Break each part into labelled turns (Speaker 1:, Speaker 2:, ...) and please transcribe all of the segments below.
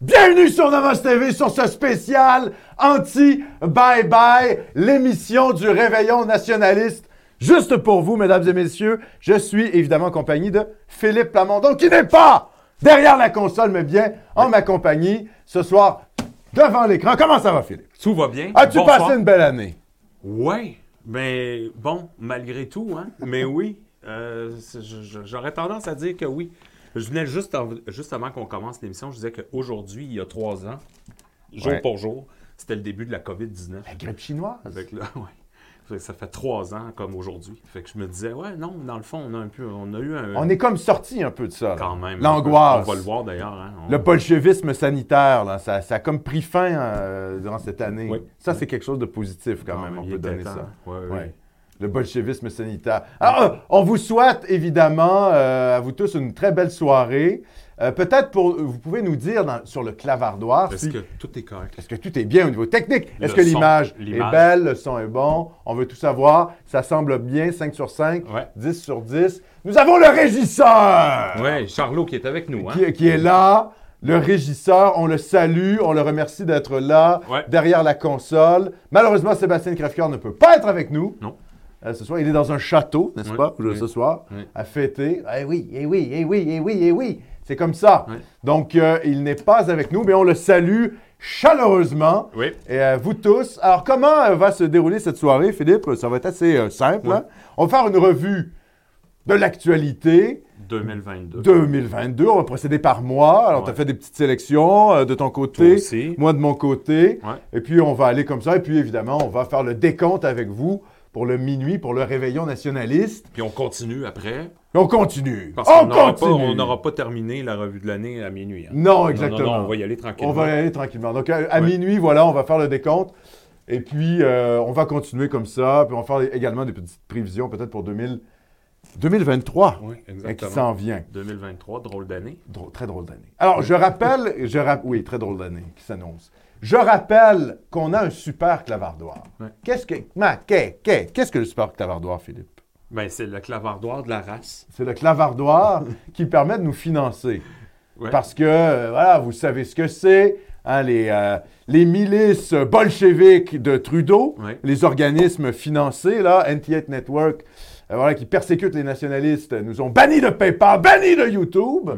Speaker 1: Bienvenue sur Namaste TV sur ce spécial anti-bye-bye, l'émission du réveillon nationaliste. Juste pour vous, mesdames et messieurs, je suis évidemment en compagnie de Philippe Plamondon, qui n'est pas derrière la console, mais bien en ma compagnie ce soir devant l'écran. Comment ça va, Philippe?
Speaker 2: Tout va bien.
Speaker 1: As-tu
Speaker 2: Bonsoir.
Speaker 1: passé Ah, une belle année?
Speaker 2: Ouais, mais bon, malgré tout, hein. Mais oui, euh, c'est- je- je- j'aurais tendance à dire que oui. Je venais juste, en- juste avant qu'on commence l'émission, je disais qu'aujourd'hui, il y a trois ans, jour
Speaker 1: Ouais. Ben,
Speaker 2: pour jour, c'était le début de la COVID-19.
Speaker 1: La grippe chinoise.
Speaker 2: Fait que là, ouais. Fait que Ça fait trois ans comme aujourd'hui. Fait que je me disais, ouais, non, dans le fond, on a un peu, on a eu un,
Speaker 1: On est comme sorti un peu de ça. là.
Speaker 2: quand même, hein.
Speaker 1: L'angoisse.
Speaker 2: On va le voir d'ailleurs. hein. On-
Speaker 1: Le bolchevisme sanitaire, là, ça, ça a comme pris fin euh, durant cette année.
Speaker 2: Oui.
Speaker 1: Ça, c'est quelque chose de positif quand même, on
Speaker 2: il
Speaker 1: peut
Speaker 2: était
Speaker 1: donner
Speaker 2: temps.
Speaker 1: ça.
Speaker 2: Ouais, ouais.
Speaker 1: Ouais. Le bolchevisme sanitaire. Alors, euh, on vous souhaite évidemment euh, à vous tous une très belle soirée. Euh, Peut-être pour vous pouvez nous dire dans- sur le clavardoir
Speaker 2: Est-ce
Speaker 1: si-
Speaker 2: que tout est correct?
Speaker 1: est-ce que tout est bien au niveau technique? Est-ce
Speaker 2: Le
Speaker 1: que
Speaker 2: son,
Speaker 1: l'image est
Speaker 2: l'image.
Speaker 1: belle? Le son est bon? On veut tout savoir. Ça semble bien, 5 sur 5,
Speaker 2: Ouais.
Speaker 1: 10 sur 10. Nous avons le régisseur!
Speaker 2: Ouais, Charlot qui est avec nous, hein.
Speaker 1: qui, qui est là, le régisseur, on le salue, on le remercie d'être là,
Speaker 2: Ouais.
Speaker 1: derrière la console. Malheureusement, Sébastien Crèvecoeur ne peut pas être avec nous.
Speaker 2: Non.
Speaker 1: Euh, ce soir, il est dans un château, n'est-ce
Speaker 2: Ouais,
Speaker 1: pas,
Speaker 2: ouais.
Speaker 1: ce soir,
Speaker 2: Ouais.
Speaker 1: à fêter. Eh oui, eh oui, eh oui, eh oui, eh oui. C'est comme ça.
Speaker 2: Ouais.
Speaker 1: Donc, euh, il n'est pas avec nous, mais on le salue chaleureusement.
Speaker 2: Oui.
Speaker 1: Et euh, vous tous. Alors, comment euh, va se dérouler cette soirée, Philippe? Ça va être assez euh, simple.
Speaker 2: Oui.
Speaker 1: hein. On va faire une revue de l'actualité.
Speaker 2: 2022.
Speaker 1: 2022, on va procéder par mois. Alors,
Speaker 2: Ouais.
Speaker 1: tu as fait des petites sélections euh, de ton
Speaker 2: Toi
Speaker 1: côté,
Speaker 2: aussi.
Speaker 1: moi de mon côté.
Speaker 2: Ouais.
Speaker 1: Et puis, on va aller comme ça. Et puis, évidemment, on va faire le décompte avec vous pour le minuit, pour le réveillon nationaliste.
Speaker 2: Puis on continue après.
Speaker 1: Et on continue.
Speaker 2: Parce
Speaker 1: on
Speaker 2: qu'on n'aura pas,
Speaker 1: continue.
Speaker 2: on n'aura pas terminé la revue de l'année à minuit. hein.
Speaker 1: Non,
Speaker 2: Non,
Speaker 1: exactement.
Speaker 2: non, on va y aller tranquillement.
Speaker 1: On va y aller tranquillement. Donc, à, à
Speaker 2: Ouais.
Speaker 1: minuit, voilà, on va faire le décompte. Et puis, euh, on va continuer comme ça. Puis, on va faire également des petites prévisions, peut-être pour 2000 2023,
Speaker 2: Oui,
Speaker 1: hein, qui
Speaker 2: exactement.
Speaker 1: s'en vient.
Speaker 2: 2023, drôle d'année.
Speaker 1: Drôle- très drôle d'année. Alors, je rappelle, je rap- oui, très drôle d'année qui s'annonce. Je rappelle qu'on a un super clavardoir.
Speaker 2: Ouais.
Speaker 1: Qu'est-ce que, ma- qu'est- qu'est- qu'est-ce que le super clavardoir, Philippe?
Speaker 2: Ben, c'est le clavardoir de la race.
Speaker 1: C'est le clavardoir qui permet de nous financer.
Speaker 2: Ouais.
Speaker 1: Parce que, euh, voilà, vous savez ce que c'est, hein, les, euh, les milices bolcheviques de Trudeau,
Speaker 2: Ouais.
Speaker 1: les organismes financés, là, NT8 Network, euh, voilà, qui persécutent les nationalistes, euh, nous ont bannis de PayPal, bannis de YouTube.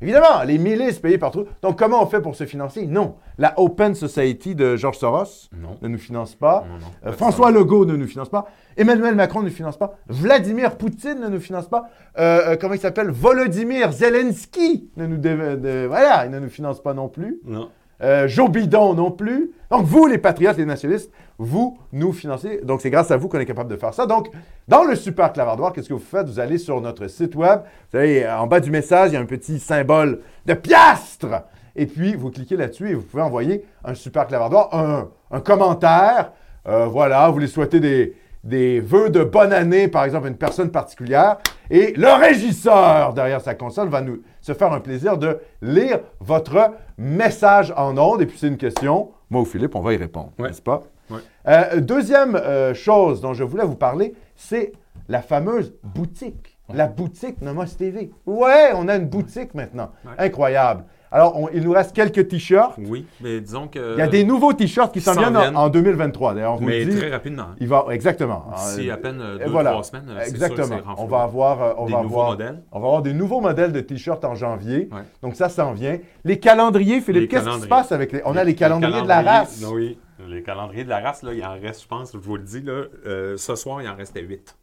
Speaker 1: Évidemment, les milices payées par Trudeau. Donc, comment on fait pour se financer? Non. La Open Society de George Soros
Speaker 2: Non.
Speaker 1: ne nous finance pas.
Speaker 2: Non, non,
Speaker 1: Euh,
Speaker 2: personne.
Speaker 1: François Legault ne nous finance pas. Emmanuel Macron ne nous finance pas. Vladimir Poutine ne nous finance pas. Euh, euh, comment il s'appelle Volodymyr Zelensky ne nous dé- de- voilà, il ne nous finance pas non plus.
Speaker 2: Non.
Speaker 1: Euh, Joe Bidon non plus. Donc vous, les patriotes, les nationalistes, vous nous financez. Donc c'est grâce à vous qu'on est capable de faire ça. Donc dans le super clavardoir, qu'est-ce que vous faites Vous allez sur notre site web. Vous allez euh, en bas du message, il y a un petit symbole de piastre. Et puis vous cliquez là-dessus et vous pouvez envoyer un super clavardoir, un, un commentaire. Euh, voilà, vous les souhaitez des, des vœux de bonne année, par exemple, à une personne particulière. Et le régisseur derrière sa console va nous se faire un plaisir de lire votre message en ondes. Et puis, c'est une question. Moi ou Philippe, on va y répondre,
Speaker 2: Ouais.
Speaker 1: n'est-ce pas?
Speaker 2: Ouais.
Speaker 1: Euh, deuxième euh, chose dont je voulais vous parler, c'est la fameuse boutique. La boutique Nomos TV. Ouais, on a une boutique maintenant.
Speaker 2: Ouais.
Speaker 1: Incroyable. Alors, on- il nous reste quelques t-shirts.
Speaker 2: Oui, mais disons que.
Speaker 1: Il y a des nouveaux t-shirts qui
Speaker 2: Qui
Speaker 1: s'en
Speaker 2: Euh, s'en
Speaker 1: viennent, en-
Speaker 2: viennent.
Speaker 1: en 2023. D'ailleurs, on vous
Speaker 2: Mais
Speaker 1: le dit.
Speaker 2: très rapidement. hein.
Speaker 1: Il va exactement.
Speaker 2: D'ici
Speaker 1: Euh,
Speaker 2: à peine euh,
Speaker 1: et
Speaker 2: deux,
Speaker 1: voilà.
Speaker 2: trois semaines, euh, c'est sûr que
Speaker 1: Exactement.
Speaker 2: c'est renfloué.
Speaker 1: On va avoir, euh, on
Speaker 2: des
Speaker 1: va
Speaker 2: nouveaux
Speaker 1: avoir-
Speaker 2: modèles.
Speaker 1: on va avoir des nouveaux modèles de t-shirts en janvier.
Speaker 2: Ouais.
Speaker 1: Donc ça s'en vient. Les calendriers, Philippe,
Speaker 2: Les
Speaker 1: qu'est-ce qui se
Speaker 2: calendriers.
Speaker 1: passe avec les On a les calendriers de la race.
Speaker 2: Non, Oui, les calendriers de la race, là, il en reste, je pense, je vous le dis, là, euh, ce soir, il en restait huit.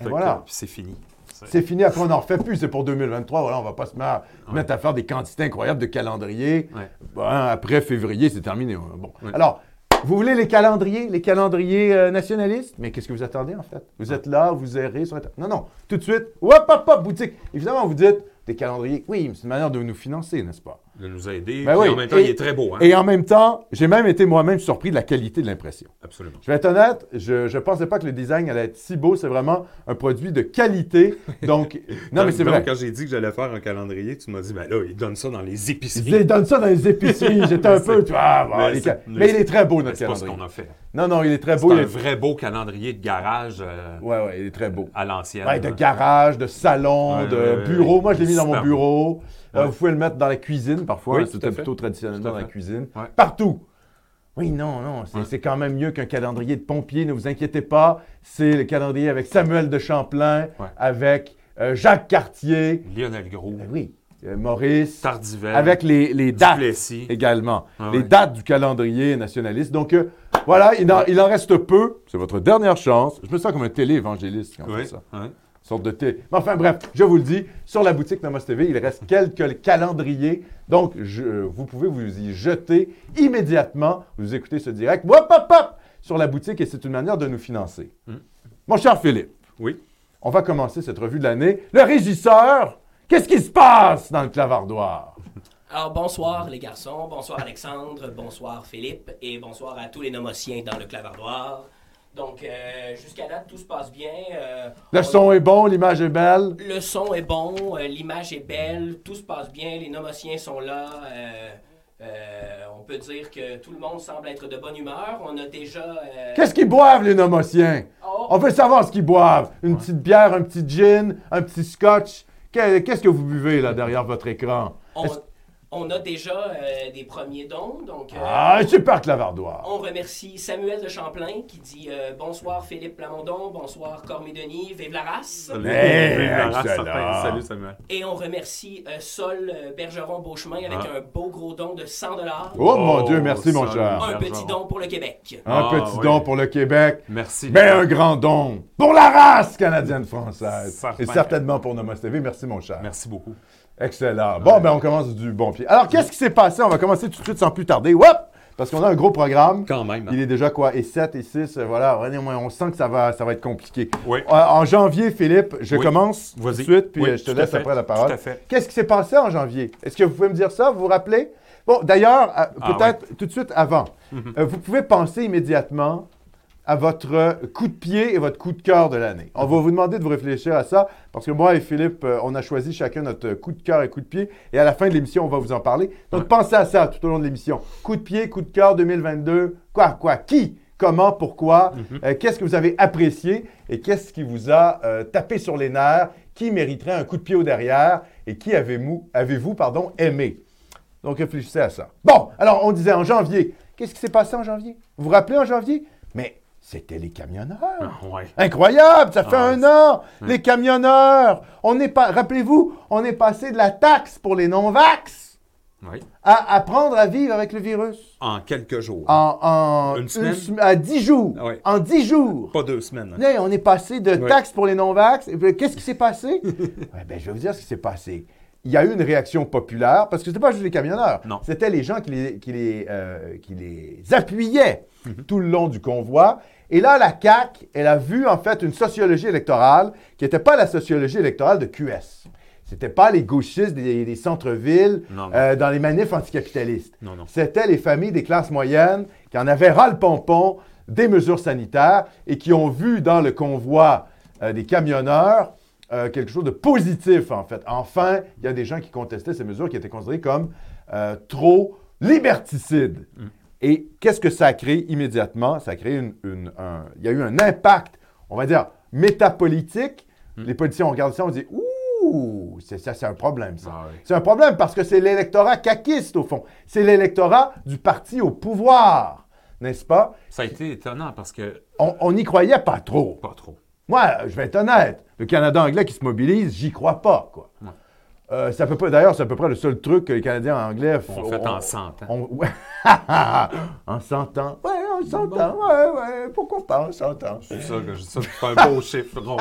Speaker 1: Et
Speaker 2: Fait que,
Speaker 1: voilà.
Speaker 2: euh, Puis c'est fini.
Speaker 1: C'est fini, après on n'en refait plus, c'est pour 2023. Voilà, on va pas se mar-
Speaker 2: Ouais.
Speaker 1: mettre à faire des quantités incroyables de calendriers.
Speaker 2: Ouais.
Speaker 1: Bon, hein, après février, c'est terminé. hein. Bon.
Speaker 2: Ouais.
Speaker 1: Alors, vous voulez les calendriers, les calendriers euh, nationalistes? Mais qu'est-ce que vous attendez en fait? Vous êtes là, vous errez sur Internet. Non, non, tout de suite, hop, hop, hop, boutique. Évidemment, vous dites des calendriers. Oui, mais c'est une manière de nous financer, n'est-ce pas?
Speaker 2: De nous aider.
Speaker 1: Ben
Speaker 2: puis
Speaker 1: oui.
Speaker 2: en même temps,
Speaker 1: Et-
Speaker 2: il est très beau. Hein?
Speaker 1: Et en même temps, j'ai même été moi-même surpris de la qualité de l'impression.
Speaker 2: Absolument.
Speaker 1: Je vais être honnête, je ne pensais pas que le design allait être si beau. C'est vraiment un produit de qualité. Donc, non, mais c'est
Speaker 2: Même
Speaker 1: vrai.
Speaker 2: Quand j'ai dit que j'allais faire un calendrier, tu m'as dit, ben là, il donne ça dans les épiceries.
Speaker 1: Ils donnent ça dans les épiceries. J'étais un peu. tu vois, Ah, bon,
Speaker 2: mais
Speaker 1: les
Speaker 2: c'est-
Speaker 1: cal-
Speaker 2: mais
Speaker 1: mais il
Speaker 2: c'est-
Speaker 1: est très beau,
Speaker 2: Mais
Speaker 1: notre
Speaker 2: Ben, C'est pas ce qu'on
Speaker 1: calendrier.
Speaker 2: a fait.
Speaker 1: Non, non, il est très
Speaker 2: C'est
Speaker 1: beau.
Speaker 2: un
Speaker 1: Il est...
Speaker 2: vrai beau calendrier de garage euh,
Speaker 1: Ouais, ouais, il est très beau.
Speaker 2: à l'ancienne.
Speaker 1: Ouais, de garage, de salon,
Speaker 2: Ouais,
Speaker 1: de
Speaker 2: ouais, ouais,
Speaker 1: bureau. Moi, je l'ai mis dans
Speaker 2: super
Speaker 1: mon bureau. Euh,
Speaker 2: Ouais.
Speaker 1: vous pouvez le mettre dans la cuisine parfois.
Speaker 2: Oui,
Speaker 1: hein,
Speaker 2: tout à
Speaker 1: C'était
Speaker 2: fait.
Speaker 1: plutôt traditionnellement
Speaker 2: Tout à
Speaker 1: dans la
Speaker 2: fait.
Speaker 1: cuisine.
Speaker 2: Ouais.
Speaker 1: Partout. Oui, non, non, c'est
Speaker 2: Ouais.
Speaker 1: c'est quand même mieux qu'un calendrier de pompiers, ne vous inquiétez pas. C'est le calendrier avec Samuel de Champlain,
Speaker 2: Ouais.
Speaker 1: avec euh, Jacques Cartier,
Speaker 2: Lionel Gros,
Speaker 1: Ben oui, euh, Maurice,
Speaker 2: Tardivel,
Speaker 1: avec les, les dates
Speaker 2: Duplessis.
Speaker 1: également,
Speaker 2: Ah
Speaker 1: les
Speaker 2: ouais.
Speaker 1: dates du calendrier nationaliste. Donc euh, voilà, il en, il en reste peu. C'est votre dernière chance. Je me sens comme un télé-évangéliste quand je
Speaker 2: Oui,
Speaker 1: fais ça.
Speaker 2: oui.
Speaker 1: Sorte de thé. Mais enfin, bref, je vous le dis, sur la boutique Nomos TV, il reste quelques calendriers. Donc, je- euh, vous pouvez vous y jeter immédiatement. Vous écoutez ce direct. Hop, hop, hop! Sur la boutique, et c'est une manière de nous financer.
Speaker 2: Mm.
Speaker 1: Mon cher Philippe,
Speaker 2: Oui.
Speaker 1: on va commencer cette revue de l'année. Le régisseur, qu'est-ce qui se passe dans le clavardoir?
Speaker 3: Alors bonsoir les garçons, bonsoir Alexandre, bonsoir Philippe et bonsoir à tous les nomotiens dans le clavardoir. Donc euh, jusqu'à date tout se passe bien. euh,
Speaker 1: Le
Speaker 3: on-
Speaker 1: son est bon, l'image est belle.
Speaker 3: le son est bon, euh, l'image est belle, tout se passe bien, les nomotiens sont là. euh, euh, on peut dire que tout le monde semble être de bonne humeur. On a déjà. euh,
Speaker 1: Qu'est-ce qu'ils boivent, les nomotiens?
Speaker 3: oh,
Speaker 1: On veut savoir ce qu'ils boivent. Une petite bière, un petit gin, un petit scotch. Que- Qu'est-ce que vous buvez, là, derrière votre écran?
Speaker 3: on,
Speaker 1: Est-ce-
Speaker 3: on a déjà euh, des premiers dons, donc. euh,
Speaker 1: Ah, super clavardoir.
Speaker 2: Oh,
Speaker 3: On remercie Samuel de Champlain qui dit euh, bonsoir Philippe Plamondon, bonsoir Cormé Denis, vive la race.
Speaker 2: Salut,
Speaker 1: Hey,
Speaker 2: Vive la race,
Speaker 1: excellent.
Speaker 2: certain. Salut Samuel.
Speaker 3: Et on remercie euh, Sol euh, Bergeron-Beauchemin avec
Speaker 2: Ah.
Speaker 3: un beau gros don de 100
Speaker 1: Oh, mon Dieu, merci, mon
Speaker 2: salut.
Speaker 1: cher.
Speaker 3: Un
Speaker 2: Ah, Bergeron.
Speaker 3: petit don pour le Québec.
Speaker 1: Un
Speaker 2: Ah,
Speaker 1: petit
Speaker 2: oui.
Speaker 1: don pour le Québec,
Speaker 2: Merci.
Speaker 1: mais un grand don pour la race canadienne-française.
Speaker 2: Certain.
Speaker 1: Et certainement pour Nomos TV. Merci, mon cher.
Speaker 2: Merci beaucoup.
Speaker 1: Excellent. Bon, ben, on commence du bon pied. Alors, qu'est-ce qui s'est passé? On va commencer tout de suite sans plus tarder. Whoop! Parce qu'on a un gros programme.
Speaker 2: Quand même. hein.
Speaker 1: Il est déjà quoi? Et 7 et 6, voilà. Ouais, On on sent que ça va, ça va être compliqué.
Speaker 2: Oui.
Speaker 1: Euh, En janvier, Philippe, je
Speaker 2: Oui.
Speaker 1: commence tout de
Speaker 2: Vas-y.
Speaker 1: suite, puis
Speaker 2: Oui,
Speaker 1: euh, je te
Speaker 2: tout à
Speaker 1: laisse
Speaker 2: fait,
Speaker 1: après la
Speaker 2: Tout
Speaker 1: parole.
Speaker 2: à fait.
Speaker 1: Qu'est-ce qui s'est passé en janvier? Est-ce que vous pouvez me dire ça? Vous vous rappelez? Bon, d'ailleurs, euh,
Speaker 2: Ah,
Speaker 1: peut-être tout de suite avant,
Speaker 2: Mhm.
Speaker 1: euh, vous pouvez penser immédiatement à votre euh, coup de pied et votre coup de cœur de l'année. On va vous demander de vous réfléchir à ça, parce que moi et Philippe, euh, on a choisi chacun notre euh, coup de cœur et coup de pied, et à la fin de l'émission, on va vous en parler. Donc,
Speaker 2: Ouais.
Speaker 1: pensez à ça tout au long de l'émission. Coup de pied, coup de cœur 2022, quoi, quoi, qui, comment, pourquoi,
Speaker 2: Mhm.
Speaker 1: euh, qu'est-ce que vous avez apprécié et qu'est-ce qui vous a euh, tapé sur les nerfs, qui mériterait un coup de pied au derrière et qui avez-vous avez pardon, aimé. Donc réfléchissez à ça. Bon, alors on disait en janvier, qu'est-ce qui s'est passé en janvier? Vous vous rappelez en janvier? Mais c'était les camionneurs.
Speaker 2: Ah, ouais.
Speaker 1: Incroyable, ça fait
Speaker 2: Ah,
Speaker 1: un an.
Speaker 2: ouais.
Speaker 1: Les camionneurs, on est pas, rappelez-vous, on est passé de la taxe pour les non-vax
Speaker 2: Ouais.
Speaker 1: à apprendre à vivre avec le virus.
Speaker 2: En quelques jours.
Speaker 1: En, en
Speaker 2: Une semaine?
Speaker 1: sem- à 10 jours.
Speaker 2: Ah ouais.
Speaker 1: En 10 jours.
Speaker 2: Pas deux semaines.
Speaker 1: Là, on est passé de
Speaker 2: Ouais.
Speaker 1: taxes pour les non-vax. Et puis, Qu'est-ce qui s'est passé? Ouais, ben, je vais vous dire ce qui s'est passé. Il y a eu une réaction populaire, parce que c'était pas juste les camionneurs.
Speaker 2: Non.
Speaker 1: C'était les gens qui les, qui les, euh, qui les appuyaient
Speaker 2: Mm-hmm.
Speaker 1: tout le long du convoi. Et là, la CAQ, elle a vu en fait une sociologie électorale qui n'était pas la sociologie électorale de QS. C'était pas les gauchistes des, des centres-villes
Speaker 2: Non, non.
Speaker 1: euh, dans les manifs anticapitalistes.
Speaker 2: Non, non.
Speaker 1: C'était les familles des classes moyennes qui en avaient ras le pompon des mesures sanitaires et qui ont vu dans le convoi euh, des camionneurs euh, quelque chose de positif, en fait. Enfin, il y a des gens qui contestaient ces mesures qui étaient considérées comme euh, trop liberticides.
Speaker 2: Mm.
Speaker 1: Et qu'est-ce que ça a créé immédiatement? Ça a créé une, une- un- Il y a eu un impact, on va dire, métapolitique.
Speaker 2: Mm.
Speaker 1: Les politiciens ont regardé ça, on dit Ouh, c'est- ça, c'est un problème, ça.
Speaker 2: Ah, ouais.
Speaker 1: C'est un problème parce que c'est l'électorat caquiste, au fond. C'est l'électorat du parti au pouvoir, n'est-ce pas?
Speaker 2: Ça a été étonnant parce que.
Speaker 1: On n'y croyait pas trop.
Speaker 2: Pas trop.
Speaker 1: Moi, je vais être honnête, le Canada anglais qui se mobilise, j'y crois pas, quoi.
Speaker 2: Ouais.
Speaker 1: Euh, c'est à peu près- D'ailleurs, c'est à peu près le seul truc que les Canadiens anglais f-
Speaker 2: On fait en 100 ans.
Speaker 1: on- ouais. en 100 ans. Ouais, en 100 ans. Ouais, ouais. Pourquoi pas en 100 ans?
Speaker 2: C'est ça que je ça, c'est un beau chiffre rond.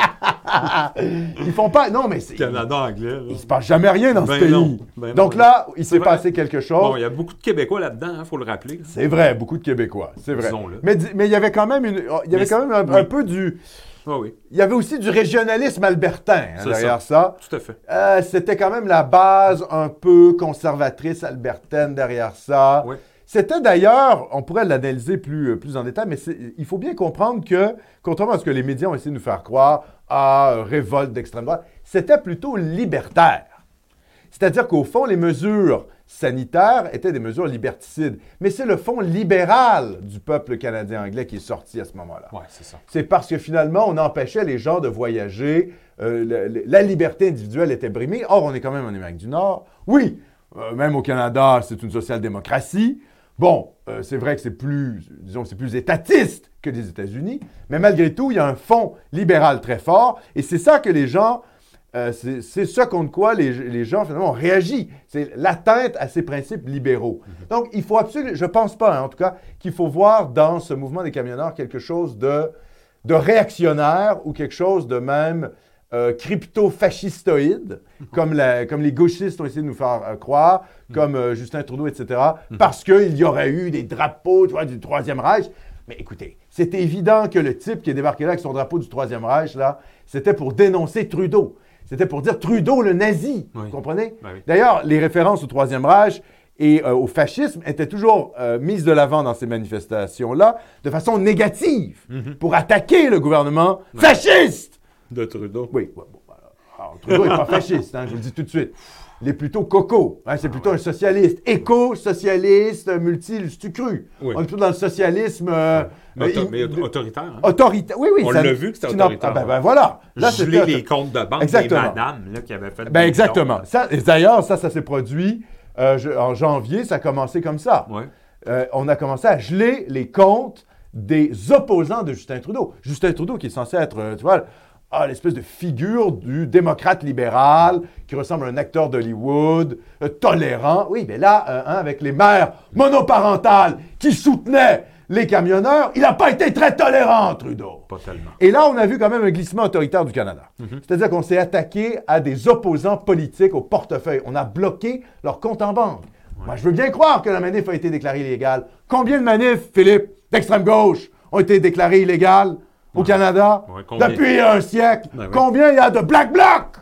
Speaker 1: Ils font pas. Non, mais c'est.
Speaker 2: Canada anglais. là.
Speaker 1: Il se passe jamais rien dans
Speaker 2: Ben
Speaker 1: ce pays.
Speaker 2: non, ben non,
Speaker 1: Donc
Speaker 2: ben
Speaker 1: là, il s'est
Speaker 2: C'est vrai.
Speaker 1: passé quelque chose.
Speaker 2: Bon, il y a beaucoup de Québécois là-dedans, il faut le rappeler. là.
Speaker 1: C'est vrai, beaucoup de Québécois, c'est vrai.
Speaker 2: Disons-le.
Speaker 1: Mais di- mais il y avait quand même, une, il y avait
Speaker 2: Mais
Speaker 1: quand même un,
Speaker 2: oui.
Speaker 1: un peu du...
Speaker 2: Ah oui,
Speaker 1: Il y avait aussi du régionalisme albertain hein,
Speaker 2: C'est
Speaker 1: derrière ça.
Speaker 2: tout à fait.
Speaker 1: Euh, C'était quand même la base un peu conservatrice albertaine derrière ça.
Speaker 2: Oui.
Speaker 1: C'était d'ailleurs, on pourrait l'analyser plus, euh, plus en détail, mais c'est- il faut bien comprendre que, contrairement à ce que les médias ont essayé de euh, nous faire croire, à révolte d'extrême droite, c'était plutôt libertaire. C'est-à-dire qu'au fond, les mesures sanitaires étaient des mesures liberticides. Mais c'est le fond libéral du peuple canadien anglais qui est sorti à ce moment-là.
Speaker 2: Ouais, c'est ça.
Speaker 1: C'est parce que finalement, on empêchait les gens de voyager. euh, le- le- la liberté individuelle était brimée. Or, on est quand même en Amérique du Nord. Oui, euh, même au Canada, c'est une social-démocratie. Bon, euh, c'est vrai que c'est plus, disons, que c'est plus étatiste que les États-Unis, mais malgré tout, il y a un fond libéral très fort, et c'est ça que les gens, euh, c'est c'est ce contre quoi les, les gens finalement ont réagi. C'est l'atteinte à ces principes libéraux. Donc, il faut absolument, je pense pas, hein, en tout cas, qu'il faut voir dans ce mouvement des camionneurs quelque chose de de réactionnaire ou quelque chose de même euh, crypto-fascistoïde, comme, la- comme les gauchistes ont essayé de nous faire euh, croire, comme euh, Justin Trudeau, etc., parce qu'il y aurait eu des drapeaux tu vois, du Troisième Reich. Mais écoutez, c'était évident que le type qui est débarqué là avec son drapeau du Troisième Reich, là, c'était pour dénoncer Trudeau. C'était pour dire Trudeau le nazi,
Speaker 2: Oui.
Speaker 1: vous comprenez?
Speaker 2: Ben oui.
Speaker 1: D'ailleurs, les références au Troisième Reich et euh, au fascisme étaient toujours euh, mises de l'avant dans ces manifestations-là de façon négative
Speaker 2: Mhm.
Speaker 1: pour attaquer le gouvernement fasciste.
Speaker 2: De Trudeau.
Speaker 1: Oui, ouais, bon, alors, alors, Trudeau n'est pas fasciste, hein, je vous le dis tout de suite. Il est plutôt coco. hein, c'est plutôt un socialiste. Éco-socialiste, multi-stucru.
Speaker 2: Oui.
Speaker 1: On est plutôt dans le socialisme euh,
Speaker 2: Auto-
Speaker 1: euh,
Speaker 2: mais
Speaker 1: de-
Speaker 2: autoritaire. hein.
Speaker 1: autoritaire. Oui, oui.
Speaker 2: On
Speaker 1: ça-
Speaker 2: l'a vu que c'était
Speaker 1: tu n'en-
Speaker 2: autoritaire.
Speaker 1: Ah, ben, ben, voilà. Là,
Speaker 2: Geler
Speaker 1: c'était-
Speaker 2: les comptes de banque
Speaker 1: Exactement.
Speaker 2: des madames là, qui avaient fait.
Speaker 1: Ben
Speaker 2: des
Speaker 1: exactement.
Speaker 2: dons.
Speaker 1: Ça, et D'ailleurs, ça, ça s'est produit euh, je- en janvier, ça a commencé comme ça.
Speaker 2: Ouais.
Speaker 1: Euh, on a commencé à geler les comptes des opposants de Justin Trudeau. Justin Trudeau qui est censé être, euh, tu vois, ah, l'espèce de figure du démocrate libéral qui ressemble à un acteur d'Hollywood, euh, tolérant. Oui, mais là, euh, hein, avec les mères monoparentales qui soutenaient les camionneurs, il n'a pas été très tolérant, Trudeau.
Speaker 2: Pas tellement.
Speaker 1: Et là, on a vu quand même un glissement autoritaire du Canada.
Speaker 2: Mhm.
Speaker 1: C'est-à-dire qu'on s'est attaqué à des opposants politiques au portefeuille. On a bloqué leur compte en banque. Moi, je veux bien croire que la manif a été déclarée illégale. Combien de manifs, Philippe, d'extrême gauche ont été déclarées illégales au Canada
Speaker 2: Ouais, combien?
Speaker 1: depuis un siècle?
Speaker 2: Ben oui.
Speaker 1: Combien il y a de Black Bloc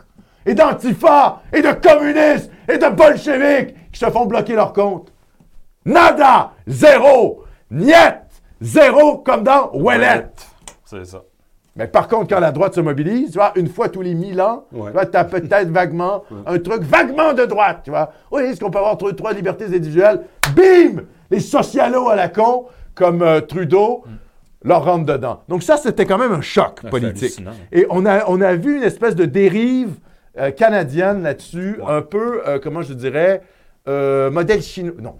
Speaker 1: et d'antifa et de communistes et de bolcheviques qui se font bloquer leur compte? Nada! Zéro! Niet! Zéro comme dans Ouellet!
Speaker 2: C'est ça.
Speaker 1: Mais par contre, quand la droite se mobilise, tu vois, une fois tous les mille ans,
Speaker 2: Ouais.
Speaker 1: tu vois, as peut-être vaguement un truc vaguement de droite, tu vois. Oui, est-ce qu'on peut avoir trois, trois libertés individuelles? Bim! Les socialos à la con, comme euh, Trudeau,
Speaker 2: Mm.
Speaker 1: leur rentrent dedans. Donc ça, c'était quand même un choc
Speaker 2: c'est
Speaker 1: politique.
Speaker 2: hallucinant.
Speaker 1: Et on a, on a vu une espèce de dérive euh, canadienne là-dessus,
Speaker 2: Ouais.
Speaker 1: un peu, euh, comment je dirais, euh, modèle chinois. Non,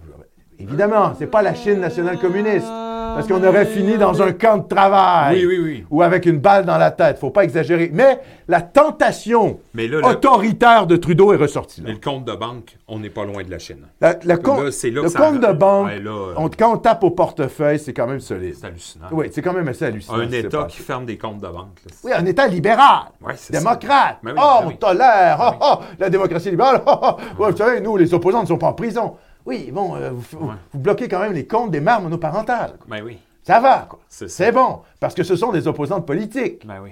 Speaker 1: évidemment, c'est pas la Chine nationale communiste, parce qu'on aurait fini dans un camp de travail
Speaker 2: Oui, oui, oui.
Speaker 1: ou avec une balle dans la tête. Faut pas exagérer. Mais la tentation
Speaker 2: Mais là, le-
Speaker 1: autoritaire de Trudeau est ressortie. là.
Speaker 2: Mais le compte de banque, on n'est pas loin de la Chine.
Speaker 1: La- la com-
Speaker 2: là, c'est là
Speaker 1: le
Speaker 2: que ça-
Speaker 1: compte de banque,
Speaker 2: Ouais, là, euh,
Speaker 1: on- quand on tape au portefeuille, c'est quand même solide.
Speaker 2: C'est hallucinant.
Speaker 1: Oui, c'est quand même assez hallucinant. ce
Speaker 2: Un
Speaker 1: qui s'est
Speaker 2: État
Speaker 1: passé.
Speaker 2: qui ferme des comptes de banque. là.
Speaker 1: Oui, un État libéral,
Speaker 2: Ouais, c'est ça.
Speaker 1: démocrate.
Speaker 2: Ben oui,
Speaker 1: oh,
Speaker 2: ben
Speaker 1: on
Speaker 2: oui.
Speaker 1: tolère. Oh, oh, la démocratie libérale. Oh, oh. Ouais, vous savez, nous, les opposants ne sont pas en prison. Oui, bon, euh, vous, vous-
Speaker 2: Ouais.
Speaker 1: vous bloquez quand même les comptes des mères monoparentales. quoi.
Speaker 2: Ben oui.
Speaker 1: Ça va, quoi.
Speaker 2: C'est ça.
Speaker 1: C'est bon, parce que ce sont des opposantes politiques.
Speaker 2: Ben oui.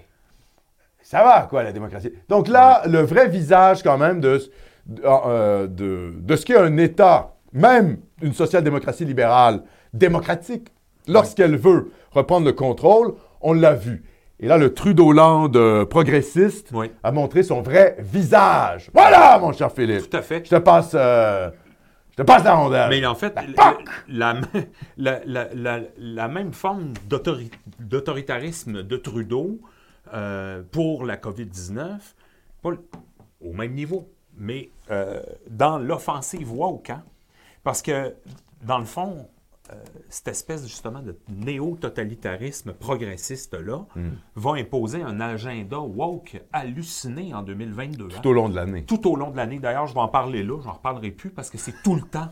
Speaker 1: ça va, quoi, la démocratie. Donc là, le vrai visage, quand même, de, ce- de, euh, de- de ce qu'est un État, même une social-démocratie libérale, démocratique, lorsqu'elle veut reprendre le contrôle, on l'a vu. Et là, le Trudeau-Land euh, progressiste
Speaker 2: Oui.
Speaker 1: a montré son vrai visage. Voilà, mon cher Philippe.
Speaker 2: Tout à fait.
Speaker 1: Je te passe, euh, je te passe la rondelle.
Speaker 2: Mais en fait, l-
Speaker 1: PAC!
Speaker 2: la, la- la- la- la même forme d'autori- d'autoritarisme de Trudeau euh, pour la COVID-19, pas l- au même niveau, mais euh, dans l'offensive woke. hein. Parce que, dans le fond, euh, cette espèce justement de néo-totalitarisme progressiste-là va imposer un agenda woke halluciné en 2022. hein
Speaker 1: Tout au long de l'année.
Speaker 2: tout au long de l'année. D'ailleurs, je vais en parler là, je n'en reparlerai plus parce que c'est tout le temps.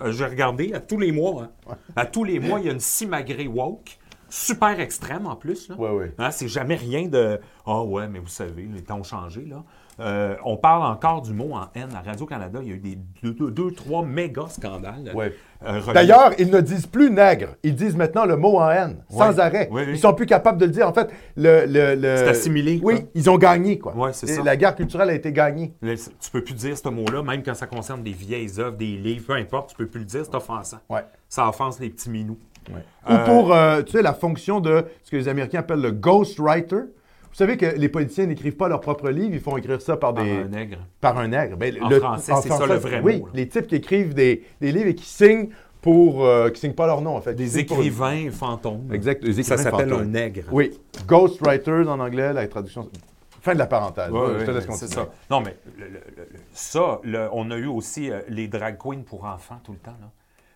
Speaker 2: Euh, J'ai regardé à tous les mois. hein. À tous les mois, il y a une simagrée woke, super extrême en plus. là.
Speaker 1: Ouais, ouais.
Speaker 2: Hein, c'est jamais rien de Ah ouais, mais vous savez, les temps ont changé. Là. Euh, on parle encore du mot en haine à Radio-Canada. Il y a eu des deux, deux- deux, trois méga scandales.
Speaker 1: Ouais.
Speaker 2: euh, reliés-
Speaker 1: D'ailleurs, ils ne disent plus nègre, ils disent maintenant le mot en haine, sans
Speaker 2: Ouais.
Speaker 1: arrêt.
Speaker 2: Oui, oui.
Speaker 1: Ils sont plus capables de le dire. En fait, le. le- le-
Speaker 2: C'est assimilé,
Speaker 1: Oui,
Speaker 2: quoi.
Speaker 1: ils ont gagné, quoi.
Speaker 2: Ouais, c'est
Speaker 1: Et
Speaker 2: ça.
Speaker 1: La guerre culturelle a été gagnée.
Speaker 2: Là, c- Tu peux plus dire ce mot-là, même quand ça concerne des vieilles œuvres, des livres, peu importe, tu peux plus le dire, c'est offensant.
Speaker 1: Ouais.
Speaker 2: Ça offense les petits minous.
Speaker 1: euh, Ou pour, euh, tu sais, la fonction de ce que les Américains appellent le ghostwriter, Vous savez que les politiciens n'écrivent pas leurs propres livres, ils font écrire ça par
Speaker 2: Par
Speaker 1: des.
Speaker 2: un nègre.
Speaker 1: Par un nègre. Ben,
Speaker 2: En français, c'est ça le vrai
Speaker 1: oui,
Speaker 2: mot, là.
Speaker 1: les types qui écrivent des, des livres et qui signent pour. euh, qui signent pas leur nom, en fait. Qui
Speaker 2: Des
Speaker 1: signent pour-
Speaker 2: écrivains fantômes.
Speaker 1: Exact, des
Speaker 2: Ça
Speaker 1: écrivains
Speaker 2: s'appelle
Speaker 1: fantômes.
Speaker 2: un nègre.
Speaker 1: Oui. Ghostwriters en anglais, la traduction. Fin de la parenthèse.
Speaker 2: Ouais,
Speaker 1: je
Speaker 2: ouais,
Speaker 1: te laisse
Speaker 2: ouais,
Speaker 1: continuer.
Speaker 2: c'est ça. Non, mais le- le- le- le- ça, le- on a eu aussi euh, les drag queens pour enfants tout le temps. Là.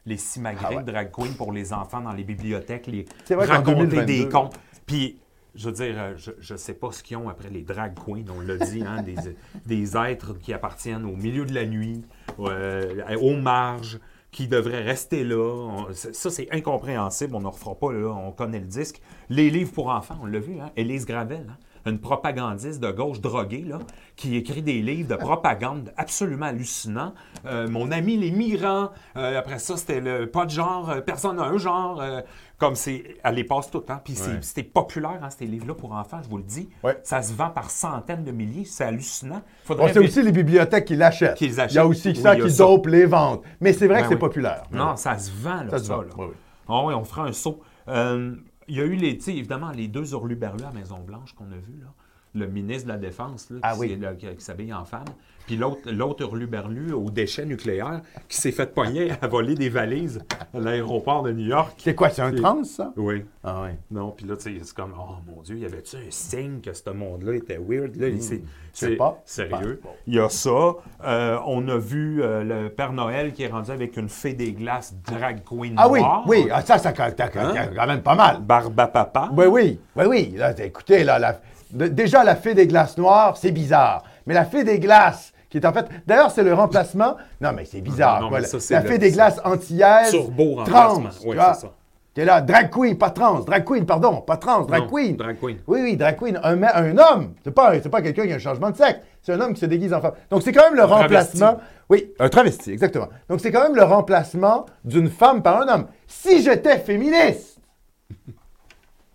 Speaker 2: Les simagrées
Speaker 1: Ah ouais.
Speaker 2: de drag queens pour les enfants dans les bibliothèques, les
Speaker 1: C'est vrai qu'en
Speaker 2: raconter
Speaker 1: 2022.
Speaker 2: des contes. Puis, je veux dire, euh, je- je ne sais pas ce qu'ils ont après les drag queens, on l'a dit, hein, des, des êtres qui appartiennent au milieu de la nuit, euh, aux marges, qui devraient rester là. On- ça, ça, c'est incompréhensible, on ne refera pas, là, on connaît le disque. Les livres pour enfants, on l'a vu, hein, Élise Gravel, hein, une propagandiste de gauche droguée, là, qui écrit des livres de propagande absolument hallucinants. Euh, mon ami les migrants, euh, après ça, c'était le pas de genre, euh, personne n'a un genre, euh, comme c'est, elle les passe tout le temps. Puis c'est-
Speaker 1: Ouais.
Speaker 2: c'était populaire, hein, ces livres-là pour enfants, je vous le dis.
Speaker 1: Ouais.
Speaker 2: Ça se vend par centaines de milliers, c'est hallucinant.
Speaker 1: Bon,
Speaker 2: Faudrait
Speaker 1: c'est aussi les bibliothèques qui l'achètent.
Speaker 2: Qui les achètent.
Speaker 1: Il y a aussi
Speaker 2: Oui,
Speaker 1: ça
Speaker 2: il y a
Speaker 1: qui
Speaker 2: ça.
Speaker 1: dope les ventes. Mais c'est vrai
Speaker 2: Ben
Speaker 1: que c'est
Speaker 2: oui.
Speaker 1: populaire.
Speaker 2: Non, ça se vend, là, ça.
Speaker 1: Ça se vend,
Speaker 2: là.
Speaker 1: oui, oui.
Speaker 2: Ah oui, on fera un saut. Euh, il y a eu, les, tu sais, évidemment, les deux hurluberlus à Maison-Blanche qu'on a vus, là. Le ministre de la Défense, là, qui,
Speaker 1: Ah oui.
Speaker 2: s'est- là, qui- qui s'habille en femme. Puis l'autre, l'autre hurluberlu aux déchets nucléaires qui s'est fait pogner à voler des valises à l'aéroport de New York.
Speaker 1: C'est quoi, c'est un
Speaker 2: C'est-
Speaker 1: trans, ça?
Speaker 2: Oui.
Speaker 1: Ah oui.
Speaker 2: Non, puis là, tu sais, c'est comme, oh mon Dieu, y avait-tu un signe que ce monde-là était weird? Là, il- c'est,
Speaker 1: sais
Speaker 2: c'est
Speaker 1: pas.
Speaker 2: Sérieux.
Speaker 1: Pas.
Speaker 2: Bah, Il y a ça. Euh, on a vu euh, le Père Noël qui est rendu avec une fée des glaces drag queen.
Speaker 1: Ah oui,
Speaker 2: noire.
Speaker 1: oui, ah, ça, ça ca- ca- ca-
Speaker 2: Hein?
Speaker 1: quand même pas mal.
Speaker 2: Barbapapa.
Speaker 1: Oui, Ben oui, oui, oui. Là, t'as- écoutez, là, la- de- déjà, la fée des glaces noires, c'est bizarre. Mais la fée des glaces, qui est en fait. D'ailleurs, c'est le remplacement. Non, mais c'est bizarre.
Speaker 2: Non, non,
Speaker 1: quoi,
Speaker 2: mais
Speaker 1: la-
Speaker 2: ça, c'est
Speaker 1: la
Speaker 2: le-
Speaker 1: fée des glaces antillaise.
Speaker 2: Turbo
Speaker 1: trans,
Speaker 2: remplacement.
Speaker 1: tu
Speaker 2: Oui,
Speaker 1: vois.
Speaker 2: c'est ça.
Speaker 1: T'es là, drag queen, pas trans. Drag queen, pardon, pas trans, drag
Speaker 2: Non,
Speaker 1: queen.
Speaker 2: drag queen.
Speaker 1: Oui, oui, drag queen. Un, ma- un homme. C'est pas, un- c'est pas quelqu'un qui a un changement de sexe. C'est un homme qui se déguise en femme. Donc, c'est quand même le
Speaker 2: travesti.
Speaker 1: remplacement. Oui, un travesti, exactement. Donc, c'est quand même le remplacement d'une femme par un homme. Si j'étais féministe,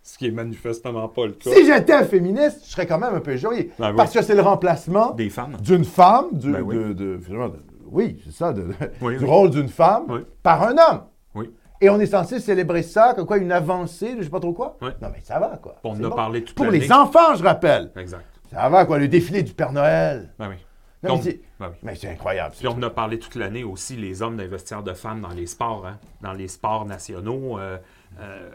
Speaker 2: Ce qui est manifestement pas le cas.
Speaker 1: si j'étais féministe, je serais quand même un peu joyeux.
Speaker 2: Ben oui.
Speaker 1: Parce que c'est le remplacement
Speaker 2: Des femmes.
Speaker 1: d'une femme, du,
Speaker 2: Ben oui.
Speaker 1: de, de- finalement, de- oui, c'est ça, de- de-
Speaker 2: Oui,
Speaker 1: du
Speaker 2: oui.
Speaker 1: rôle d'une femme
Speaker 2: Oui.
Speaker 1: par un homme.
Speaker 2: Oui.
Speaker 1: Et on est censé célébrer ça comme quoi une avancée, de je sais pas trop quoi.
Speaker 2: Oui.
Speaker 1: Non, mais ça va, quoi.
Speaker 2: On
Speaker 1: C'est
Speaker 2: en a parlé toute
Speaker 1: Pour
Speaker 2: l'année.
Speaker 1: les enfants, je rappelle.
Speaker 2: Exact.
Speaker 1: Ça va, quoi, le défilé du Père Noël.
Speaker 2: Ben oui.
Speaker 1: Non,
Speaker 2: Donc,
Speaker 1: mais c'est-
Speaker 2: ben oui.
Speaker 1: Mais c'est incroyable. ça.
Speaker 2: Puis on en a parlé toute l'année aussi, les hommes d'investir de femmes dans les sports, hein, dans les sports nationaux. euh, euh,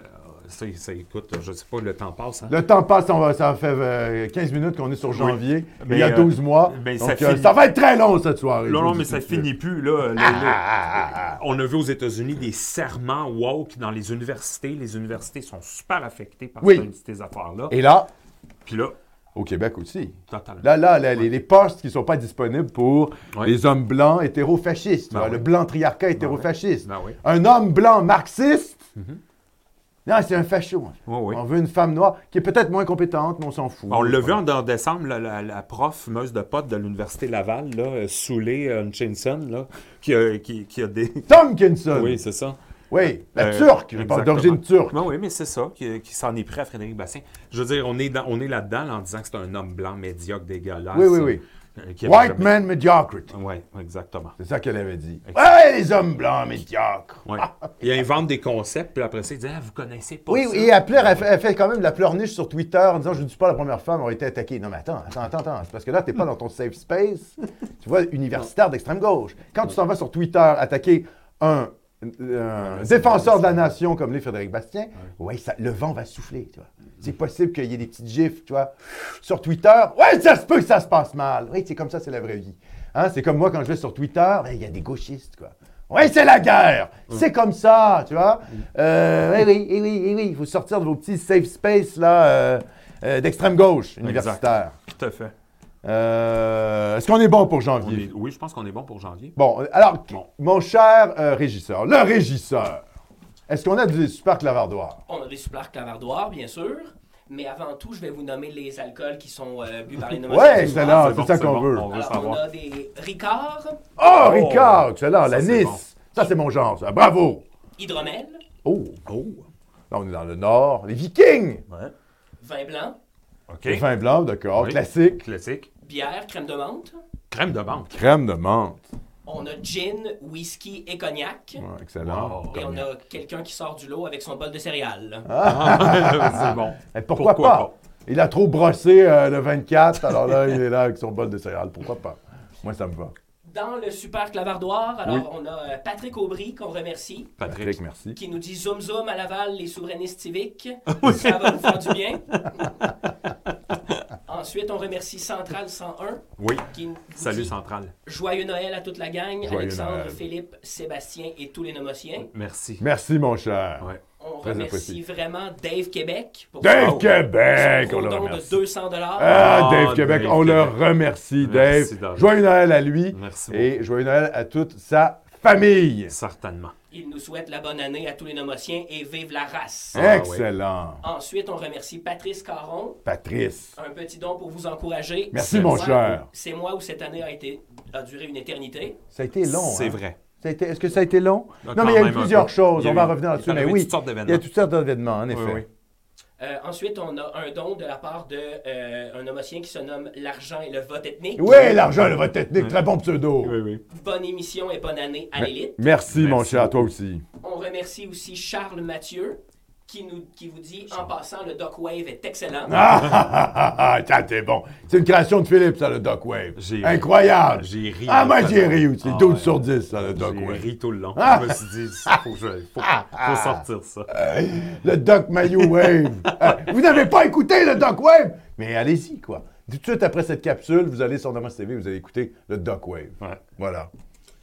Speaker 2: ça, ça, écoute, je sais pas, le temps passe. hein.
Speaker 1: Le temps passe, on va- ça fait euh, 15 minutes qu'on est sur janvier.
Speaker 2: Mais,
Speaker 1: il y a
Speaker 2: euh,
Speaker 1: 12 mois.
Speaker 2: mais
Speaker 1: donc,
Speaker 2: ça
Speaker 1: euh,
Speaker 2: finit-
Speaker 1: ça va être très long, cette soirée.
Speaker 2: Non,
Speaker 1: je
Speaker 2: non,
Speaker 1: vous
Speaker 2: mais
Speaker 1: dis
Speaker 2: ça
Speaker 1: tout de suite.
Speaker 2: finit plus, là. Le- le-
Speaker 1: Ah, ah, ah,
Speaker 2: On a vu aux États-Unis des serments woke dans les universités. Les universités sont super affectées par
Speaker 1: Oui.
Speaker 2: ces- ces affaires-là.
Speaker 1: Et là,
Speaker 2: Puis là,
Speaker 1: au Québec aussi.
Speaker 2: totalement.
Speaker 1: Là, là, là, les, les postes qui ne sont pas disponibles pour
Speaker 2: Ouais.
Speaker 1: les hommes blancs hétérofascistes, tu
Speaker 2: Ben
Speaker 1: vois,
Speaker 2: oui.
Speaker 1: le blanc triarcat hétérofasciste.
Speaker 2: Ben oui. Mhm.
Speaker 1: Un homme blanc marxiste, non, c'est un facho. en fait.
Speaker 2: Ouais, ouais. Ben,
Speaker 1: On veut une femme noire qui est peut-être moins compétente, mais on s'en fout.
Speaker 2: On l'a vu en, en décembre, là, la, la prof meuse de potes de l'Université Laval, là, euh, Soulé euh, Hutchinson, là, qui, a, qui, qui a des.
Speaker 1: Tomkinson.
Speaker 2: Oui,
Speaker 1: Oui,
Speaker 2: c'est ça.
Speaker 1: la turque,
Speaker 2: Euh,
Speaker 1: je parle
Speaker 2: exactement.
Speaker 1: d'origine turque.
Speaker 2: Ben oui, mais c'est ça, qui, qui s'en est pris à Frédéric Bassin. Je veux dire, on est, dans- on est là-dedans là, en disant que c'est un homme blanc médiocre, dégueulasse.
Speaker 1: Oui, oui, oui.
Speaker 2: euh, qui avait
Speaker 1: White
Speaker 2: jamais- Ah.
Speaker 1: man mediocrity.
Speaker 2: Oui, exactement.
Speaker 1: C'est ça qu'elle avait dit.
Speaker 2: Exact.
Speaker 1: Ouais, les hommes blancs médiocres.
Speaker 2: Ouais. Il invente des concepts, puis après ça, il dit Ah, vous connaissez pas
Speaker 1: Oui,
Speaker 2: ça.
Speaker 1: et elle, pleure, elle, fait- elle fait quand même de la pleurniche sur Twitter en disant Je ne suis pas la première femme à avoir été attaquée. Non, mais attends, attends, attends, attends. C'est parce que là, tu n'es pas dans ton safe space, tu vois, universitaire d'extrême gauche. Quand tu t'en vas sur Twitter attaquer un, euh, un défenseur de la nation comme l'est Frédéric Bastien, ouais, ça, le vent va souffler. Tu vois. C'est possible qu'il y ait des petites gifs, tu vois, sur Twitter. Ouais, ça se peut que ça se passe mal. Oui, c'est comme ça, c'est la vraie vie. Hein, c'est comme moi quand je vais sur Twitter, ben, il y a des gauchistes, quoi. Oui, c'est la guerre! C'est comme ça, tu vois? Euh, eh oui, eh oui, eh oui, il faut sortir de vos petits safe space là, euh, euh, d'extrême gauche universitaire.
Speaker 2: Tout à fait.
Speaker 1: Euh, Est-ce qu'on est bon pour
Speaker 2: On
Speaker 1: janvier?
Speaker 2: est- Oui, je pense qu'on est bon pour janvier.
Speaker 1: Bon, euh, alors,
Speaker 2: Bon.
Speaker 1: mon cher euh, régisseur, le régisseur, est-ce qu'on a du super clavardoir?
Speaker 3: On a des super clavardoirs, bien sûr. Mais avant tout, je vais vous nommer les alcools qui sont euh, bu par les nommés.
Speaker 1: Ouais, excellent,
Speaker 2: c'est
Speaker 1: c'est
Speaker 2: bon,
Speaker 1: ça
Speaker 2: c'est
Speaker 1: qu'on
Speaker 2: bon,
Speaker 1: veut.
Speaker 2: on veut.
Speaker 3: Alors, on
Speaker 2: savoir.
Speaker 3: a des Ricard,
Speaker 1: Oh,
Speaker 2: Oh,
Speaker 1: Ricard, excellent,
Speaker 2: ça,
Speaker 1: la
Speaker 2: c'est
Speaker 1: Nice! Ça, c'est mon genre, ça. Bravo!
Speaker 3: Hydromel,
Speaker 1: Oh,
Speaker 2: Oh,
Speaker 1: là, on est dans le Nord, les Vikings!
Speaker 2: ouais.
Speaker 3: Vin blanc,
Speaker 2: OK.
Speaker 1: Le vin blanc, d'accord,
Speaker 2: Oui.
Speaker 1: classique.
Speaker 2: Classique.
Speaker 3: bière, crème de menthe.
Speaker 2: Crème de menthe.
Speaker 1: Crème de menthe.
Speaker 3: On a gin, whisky et cognac.
Speaker 1: Ouais, excellent.
Speaker 2: Wow.
Speaker 3: Et on
Speaker 1: Ah.
Speaker 3: a quelqu'un qui sort du lot avec son bol de céréales.
Speaker 2: c'est bon.
Speaker 1: Eh, Pourquoi, pas? Il a trop brossé euh, le 24, alors là, il est là avec son bol de céréales. Pourquoi pas? Moi, ça me va.
Speaker 3: Dans le super clavardoir, alors on a euh, Patrick Aubry qu'on remercie,
Speaker 2: Patrick.
Speaker 1: merci.
Speaker 3: qui nous dit Zoom Zoom à Laval, les souverainistes civiques. Ça va vous faire du bien. Ensuite, on remercie Central 101.
Speaker 2: Oui.
Speaker 3: Qui nous
Speaker 2: Salut
Speaker 3: dit
Speaker 2: Central.
Speaker 3: Joyeux Noël à toute la gang,
Speaker 1: Joyeux
Speaker 3: Alexandre,
Speaker 1: Noël.
Speaker 3: Philippe, Sébastien et tous les nomotiens.
Speaker 2: Merci.
Speaker 1: Merci, mon cher.
Speaker 2: Ouais.
Speaker 3: On
Speaker 1: Très
Speaker 3: remercie
Speaker 1: apprécié.
Speaker 3: vraiment Dave Québec pour
Speaker 1: Dave
Speaker 3: son-
Speaker 1: Québec,
Speaker 3: son
Speaker 1: on le
Speaker 3: don de
Speaker 1: remercie.
Speaker 3: 200 dollars.
Speaker 1: Ah,
Speaker 2: Ah,
Speaker 1: Dave Québec,
Speaker 2: Dave
Speaker 1: on le
Speaker 2: Québec.
Speaker 1: remercie, Dave.
Speaker 2: Merci, Dave.
Speaker 1: Joyeux Noël à lui
Speaker 2: Merci beaucoup.
Speaker 1: et joyeux Noël à toute sa famille.
Speaker 2: Certainement.
Speaker 3: Il nous souhaite la bonne année à tous les nomotiens et vive la race.
Speaker 2: Ah,
Speaker 1: Excellent.
Speaker 3: Ensuite, on remercie Patrice Caron.
Speaker 1: Patrice.
Speaker 3: Un petit don pour vous encourager.
Speaker 1: Merci,
Speaker 3: C'est
Speaker 1: mon
Speaker 3: moi-
Speaker 1: cher.
Speaker 3: C'est moi où cette année a, été, a duré une éternité.
Speaker 1: Ça a été long.
Speaker 2: C'est
Speaker 1: hein?
Speaker 2: vrai.
Speaker 1: Ça a été- Est-ce que ça a été long?
Speaker 2: Ah,
Speaker 1: non,
Speaker 2: quand
Speaker 1: mais il y a eu
Speaker 2: même un
Speaker 1: plusieurs
Speaker 2: peu.
Speaker 1: choses.
Speaker 2: Il y a
Speaker 1: On va
Speaker 2: eu-
Speaker 1: revenir là-dessus.
Speaker 2: il est
Speaker 1: Mais
Speaker 2: arrivé
Speaker 1: oui,
Speaker 2: toutes sortes
Speaker 1: il y a
Speaker 2: d'événements.
Speaker 1: toutes sortes d'événements, en effet.
Speaker 2: oui.
Speaker 3: Euh, ensuite, on a un don de la part d'un homocien qui se nomme L'argent et le vote ethnique. Euh,
Speaker 1: Oui, l'argent, le vote technique, très bon pseudo.
Speaker 2: Oui, oui.
Speaker 3: Bonne émission et bonne année à l'élite.
Speaker 1: Merci, mon
Speaker 2: Merci
Speaker 1: cher, à toi aussi.
Speaker 3: On remercie aussi Charles Mathieu qui, nous, qui vous dit En passant, le Doc Wave est excellent.
Speaker 1: Ah, ah, ah, ah, ah, tiens, t'es bon. C'est une création de Philippe, ça, le Doc Wave.
Speaker 2: J'ai ri.
Speaker 1: Incroyable.
Speaker 2: J'ai ri.
Speaker 1: Ah, moi, j'ai
Speaker 2: totalement.
Speaker 1: ri aussi.
Speaker 2: Ah,
Speaker 1: 12
Speaker 2: ouais.
Speaker 1: sur 10, ça, le Doc
Speaker 2: J'ai
Speaker 1: Wave.
Speaker 2: ri tout le long. Je me suis dit, faut, que je- faut- faut sortir ça.
Speaker 1: Le Doc Mayo Wave. Euh, vous n'avez pas écouté le Doc Wave? Mais allez-y, quoi. Tout de suite après cette capsule, vous allez sur Nomos TV, vous allez écouter le Doc Wave.
Speaker 2: Ouais.
Speaker 1: Voilà.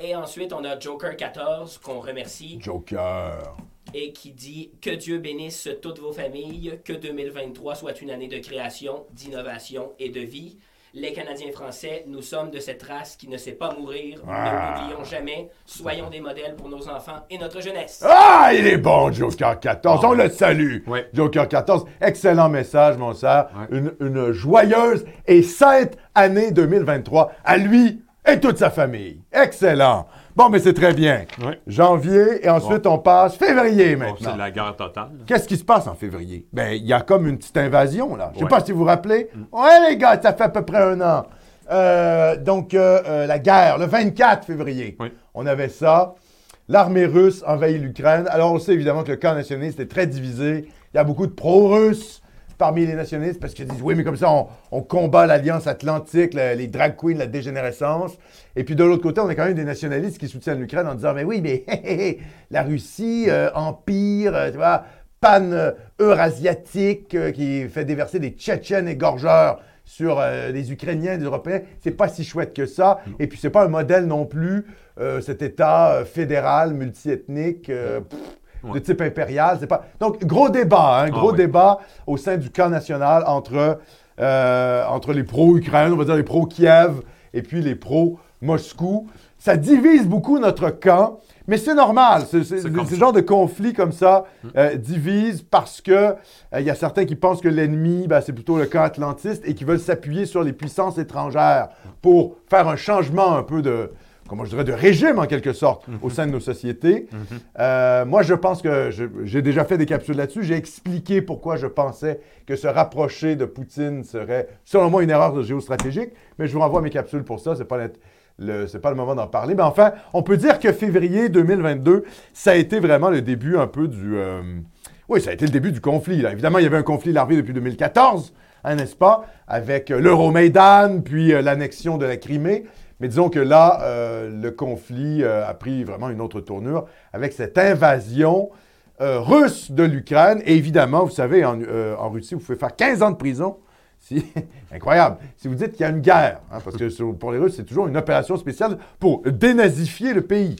Speaker 3: Et ensuite, on a Joker 14 qu'on remercie
Speaker 1: Joker.
Speaker 3: et qui dit Que Dieu bénisse toutes vos familles, que 2023 soit une année de création, d'innovation et de vie. Les Canadiens français, nous sommes de cette race qui ne sait pas mourir.
Speaker 1: Ah.
Speaker 3: Ne l'oublions jamais. Soyons des modèles pour nos enfants et notre jeunesse.
Speaker 1: Ah, il est bon, Joker 14.
Speaker 2: Ah
Speaker 1: On
Speaker 2: ouais.
Speaker 1: le salue.
Speaker 2: Ouais.
Speaker 1: Joker 14. Excellent message, mon cher.
Speaker 2: Ouais.
Speaker 1: Une, une joyeuse et sainte année 2023 à lui et toute sa famille. Excellent. Bon, mais c'est très bien.
Speaker 2: Ouais.
Speaker 1: Janvier, et ensuite, on passe février
Speaker 2: Bon, c'est
Speaker 1: maintenant.
Speaker 2: de la guerre totale. là.
Speaker 1: Qu'est-ce qui se passe en février? Ben, il y a comme une petite invasion, là. Je sais
Speaker 2: Ouais.
Speaker 1: pas si vous vous rappelez. Ouais, les gars, ça fait à peu près un an. Euh, donc, euh, euh, la guerre, le 24 février.
Speaker 2: Oui.
Speaker 1: On avait ça. L'armée russe envahit l'Ukraine. Alors, on sait évidemment que le camp nationaliste est très divisé. Il y a beaucoup de pro-russes parmi les nationalistes parce qu'ils disent oui, mais comme ça, on, on combat l'Alliance Atlantique, la- les drag queens, la dégénérescence. Et puis de l'autre côté, on a quand même des nationalistes qui soutiennent l'Ukraine en disant mais oui, mais hé, hé, hé, la Russie, euh, empire, euh, tu vois, panne eurasiatique euh, qui fait déverser des Tchétchènes égorgeurs sur euh, les Ukrainiens, les Européens, c'est pas si chouette que ça. Et puis c'est pas un modèle non plus, euh, cet État euh, fédéral, multiethnique, euh, pff, de
Speaker 2: Ouais. Ah
Speaker 1: type impérial. C'est pas. Donc gros débat, hein, gros
Speaker 2: oui.
Speaker 1: débat au sein du camp national entre euh, entre les pro-Ukrainiens, on va dire les pro-Kiev, et puis les pro-Moscou. Ça divise beaucoup notre camp, mais c'est normal. C'est- c'est-
Speaker 2: C'est comme
Speaker 1: Ce
Speaker 2: ça. Hmm.
Speaker 1: genre de conflit comme ça euh, divise parce que euh, il y a certains qui pensent que l'ennemi, ben, c'est plutôt le camp atlantiste et qui veulent s'appuyer sur les puissances étrangères pour faire un changement un peu de, comment je dirais, de régime en quelque sorte
Speaker 2: Hmm.
Speaker 1: au sein de nos sociétés. Euh, moi, je pense que je- j'ai déjà fait des capsules là-dessus. J'ai expliqué pourquoi je pensais que se rapprocher de Poutine serait, selon moi, une erreur de géostratégique. Mais je vous renvoie à mes capsules pour ça. C'est pas la- le, c'est pas le moment d'en parler. Mais enfin, on peut dire que février 2022, ça a été vraiment le début un peu du. euh, oui, ça a été le début du conflit. là. Évidemment, il y avait un conflit larvé depuis 2014, hein, n'est-ce pas, avec euh, l'Euromaïdan, puis euh, l'annexion de la Crimée. Mais disons que là, euh, le conflit euh, a pris vraiment une autre tournure avec cette invasion euh, russe de l'Ukraine. Et évidemment, vous savez, en, euh, en Russie, vous pouvez faire 15 ans de prison. Si, incroyable. Si vous dites qu'il y a une guerre, hein, parce que sur- pour les Russes, c'est toujours une opération spéciale pour dénazifier le pays.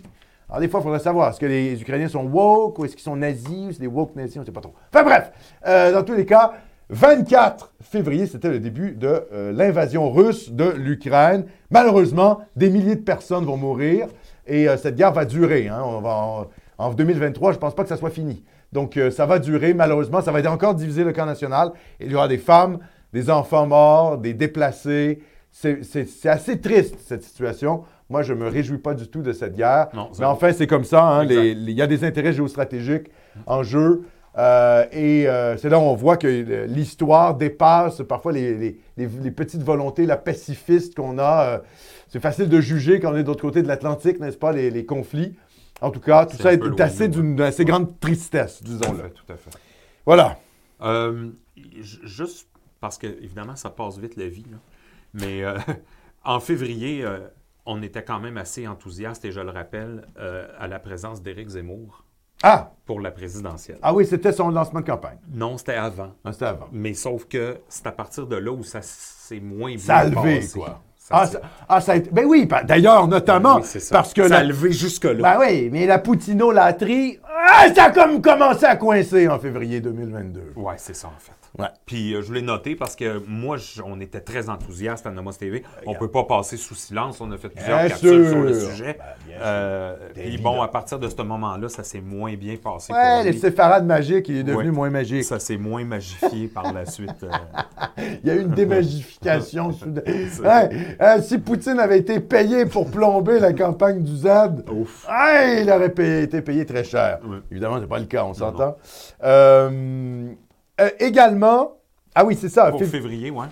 Speaker 1: Alors, des fois, il faudrait savoir, est-ce que les Ukrainiens sont woke ou est-ce qu'ils sont nazis ou c'est des woke nazis, on ne sait pas trop. Enfin bref, euh, dans tous les cas, 24 février, c'était le début de euh, l'invasion russe de l'Ukraine. Malheureusement, des milliers de personnes vont mourir et euh, cette guerre va durer. hein. On va en, en 2023, je ne pense pas que ça soit fini. Donc, euh, ça va durer, malheureusement. Ça va être encore diviser le camp national. Il y aura des femmes, des enfants morts, des déplacés. C'est- C'est c'est assez triste, cette situation. Moi, je ne me réjouis pas du tout de cette guerre.
Speaker 2: Non, ça
Speaker 1: Mais
Speaker 2: va.
Speaker 1: enfin, c'est comme ça. hein. Les-
Speaker 2: Exact.
Speaker 1: les- Il y a des intérêts géostratégiques en jeu. Euh, et euh, c'est là où on voit que euh, l'histoire dépasse parfois les, les- les- les petites volontés, la pacifiste qu'on a. euh, c'est facile de juger quand on est de l'autre côté de l'Atlantique, n'est-ce pas, les, les conflits. En tout cas, tout
Speaker 2: C'est
Speaker 1: ça
Speaker 2: un
Speaker 1: est,
Speaker 2: peu loin de
Speaker 1: assez
Speaker 2: nous,
Speaker 1: d'une assez grande tristesse,
Speaker 2: Tout à
Speaker 1: disons-le.
Speaker 2: fait, tout à fait.
Speaker 1: Voilà.
Speaker 2: Euh, j- juste parce que, évidemment, ça passe vite la vie. là. Mais euh, en février, euh, on était quand même assez enthousiaste, et je le rappelle, euh, à la présence d'Éric Zemmour
Speaker 1: Ah!
Speaker 2: pour la présidentielle.
Speaker 1: Ah oui, c'était son lancement de campagne.
Speaker 2: Non, c'était avant.
Speaker 1: Ah, c'était avant.
Speaker 2: Mais sauf que c'est à partir de là où ça s'est moins bien
Speaker 1: Ça a levé,
Speaker 2: passé.
Speaker 1: quoi.
Speaker 2: Ça
Speaker 1: Ah,
Speaker 2: s'est-
Speaker 1: ça, ah, ça a été- Ben oui, pa- d'ailleurs, notamment,
Speaker 2: Oui, c'est ça.
Speaker 1: parce que...
Speaker 2: Ça a
Speaker 1: la-
Speaker 2: levé jusque-là.
Speaker 1: Ben oui, mais la poutinolatrie, ah, ça a comme commencé à coincer en février 2022.
Speaker 2: Ouais, c'est ça, en fait.
Speaker 1: Ouais.
Speaker 2: Puis euh, je l'ai noté parce que moi, je- on était très enthousiastes à Nomos TV. On peut pas passer sous silence. On a fait plusieurs
Speaker 1: Euh, Bien
Speaker 2: capsules sur le
Speaker 1: sûr.
Speaker 2: sujet.
Speaker 1: Ben, bien
Speaker 2: Euh,
Speaker 1: Des
Speaker 2: puis
Speaker 1: leaders.
Speaker 2: bon, à partir de ce moment-là, ça s'est moins bien passé
Speaker 1: Ouais,
Speaker 2: pour
Speaker 1: les
Speaker 2: lui.
Speaker 1: séfarades magiques, il est devenu
Speaker 2: Ouais.
Speaker 1: moins magique.
Speaker 2: Ça s'est moins magifié par la suite. euh,
Speaker 1: Il y a eu une démagification soudaine.
Speaker 2: C'est-
Speaker 1: Hey, euh, si Poutine avait été payé pour plomber la campagne du ZAD,
Speaker 2: Ouf.
Speaker 1: hey, il aurait payé- été payé très cher.
Speaker 2: Ouais.
Speaker 1: Évidemment, c'est pas le cas, on s'entend. Euh, euh, également, ah oui, c'est ça,
Speaker 2: Pour
Speaker 1: fév-
Speaker 2: février, ouais.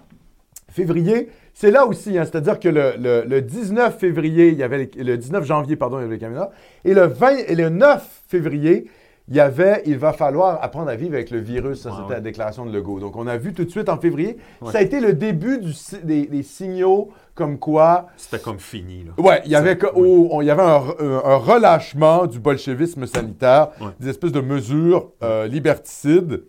Speaker 1: février, c'est là aussi, hein, c'est-à-dire que le, le- le 19 février, il y avait les- le 19 janvier, pardon, il y avait les caméras, et le 20 et le 9 février, il y avait, il va falloir apprendre à vivre avec le virus, ça
Speaker 2: Ouais,
Speaker 1: c'était
Speaker 2: ouais.
Speaker 1: la déclaration de Legault. Donc on a vu tout de suite en février,
Speaker 2: Ouais.
Speaker 1: ça a été le début du si- des, des signaux comme quoi
Speaker 2: C'était comme fini, là.
Speaker 1: Ouais, il y avait,
Speaker 2: C'est-
Speaker 1: que- oh, on- il y avait un, re- un- un relâchement du bolchevisme sanitaire,
Speaker 2: Ouais.
Speaker 1: des espèces de mesures euh, liberticides.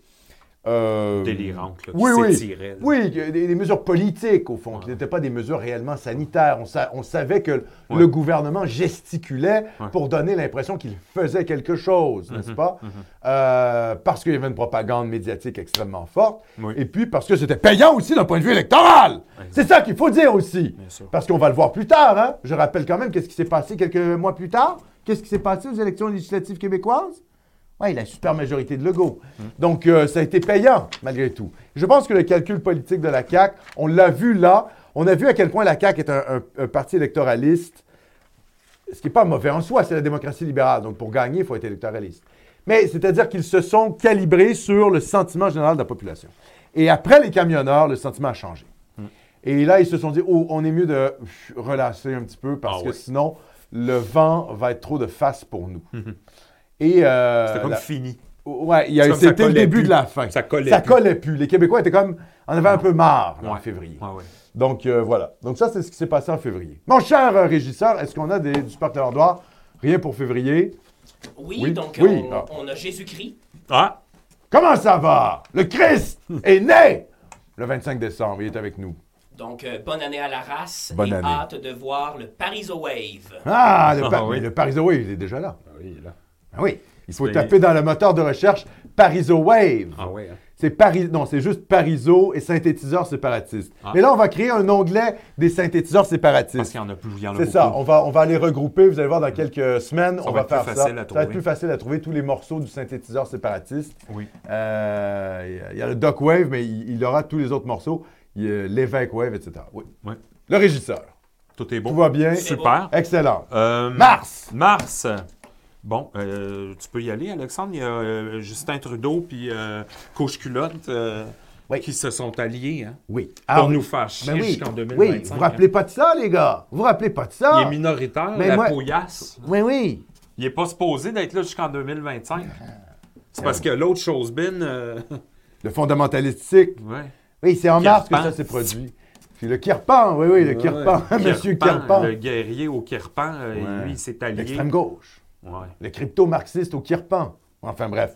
Speaker 1: euh,
Speaker 2: Délirante, là, qui
Speaker 1: oui, oui.
Speaker 2: s'étirait, là.
Speaker 1: Oui, que des, des mesures politiques, au fond, qui
Speaker 2: Ouais.
Speaker 1: n'étaient pas des mesures réellement sanitaires. On, sa- on savait que
Speaker 2: Ouais.
Speaker 1: le gouvernement gesticulait
Speaker 2: Ouais.
Speaker 1: pour donner l'impression qu'il faisait quelque chose, n'est-ce
Speaker 2: Mhm,
Speaker 1: pas?
Speaker 2: mhm.
Speaker 1: Euh, parce qu'il y avait une propagande médiatique extrêmement forte.
Speaker 2: Oui.
Speaker 1: Et puis parce que c'était payant aussi d'un point de vue électoral.
Speaker 2: Exact.
Speaker 1: C'est ça qu'il faut dire aussi.
Speaker 2: Bien sûr.
Speaker 1: Parce qu'on va le voir plus tard, hein? Je rappelle quand même qu'est-ce qui s'est passé quelques mois plus tard. Qu'est-ce qui s'est passé aux élections législatives québécoises? Oui, la super majorité de Legault. Donc, euh, ça a été payant, malgré tout. Je pense que le calcul politique de la CAQ, on l'a vu là. On a vu à quel point la CAQ est un, un- un parti électoraliste, ce qui n'est pas mauvais en soi, c'est la démocratie libérale. Donc, pour gagner, il faut être électoraliste. Mais c'est-à-dire qu'ils se sont calibrés sur le sentiment général de la population. Et après les camionneurs, le sentiment a changé.
Speaker 2: Hmm.
Speaker 1: Et là, ils se sont dit, oh, on est mieux de pff, relâcher un petit peu parce
Speaker 2: Ah
Speaker 1: que
Speaker 2: ouais.
Speaker 1: sinon, le vent va être trop de face pour nous. Et euh,
Speaker 2: C'était comme
Speaker 1: la-
Speaker 2: fini.
Speaker 1: ouais, il y a-
Speaker 2: C'est comme ça
Speaker 1: c'était le
Speaker 2: collait
Speaker 1: début
Speaker 2: plus.
Speaker 1: de la fin.
Speaker 2: Ça collait
Speaker 1: Ça
Speaker 2: plus. Ah.
Speaker 1: collait plus. Les Québécois étaient comme, en avaient un peu marre là, en
Speaker 2: Ouais.
Speaker 1: février.
Speaker 2: Ah, Ouais, ouais.
Speaker 1: Donc euh, voilà. Donc ça, c'est ce qui s'est passé en février. Mon cher euh, régisseur, est-ce qu'on a des, du Sparkle Ardoir? Rien pour février.
Speaker 3: Oui,
Speaker 1: Oui,
Speaker 3: donc
Speaker 1: oui,
Speaker 3: on,
Speaker 1: ah.
Speaker 3: on a Jésus-Christ.
Speaker 2: Ah!
Speaker 1: Comment ça va? Le Christ est né le 25 décembre. Il est avec nous.
Speaker 3: Donc euh, bonne année à la race
Speaker 1: Bonne
Speaker 3: et
Speaker 1: année.
Speaker 3: hâte de voir le Paris Wave.
Speaker 1: Ah, le,
Speaker 2: Ah
Speaker 1: Par-
Speaker 2: oui.
Speaker 1: mais le Parisaway, il est déjà là.
Speaker 2: Oui, là.
Speaker 1: Ah oui. Il faut
Speaker 2: C'est-
Speaker 1: taper dans le moteur de recherche Pariso Wave.
Speaker 2: Ah ouais, hein.
Speaker 1: C'est Paris, non, c'est juste Pariso et synthétiseur séparatiste.
Speaker 2: Ah.
Speaker 1: Mais là, on va créer un onglet des synthétiseurs
Speaker 2: Parce
Speaker 1: séparatistes.
Speaker 2: qu'il y en a plus, il y en a
Speaker 1: C'est
Speaker 2: beaucoup.
Speaker 1: ça, on va, on va les regrouper. Vous allez voir dans quelques semaines,
Speaker 2: Ça
Speaker 1: on va,
Speaker 2: va être plus
Speaker 1: faire ça.
Speaker 2: facile à
Speaker 1: ça va être
Speaker 2: trouver.
Speaker 1: plus facile à trouver tous les morceaux du synthétiseur séparatiste.
Speaker 2: Oui.
Speaker 1: Euh, Il y a le Doc Wave, mais il, il aura tous les autres morceaux. Il y a L'évêque Wave, etc. Oui.
Speaker 2: Ouais. Oh,
Speaker 1: Le régisseur.
Speaker 2: Tout est
Speaker 1: Tout
Speaker 2: bon.
Speaker 1: va bien.
Speaker 2: Super.
Speaker 1: Excellent.
Speaker 2: Euh,
Speaker 1: Mars.
Speaker 2: Mars. Bon, euh, tu peux y aller, Alexandre. Il y a euh, Justin Trudeau puis euh, Coach Culotte euh,
Speaker 1: Oui.
Speaker 2: qui se sont alliés hein,
Speaker 1: Oui.
Speaker 2: pour
Speaker 1: Ah,
Speaker 2: nous faire chier
Speaker 1: Ben oui,
Speaker 2: jusqu'en
Speaker 1: oui,
Speaker 2: 2025.
Speaker 1: vous vous rappelez pas de ça, les gars. Vous vous rappelez pas de
Speaker 2: hein.
Speaker 1: ça.
Speaker 2: Il est minoritaire,
Speaker 1: Mais
Speaker 2: la
Speaker 1: moi-
Speaker 2: pouillasse.
Speaker 1: Oui, oui.
Speaker 2: Il n'est pas supposé d'être là jusqu'en 2025.
Speaker 1: Ah.
Speaker 2: C'est parce que l'autre chose bin, euh,
Speaker 1: Le fondamentalistique.
Speaker 2: ouais.
Speaker 1: Oui, c'est en mars que
Speaker 2: Kirpan.
Speaker 1: ça s'est produit. Puis le Kirpan, oui, oui, le Kirpan. Monsieur Kirpan.
Speaker 2: Le guerrier au Kirpan, euh,
Speaker 1: Ouais.
Speaker 2: lui, il s'est allié.
Speaker 1: L'extrême gauche.
Speaker 2: Ouais.
Speaker 1: Le crypto-marxiste au Kirpan. Enfin, bref.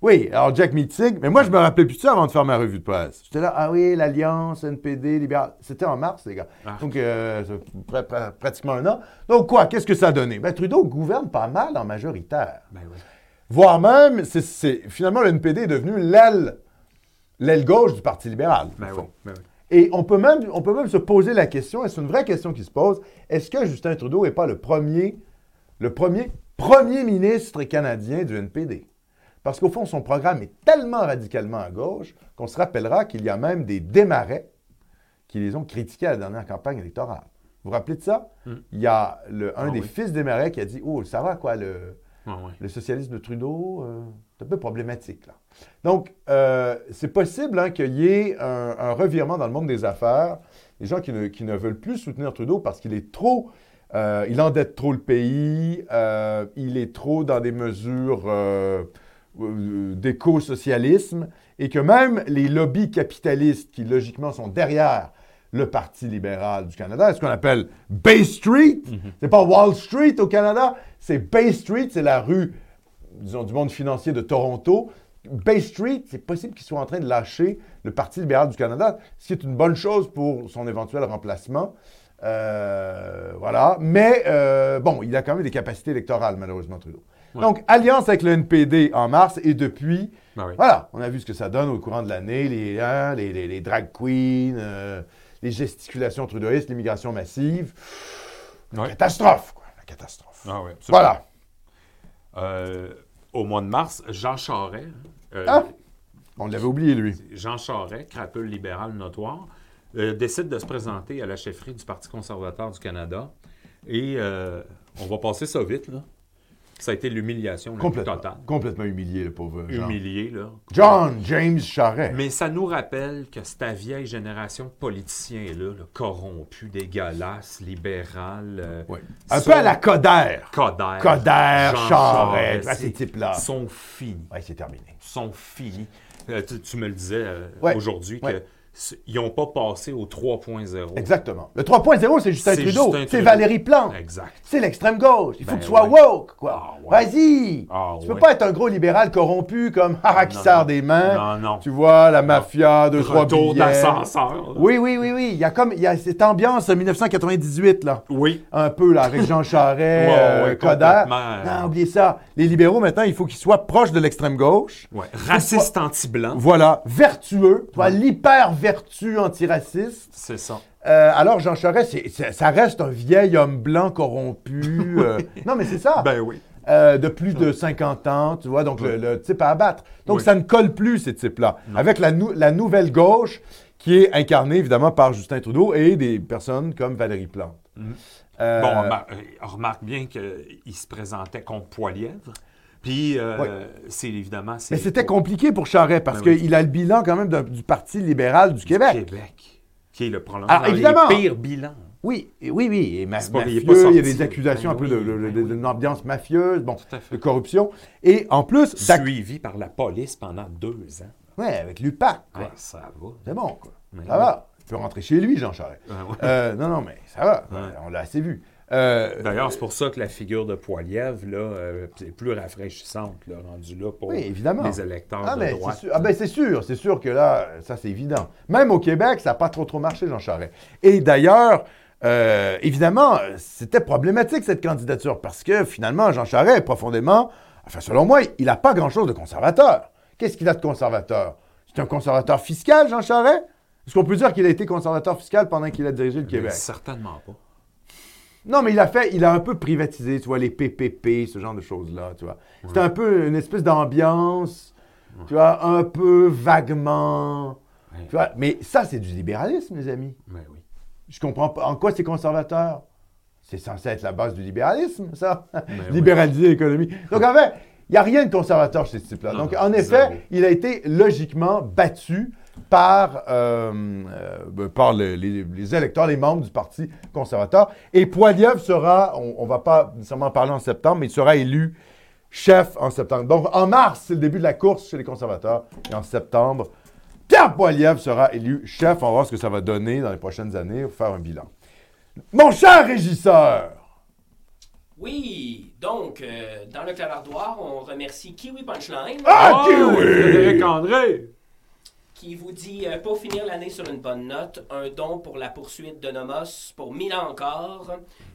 Speaker 1: Oui, alors Jack Meeting. Mais moi, je me rappelais plus de ça avant de faire ma revue de presse. J'étais là, ah oui, l'Alliance, NPD, Libéral. C'était en mars, les gars.
Speaker 2: Ah.
Speaker 1: Donc, euh, ça fait pra- pratiquement un an. Donc, quoi, qu'est-ce que ça a donné? Ben, Trudeau gouverne pas mal en majoritaire.
Speaker 2: Ben oui.
Speaker 1: Voire même, c'est- c'est finalement, le NPD est devenu l'aile, l'aile gauche du Parti libéral. au
Speaker 2: Ben
Speaker 1: fond.
Speaker 2: oui. Ben oui.
Speaker 1: Et on peut, même, on peut même se poser la question, et c'est une vraie question qui se pose, est-ce que Justin Trudeau n'est pas le premier, le premier, premier ministre canadien du NPD? Parce qu'au fond, son programme est tellement radicalement à gauche qu'on se rappellera qu'il y a même des démarrais qui les ont critiqués à la dernière campagne électorale. Vous vous rappelez de ça?
Speaker 2: Mm.
Speaker 1: Il y a le, un
Speaker 2: Ah
Speaker 1: des
Speaker 2: oui.
Speaker 1: fils des Marais qui a dit Oh, ça va quoi, le,
Speaker 2: Ouais, ouais.
Speaker 1: le socialisme de Trudeau, euh, c'est un peu problématique. Là. Donc, euh, c'est possible hein, qu'il y ait un, un revirement dans le monde des affaires. Les gens qui ne, qui ne veulent plus soutenir Trudeau parce qu'il est trop. euh, il endette trop le pays, euh, il est trop dans des mesures euh, euh, d'éco-socialisme. et que même les lobbies capitalistes qui, logiquement, sont derrière le Parti libéral du Canada, ce qu'on appelle Bay Street, c'est pas Wall Street au Canada, c'est Bay Street, c'est la rue, disons, du monde financier de Toronto. Bay Street, c'est possible qu'il soit en train de lâcher le Parti libéral du Canada, ce qui est une bonne chose pour son éventuel remplacement. Euh, voilà. Mais euh, bon, il a quand même des capacités électorales, malheureusement, Trudeau.
Speaker 2: Ouais.
Speaker 1: Donc, alliance avec le NPD en mars et depuis,
Speaker 2: Ben oui.
Speaker 1: voilà, on a vu ce que ça donne au courant de l'année, les, hein, les, les- les drag queens, euh, les gesticulations trudeauistes, l'immigration massive.
Speaker 2: Ouais.
Speaker 1: Catastrophe, quoi, la catastrophe.
Speaker 2: Ah ouais, absolument.
Speaker 1: voilà.
Speaker 2: Euh, au mois de mars, Jean Charest, euh,
Speaker 1: Ah! On l'avait oublié, lui.
Speaker 2: Jean Charest, crapule libéral notoire, euh, décide de se présenter à la chefferie du Parti conservateur du Canada. Et euh, on va passer ça vite, là. Ça a été l'humiliation la plus
Speaker 1: Complètement,
Speaker 2: totale.
Speaker 1: complètement humilié, le pauvre Jean.
Speaker 2: Humilié, là.
Speaker 1: John James Charest.
Speaker 2: Mais ça nous rappelle que cette vieille génération de politiciens-là, là, corrompus, dégueulasses, libérales, euh,
Speaker 1: Ouais. Un
Speaker 2: sont
Speaker 1: peu à la Coderre.
Speaker 2: Coderre,
Speaker 1: Coderre,
Speaker 2: Jean
Speaker 1: Charest, à
Speaker 2: Charest,
Speaker 1: ces types-là.
Speaker 2: sont finis.
Speaker 1: Ouais, c'est terminé.
Speaker 2: sont finis. Euh, tu, tu me le disais euh,
Speaker 1: Ouais.
Speaker 2: aujourd'hui
Speaker 1: Ouais.
Speaker 2: qu'ils n'ont pas passé au 3.0.
Speaker 1: Exactement. Le 3.0, c'est Justin
Speaker 2: Oh. C'est
Speaker 1: Trudeau.
Speaker 2: Justin
Speaker 1: C'est
Speaker 2: Trudeau.
Speaker 1: Valérie Plante.
Speaker 2: Exact.
Speaker 1: C'est l'extrême gauche. Il faut
Speaker 2: Ben
Speaker 1: que tu sois
Speaker 2: ouais.
Speaker 1: woke, quoi.
Speaker 2: Ah ouais.
Speaker 1: Vas-y.
Speaker 2: Ah
Speaker 1: tu peux
Speaker 2: ouais. Ah,
Speaker 1: pas être un gros libéral corrompu comme Haha qui
Speaker 2: Non,
Speaker 1: sert
Speaker 2: non.
Speaker 1: des mains.
Speaker 2: Non, non.
Speaker 1: Tu vois, la mafia, deux, trois
Speaker 2: Retour
Speaker 1: billets.
Speaker 2: d'ascenseur. là.
Speaker 1: Oui, oui, oui, oui. Il y a comme il y a cette ambiance euh, 1998, là.
Speaker 2: Oui.
Speaker 1: Un peu, là, avec Jean Charest,
Speaker 2: Ouais,
Speaker 1: euh,
Speaker 2: ouais,
Speaker 1: Coderre.
Speaker 2: complètement.
Speaker 1: Non, oubliez ça. Les libéraux, maintenant, il faut qu'ils soient proches de l'extrême gauche.
Speaker 2: Ouais. Raciste anti-blanc.
Speaker 1: Voilà, vertueux, tu vois, l'hyper-vertu antiraciste.
Speaker 2: C'est ça.
Speaker 1: Euh, alors, Jean Charest, c'est- c'est- ça reste un vieil homme blanc corrompu. euh, non, mais c'est ça.
Speaker 2: Ben oui.
Speaker 1: Euh, de plus de 50 ans, tu vois, donc le, le type à abattre. Donc,
Speaker 2: Oui.
Speaker 1: ça ne colle plus, ces types-là. Avec la, nou- la nouvelle gauche, qui est incarnée, évidemment, par Justin Trudeau et des personnes comme Valérie Plante. Euh,
Speaker 2: Mhm. Bon, remar- euh, on remarque bien qu'il se présentait contre Poilièvre. Puis, euh, c'est évidemment.
Speaker 1: mais c'était compliqué pour Charest, parce
Speaker 2: Ben oui.
Speaker 1: qu'il a le bilan, quand même, d'un- du Parti libéral du Québec.
Speaker 2: Québec. Qui est le problème.
Speaker 1: Alors, évidemment.
Speaker 2: Les pires bilans.
Speaker 1: Oui, et- oui, oui. Et ma-
Speaker 2: C'est pas- il
Speaker 1: mafieux,
Speaker 2: est
Speaker 1: il,
Speaker 2: pas sorti.
Speaker 1: y a des accusations
Speaker 2: Ben
Speaker 1: un peu de-
Speaker 2: oui,
Speaker 1: de- de-
Speaker 2: ben oui.
Speaker 1: d'une ambiance mafieuse, bon,
Speaker 2: Tout à fait.
Speaker 1: de corruption. Et en plus, d'ac-
Speaker 2: Suivi par la police pendant deux ans.
Speaker 1: ouais, avec l'UPAC, quoi.
Speaker 2: Ouais, Ben ça va.
Speaker 1: C'est bon, quoi.
Speaker 2: Mais
Speaker 1: ça va. Tu peux rentrer chez lui, Jean Charest.
Speaker 2: Ah ouais.
Speaker 1: Euh, non, non, mais ça va.
Speaker 2: Ouais.
Speaker 1: On l'a assez vu. Euh,
Speaker 2: D'ailleurs, c'est pour ça que la figure de Poilièvre là, euh, est plus rafraîchissante, là, rendue là pour
Speaker 1: Oui, évidemment.
Speaker 2: les électeurs
Speaker 1: ah,
Speaker 2: de
Speaker 1: mais c'est
Speaker 2: droite.
Speaker 1: sûr, ah, ben, c'est sûr, c'est sûr que là, ça c'est évident. Même au Québec, ça n'a pas trop trop marché, Jean Charest. Et d'ailleurs, euh, évidemment, euh, c'était problématique cette candidature parce que finalement, Jean Charest, est profondément, enfin selon moi, il n'a pas grand-chose de conservateur. Qu'est-ce qu'il a de conservateur C'est un conservateur fiscal, Jean Charest Est-ce qu'on peut dire qu'il a été conservateur fiscal pendant qu'il a dirigé le
Speaker 2: Mais
Speaker 1: Québec
Speaker 2: Certainement pas.
Speaker 1: Non, mais il a fait, il a un peu privatisé, tu vois, les PPP, ce genre de choses-là, tu vois. C'était un peu une espèce d'ambiance, tu vois, un peu vaguement.
Speaker 2: Ouais.
Speaker 1: Tu vois, mais ça, c'est du libéralisme, les amis.
Speaker 2: Mais Ben oui.
Speaker 1: Je comprends pas. En quoi c'est conservateur? C'est censé être la base du libéralisme, ça.
Speaker 2: Ben Eh oui.
Speaker 1: Libéraliser l'économie. Donc, en fait, il n'y a rien de conservateur chez ce type-là.
Speaker 2: Non,
Speaker 1: Donc,
Speaker 2: non,
Speaker 1: en effet,
Speaker 2: zéro.
Speaker 1: il a été logiquement battu par, euh, euh, ben, par le- les, les électeurs, les membres du Parti conservateur. Et Poiliev sera, on ne va pas nécessairement en parler en septembre, mais il sera élu chef en septembre. Donc, en mars, c'est le début de la course chez les conservateurs. Et en septembre, Pierre Poilievre sera élu chef. On va voir ce que ça va donner dans les prochaines années pour faire un bilan. Mon cher régisseur!
Speaker 3: Oui, donc, euh, dans le clavardoir, on remercie Kiwi Punchline
Speaker 1: Ah, Kiwi!
Speaker 2: Frédéric André!
Speaker 3: qui vous dit, euh, pour finir l'année sur une bonne note, un don pour la poursuite de Nomos pour mille ans encore.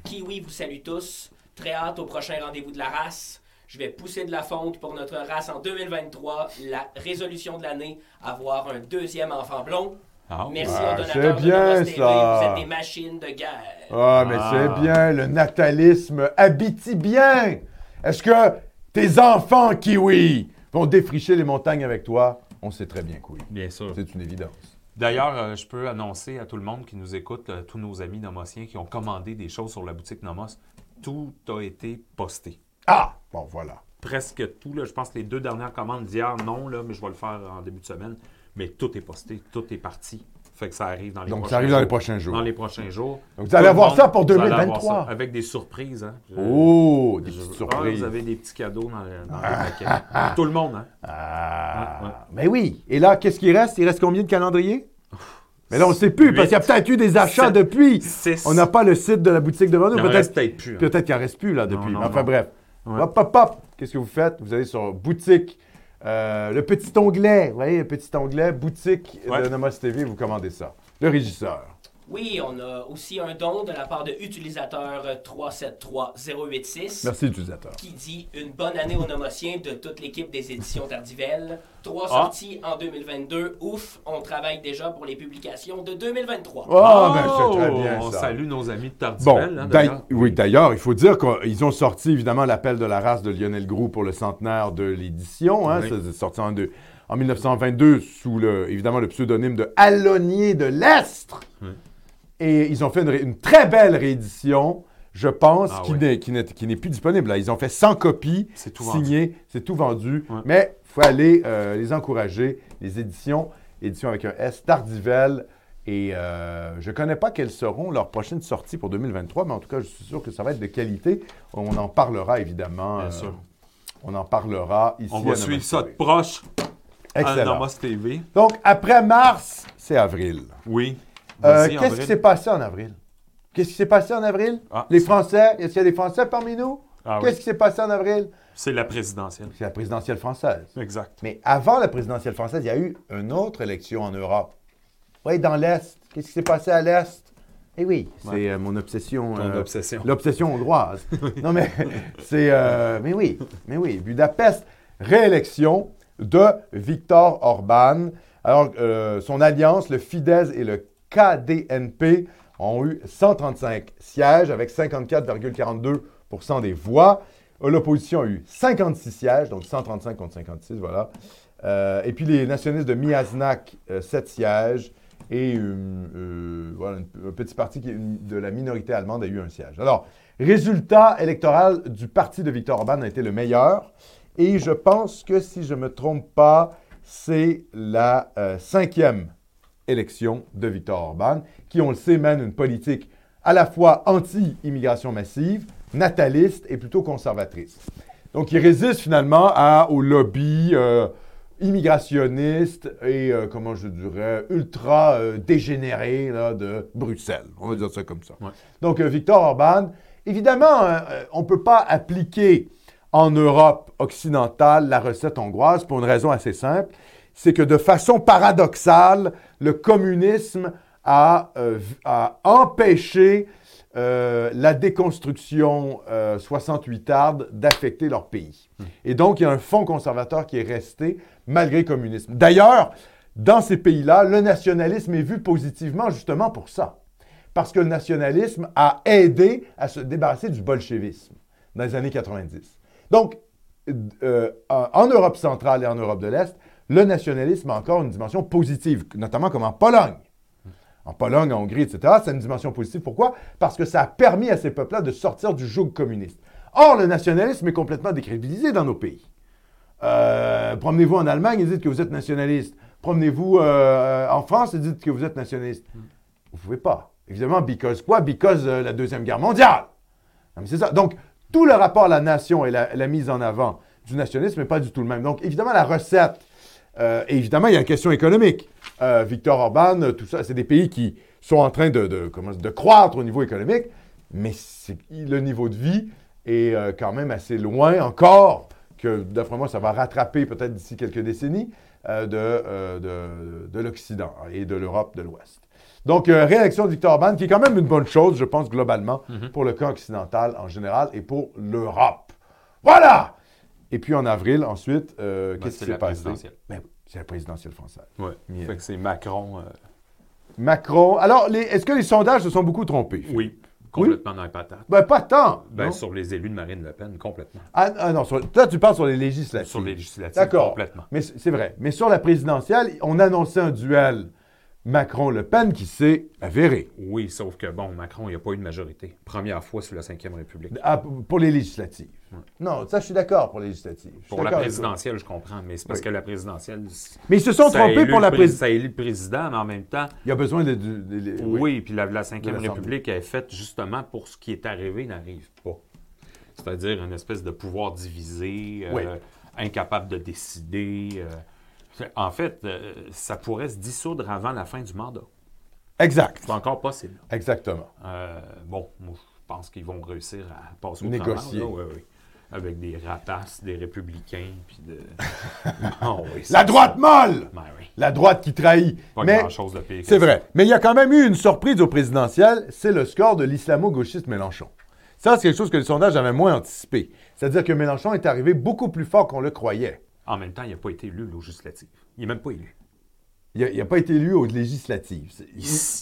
Speaker 3: Kiwi vous salue tous. Très hâte au prochain rendez-vous de la race. Je vais pousser de la fonte pour notre race en 2023. La résolution de l'année, avoir un deuxième enfant blond.
Speaker 2: Ah,
Speaker 3: Merci
Speaker 1: ouais,
Speaker 3: aux
Speaker 1: c'est
Speaker 3: donateurs de
Speaker 1: bien,
Speaker 3: Nomos TV.
Speaker 1: ça.
Speaker 3: Vous êtes des machines de guerre.
Speaker 1: Ah, mais
Speaker 2: Ah.
Speaker 1: c'est bien, le natalisme habitibien! Est-ce que tes enfants, Kiwi, vont défricher les montagnes avec toi? On sait très bien que oui.
Speaker 2: Bien sûr.
Speaker 1: C'est une évidence.
Speaker 2: D'ailleurs, euh, je peux annoncer à tout le monde qui nous écoute, euh, tous nos amis nomossiens qui ont commandé des choses sur la boutique Nomos, tout a été posté.
Speaker 1: Ah! Bon, voilà.
Speaker 2: Presque tout, là, je pense que les deux dernières commandes d'hier, non, là, mais je vais le faire en début de semaine. Mais tout est posté, tout est parti. Fait que ça arrive dans les
Speaker 1: Donc,
Speaker 2: prochains
Speaker 1: ça arrive dans les
Speaker 2: jours.
Speaker 1: prochains jours.
Speaker 2: Dans les prochains jours.
Speaker 1: Donc, vous allez
Speaker 2: Tout
Speaker 1: avoir
Speaker 2: le
Speaker 1: ça pour
Speaker 2: vous allez avoir
Speaker 1: 2023.
Speaker 2: ça, avec des surprises. Hein. Je-
Speaker 1: Oh, des
Speaker 2: je-
Speaker 1: petites
Speaker 2: ah,
Speaker 1: surprises.
Speaker 2: vous avez des petits cadeaux dans, le- dans les paquets. Tout le monde, hein?
Speaker 1: Ah,
Speaker 2: Ouais, ouais.
Speaker 1: mais oui. Et là, qu'est-ce qui reste? Il reste combien de calendriers? Mais là, on ne sait plus, parce qu'il y a peut-être eu des achats
Speaker 2: Sept.
Speaker 1: depuis.
Speaker 2: Six.
Speaker 1: On n'a pas le site de la boutique devant nous.
Speaker 2: Il en reste
Speaker 1: Peut-être
Speaker 2: peut-être plus. hein.
Speaker 1: peut-être qu'il en reste plus, là, depuis.
Speaker 2: non,
Speaker 1: Mais enfin,
Speaker 2: non.
Speaker 1: bref.
Speaker 2: Ouais.
Speaker 1: Hop, hop, hop. Qu'est-ce que vous faites? Vous allez sur boutique. euh, le petit onglet, vous voyez, le petit onglet, boutique de
Speaker 2: Ouais.
Speaker 1: Nomos TV, vous commandez ça. Le régisseur.
Speaker 3: Oui, on a aussi un don de la part de utilisateur 373086
Speaker 1: Merci, utilisateur.
Speaker 3: qui dit une bonne année aux Nomossiens de toute l'équipe des éditions Tardivelle. Trois
Speaker 2: Ah.
Speaker 3: sorties en 2022. Ouf, on travaille déjà pour les publications de 2023.
Speaker 1: Ah, ben, c'est très
Speaker 2: Oh,
Speaker 1: bien,
Speaker 2: On
Speaker 1: ça.
Speaker 2: salue nos amis de
Speaker 1: Bon, ben,
Speaker 2: Tardivelle. hein,
Speaker 1: d'ail-
Speaker 2: d'ailleurs.
Speaker 1: oui, d'ailleurs, il faut dire qu'ils ont sorti évidemment l'appel de la race de Lionel Groux pour le centenaire de l'édition. hein.
Speaker 2: Oui.
Speaker 1: Ça, C'est sorti en, deux- en 1922 sous le, évidemment le pseudonyme de Alonier de l'Estre.
Speaker 2: Oui.
Speaker 1: Et ils ont fait une, ré- une très belle réédition, je pense,
Speaker 2: Ah
Speaker 1: qui
Speaker 2: oui.
Speaker 1: n'est- qui n'est qui n'est plus disponible. là. Ils ont fait 100 copies
Speaker 2: C'est tout vendu.
Speaker 1: signées, c'est tout vendu.
Speaker 2: Ouais.
Speaker 1: Mais il faut aller euh, les encourager, les éditions, éditions avec un S, Tardivelle. Et euh, je ne connais pas quelles seront leurs prochaines sorties pour 2023, mais en tout cas, je suis sûr que ça va être de qualité. On en parlera évidemment.
Speaker 2: Bien
Speaker 1: euh,
Speaker 2: sûr.
Speaker 1: On en parlera ici.
Speaker 2: On
Speaker 1: à
Speaker 2: va suivre Euh,
Speaker 1: Nomos
Speaker 2: ça de
Speaker 1: TV.
Speaker 2: proche à
Speaker 1: Excellent.
Speaker 2: Nomos TV.
Speaker 1: Donc, après mars, c'est avril.
Speaker 2: Oui.
Speaker 1: Euh,
Speaker 2: Vas-y,
Speaker 1: Qu'est-ce
Speaker 2: André.
Speaker 1: qui s'est passé en avril? Qu'est-ce qui s'est passé en avril?
Speaker 2: Ah,
Speaker 1: Les
Speaker 2: c'est-
Speaker 1: Français? Est-ce qu'il y a des Français parmi nous?
Speaker 2: Ah oui,
Speaker 1: Qu'est-ce qui s'est passé en avril?
Speaker 2: C'est la présidentielle.
Speaker 1: C'est la présidentielle française.
Speaker 2: Exact.
Speaker 1: Mais avant la présidentielle française, il y a eu une autre élection en Europe. Oui, dans l'Est. Qu'est-ce qui s'est passé à l'Est? Eh oui, c'est
Speaker 2: Ouais.
Speaker 1: euh, mon obsession.
Speaker 2: Ton
Speaker 1: euh,
Speaker 2: obsession.
Speaker 1: L'obsession hongroise. non, mais c'est. euh, mais oui, mais oui. Budapest, réélection de Viktor Orban. Alors, euh, son alliance, le Fidesz et le KDNP, ont eu 135 sièges avec 54,42 des voix. Euh, L'opposition a eu 56 sièges, donc 135 contre 56, voilà. Euh, et puis les nationalistes de Miasnak, 7 sièges. Et euh, euh, voilà, une- un petit parti qui est une- de la minorité allemande a eu un siège. Alors, résultat électoral du parti de Viktor Orban a été le meilleur. Et je pense que, si je ne me trompe pas, c'est la euh, cinquième élection de Viktor Orban, qui, on le sait, mène une politique à la fois anti-immigration massive, nataliste et plutôt conservatrice. Donc, il résiste finalement à, au lobby euh, immigrationniste et, euh, comment je dirais, ultra euh, dégénéré là, de Bruxelles. On va dire ça comme ça.
Speaker 2: Ouais.
Speaker 1: Donc, euh, Viktor Orban, évidemment, hein, euh, on ne peut pas appliquer en Europe occidentale la recette hongroise pour une raison assez simple, c'est que de façon paradoxale, le communisme a, euh, v- a empêché euh, la déconstruction 68-arde d'affecter leur pays. Et donc, il y a un fonds conservateur qui est resté malgré le communisme. D'ailleurs, dans ces pays-là, le nationalisme est vu positivement justement pour ça. Parce que le nationalisme a aidé à se débarrasser du bolchevisme dans les années 90. Donc, euh, en en Europe centrale et en Europe de l'Est, le nationalisme a encore une dimension positive, notamment comme en Pologne. En Pologne, en Hongrie, etc., c'est une dimension positive. Pourquoi? Parce que ça a permis à ces peuples-là de sortir du joug communiste. Or, le nationalisme est complètement décrédibilisé dans nos pays. Euh, promenez-vous en Allemagne et dites que vous êtes nationaliste. Promenez-vous euh, en France et dites que vous êtes nationaliste. Vous pouvez pas. Évidemment, because quoi? Because euh, la Deuxième Guerre mondiale. Non, mais c'est ça. Donc, tout le rapport à la nation et la, la mise en avant du nationalisme n'est pas du tout le même. Donc, évidemment, la recette, euh, et évidemment, il y a une question économique. Euh, Victor Orban, euh, tout ça, c'est des pays qui sont en train de, de, comment- de croître au niveau économique, mais c'est- le niveau de vie est euh, quand même assez loin encore que, d'après moi, ça va rattraper peut-être d'ici quelques décennies euh, de, euh, de- de l'Occident et de l'Europe de l'Ouest. Donc, euh, réélection de Victor Orban, qui est quand même une bonne chose, je pense, globalement,
Speaker 2: Mm-hmm.
Speaker 1: pour le camp occidental en général et pour l'Europe. Voilà! Et puis en avril, ensuite, euh,
Speaker 2: Ben,
Speaker 1: qu'est-ce
Speaker 2: c'est
Speaker 1: qui s'est
Speaker 2: la
Speaker 1: passé?
Speaker 2: présidentielle.
Speaker 1: Ben oui, c'est la présidentielle française.
Speaker 2: Ouais.
Speaker 1: Yeah.
Speaker 2: Fait que c'est Macron. euh,
Speaker 1: Macron. Alors, les- est-ce que les sondages se sont beaucoup trompés?
Speaker 2: oui, complètement dans les patates.
Speaker 1: Ben, pas tant.
Speaker 2: Ben,
Speaker 1: non?
Speaker 2: sur les élus de Marine Le Pen, complètement.
Speaker 1: Ah, ah non, sur- toi, tu parles sur les législatives.
Speaker 2: Sur les législatives,
Speaker 1: D'accord.
Speaker 2: complètement.
Speaker 1: Mais c- c'est vrai. Mais sur la présidentielle, on annonçait un duel Macron Le Pen qui s'est avéré.
Speaker 2: Oui, sauf que, bon, Macron, il n'y a pas eu de majorité. Première fois sous la Ve République.
Speaker 1: Ah, p- pour les législatives. Non, ça, je suis d'accord pour les législatives. Je suis
Speaker 2: Pour la
Speaker 1: d'accord avec toi.
Speaker 2: présidentielle, je comprends, mais c'est parce
Speaker 1: Oui.
Speaker 2: que la présidentielle. c-
Speaker 1: Mais ils se sont
Speaker 2: ça a
Speaker 1: trompés
Speaker 2: élu
Speaker 1: pour
Speaker 2: le
Speaker 1: la
Speaker 2: pré-
Speaker 1: présidentielle.
Speaker 2: Ça a élu le président, mais en même temps,
Speaker 1: Il y a besoin de. de- de- de-
Speaker 2: oui, puis la, la 5e
Speaker 1: De l'Assemblée.
Speaker 2: République est faite justement pour ce qui est arrivé n'arrive pas. C'est-à-dire une espèce de pouvoir divisé, euh,
Speaker 1: Oui.
Speaker 2: incapable de décider. euh. Fait- En fait, euh, ça pourrait se dissoudre avant la fin du mandat.
Speaker 1: Exact.
Speaker 2: C'est encore possible.
Speaker 1: Exactement.
Speaker 2: Euh, bon, moi, je pense qu'ils vont réussir à passer au
Speaker 1: Négocier.
Speaker 2: travers, là, ouais, ouais. Avec des rapaces, des républicains, puis de... Non, oui, ça-
Speaker 1: La droite molle!
Speaker 2: Ben oui.
Speaker 1: La droite qui trahit.
Speaker 2: Pas
Speaker 1: Mais
Speaker 2: grand-chose de pire. que
Speaker 1: c'est
Speaker 2: ça.
Speaker 1: vrai. Mais il y a quand même eu une surprise au présidentiel, c'est le score de l'islamo-gauchiste Mélenchon. Ça, c'est quelque chose que le sondage avait moins anticipé. C'est-à-dire que Mélenchon est arrivé beaucoup plus fort qu'on le croyait.
Speaker 2: En même temps, il n'a pas été élu au législatif. Il n'est même pas élu.
Speaker 1: Il n'a pas été élu aux législatives. C'est-
Speaker 2: Il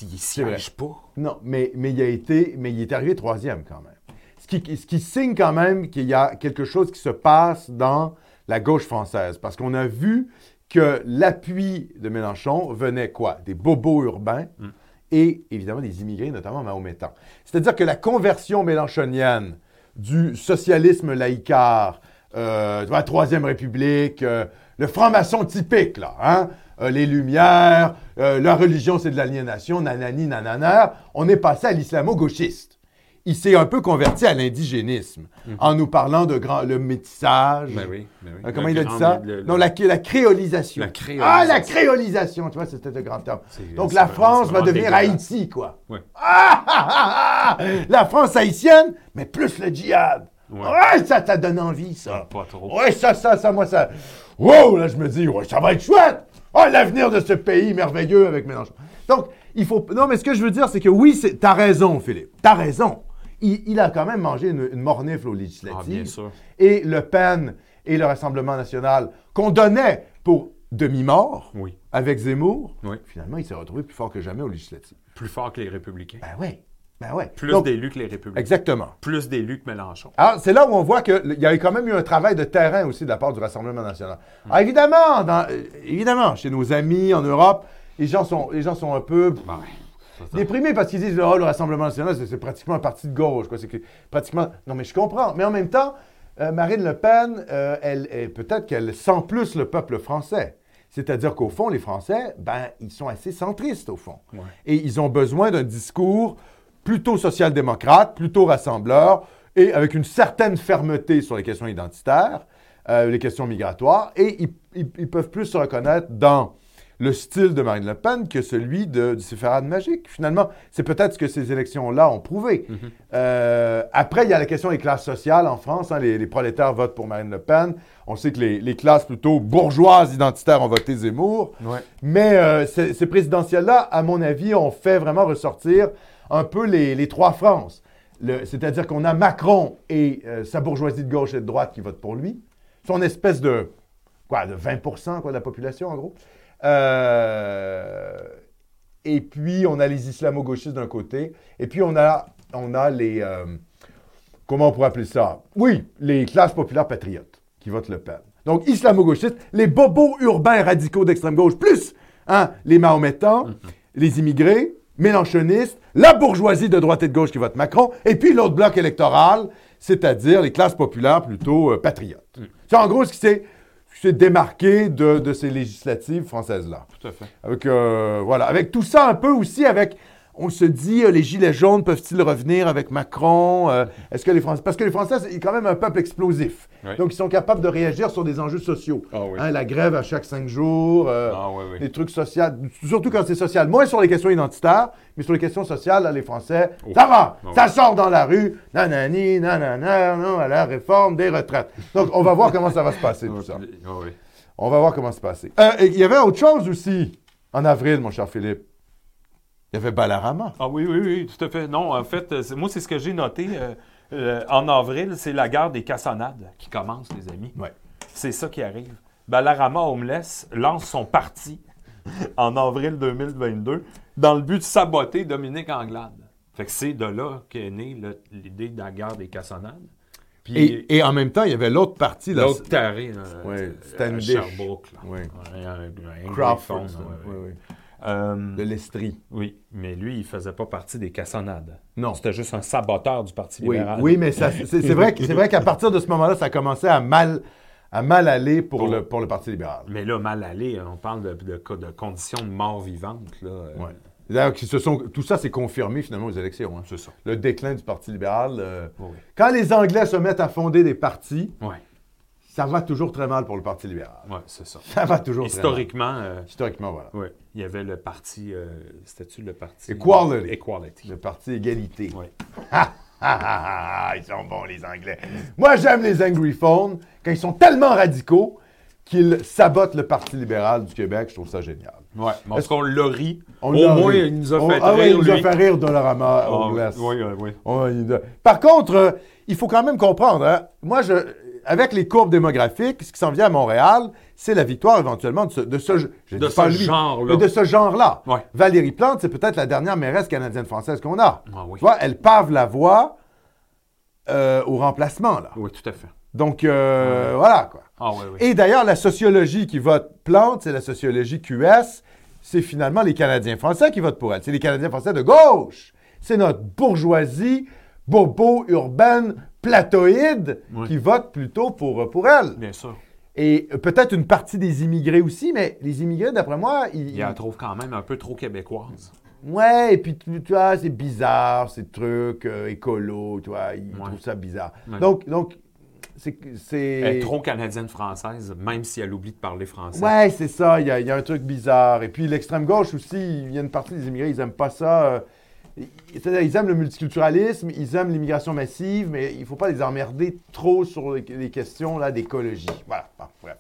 Speaker 2: ne siège pas.
Speaker 1: Non, mais, mais il a été, mais il est arrivé troisième quand même. Ce qui, ce qui signe quand même qu'il y a quelque chose qui se passe dans la gauche française, parce qu'on a vu que l'appui de Mélenchon venait quoi Des bobos urbains
Speaker 2: Mm.
Speaker 1: et évidemment des immigrés, notamment mahométans. C'est-à-dire que la conversion mélenchonienne du socialisme laïcard, euh, tu vois, la Troisième République, euh, le franc-maçon typique, là, hein, euh, les Lumières, euh, la religion c'est de l'aliénation, nanani, nanana, on est passé à l'islamo-gauchiste. Il s'est un peu converti à l'indigénisme en nous parlant de grand, le métissage.
Speaker 2: Mm-hmm. Ben oui, ben oui.
Speaker 1: Euh, comment
Speaker 2: Le
Speaker 1: il a dit
Speaker 2: grand-
Speaker 1: ça?
Speaker 2: le- le-
Speaker 1: Non, la, la créolisation.
Speaker 2: La créolisation.
Speaker 1: Ah, la créolisation! Tu vois, c'était le grand terme.
Speaker 2: C'est-
Speaker 1: Donc
Speaker 2: c'est
Speaker 1: la
Speaker 2: vraiment-
Speaker 1: France
Speaker 2: c'est
Speaker 1: va
Speaker 2: vraiment
Speaker 1: devenir
Speaker 2: dégueulasse.
Speaker 1: Haïti, quoi.
Speaker 2: Ouais.
Speaker 1: Ah, ah, ah, ah! La France haïtienne, mais plus le djihad. Ouais,
Speaker 2: Ouais.
Speaker 1: ça, ça donne envie, ça.
Speaker 2: Ah, Pas trop.
Speaker 1: Ouais, ça, ça, ça, moi, ça. Wow, là, je me dis, ouais, ça va être chouette. Ah, l'avenir de ce pays merveilleux avec Mélenchon. Donc, il faut. Non, mais ce que je veux dire, c'est que oui, c'est... t'as raison, Philippe. T'as raison. Il, il a quand même mangé une, une mornifle au législatif.
Speaker 2: Ah, bien sûr.
Speaker 1: Et Le Pen et le Rassemblement national, qu'on donnait pour demi-mort
Speaker 2: Oui.
Speaker 1: avec Zemmour,
Speaker 2: Oui.
Speaker 1: finalement, il s'est retrouvé plus fort que jamais au législatif.
Speaker 2: Plus fort que les républicains.
Speaker 1: Ben oui. Ben oui.
Speaker 2: Plus
Speaker 1: Donc,
Speaker 2: d'élus que les républicains.
Speaker 1: Exactement.
Speaker 2: Plus d'élus que Mélenchon.
Speaker 1: Alors, c'est là où on voit qu'il y a quand même eu un travail de terrain aussi de la part du Rassemblement national. Alors, évidemment, dans- euh, évidemment, chez nos amis en Europe, les gens sont, les gens sont un peu pff,
Speaker 2: Ben, c'est ça.
Speaker 1: déprimés parce qu'ils disent oh, le Rassemblement national, c'est, c'est pratiquement un parti de gauche. Quoi. C'est que- pratiquement... Non, mais je comprends. Mais en même temps, euh, Marine Le Pen, euh, elle, elle- peut-être qu'elle sent plus le peuple français. C'est-à-dire qu'au fond, les Français, ben, ils sont assez centristes, au fond.
Speaker 2: Ouais.
Speaker 1: Et ils ont besoin d'un discours plutôt social-démocrate, plutôt rassembleur, et avec une certaine fermeté sur les questions identitaires, euh, les questions migratoires. Et ils, ils- ils peuvent plus se reconnaître dans le style de Marine Le Pen que celui de, du séfarade magique. Finalement, c'est peut-être ce que ces élections-là ont prouvé. Euh, après, il y a la question des classes sociales en France. hein, les, les prolétaires votent pour Marine Le Pen. On sait que les, les classes plutôt bourgeoises identitaires ont voté Zemmour. Mais euh, ces, ces présidentielles-là, à mon avis, ont fait vraiment ressortir un peu les, les trois France. Le- C'est-à-dire qu'on a Macron et euh, sa bourgeoisie de gauche et de droite qui votent pour lui. Son espèce de, quoi, de 20 quoi, de la population, en gros. Euh, et puis, on a les islamo-gauchistes d'un côté. Et puis, on a, on a les... euh, comment on pourrait appeler ça? Oui, les classes populaires patriotes qui votent Le Pen. Donc, islamo-gauchistes, les bobos urbains radicaux d'extrême gauche, plus hein, les mahométans, les immigrés, mélenchonistes, la bourgeoisie de droite et de gauche qui vote Macron, et puis l'autre bloc électoral, c'est-à-dire les classes populaires plutôt euh, patriotes. C'est en gros ce qui s'est ce qui s'est démarqué de, de ces législatives françaises-là.
Speaker 2: Tout à fait.
Speaker 1: Avec, euh, voilà, avec tout ça un peu aussi, avec, on se dit, euh, les gilets jaunes peuvent-ils revenir avec Macron? Euh, Est-ce que les Français... Parce que les Français, c'est quand même un peuple explosif.
Speaker 2: Oui.
Speaker 1: Donc, ils sont capables de réagir sur des enjeux sociaux.
Speaker 2: Ah oui.
Speaker 1: Hein, la grève à chaque cinq jours, euh,
Speaker 2: Ah oui, oui.
Speaker 1: des trucs sociaux, surtout quand c'est social. Moins sur les questions identitaires, mais sur les questions sociales, là, les Français,
Speaker 2: Oh.
Speaker 1: ça va,
Speaker 2: Ah
Speaker 1: ça sort dans la rue, nanani, nanana, non, à la réforme des retraites. Donc, on va voir comment ça va se passer, tout ça.
Speaker 2: Ah oui.
Speaker 1: On va voir comment se passer. Euh, et Il y avait autre chose aussi en avril, mon cher Philippe. Il y avait Ballarama.
Speaker 2: Ah oui, oui, oui, tout à fait. Non, en fait, euh, c'est- moi, c'est ce que j'ai noté euh, euh, en avril, c'est la guerre des cassonades qui commence, les amis.
Speaker 1: Ouais.
Speaker 2: C'est ça qui arrive. Balarama Homeless lance son parti en avril 2022 dans le but de saboter Dominique Anglade. Fait que c'est de là qu'est née le- l'idée de la guerre des cassonades. Puis
Speaker 1: Et, et en même temps, il y avait l'autre partie. là.
Speaker 2: l'autre taré, là,
Speaker 1: Ouais,
Speaker 2: euh,
Speaker 1: Standish.
Speaker 2: Sherbrooke, là.
Speaker 1: Oui.
Speaker 2: Ouais, un- un- un
Speaker 1: Crawford.
Speaker 2: anglophone,
Speaker 1: ça.
Speaker 2: ouais, ouais.
Speaker 1: Oui, oui.
Speaker 2: Euh,
Speaker 1: De l'Estrie.
Speaker 2: Oui, mais lui, il faisait pas partie des cassonades.
Speaker 1: Non.
Speaker 2: C'était juste un saboteur du Parti
Speaker 1: Oui,
Speaker 2: libéral.
Speaker 1: oui mais ça- c'est c'est vrai, que- c'est vrai qu'à partir de ce moment-là, ça commençait à mal, à mal aller pour
Speaker 2: Pour-
Speaker 1: le, pour le Parti libéral.
Speaker 2: Mais là, mal allé, on parle de, de, de conditions de mort vivante. Là. Euh,
Speaker 1: Ouais. D'ailleurs, qui se sont- tout ça s'est confirmé finalement aux élections. hein.
Speaker 2: C'est ça.
Speaker 1: Le déclin du Parti libéral. euh,
Speaker 2: Oui.
Speaker 1: Quand les Anglais se mettent à fonder des partis,
Speaker 2: Ouais,
Speaker 1: ça va toujours très mal pour le Parti libéral.
Speaker 2: ouais, c'est ça.
Speaker 1: Ça va toujours très mal.
Speaker 2: Historiquement, euh,
Speaker 1: Historiquement, voilà.
Speaker 2: ouais, il y avait le parti. euh, C'était-tu le parti
Speaker 1: Equality.
Speaker 2: Equality.
Speaker 1: Le Parti égalité.
Speaker 2: Ouais.
Speaker 1: Ah, ah, ah, ils sont bons, les Anglais. Moi, j'aime les Angry Phones quand ils sont tellement radicaux qu'ils sabotent le Parti libéral du Québec. Je trouve ça génial.
Speaker 2: Ouais. mais En
Speaker 1: Est-ce-
Speaker 2: tout cas, on l'a ri.
Speaker 1: On
Speaker 2: Au
Speaker 1: l'a
Speaker 2: moins,
Speaker 1: ri.
Speaker 2: il nous a
Speaker 1: On-
Speaker 2: fait
Speaker 1: ah oui,
Speaker 2: rire.
Speaker 1: il nous a
Speaker 2: lui.
Speaker 1: fait rire Oh, Dollarama
Speaker 2: Ah,
Speaker 1: au glace.
Speaker 2: Oui, oui, oui.
Speaker 1: On- il nous a- Par contre, euh, il faut quand même comprendre, hein, moi, je, avec les courbes démographiques, ce qui s'en vient à Montréal, c'est la victoire éventuellement de ce, de ce, je
Speaker 2: De
Speaker 1: dis pas
Speaker 2: ce
Speaker 1: lui,
Speaker 2: genre-là.
Speaker 1: mais de ce genre-là.
Speaker 2: Ouais.
Speaker 1: Valérie Plante, c'est peut-être la dernière mairesse canadienne-française qu'on a.
Speaker 2: Ah oui.
Speaker 1: Tu vois, elle pave la voie euh, au remplacement, là.
Speaker 2: Oui, tout à fait.
Speaker 1: Donc, euh, voilà, quoi.
Speaker 2: Ah oui, oui.
Speaker 1: Et d'ailleurs, la sociologie qui vote Plante, c'est la sociologie QS. C'est finalement les Canadiens français qui votent pour elle. C'est les Canadiens français de gauche. C'est notre bourgeoisie, bobo, urbaine, platoïde
Speaker 2: Oui.
Speaker 1: qui vote plutôt pour, euh, pour elle.
Speaker 2: Bien sûr.
Speaker 1: Et euh, peut-être une partie des immigrés aussi, mais les immigrés, d'après moi, ils.
Speaker 2: Il la trouve quand même un peu trop québécoise.
Speaker 1: Ouais, et puis tu, tu vois, c'est bizarre, ces trucs euh, écolo, tu vois, ils
Speaker 2: Ouais.
Speaker 1: trouvent ça bizarre.
Speaker 2: Ouais.
Speaker 1: Donc, donc, c'est. c'est-
Speaker 2: Elle est trop canadienne-française, même si elle oublie de parler français.
Speaker 1: Ouais, c'est ça. Il y, a- il y a un truc bizarre. Et puis l'extrême gauche aussi, il y a une partie des immigrés, ils aiment pas ça. euh, ils- c'est-à-dire, ils aiment le multiculturalisme, ils aiment l'immigration massive, mais il faut pas les emmerder trop sur les, les questions là d'écologie. Voilà. Bon, bref.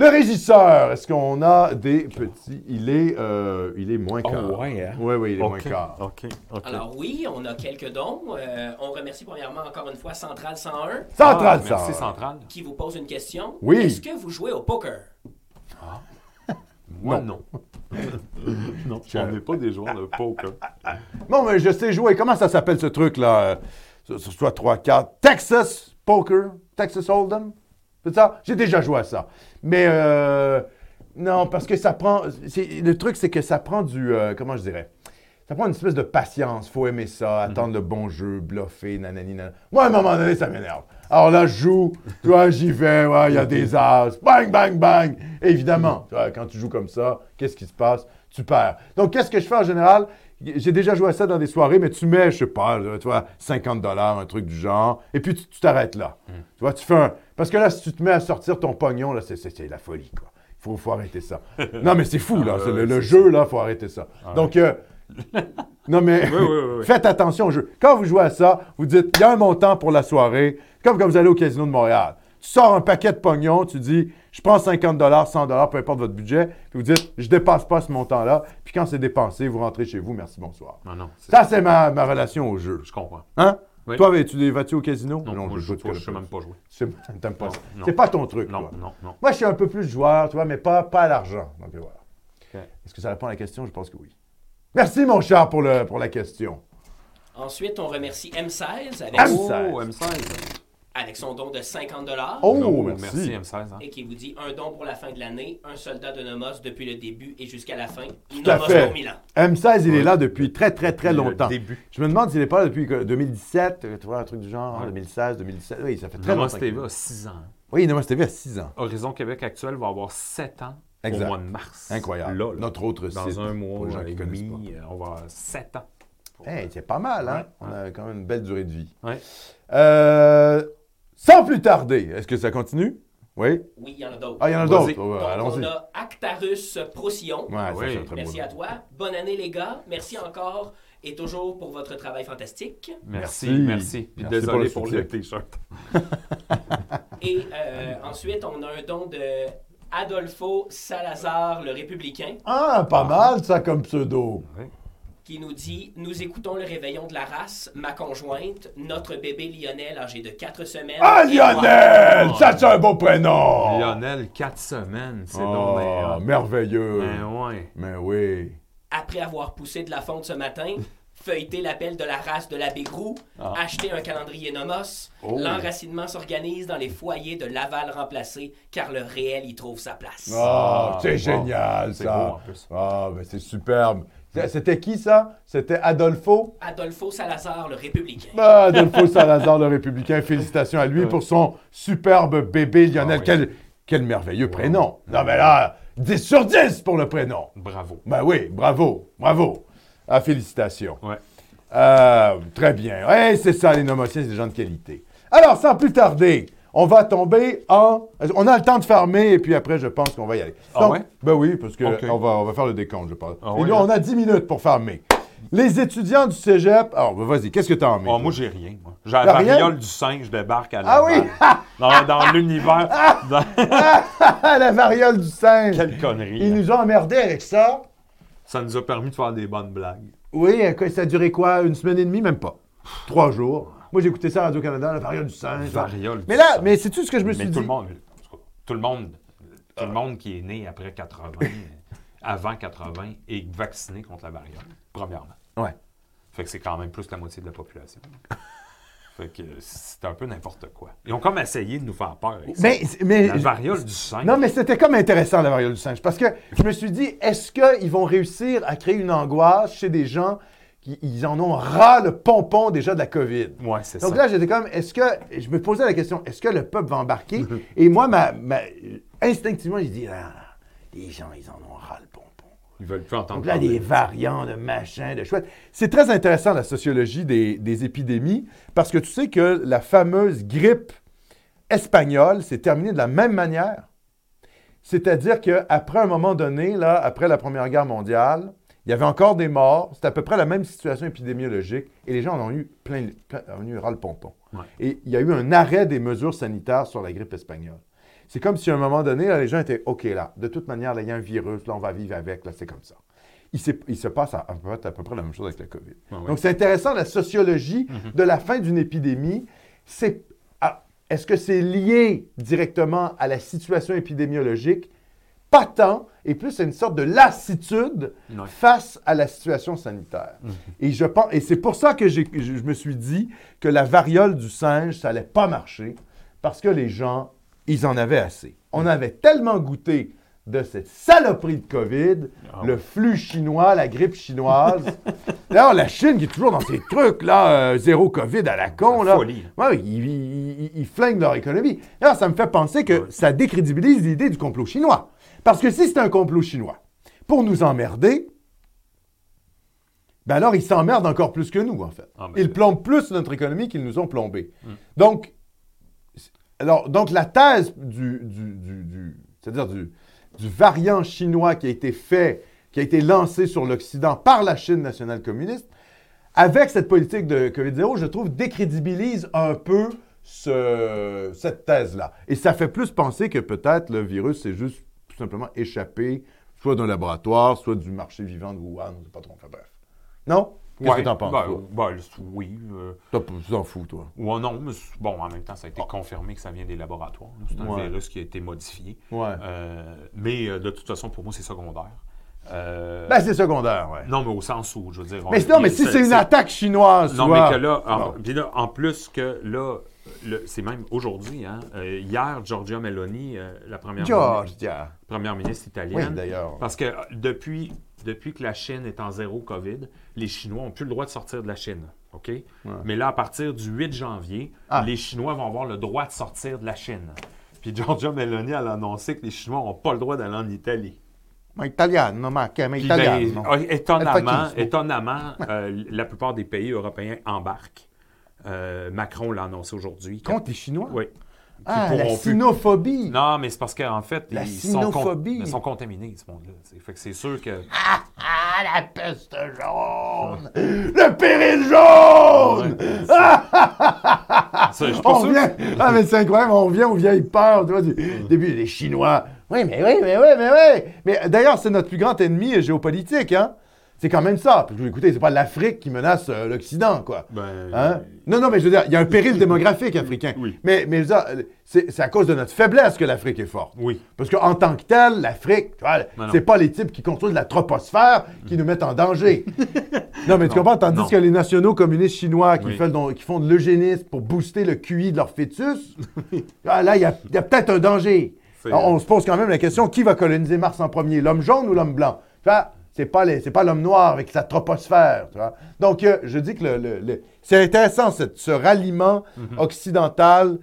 Speaker 1: Le régisseur, est-ce qu'on a des petits Il est, euh, il est moins
Speaker 2: Oh,
Speaker 1: quart.
Speaker 2: ouais, hein?
Speaker 1: Oui, oui, il est
Speaker 2: Ok,
Speaker 1: moins quart.
Speaker 2: OK, OK.
Speaker 3: Alors oui, on a quelques dons. Euh, on remercie premièrement encore une fois Central 101
Speaker 1: Central,
Speaker 2: Ah,
Speaker 1: ça.
Speaker 2: Merci, Central.
Speaker 3: qui vous pose une question.
Speaker 1: Oui.
Speaker 3: Est-ce que vous jouez au poker?
Speaker 2: Moi, non. non,
Speaker 1: on
Speaker 2: on n'est pas des joueurs de poker.
Speaker 1: Bon, mais je sais jouer. Comment ça s'appelle ce truc-là? euh, ce- ce- Soit 3 4 Texas Poker, Texas Hold'em. C'est ça? J'ai déjà joué à ça. Mais euh, non, parce que ça prend. c'est- Le truc, c'est que ça prend du. euh, comment je dirais? Ça prend une espèce de patience. Faut aimer ça, attendre le bon jeu, bluffer, nanani, nanana. Moi, à un moment donné, ça m'énerve. Alors là, je joue, tu vois, j'y vais, ouais, il y a des as, bang, bang, bang. Évidemment, tu vois, quand tu joues comme ça, qu'est-ce qui se passe? Tu perds. Donc, qu'est-ce que je fais en général? J'ai déjà joué à ça dans des soirées, mais tu mets, je sais pas, là, tu vois, 50 dollars, un truc du genre, et puis tu tu t'arrêtes là.
Speaker 2: Mm.
Speaker 1: Tu vois, tu fais un... Parce que là, si tu te mets à sortir ton pognon, là, c'est- c'est c'est la folie, quoi. Faut, faut arrêter ça. Non, mais c'est fou,
Speaker 2: Ah,
Speaker 1: là.
Speaker 2: ouais,
Speaker 1: c'est le
Speaker 2: ouais,
Speaker 1: le
Speaker 2: c'est Ah,
Speaker 1: jeu, là, faut arrêter ça. Donc, euh, non, mais
Speaker 2: Oui, oui, oui, oui.
Speaker 1: faites attention au jeu. Quand vous jouez à ça, vous dites, il y a un montant pour la soirée, comme quand vous allez au Casino de Montréal. Tu sors un paquet de pognon, tu dis, je prends 50 100 peu importe votre budget, puis vous dites, je dépasse pas ce montant-là. Puis quand c'est dépensé, vous rentrez chez vous, merci, bonsoir.
Speaker 2: Non, non, c'est-
Speaker 1: Ça, c'est ma, ma relation au jeu.
Speaker 2: je comprends.
Speaker 1: Hein?
Speaker 2: Oui.
Speaker 1: Toi, vas-tu des- vas-tu au casino?
Speaker 2: Non, moi,
Speaker 1: je
Speaker 2: je
Speaker 1: joue
Speaker 2: ne sais même pas jouer.
Speaker 1: C'est- T'aimes pas
Speaker 2: Non,
Speaker 1: ça.
Speaker 2: non.
Speaker 1: C'est pas ton truc,
Speaker 2: Non,
Speaker 1: toi.
Speaker 2: non, non.
Speaker 1: Moi, je suis un peu plus joueur, tu vois, mais pas, pas à l'argent. Donc voilà.
Speaker 2: Ok.
Speaker 1: Est-ce que ça répond à la question? Je pense que oui. Merci, mon cher, pour, le, pour la question.
Speaker 3: Ensuite, on remercie M16 avec,
Speaker 1: M16.
Speaker 2: Oh, M16.
Speaker 3: avec son don de 50
Speaker 1: Oh,
Speaker 2: Non,
Speaker 1: merci.
Speaker 2: Merci, M16. hein.
Speaker 3: et qui vous dit un don pour la fin de l'année, un soldat de Nomos depuis le début et jusqu'à la fin.
Speaker 1: à
Speaker 3: Nomos
Speaker 1: fait.
Speaker 3: pour Milan.
Speaker 1: M16, il est là depuis très, très, très
Speaker 2: Le
Speaker 1: longtemps.
Speaker 2: début.
Speaker 1: Je me demande s'il est pas là depuis que- 2017, euh, tu vois, un truc du genre, hein,
Speaker 2: Ouais.
Speaker 1: 2016, 2017. Oui, ça fait très
Speaker 2: Très
Speaker 1: longtemps.
Speaker 2: TV a 6 ans.
Speaker 1: Oui, Nomos TV à 6 ans.
Speaker 2: Horizon Québec actuel va avoir 7 ans
Speaker 1: Exact.
Speaker 2: au mois de mars.
Speaker 1: Incroyable.
Speaker 2: Là, là.
Speaker 1: Notre autre site.
Speaker 2: Dans un
Speaker 1: pour
Speaker 2: mois,
Speaker 1: les gens
Speaker 2: j'en
Speaker 1: qui
Speaker 2: ai
Speaker 1: connaissent
Speaker 2: mis, euh, on va avoir 7 ans.
Speaker 1: pas. Hey, c'est pas mal, hein?
Speaker 2: Ouais,
Speaker 1: On a quand même une belle durée de vie.
Speaker 2: Ouais.
Speaker 1: Euh, sans plus tarder, est-ce que ça continue? Oui.
Speaker 3: Oui, il y en a d'autres.
Speaker 1: Ah, il y en a
Speaker 2: Vas-y.
Speaker 1: d'autres. Ouais,
Speaker 3: Donc,
Speaker 1: Allons-y.
Speaker 3: on a Actarus Procyon.
Speaker 1: Ouais, ça,
Speaker 2: Oui.
Speaker 1: c'est un très beau
Speaker 3: Merci
Speaker 1: nom.
Speaker 3: à toi. Bonne année, les gars. Merci encore et toujours pour votre travail fantastique.
Speaker 1: Merci.
Speaker 2: Merci, merci.
Speaker 1: Merci
Speaker 2: Puis
Speaker 1: pour le
Speaker 2: désolé pour
Speaker 1: soutien.
Speaker 2: le t-shirt.
Speaker 3: Et euh, ensuite, on a un don de Adolfo Salazar, le républicain,
Speaker 1: Ah, pas mal ça comme pseudo.
Speaker 3: qui nous dit Nous écoutons le réveillon de la race, ma conjointe, notre bébé Lionel, âgé de 4 semaines.
Speaker 1: Ah,
Speaker 3: et moi.
Speaker 1: Lionel! Ça, c'est un beau prénom!
Speaker 2: Lionel, 4 semaines, c'est
Speaker 1: Oh,
Speaker 2: donc bien.
Speaker 1: merveilleux.
Speaker 2: Mais ouais.
Speaker 1: Mais oui.
Speaker 3: Après avoir poussé de la fonte ce matin, feuilleter l'appel de la race de l'abbé Grou,
Speaker 2: Ah.
Speaker 3: acheter un calendrier Nomos.
Speaker 1: Oh.
Speaker 3: L'enracinement s'organise dans les foyers de Laval remplacé, car le réel y trouve sa place.
Speaker 1: Ah,
Speaker 2: Ah,
Speaker 1: c'est
Speaker 2: wow.
Speaker 1: génial,
Speaker 2: C'est
Speaker 1: ça.
Speaker 2: beau, en plus.
Speaker 1: Ah, ben c'est superbe. C'est- C'était qui, ça? C'était Adolfo?
Speaker 3: Adolfo Salazar, le républicain.
Speaker 1: Ah, Adolfo Salazar, le républicain. Félicitations à lui pour son superbe bébé Lionel.
Speaker 2: Ah, oui.
Speaker 1: quel, quel merveilleux prénom. Non, mais là, 10 sur 10 pour le prénom.
Speaker 2: Bravo.
Speaker 1: Ben oui, bravo, bravo. Ah, félicitations.
Speaker 2: Ouais.
Speaker 1: Euh, très bien. Hey, c'est ça, les nomotiens, c'est des gens de qualité. Alors, sans plus tarder, on va tomber en... On a le temps de farmer, et puis après, je pense qu'on va y aller.
Speaker 2: Ah ouais?
Speaker 1: Ben oui, parce qu'on
Speaker 2: Ok.
Speaker 1: va, on va faire le décompte, je pense.
Speaker 2: Ah
Speaker 1: et
Speaker 2: ouais,
Speaker 1: nous,
Speaker 2: là.
Speaker 1: on a 10 minutes pour farmer. Les étudiants du cégep... Alors, ben vas-y, qu'est-ce que t'as en mets?
Speaker 2: Oh, moi, j'ai rien. Moi. J'ai la
Speaker 1: T'as rien?
Speaker 2: variole du singe débarque à
Speaker 1: Ah oui?
Speaker 2: Laval. dans, dans l'univers. dans-
Speaker 1: Ah, la variole du singe!
Speaker 2: Quelle connerie.
Speaker 1: Ils
Speaker 2: hein.
Speaker 1: nous ont emmerdés avec ça.
Speaker 2: Ça nous a permis de faire des bonnes blagues.
Speaker 1: Oui, à quoi- ça a duré quoi? Une semaine et demie? Même pas. Trois jours. Moi, j'ai écouté ça à Radio-Canada, la variole du singe.
Speaker 2: Variole du
Speaker 1: Mais là,
Speaker 2: singe.
Speaker 1: mais sais-tu ce que je me
Speaker 2: Mais
Speaker 1: suis
Speaker 2: tout
Speaker 1: dit? Ah.
Speaker 2: le monde, en tout cas, tout le monde, tout le monde qui est né après 80, euh, avant 80, est vacciné contre la variole, premièrement.
Speaker 1: Ouais.
Speaker 2: Fait que c'est quand même plus que la moitié de la population. fait que c'est un peu n'importe quoi. Ils ont comme essayé de nous faire peur. avec ça.
Speaker 1: Mais, mais-
Speaker 2: la variole du singe.
Speaker 1: Ben, euh, non, mais c'était comme intéressant, la variole du singe, parce que je me suis dit, est-ce qu'ils vont réussir à créer une angoisse chez des gens qui ils en ont ras le pompon déjà de la COVID?
Speaker 2: Ouais, c'est ça.
Speaker 1: Donc là, j'étais comme, est-ce que, je me posais la question, est-ce que le peuple va embarquer? Et moi, ma, ma- instinctivement, j'ai dit, ah, les gens, ils en ont ras le pompon.
Speaker 2: Ils veulent plus entendre
Speaker 1: Donc là,
Speaker 2: parler.
Speaker 1: des variants de machin, de chouette. C'est très intéressant, la sociologie des, des épidémies, parce que tu sais que la fameuse grippe espagnole s'est terminée de la même manière. C'est-à-dire qu'après un moment donné, là, après la Première Guerre mondiale, il y avait encore des morts. C'était à peu près la même situation épidémiologique. Et les gens en ont eu plein, plein en ont eu ras le pompon.
Speaker 2: Ouais.
Speaker 1: Et il y a eu un arrêt des mesures sanitaires sur la grippe espagnole. C'est comme si à un moment donné, là, les gens étaient OK là. De toute manière, là, il y a un virus, là, on va vivre avec, là, c'est comme ça. Il, s'est- il se passe à, à peu près- à peu près la même chose avec la COVID.
Speaker 2: Ouais, ouais.
Speaker 1: Donc, c'est intéressant, la sociologie de la fin d'une épidémie, c'est ah, est-ce que c'est lié directement à la situation épidémiologique? Pas tant, et plus à une sorte de lassitude
Speaker 2: Ouais. Mhm.
Speaker 1: face à la situation sanitaire. Et je pense, et c'est pour ça que j'ai- je, je me suis dit que la variole du singe, ça allait pas marcher, parce que les gens, ils en avaient assez. On
Speaker 2: Mhm.
Speaker 1: avait tellement goûté de cette saloperie de COVID,
Speaker 2: Ah
Speaker 1: le flux chinois, la grippe chinoise. D'ailleurs, la Chine qui est toujours dans ces trucs, là, euh, zéro COVID à la con,
Speaker 2: La
Speaker 1: là.
Speaker 2: folie.
Speaker 1: Ouais, ils, ils- ils- ils flinguent leur économie. D'ailleurs, ça me fait penser que ça décrédibilise l'idée du complot chinois. Parce que si c'est un complot chinois pour nous emmerder, ben alors ils s'emmerdent encore plus que nous, en fait.
Speaker 2: Ah, ben,
Speaker 1: ils
Speaker 2: c'est- Hmm.
Speaker 1: plombent plus notre économie qu'ils nous ont plombé. Donc, c'est- alors, donc, la thèse du, du- du- du- c'est-à-dire du, du variant chinois qui a été fait, qui a été lancé sur l'Occident par la Chine nationale communiste, avec cette politique de COVID-0, je trouve, décrédibilise un peu ce- cette thèse-là. Et ça fait plus penser que peut-être le virus s'est juste tout simplement échappé, soit d'un laboratoire, soit du marché vivant de Wuhan, on ne sait pas trop, enfin bref. Non? Qu'est-ce
Speaker 2: Ouais,
Speaker 1: que t'en penses,
Speaker 2: ben,
Speaker 1: toi?
Speaker 2: ben, c'est- oui. euh,
Speaker 1: Toi, Tu t'en fous, toi.
Speaker 2: ouais, non, mais c'est- bon, en même temps, ça a été confirmé que ça vient des laboratoires. là. C'est un
Speaker 1: Ouais.
Speaker 2: virus qui a été modifié.
Speaker 1: Ouais.
Speaker 2: Euh, mais euh, de toute façon, pour moi, c'est secondaire. Euh,
Speaker 1: ben, c'est secondaire, ouais.
Speaker 2: non, mais au sens où, je veux dire. on-
Speaker 1: mais non, mais si
Speaker 2: ça-
Speaker 1: c'est une attaque chinoise,
Speaker 2: Non,
Speaker 1: tu vois.
Speaker 2: mais que là, en,
Speaker 1: Non.
Speaker 2: puis là, en plus que là, le- c'est même aujourd'hui, hein, euh, hier, Giorgia Meloni, euh, la première,
Speaker 1: George,
Speaker 2: ministre-
Speaker 1: tiens.
Speaker 2: première ministre
Speaker 1: Oui,
Speaker 2: italienne,
Speaker 1: d'ailleurs.
Speaker 2: parce que euh, depuis, depuis que la Chine est en zéro COVID, les Chinois n'ont plus le droit de sortir de la Chine. OK? Mais là, à partir du 8 janvier,
Speaker 1: Ah.
Speaker 2: les Chinois vont avoir le droit de sortir de la Chine. Puis Giorgia Meloni, elle a annoncé que les Chinois n'ont pas le droit d'aller en Italie.
Speaker 1: Ma italiano, ma che- ma
Speaker 2: Puis,
Speaker 1: italiano.
Speaker 2: ben, euh, étonnamment,
Speaker 1: Elle fait 15,
Speaker 2: étonnamment euh, la plupart des pays européens embarquent. Euh, Macron l'a annoncé aujourd'hui.
Speaker 1: Contre les Chinois?
Speaker 2: Oui.
Speaker 1: Ah, la
Speaker 2: pourront plus.
Speaker 1: sinophobie.
Speaker 2: Non, mais c'est parce qu'en fait,
Speaker 1: La
Speaker 2: ils sont, con-
Speaker 1: sinophobie.
Speaker 2: mais sont contaminés, ce monde-là. tu sais. Fait que c'est sûr que.
Speaker 1: Ah, la peste jaune! Le péril jaune! Ah,
Speaker 2: Ouais, ça- ça, je suis pas
Speaker 1: on
Speaker 2: sûr-
Speaker 1: revient... Ah, mais c'est incroyable, on revient aux vieilles peurs, tu vois, du début des Chinois. Oui, mais oui, mais oui, mais oui! Mais d'ailleurs, c'est notre plus grand ennemi géopolitique, hein? C'est quand même ça. Puis, je vous écoutez, c'est pas l'Afrique qui menace euh, l'Occident, quoi.
Speaker 2: Ben,
Speaker 1: Hein? Non, non, mais je veux dire, il y a un péril démographique africain.
Speaker 2: Oui.
Speaker 1: Mais, mais je veux dire, euh, c'est c'est à cause de notre faiblesse que l'Afrique est forte.
Speaker 2: Oui.
Speaker 1: Parce qu'en tant que telle, l'Afrique, tu vois,
Speaker 2: Ben non.
Speaker 1: c'est pas les types qui construisent la troposphère qui nous mettent en danger. non, mais tu comprends? Tandis
Speaker 2: Non.
Speaker 1: que les nationaux communistes chinois qui,
Speaker 2: Oui.
Speaker 1: font, don- qui font de l'eugénisme pour booster le QI de leur fœtus, ah, là, il y a, il y a peut-être un danger.
Speaker 2: C'est-
Speaker 1: On, on se pose quand même la question, qui va coloniser Mars en premier, l'homme jaune ou l'homme blanc? Tu vois, c'est pas, les- c'est pas l'homme noir avec sa troposphère. tu vois. Donc, euh, je dis que le- le- le- c'est intéressant, cette- ce ralliement
Speaker 2: Mm-hmm.
Speaker 1: occidental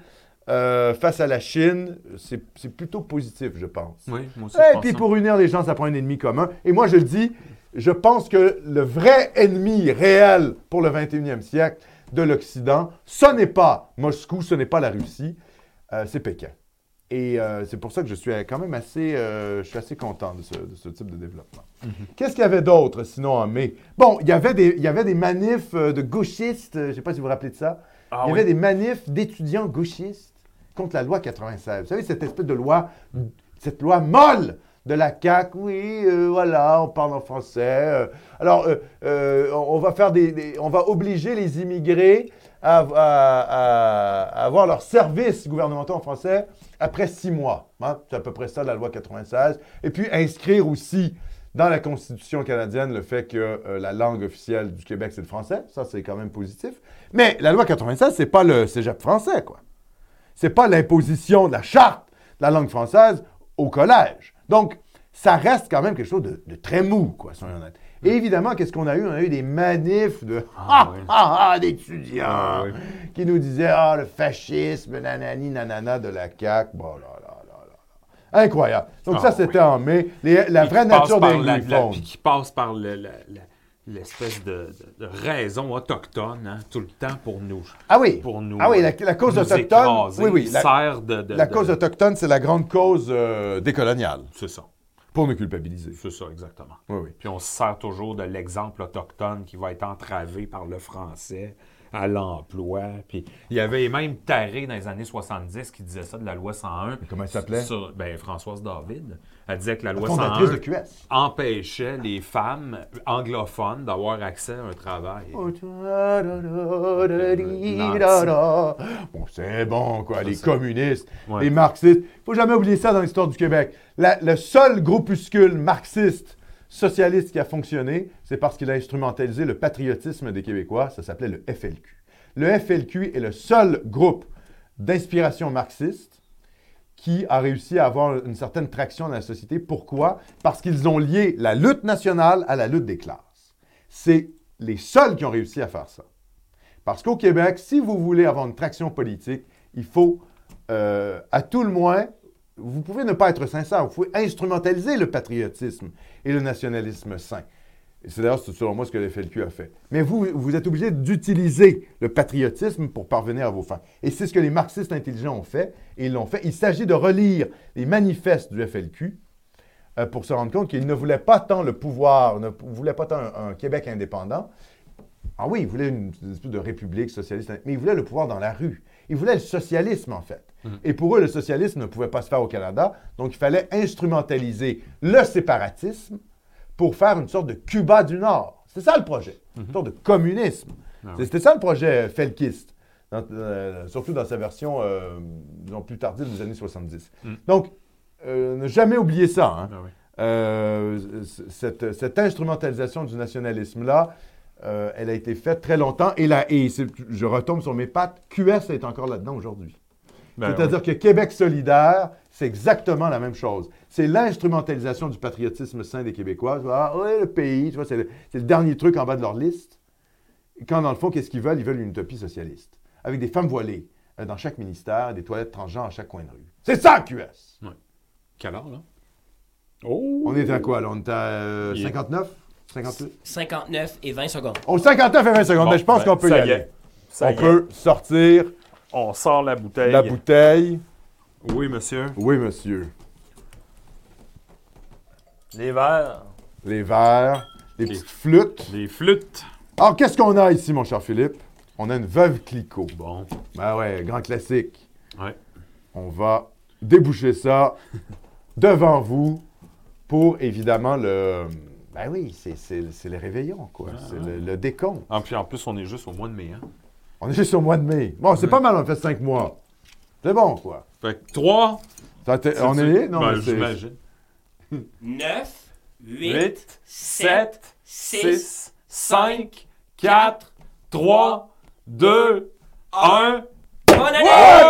Speaker 1: euh, face à la Chine. C'est c'est plutôt positif, je pense.
Speaker 2: Oui, moi aussi.
Speaker 1: Et puis pour unir les gens, ça prend un ennemi commun. Et moi, je le dis, je pense que le vrai ennemi réel pour le 21e siècle de l'Occident, ce n'est pas Moscou, ce n'est pas la Russie, euh, c'est Pékin. Et euh, c'est pour ça que je suis euh, quand même assez, euh, je suis assez content de ce, de ce type de développement. Qu'est-ce qu'il y avait d'autre, sinon, en mai? Bon, il y avait des, il y avait des manifs euh, de gauchistes, euh, je ne sais pas si vous vous rappelez de ça.
Speaker 2: Ah
Speaker 1: Il y avait des manifs d'étudiants gauchistes contre la loi 96. Vous savez, cette espèce de loi, cette loi molle de la CAQ. Oui, euh, voilà, on parle en français. euh, alors, euh, euh, on on va faire des, des- on va obliger les immigrés à, à- à- à avoir leurs services gouvernementaux en français après six mois. hein. C'est à peu près ça, la loi 96. Et puis, inscrire aussi dans la Constitution canadienne le fait que euh, la langue officielle du Québec, c'est le français. Ça, c'est quand même positif. Mais la loi 96, c'est pas le cégep français, quoi. C'est pas l'imposition de la charte de la langue française au collège. Donc, ça reste quand même quelque chose de, de très mou, quoi, soyons honnêtes. Et évidemment, qu'est-ce qu'on a eu? On a eu des manifs de
Speaker 2: Ah, oui.
Speaker 1: ah, ah, d'étudiants
Speaker 2: Ah, oui.
Speaker 1: qui nous disaient Ah, le fascisme, nanani, nanana de la CAQ. Bon, là, là, là, là. Incroyable. Donc,
Speaker 2: Ah,
Speaker 1: ça, c'était en mai. Les- la vraie nature des uniformes.
Speaker 2: Puis qui passe par le- la- la- l'espèce de, de- de raison autochtone, hein, tout le temps pour nous.
Speaker 1: Ah oui.
Speaker 2: Pour nous. euh,
Speaker 1: Ah oui, la, la cause
Speaker 2: nous
Speaker 1: autochtone.
Speaker 2: écraser,
Speaker 1: Oui, oui. La,
Speaker 2: sert de. de-
Speaker 1: la
Speaker 2: de-
Speaker 1: cause autochtone, c'est la grande cause euh, décoloniale.
Speaker 2: C'est ça.
Speaker 1: Pour nous culpabiliser.
Speaker 2: C'est ça, exactement.
Speaker 1: Oui, oui.
Speaker 2: Puis on se sert toujours de l'exemple autochtone qui va être entravé par le français à l'emploi. Puis il y avait même Taré dans les années 70 qui disait ça de la loi 101.
Speaker 1: Mais comment elle s'appelait?
Speaker 2: Sur- ben, Françoise David. Elle disait que la loi
Speaker 1: Fondatrice
Speaker 2: 101
Speaker 1: de QS.
Speaker 2: empêchait les femmes anglophones d'avoir accès à un travail.
Speaker 1: Oh. Bon, c'est bon, quoi. Les communistes,
Speaker 2: Ouais.
Speaker 1: les marxistes. faut jamais oublier ça dans l'histoire du Québec. La- le seul groupuscule marxiste socialiste qui a fonctionné, c'est parce qu'il a instrumentalisé le patriotisme des Québécois. Ça s'appelait le FLQ. Le FLQ est le seul groupe d'inspiration marxiste qui a réussi à avoir une certaine traction dans la société. Pourquoi? Parce qu'ils ont lié la lutte nationale à la lutte des classes. C'est les seuls qui ont réussi à faire ça. Parce qu'au Québec, si vous voulez avoir une traction politique, il faut, euh, à tout le moins, vous pouvez ne pas être sincère, vous pouvez instrumentaliser le patriotisme et le nationalisme sain. Et C'est d'ailleurs, selon moi, ce que le FLQ a fait. Mais vous, vous êtes obligé d'utiliser le patriotisme pour parvenir à vos fins. Et c'est ce que les marxistes intelligents ont fait, et ils l'ont fait. Il s'agit de relire les manifestes du FLQ euh, pour se rendre compte qu'ils ne voulaient pas tant le pouvoir, ne p- voulaient pas tant un, un Québec indépendant. Ah oui, ils voulaient une, une espèce de république socialiste, mais ils voulaient le pouvoir dans la rue. Ils voulaient le socialisme, en fait.
Speaker 2: Mm.
Speaker 1: Et pour eux, le socialisme ne pouvait pas se faire au Canada, donc il fallait instrumentaliser le séparatisme pour faire une sorte de Cuba du Nord. C'est ça le projet, une sorte de communisme.
Speaker 2: Mm-hmm. Ah
Speaker 1: C'est- C'était ça le projet euh, felkiste, dans- euh, surtout dans sa version euh, disons, plus tardive des années 70.
Speaker 2: Mm.
Speaker 1: Donc, euh, ne jamais oublier ça. hein.
Speaker 2: Ah oui.
Speaker 1: Euh, c- cette, cette instrumentalisation du nationalisme-là, euh, elle a été faite très longtemps. Et, là, et c'est- je retombe sur mes pattes, QS est encore là-dedans aujourd'hui.
Speaker 2: Ben
Speaker 1: C'est-à-dire que Québec solidaire, c'est exactement la même chose. C'est l'instrumentalisation du patriotisme sain des Québécois. Tu vois, Ah, ouais, le pays, tu vois, c'est le, c'est le dernier truc en bas de leur liste. Quand, dans le fond, qu'est-ce qu'ils veulent? Ils veulent une utopie socialiste, avec des femmes voilées euh, dans chaque ministère, des toilettes transgenres à chaque coin de rue. C'est ça, QS!
Speaker 2: Quelle heure, là? Oh!
Speaker 1: On est à quoi, là? On est à euh,
Speaker 2: Il est-
Speaker 1: 59? 58?
Speaker 3: 59 et 20 secondes.
Speaker 1: Au 59 Oh, et 20 secondes,
Speaker 2: Bon,
Speaker 1: ben, je pense
Speaker 2: ben,
Speaker 1: qu'on peut y,
Speaker 2: ça y est.
Speaker 1: aller.
Speaker 2: Ça
Speaker 1: on
Speaker 2: y est.
Speaker 1: peut sortir
Speaker 2: On sort la bouteille.
Speaker 1: la bouteille.
Speaker 2: Oui, monsieur.
Speaker 1: Oui, monsieur.
Speaker 2: Les verres.
Speaker 1: Les verres, les
Speaker 2: Les-
Speaker 1: petites flûtes.
Speaker 2: Les flûtes.
Speaker 1: Alors, qu'est-ce qu'on a ici, mon cher Philippe? On a une veuve Clicquot.
Speaker 2: Bon.
Speaker 1: Ben ouais, grand classique.
Speaker 2: Ouais.
Speaker 1: On va déboucher ça devant vous pour, évidemment, le, Ben oui, c'est- c'est c'est le réveillon, quoi.
Speaker 2: Ah.
Speaker 1: c'est le, le décompte.
Speaker 2: En, Ah, puis en plus, on est juste au mois de mai. Hein?
Speaker 1: On est juste au mois de mai. Bon, c'est
Speaker 2: Mm.
Speaker 1: pas mal, on a fait cinq mois. C'est bon, quoi.
Speaker 2: Fait que 3,
Speaker 1: Ça t'est- on est là? Non,
Speaker 2: ben,
Speaker 1: mais c'est-
Speaker 2: j'imagine.
Speaker 3: 9, 8,
Speaker 2: 8,
Speaker 3: 7,
Speaker 2: 7,
Speaker 3: 6,
Speaker 2: 6, 5, 4, 3, 2, 1.
Speaker 3: Bonne
Speaker 1: Ouais,
Speaker 3: année!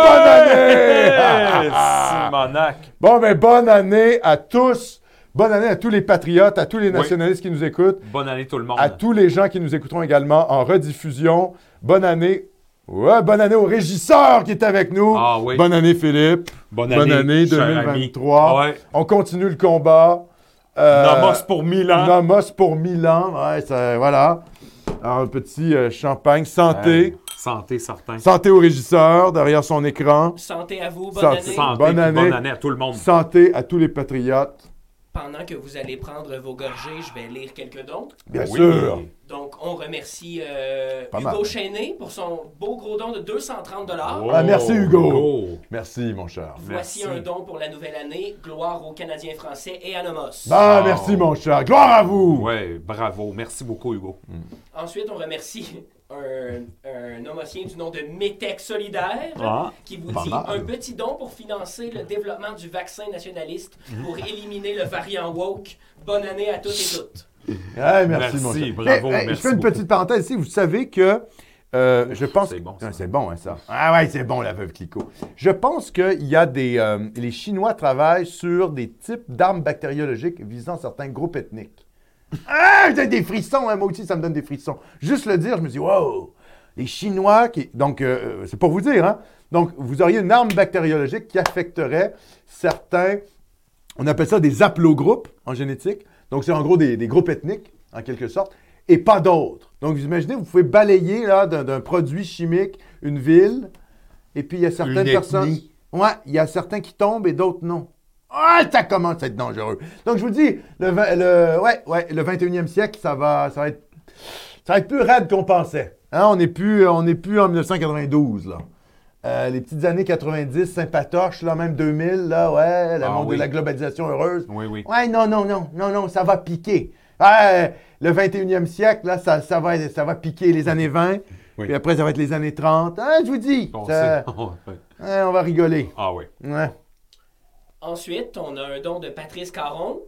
Speaker 1: bonne année!
Speaker 2: Simonac.
Speaker 1: Bon, ben bonne année à tous. Bonne année à tous les patriotes, à tous les
Speaker 2: Oui. Ah.
Speaker 1: nationalistes qui nous écoutent,
Speaker 2: Bonne année tout le monde.
Speaker 1: à tous les gens qui nous écouteront également en rediffusion. Bonne année. Ouais, bonne année au régisseur qui est avec nous.
Speaker 2: Ah oui.
Speaker 1: Bonne année, Philippe.
Speaker 2: Bonne
Speaker 1: Bonne année
Speaker 2: cher ami. Ah
Speaker 1: 2023.
Speaker 2: Ouais.
Speaker 1: On continue le combat. Euh,
Speaker 2: Namos pour Milan.
Speaker 1: Nomos pour Milan. Ouais, ça- voilà. Alors, un petit euh, champagne. Santé.
Speaker 2: Ouais. Santé, certain.
Speaker 1: Santé au régisseur derrière son écran.
Speaker 3: Santé à vous, bonne
Speaker 1: Santé.
Speaker 3: année.
Speaker 2: Santé,
Speaker 1: Bonne
Speaker 2: puis
Speaker 1: année.
Speaker 2: bonne année à tout le monde.
Speaker 1: Santé à tous les patriotes.
Speaker 3: Pendant que vous allez prendre vos gorgées, je vais lire quelques dons.
Speaker 1: Bien
Speaker 2: Ah Oui.
Speaker 1: sûr.
Speaker 3: Donc, on remercie euh,
Speaker 1: Pas
Speaker 3: Hugo
Speaker 1: mal.
Speaker 3: Chenet pour son beau gros don de 230
Speaker 2: Oh,
Speaker 1: Ah, merci, Hugo. Merci, mon cher.
Speaker 3: Voici
Speaker 2: merci.
Speaker 3: un don pour la nouvelle année. Gloire aux Canadiens français et à Nomos.
Speaker 1: Bah,
Speaker 2: Oh.
Speaker 1: merci, mon cher. Gloire à vous.
Speaker 2: Ouais, bravo. Merci beaucoup, Hugo.
Speaker 3: Ensuite, on remercie un, un nomocien du nom de Métec Solidaire
Speaker 2: Ah,
Speaker 3: qui vous
Speaker 1: pas
Speaker 3: dit
Speaker 1: mal.
Speaker 3: un petit don pour financer le développement du vaccin nationaliste pour
Speaker 2: Mm-hmm.
Speaker 3: éliminer le variant woke. Bonne année à tous et toutes.
Speaker 1: Ouais, merci,
Speaker 2: Merci,
Speaker 1: mon cher.
Speaker 2: bravo,
Speaker 1: je
Speaker 2: merci
Speaker 1: fais une
Speaker 2: beaucoup.
Speaker 1: petite parenthèse ici. Vous savez que euh, je pense.
Speaker 2: c'est bon, ça.
Speaker 1: Ouais, c'est bon, hein, ça. Ah ouais, c'est bon, la veuve Clicquot. Je pense qu'il y a des. euh, les Chinois travaillent sur des types d'armes bactériologiques visant certains groupes ethniques. Ah, j'ai des frissons, hein, moi aussi, ça me donne des frissons. Juste le dire, je me dis, wow! Les Chinois qui. Donc, euh, c'est pour vous dire, hein. Donc, vous auriez une arme bactériologique qui affecterait certains. On appelle ça des haplogroupes en génétique. Donc, c'est en gros des, des groupes ethniques, en quelque sorte, et pas d'autres. Donc, vous imaginez, vous pouvez balayer là, d'un, d'un produit chimique une ville, et puis il y a certaines
Speaker 2: Une
Speaker 1: personnes.
Speaker 2: ethnie.
Speaker 1: Ouais, il y a certains qui tombent et d'autres non. Ah, ça commence à être dangereux. Donc, je vous dis, le, vingt- le, ouais, ouais, le 21e siècle, ça va, ça va être ça va être plus raide qu'on pensait. Hein, on n'est plus, on n'est plus en 1992, là. Euh, les petites années 90, sympatoches, là, même 2000, là, ouais, le
Speaker 2: Ah
Speaker 1: monde
Speaker 2: oui.
Speaker 1: de la globalisation heureuse.
Speaker 2: Oui, oui.
Speaker 1: Ouais, non, non, non, non, non, ça va piquer. Ouais, le 21e siècle, là, ça, ça va, ça va piquer les années 20,
Speaker 2: Oui.
Speaker 1: puis après, ça va être les années 30. Ah, je vous dis,
Speaker 2: On
Speaker 1: ça-
Speaker 2: sait.
Speaker 1: ouais, on va rigoler.
Speaker 2: ah oui.
Speaker 1: Ouais.
Speaker 3: Ensuite, on a un don de Patrice Caron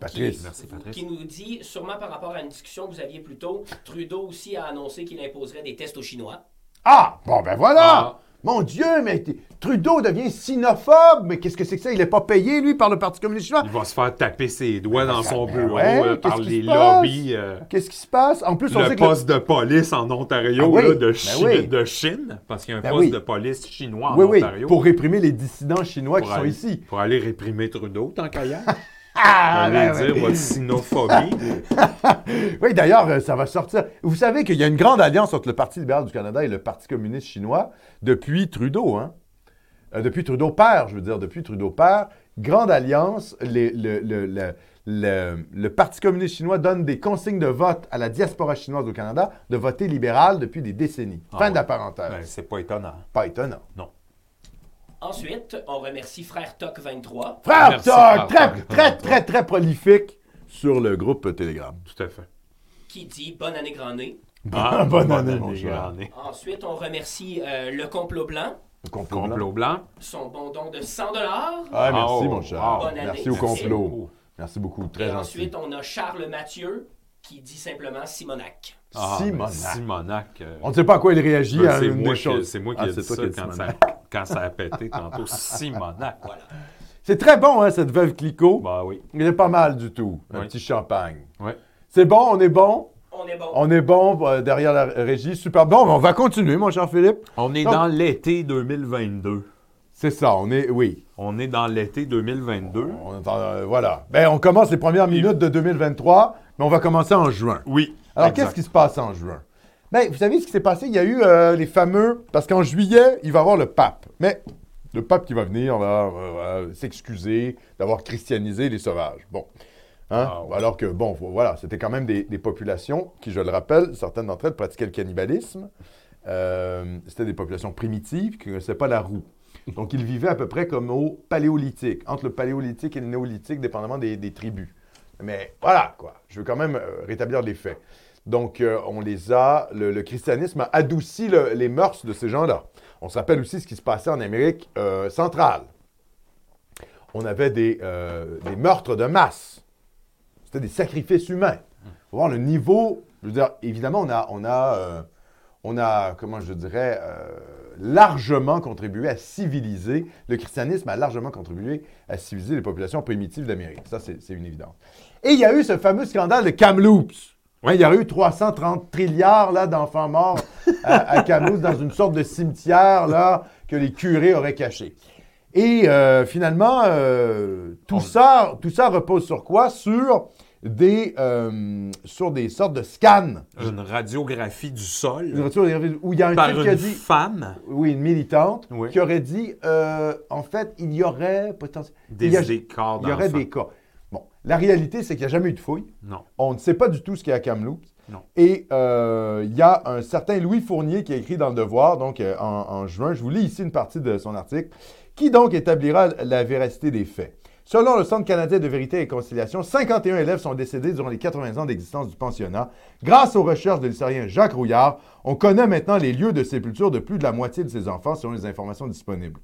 Speaker 1: Patrice.
Speaker 2: Merci, Patrice.
Speaker 3: qui nous dit, sûrement par rapport à une discussion que vous aviez plus tôt, Trudeau aussi a annoncé qu'il imposerait des tests aux Chinois.
Speaker 1: Ah, bon, ben voilà!
Speaker 2: Ah.
Speaker 1: Mon Dieu, mais t- Trudeau devient sinophobe! Mais qu'est-ce que c'est que ça? Il n'est pas payé, lui, par le Parti communiste chinois?
Speaker 2: Il va se faire taper ses doigts dans
Speaker 1: ça-
Speaker 2: son
Speaker 1: ben
Speaker 2: bureau
Speaker 1: ouais,
Speaker 2: euh, par
Speaker 1: qu'est-ce qui
Speaker 2: les
Speaker 1: se passe?
Speaker 2: lobbies. euh,
Speaker 1: Qu'est-ce qui se passe? En plus, on sait
Speaker 2: le
Speaker 1: que le-
Speaker 2: poste de police en Ontario,
Speaker 1: Ah oui,
Speaker 2: là, de,
Speaker 1: ben
Speaker 2: Chi-
Speaker 1: oui.
Speaker 2: de Chine, parce qu'il y a un
Speaker 1: Ben
Speaker 2: poste
Speaker 1: oui.
Speaker 2: de police chinois en
Speaker 1: Oui, oui,
Speaker 2: Ontario.
Speaker 1: pour réprimer les dissidents chinois
Speaker 2: pour
Speaker 1: qui sont
Speaker 2: aller-
Speaker 1: ici.
Speaker 2: Pour aller réprimer Trudeau, tant qu'à y aller.
Speaker 1: Ah,
Speaker 2: Allez
Speaker 1: ben ouais.
Speaker 2: dire votre sinophobie.
Speaker 1: Oui, d'ailleurs, euh, ça va sortir. Vous savez qu'il y a une grande alliance entre le Parti libéral du Canada et le Parti communiste chinois depuis Trudeau, hein? Euh, depuis Trudeau père, je veux dire, depuis Trudeau père. Grande alliance, les- le, le- le- le- le Parti communiste chinois donne des consignes de vote à la diaspora chinoise au Canada de voter libéral depuis des décennies.
Speaker 2: Ah
Speaker 1: fin de
Speaker 2: ouais.
Speaker 1: la parenthèse.
Speaker 2: Ben, c'est pas étonnant.
Speaker 1: Pas étonnant.
Speaker 3: Ensuite, on remercie Frère Toc 23
Speaker 1: Frère
Speaker 2: Merci,
Speaker 1: Toc,
Speaker 2: Frère
Speaker 1: très,
Speaker 2: Toc.
Speaker 1: très, très, très prolifique sur le groupe Telegram.
Speaker 2: Tout à fait.
Speaker 3: qui dit Bonne année grand nez.
Speaker 2: Ah,
Speaker 1: bonne année, mon cher.
Speaker 2: grand nez.
Speaker 3: Ensuite, on remercie euh, le complot blanc,
Speaker 1: Complot.
Speaker 2: Complot blanc.
Speaker 3: son bon don de 100
Speaker 1: Ah, merci,
Speaker 2: Oh,
Speaker 1: mon cher.
Speaker 2: wow.
Speaker 3: Bonne année.
Speaker 1: Merci au
Speaker 3: Merci
Speaker 1: complot.
Speaker 2: beaucoup.
Speaker 1: Merci beaucoup.
Speaker 3: Et
Speaker 1: Très gentil.
Speaker 3: ensuite, on a Charles Mathieu qui dit simplement Simonac.
Speaker 2: Ah, ben,
Speaker 1: Simonac.
Speaker 2: Simonac. euh,
Speaker 1: On ne sait pas à quoi il réagit.
Speaker 2: ben,
Speaker 1: à
Speaker 2: c'est
Speaker 1: une
Speaker 2: moi,
Speaker 1: des
Speaker 2: qui-
Speaker 1: choses.
Speaker 2: c'est moi qui
Speaker 1: Ah,
Speaker 2: ai dit
Speaker 1: c'est toi
Speaker 2: ça
Speaker 1: qui as dit
Speaker 2: quand, ça
Speaker 1: Simonac.
Speaker 2: quand ça a pété tantôt. Simonac, voilà.
Speaker 1: C'est très bon, hein, cette veuve Clicot.
Speaker 2: Bah oui.
Speaker 1: Il est pas mal du tout. Un
Speaker 2: Oui.
Speaker 1: petit champagne.
Speaker 2: Ouais.
Speaker 1: C'est bon, on est bon.
Speaker 3: On est bon.
Speaker 1: On est bon euh, derrière la régie. Super bon. On va continuer, mon cher Philippe.
Speaker 2: On est
Speaker 1: Donc-
Speaker 2: dans l'été 2022.
Speaker 1: C'est ça, on est. Oui.
Speaker 2: On est dans l'été 2022.
Speaker 1: On est en- euh, voilà. Ben, on commence les premières minutes de 2023, mais on va commencer en juin.
Speaker 2: Oui.
Speaker 1: Alors,
Speaker 2: exact.
Speaker 1: qu'est-ce qui se passe en juin? Ben, vous savez ce qui s'est passé? Il y a eu euh, les fameux. Parce qu'en juillet, il va y avoir le pape. Mais le pape qui va venir va euh, euh, s'excuser d'avoir christianisé les sauvages. Bon. Hein?
Speaker 2: Ah ouais.
Speaker 1: Alors que, bon, vo- voilà, c'était quand même des, des populations qui, je le rappelle, certaines d'entre elles pratiquaient le cannibalisme. Euh, c'était des populations primitives qui ne connaissaient pas la roue. Donc, ils vivaient à peu près comme au paléolithique, entre le paléolithique et le néolithique, dépendamment des, des tribus. Mais voilà, quoi. Je veux quand même euh, rétablir les faits. Donc, euh, on les a. Le, le christianisme a adouci le- les mœurs de ces gens-là. On se rappelle aussi ce qui se passait en Amérique euh, centrale. On avait des, euh, des meurtres de masse. C'était des sacrifices humains. Faut voir le niveau. Je veux dire, évidemment, on a, on a, euh, on a comment je dirais, euh, largement contribué à civiliser. Le christianisme a largement contribué à civiliser les populations primitives d'Amérique. Ça, c'est c'est une évidence. Et il y a eu ce fameux scandale de Kamloops. Ouais, il y a eu 330 trilliards là, d'enfants morts à, à Kamloops dans une sorte de cimetière là, que les curés auraient caché. Et euh, finalement, euh, tout, ça, tout ça repose sur quoi? Sur des, euh, sur des sortes de scans.
Speaker 2: Une radiographie du
Speaker 1: Une
Speaker 2: sol
Speaker 1: retour- Où il y a un
Speaker 2: par
Speaker 1: type qui a
Speaker 2: une
Speaker 1: dit
Speaker 2: femme
Speaker 1: oui, une militante,
Speaker 2: Oui.
Speaker 1: qui aurait dit, euh, en fait, il y aurait potentiellement...
Speaker 2: des
Speaker 1: Il y a-
Speaker 2: des corps
Speaker 1: Il y aurait
Speaker 2: d'enfants.
Speaker 1: des cas. Bon, la réalité, c'est qu'il n'y a jamais eu de fouille.
Speaker 2: Non.
Speaker 1: On ne sait pas du tout ce qu'il y a à Kamloops.
Speaker 2: Non.
Speaker 1: Et euh, il y a un certain Louis Fournier qui a écrit dans Le Devoir, donc euh, en, en juin, je vous lis ici une partie de son article, qui donc établira la véracité des faits. Selon le Centre canadien de vérité et conciliation, 51 élèves sont décédés durant les 80 ans d'existence du pensionnat. Grâce aux recherches de l'historien Jacques Rouillard, on connaît maintenant les lieux de sépulture de plus de la moitié de ces enfants selon les informations disponibles.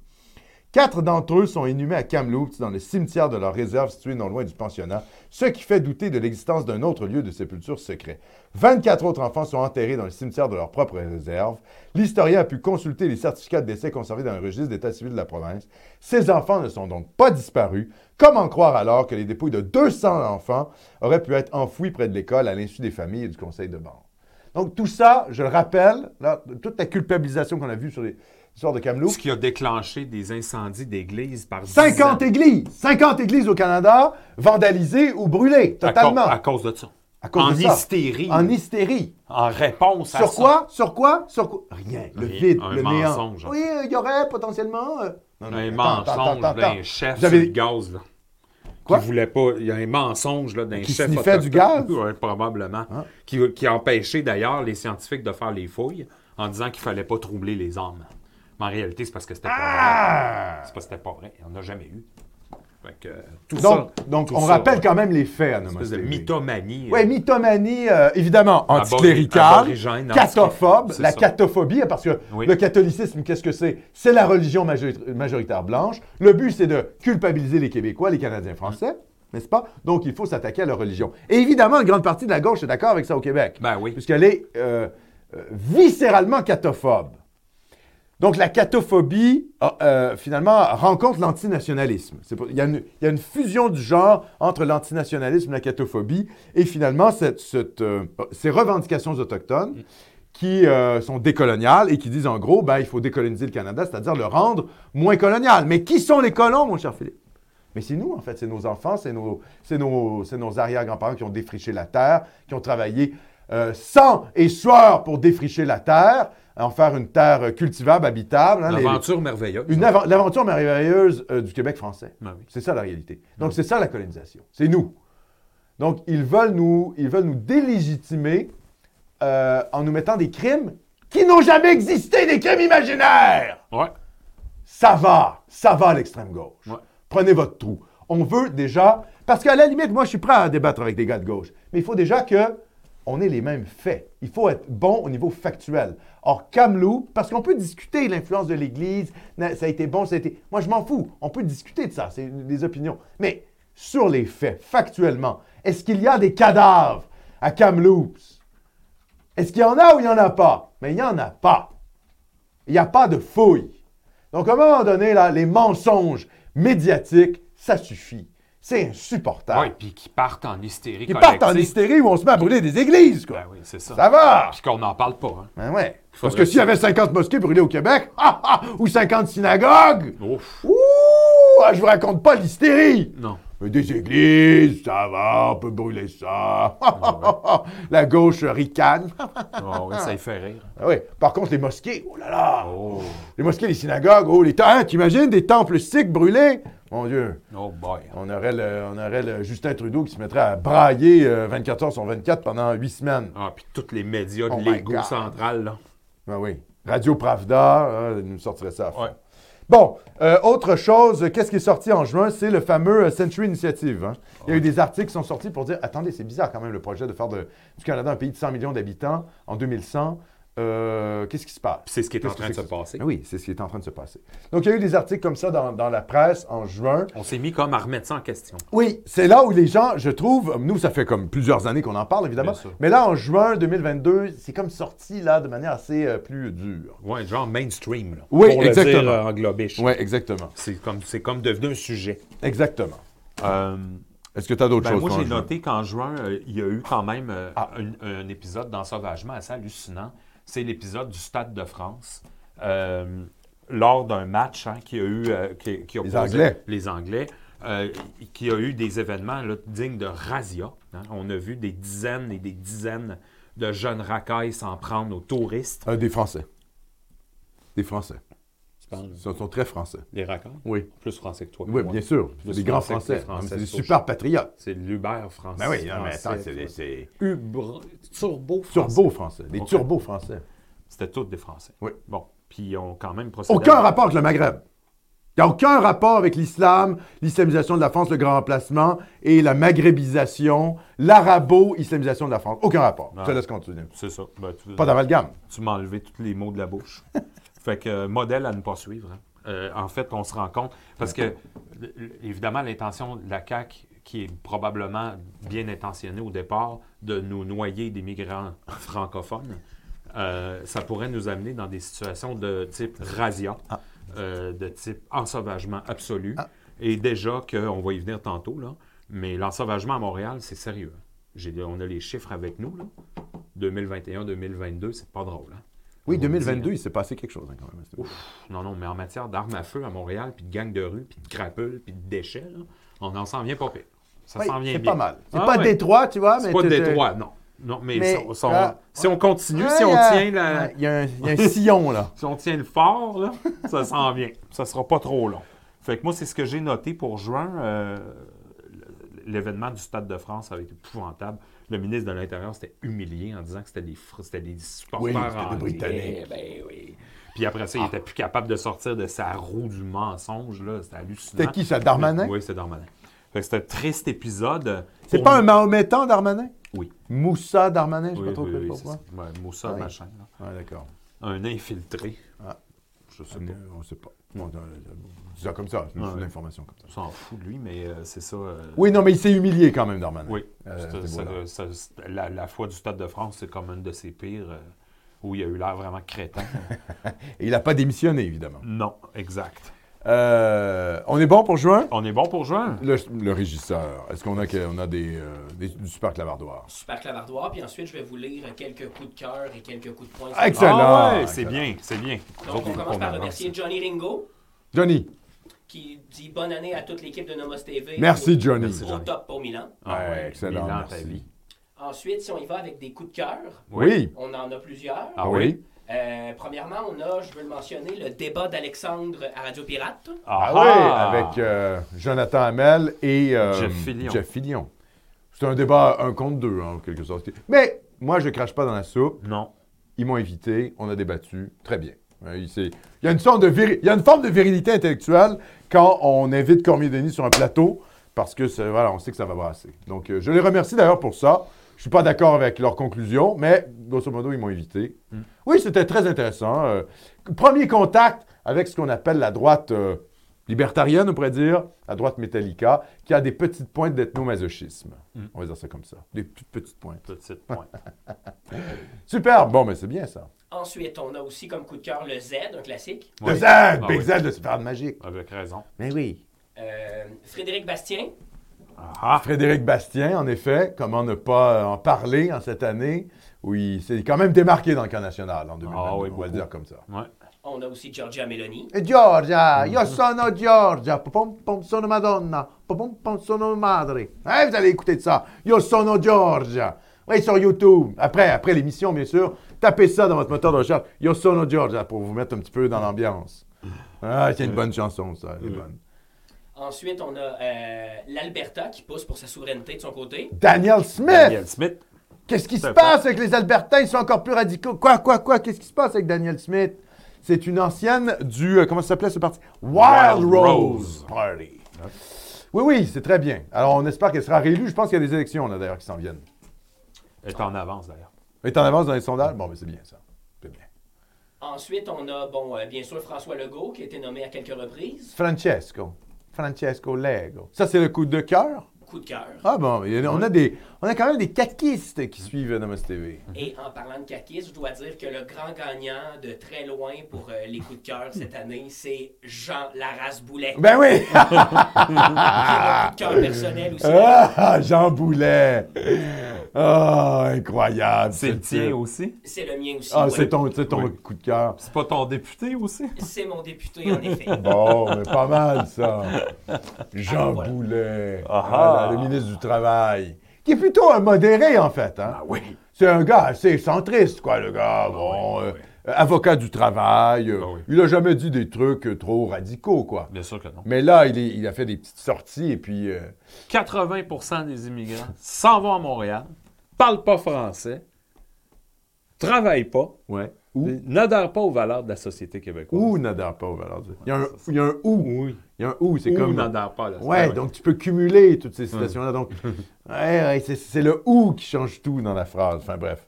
Speaker 1: Quatre d'entre eux sont inhumés à Kamloops, dans le cimetière de leur réserve située non loin du pensionnat, ce qui fait douter de l'existence d'un autre lieu de sépulture secret. 24 autres enfants sont enterrés dans le cimetière de leur propre réserve. L'historien a pu consulter les certificats de décès conservés dans le registre d'état civil de la province. Ces enfants ne sont donc pas disparus. Comment croire alors que les dépouilles de 200 enfants auraient pu être enfouies près de l'école à l'insu des familles et du conseil de bande? Donc tout ça, je le rappelle, là, toute la culpabilisation qu'on a vue sur les histoires de Kamloops,
Speaker 2: Ce qui a déclenché des incendies d'églises par
Speaker 1: 50
Speaker 2: dix ans.
Speaker 1: églises, 50 églises au Canada vandalisées ou brûlées
Speaker 2: À
Speaker 1: totalement
Speaker 2: cause- À cause de ça.
Speaker 1: à cause
Speaker 2: en
Speaker 1: de ça.
Speaker 2: hystérie.
Speaker 1: En hystérie.
Speaker 2: En réponse à
Speaker 1: Sur
Speaker 2: ça.
Speaker 1: quoi? Sur quoi? Sur quoi? Rien. Le
Speaker 2: Rien.
Speaker 1: vide,
Speaker 2: Un
Speaker 1: le
Speaker 2: mensonge.
Speaker 1: néant. Oui, euh, il y aurait potentiellement... euh, Non, non,
Speaker 2: Un
Speaker 1: attends, attends,
Speaker 2: mensonge
Speaker 1: attends, attends.
Speaker 2: d'un chef
Speaker 1: Vous avez-
Speaker 2: sur le gaz. Là.
Speaker 1: Quoi?
Speaker 2: Qui voulait pas. Il y a un mensonge là, d'un
Speaker 1: Qui
Speaker 2: chef.
Speaker 1: sniffait du
Speaker 2: autochtone.
Speaker 1: gaz?
Speaker 2: Ouais, probablement.
Speaker 1: Hein?
Speaker 2: Qui, qui a empêché d'ailleurs les scientifiques de faire les fouilles en disant qu'il fallait pas troubler les âmes. Mais en réalité, c'est parce que c'était pas vrai.
Speaker 1: Ah!
Speaker 2: C'est parce que c'était pas vrai. Il n'y en a jamais eu. Fait que, euh, tout
Speaker 1: Donc,
Speaker 2: ça.
Speaker 1: donc
Speaker 2: tout
Speaker 1: on
Speaker 2: ça,
Speaker 1: rappelle
Speaker 2: ouais,
Speaker 1: quand même les faits,
Speaker 2: une
Speaker 1: Anonymous
Speaker 2: espèce de
Speaker 1: TV.
Speaker 2: mythomanie.
Speaker 1: Oui,
Speaker 2: euh,
Speaker 1: mythomanie, euh, évidemment,
Speaker 2: abori-
Speaker 1: anticléricale,
Speaker 2: aborigène,
Speaker 1: catophobe,
Speaker 2: anti- c'est
Speaker 1: la
Speaker 2: ça.
Speaker 1: catophobie, hein, parce que
Speaker 2: Oui.
Speaker 1: le catholicisme, qu'est-ce que c'est? C'est la religion majori- majoritaire blanche. Le but, c'est de culpabiliser les Québécois, les Canadiens français, n'est-ce pas? Donc, il faut s'attaquer à leur religion. Et évidemment, une grande partie de la gauche est d'accord avec ça au Québec,
Speaker 2: Ben oui.
Speaker 1: puisqu'elle est euh, euh, viscéralement catophobe. Donc, la catophobie, ah, euh, finalement, rencontre l'antinationalisme. C'est pour- Il y, a une- il y a une fusion du genre entre l'antinationalisme et la catophobie. Et finalement, cette- cette, euh, ces revendications autochtones qui euh, sont décoloniales et qui disent, en gros, ben, il faut décoloniser le Canada, c'est-à-dire le rendre moins colonial. Mais qui sont les colons, mon cher Philippe? Mais c'est nous, en fait. C'est nos enfants, c'est nos, c'est nos, c'est nos arrière-grands-parents qui ont défriché la terre, qui ont travaillé euh, sang et sueur pour défricher la terre, en faire une terre euh, cultivable, habitable. hein, les-
Speaker 2: L'aventure merveilleuse.
Speaker 1: une avan- L'aventure merveilleuse euh, du Québec français.
Speaker 2: Ben oui.
Speaker 1: C'est ça la réalité. Donc, c'est ça la colonisation. C'est nous. Donc, ils veulent nous, ils veulent nous délégitimer euh, en nous mettant des crimes qui n'ont jamais existé, des crimes imaginaires.
Speaker 2: Ouais.
Speaker 1: Ça va, ça va à l'extrême gauche.
Speaker 2: Ouais.
Speaker 1: Prenez votre trou. On veut déjà, parce qu'à la limite, moi, je suis prêt à débattre avec des gars de gauche, mais il faut déjà que on ait les mêmes faits. Il faut être bon au niveau factuel. Or, Kamloops, parce qu'on peut discuter de l'influence de l'Église, na- ça a été bon, ça a été... Moi, je m'en fous. On peut discuter de ça, c'est des opinions. Mais sur les faits, factuellement, est-ce qu'il y a des cadavres à Kamloops? Est-ce qu'il y en a ou il n'y en a pas? Mais il n'y en a pas. Il n'y a pas de fouille. Donc, à un moment donné, là, les mensonges médiatiques, ça suffit. C'est
Speaker 2: Ouais,
Speaker 1: insupportable.
Speaker 2: puis qui partent en hystérie.
Speaker 1: Ils Ah. partent en
Speaker 2: collective.
Speaker 1: hystérie où on se met à brûler des églises, quoi.
Speaker 2: Ben oui, c'est ça.
Speaker 1: Ça va!
Speaker 2: Puis qu'on n'en parle pas. hein.
Speaker 1: Ben ouais. Parce
Speaker 2: Faudrait
Speaker 1: que s'il y
Speaker 2: ça.
Speaker 1: avait 50 mosquées brûlées au Québec, ah, ah, ou 50 synagogues,
Speaker 2: Ouf.
Speaker 1: ouh, ah, je vous raconte pas l'hystérie.
Speaker 2: Non.
Speaker 1: Mais Des églises, ça va, on peut brûler ça.
Speaker 2: Ben
Speaker 1: La gauche ricane.
Speaker 2: Ah ouais, ça y fait rire.
Speaker 1: Ah oui. Par contre, les mosquées, oh là là!
Speaker 2: Oh,
Speaker 1: Les mosquées, les synagogues, oh, les... temples, t'imagines des temples sikhs brûlés? Mon Dieu!
Speaker 2: oh boy.
Speaker 1: On aurait, le, on aurait le Justin Trudeau qui se mettrait à brailler euh, 24 heures sur 24 pendant 8 semaines.
Speaker 2: Ah, puis tous les médias de
Speaker 1: Oh my
Speaker 2: l'ego
Speaker 1: God.
Speaker 2: central, là.
Speaker 1: Ben oui. Radio Pravda, euh, il hein, nous sortirait ça à fond.
Speaker 2: Ouais.
Speaker 1: Bon, euh, autre chose, euh, qu'est-ce qui est sorti en juin? C'est le fameux euh, Century Initiative. hein. Il y a eu des articles qui sont sortis pour dire attendez, c'est bizarre quand même le projet de faire de- du Canada un pays de 100 millions d'habitants en 2100. Euh, qu'est-ce qui se passe?
Speaker 2: C'est ce qui est en
Speaker 1: Qu'est-ce
Speaker 2: train
Speaker 1: que
Speaker 2: de
Speaker 1: c'est
Speaker 2: se
Speaker 1: que ça?
Speaker 2: passer.
Speaker 1: Ah Oui, c'est ce qui est en train de se passer. Donc, il y a eu des articles comme ça dans, dans la presse en juin.
Speaker 2: On s'est mis comme à remettre ça en question.
Speaker 1: Oui, c'est là où les gens, je trouve, nous, ça fait comme plusieurs années qu'on en parle, évidemment,
Speaker 2: Bien sûr.
Speaker 1: mais là, en juin 2022, c'est comme sorti, là, de manière assez euh, plus dure.
Speaker 2: Ouais, genre mainstream. Là,
Speaker 1: Oui,
Speaker 2: pour le
Speaker 1: exactement.
Speaker 2: dire, euh, englobish.
Speaker 1: Oui, exactement.
Speaker 2: C'est comme, c'est comme devenu un sujet.
Speaker 1: Exactement.
Speaker 2: Euh,
Speaker 1: Est-ce que tu as d'autres
Speaker 2: Ben,
Speaker 1: choses?
Speaker 2: moi,
Speaker 1: toi, en
Speaker 2: j'ai
Speaker 1: juin?
Speaker 2: noté qu'en juin, euh, il y a eu quand même euh,
Speaker 1: Ah.
Speaker 2: un, un épisode dans Sauvagement assez hallucinant. C'est l'épisode du Stade de France. euh, lors d'un match hein, qui a eu. euh, qui, qui opposait
Speaker 1: Anglais.
Speaker 2: Les Anglais. euh, qui a eu des événements là, dignes de razzia. hein. On a vu des dizaines et des dizaines de jeunes racailles s'en prendre aux touristes.
Speaker 1: Euh, des Français. Des Français.
Speaker 2: Tu parles
Speaker 1: Ils sont, sont très français.
Speaker 2: des racailles?
Speaker 1: Oui.
Speaker 2: Plus français que toi. que
Speaker 1: Oui,
Speaker 2: moi.
Speaker 1: bien sûr.
Speaker 2: Le
Speaker 1: Des grands
Speaker 2: Français,
Speaker 1: Français.
Speaker 2: les Français,
Speaker 1: C'est des
Speaker 2: sauf-
Speaker 1: super patriotes.
Speaker 2: C'est l'Uber français.
Speaker 1: Ben oui, non, mais attends,
Speaker 2: Français,
Speaker 1: c'est des c'est
Speaker 2: Uber- turbo français.
Speaker 1: turbo français. Des
Speaker 2: Ok.
Speaker 1: turbo français.
Speaker 2: C'était tous des Français.
Speaker 1: Oui.
Speaker 2: Bon, puis ils ont quand même procédé.
Speaker 1: Aucun
Speaker 2: à-
Speaker 1: rapport avec le Maghreb. Il n'y a aucun rapport avec l'islam, l'islamisation de la France, le grand remplacement et la maghrébisation, l'arabo-islamisation de la France. Aucun rapport.
Speaker 2: Non.
Speaker 1: Je te laisse continuer.
Speaker 2: C'est ça. Ben, tu
Speaker 1: Pas d'amalgame.
Speaker 2: tu m'as enlevé tous les mots de la bouche. fait que euh, modèle à ne pas suivre. hein. Euh, en fait, on se rend compte parce que l- l- évidemment l'intention de la CAC qui est probablement bien intentionnée au départ de nous noyer des migrants francophones, euh, ça pourrait nous amener dans des situations de type razzia, euh, de type ensauvagement absolu. Et déjà qu'on va y venir tantôt là, mais l'ensauvagement à Montréal, c'est sérieux. hein. J'ai- on a les chiffres avec nous là. 2021-2022, c'est pas drôle. Hein?
Speaker 1: Oui,
Speaker 2: On va le dire,
Speaker 1: 2022, il s'est passé quelque chose hein, quand même.
Speaker 2: Non, non, mais en matière d'armes à feu à Montréal, puis de gangs de rue, puis de crapules, puis de déchets, là, on en s'en vient pas pire. Ça
Speaker 1: Oui,
Speaker 2: s'en vient
Speaker 1: c'est
Speaker 2: bien.
Speaker 1: pas mal. C'est
Speaker 2: Ah
Speaker 1: pas
Speaker 2: ouais.
Speaker 1: Détroit, tu vois, mais
Speaker 2: C'est pas
Speaker 1: t'es- t'es-
Speaker 2: Détroit, non. Non, mais,
Speaker 1: Mais,
Speaker 2: si on- si on-
Speaker 1: ah,
Speaker 2: si on continue,
Speaker 1: Ouais,
Speaker 2: si on
Speaker 1: il y a-
Speaker 2: tient la-
Speaker 1: ouais, Il y, a un- il y a un sillon, là.
Speaker 2: si on tient le fort, là, ça s'en vient. Ça sera pas trop long. Fait que moi, c'est ce que j'ai noté pour juin. Euh, L'événement du Stade de France avait été épouvantable. Le ministre de l'Intérieur s'était humilié en disant que c'était des, fr- c'était des supporters
Speaker 1: Oui, c'était des
Speaker 2: anglais.
Speaker 1: Britanniques. Ah.
Speaker 2: Ben oui. Puis après ça, il n'était plus capable de sortir de sa roue du mensonge. là. C'était hallucinant.
Speaker 1: C'était qui, ça, Darmanin?
Speaker 2: Oui, c'est Darmanin. Fait que c'était un triste épisode.
Speaker 1: C'est
Speaker 2: Pour
Speaker 1: pas un
Speaker 2: nous-
Speaker 1: Mahométan, Darmanin?
Speaker 2: Oui.
Speaker 1: Moussa Darmanin, je sais
Speaker 2: Oui,
Speaker 1: pas trop
Speaker 2: oui,
Speaker 1: compris
Speaker 2: oui, c'est
Speaker 1: pourquoi.
Speaker 2: ça. Ouais, Moussa,
Speaker 1: Ah oui.
Speaker 2: machin. là.
Speaker 1: Ouais, d'accord.
Speaker 2: Un infiltré.
Speaker 1: Ah.
Speaker 2: Je sais
Speaker 1: C'est
Speaker 2: pas.
Speaker 1: bon, On sait pas. Bon, euh, euh, dis ça comme ça, c'est
Speaker 2: Ouais.
Speaker 1: une information comme ça.
Speaker 2: On s'en fout de lui, mais euh, c'est ça. euh,
Speaker 1: Oui, non, mais il s'est humilié quand même, Darmanin.
Speaker 2: Oui.
Speaker 1: Euh,
Speaker 2: C'est-
Speaker 1: c'est
Speaker 2: ça-
Speaker 1: voilà.
Speaker 2: ça- c'est- la, la foi du Stade de France, c'est comme une de ses pires euh, où il a eu l'air vraiment crétin.
Speaker 1: Et il n'a pas démissionné, évidemment.
Speaker 2: non, exact.
Speaker 1: Euh, on est bon pour juin?
Speaker 2: On est bon pour juin?
Speaker 1: Le, le régisseur, est-ce qu'on a, que- on a des, euh, des- du super clavardoir?
Speaker 3: Super clavardoir, puis ensuite je vais vous lire quelques coups de cœur et quelques coups de poing.
Speaker 1: Excellent!
Speaker 2: Ah ouais, c'est
Speaker 1: Excellent.
Speaker 2: bien, c'est bien. Nous
Speaker 3: Donc
Speaker 2: autres,
Speaker 3: on commence par
Speaker 2: avance.
Speaker 3: remercier Johnny Ringo
Speaker 1: Johnny,
Speaker 3: qui dit bonne année à toute l'équipe de Nomos TV.
Speaker 1: merci Johnny.
Speaker 2: Merci,
Speaker 3: Au
Speaker 2: Johnny.
Speaker 3: top pour Milan.
Speaker 2: Ah
Speaker 1: Ouais,
Speaker 2: ouais,
Speaker 1: excellent,
Speaker 2: Milan,
Speaker 1: merci.
Speaker 2: ta vie.
Speaker 3: Ensuite, si on y va avec des coups de cœur,
Speaker 1: Oui.
Speaker 3: on en a plusieurs.
Speaker 2: Ah oui?
Speaker 3: Euh, premièrement, on a, je veux le mentionner, le débat d'Alexandre à Radio Pirate.
Speaker 1: Ah, oui, avec euh, Jonathan Hamel et euh,
Speaker 2: Jeff Fillion.
Speaker 1: Jeff Fillion. C'est un débat un contre deux, hein, en quelque sorte. Mais moi, je crache pas dans la soupe.
Speaker 2: Non.
Speaker 1: Ils m'ont invité, on a débattu, très bien. Ouais, Il, s'est- il y a une sorte de véri- il y a une forme de virilité intellectuelle quand on invite Cormier Denis sur un plateau parce que c'est- voilà, on sait que ça va brasser. Donc euh, je les remercie d'ailleurs pour ça. Je suis pas d'accord avec leurs conclusions, mais grosso modo ils m'ont invité. Oui, c'était très intéressant. Euh, premier contact avec ce qu'on appelle la droite euh, libertarienne, on pourrait dire, la droite métallica, qui a des petites pointes d'ethnomasochisme. On va dire ça comme ça, des toutes petites pointes.
Speaker 2: Petit point.
Speaker 1: Super, bon, mais c'est bien ça.
Speaker 3: Ensuite, on a aussi comme coup de cœur le Z, un classique.
Speaker 1: Le
Speaker 2: Oui.
Speaker 1: Z,
Speaker 2: Ah
Speaker 1: Big
Speaker 2: oui,
Speaker 1: Z, le super magique.
Speaker 2: Avec raison.
Speaker 1: Mais oui.
Speaker 3: Euh, Frédéric Bastien,
Speaker 2: Ah,
Speaker 1: Frédéric Bastien, en effet, comment ne pas en parler en cette année où il s'est quand même démarqué dans le camp national en 2022,
Speaker 2: Ah oui,
Speaker 1: on va
Speaker 2: beaucoup.
Speaker 1: le dire comme ça.
Speaker 2: ouais.
Speaker 3: on a aussi Georgia Meloni.
Speaker 1: Et Giorgia,
Speaker 2: Mm-hmm.
Speaker 1: io sono Giorgia, pom pom sono Madonna, pom pom sono madre. Hein, vous allez écouter de ça. Io sono Giorgia. Oui, sur YouTube. Après, après l'émission, bien sûr, tapez ça dans votre moteur de recherche. Io sono Giorgia pour vous mettre un petit peu dans l'ambiance. Ah, c'est une bonne chanson, ça. Elle est bonne.
Speaker 3: Ensuite, on a euh, l'Alberta qui pousse pour sa souveraineté de son côté.
Speaker 1: Daniel Smith!
Speaker 2: Daniel Smith.
Speaker 1: Qu'est-ce qui se
Speaker 2: C'est
Speaker 1: passe avec les Albertains? Ils sont encore plus radicaux. Quoi, quoi, quoi? Qu'est-ce qui se passe avec Daniel Smith? C'est une ancienne du. euh, comment ça s'appelait ce parti Wild,
Speaker 2: Wild
Speaker 1: Rose
Speaker 2: Rose.
Speaker 1: Party. Oui, oui, c'est très bien. Alors, on espère qu'elle sera réélue. Je pense qu'il y a des élections, là, d'ailleurs, qui s'en viennent.
Speaker 2: Elle est en avance, d'ailleurs.
Speaker 1: Elle est en avance dans les sondages? Bon, mais c'est bien, ça. C'est bien.
Speaker 3: Ensuite, on a, bon, euh, bien sûr, François Legault, qui a été nommé à quelques reprises.
Speaker 1: Francesco. Francesco Lego. Ça, c'est le coup de cœur?
Speaker 3: Coup de cœur.
Speaker 1: Ah bon, il y en a- on a, des, on a quand même des caquistes qui suivent Namas TV.
Speaker 3: Et en parlant de caquistes, je dois dire que le grand gagnant de très loin pour euh, les coups de cœur cette année, c'est Jean Larasse Boulet.
Speaker 1: Hmm. Ben oui!
Speaker 3: un coup de cœur personnel aussi.
Speaker 1: Ah, Jean Boulet! Ah, incroyable!
Speaker 2: C'est le tien aussi.
Speaker 3: C'est le mien aussi.
Speaker 1: Ah,
Speaker 3: ouais.
Speaker 1: c'est ton, c'est ton
Speaker 2: Oui.
Speaker 1: coup de cœur.
Speaker 2: C'est pas ton député aussi.
Speaker 3: C'est mon député, en effet.
Speaker 1: Bon, mais pas mal, ça. Jean
Speaker 3: Ah, voilà.
Speaker 1: Boulet,
Speaker 2: Ah,
Speaker 1: voilà,
Speaker 2: ah.
Speaker 1: le ministre du Travail, qui est plutôt un modéré, en fait. Hein?
Speaker 2: Ah, oui. Ah,
Speaker 1: C'est un gars assez centriste, quoi, le gars. Bon,
Speaker 2: oui,
Speaker 1: euh,
Speaker 2: oui.
Speaker 1: euh, avocat du travail. euh,
Speaker 2: Ah, oui.
Speaker 1: Il a jamais dit des trucs euh, trop radicaux, quoi.
Speaker 2: Bien sûr que non.
Speaker 1: Mais là, il, est- il a fait des petites sorties et puis... euh,
Speaker 2: 80 des immigrants s'en vont à Montréal, parlent pas français, travaillent pas,
Speaker 1: ouais. Ou,
Speaker 2: n'adhèrent pas aux valeurs de la société québécoise.
Speaker 1: ou n'adhère pas aux valeurs du- Il y a un, il y a un ou.
Speaker 2: Oui.
Speaker 1: Il y a un ou, c'est
Speaker 2: Ou
Speaker 1: comme...
Speaker 2: n'adhèrent pas à la
Speaker 1: Ouais, donc tu peux cumuler toutes ces citations-là. Donc, ouais, ouais, c'est, c'est le ou qui change tout dans la phrase. Enfin, bref.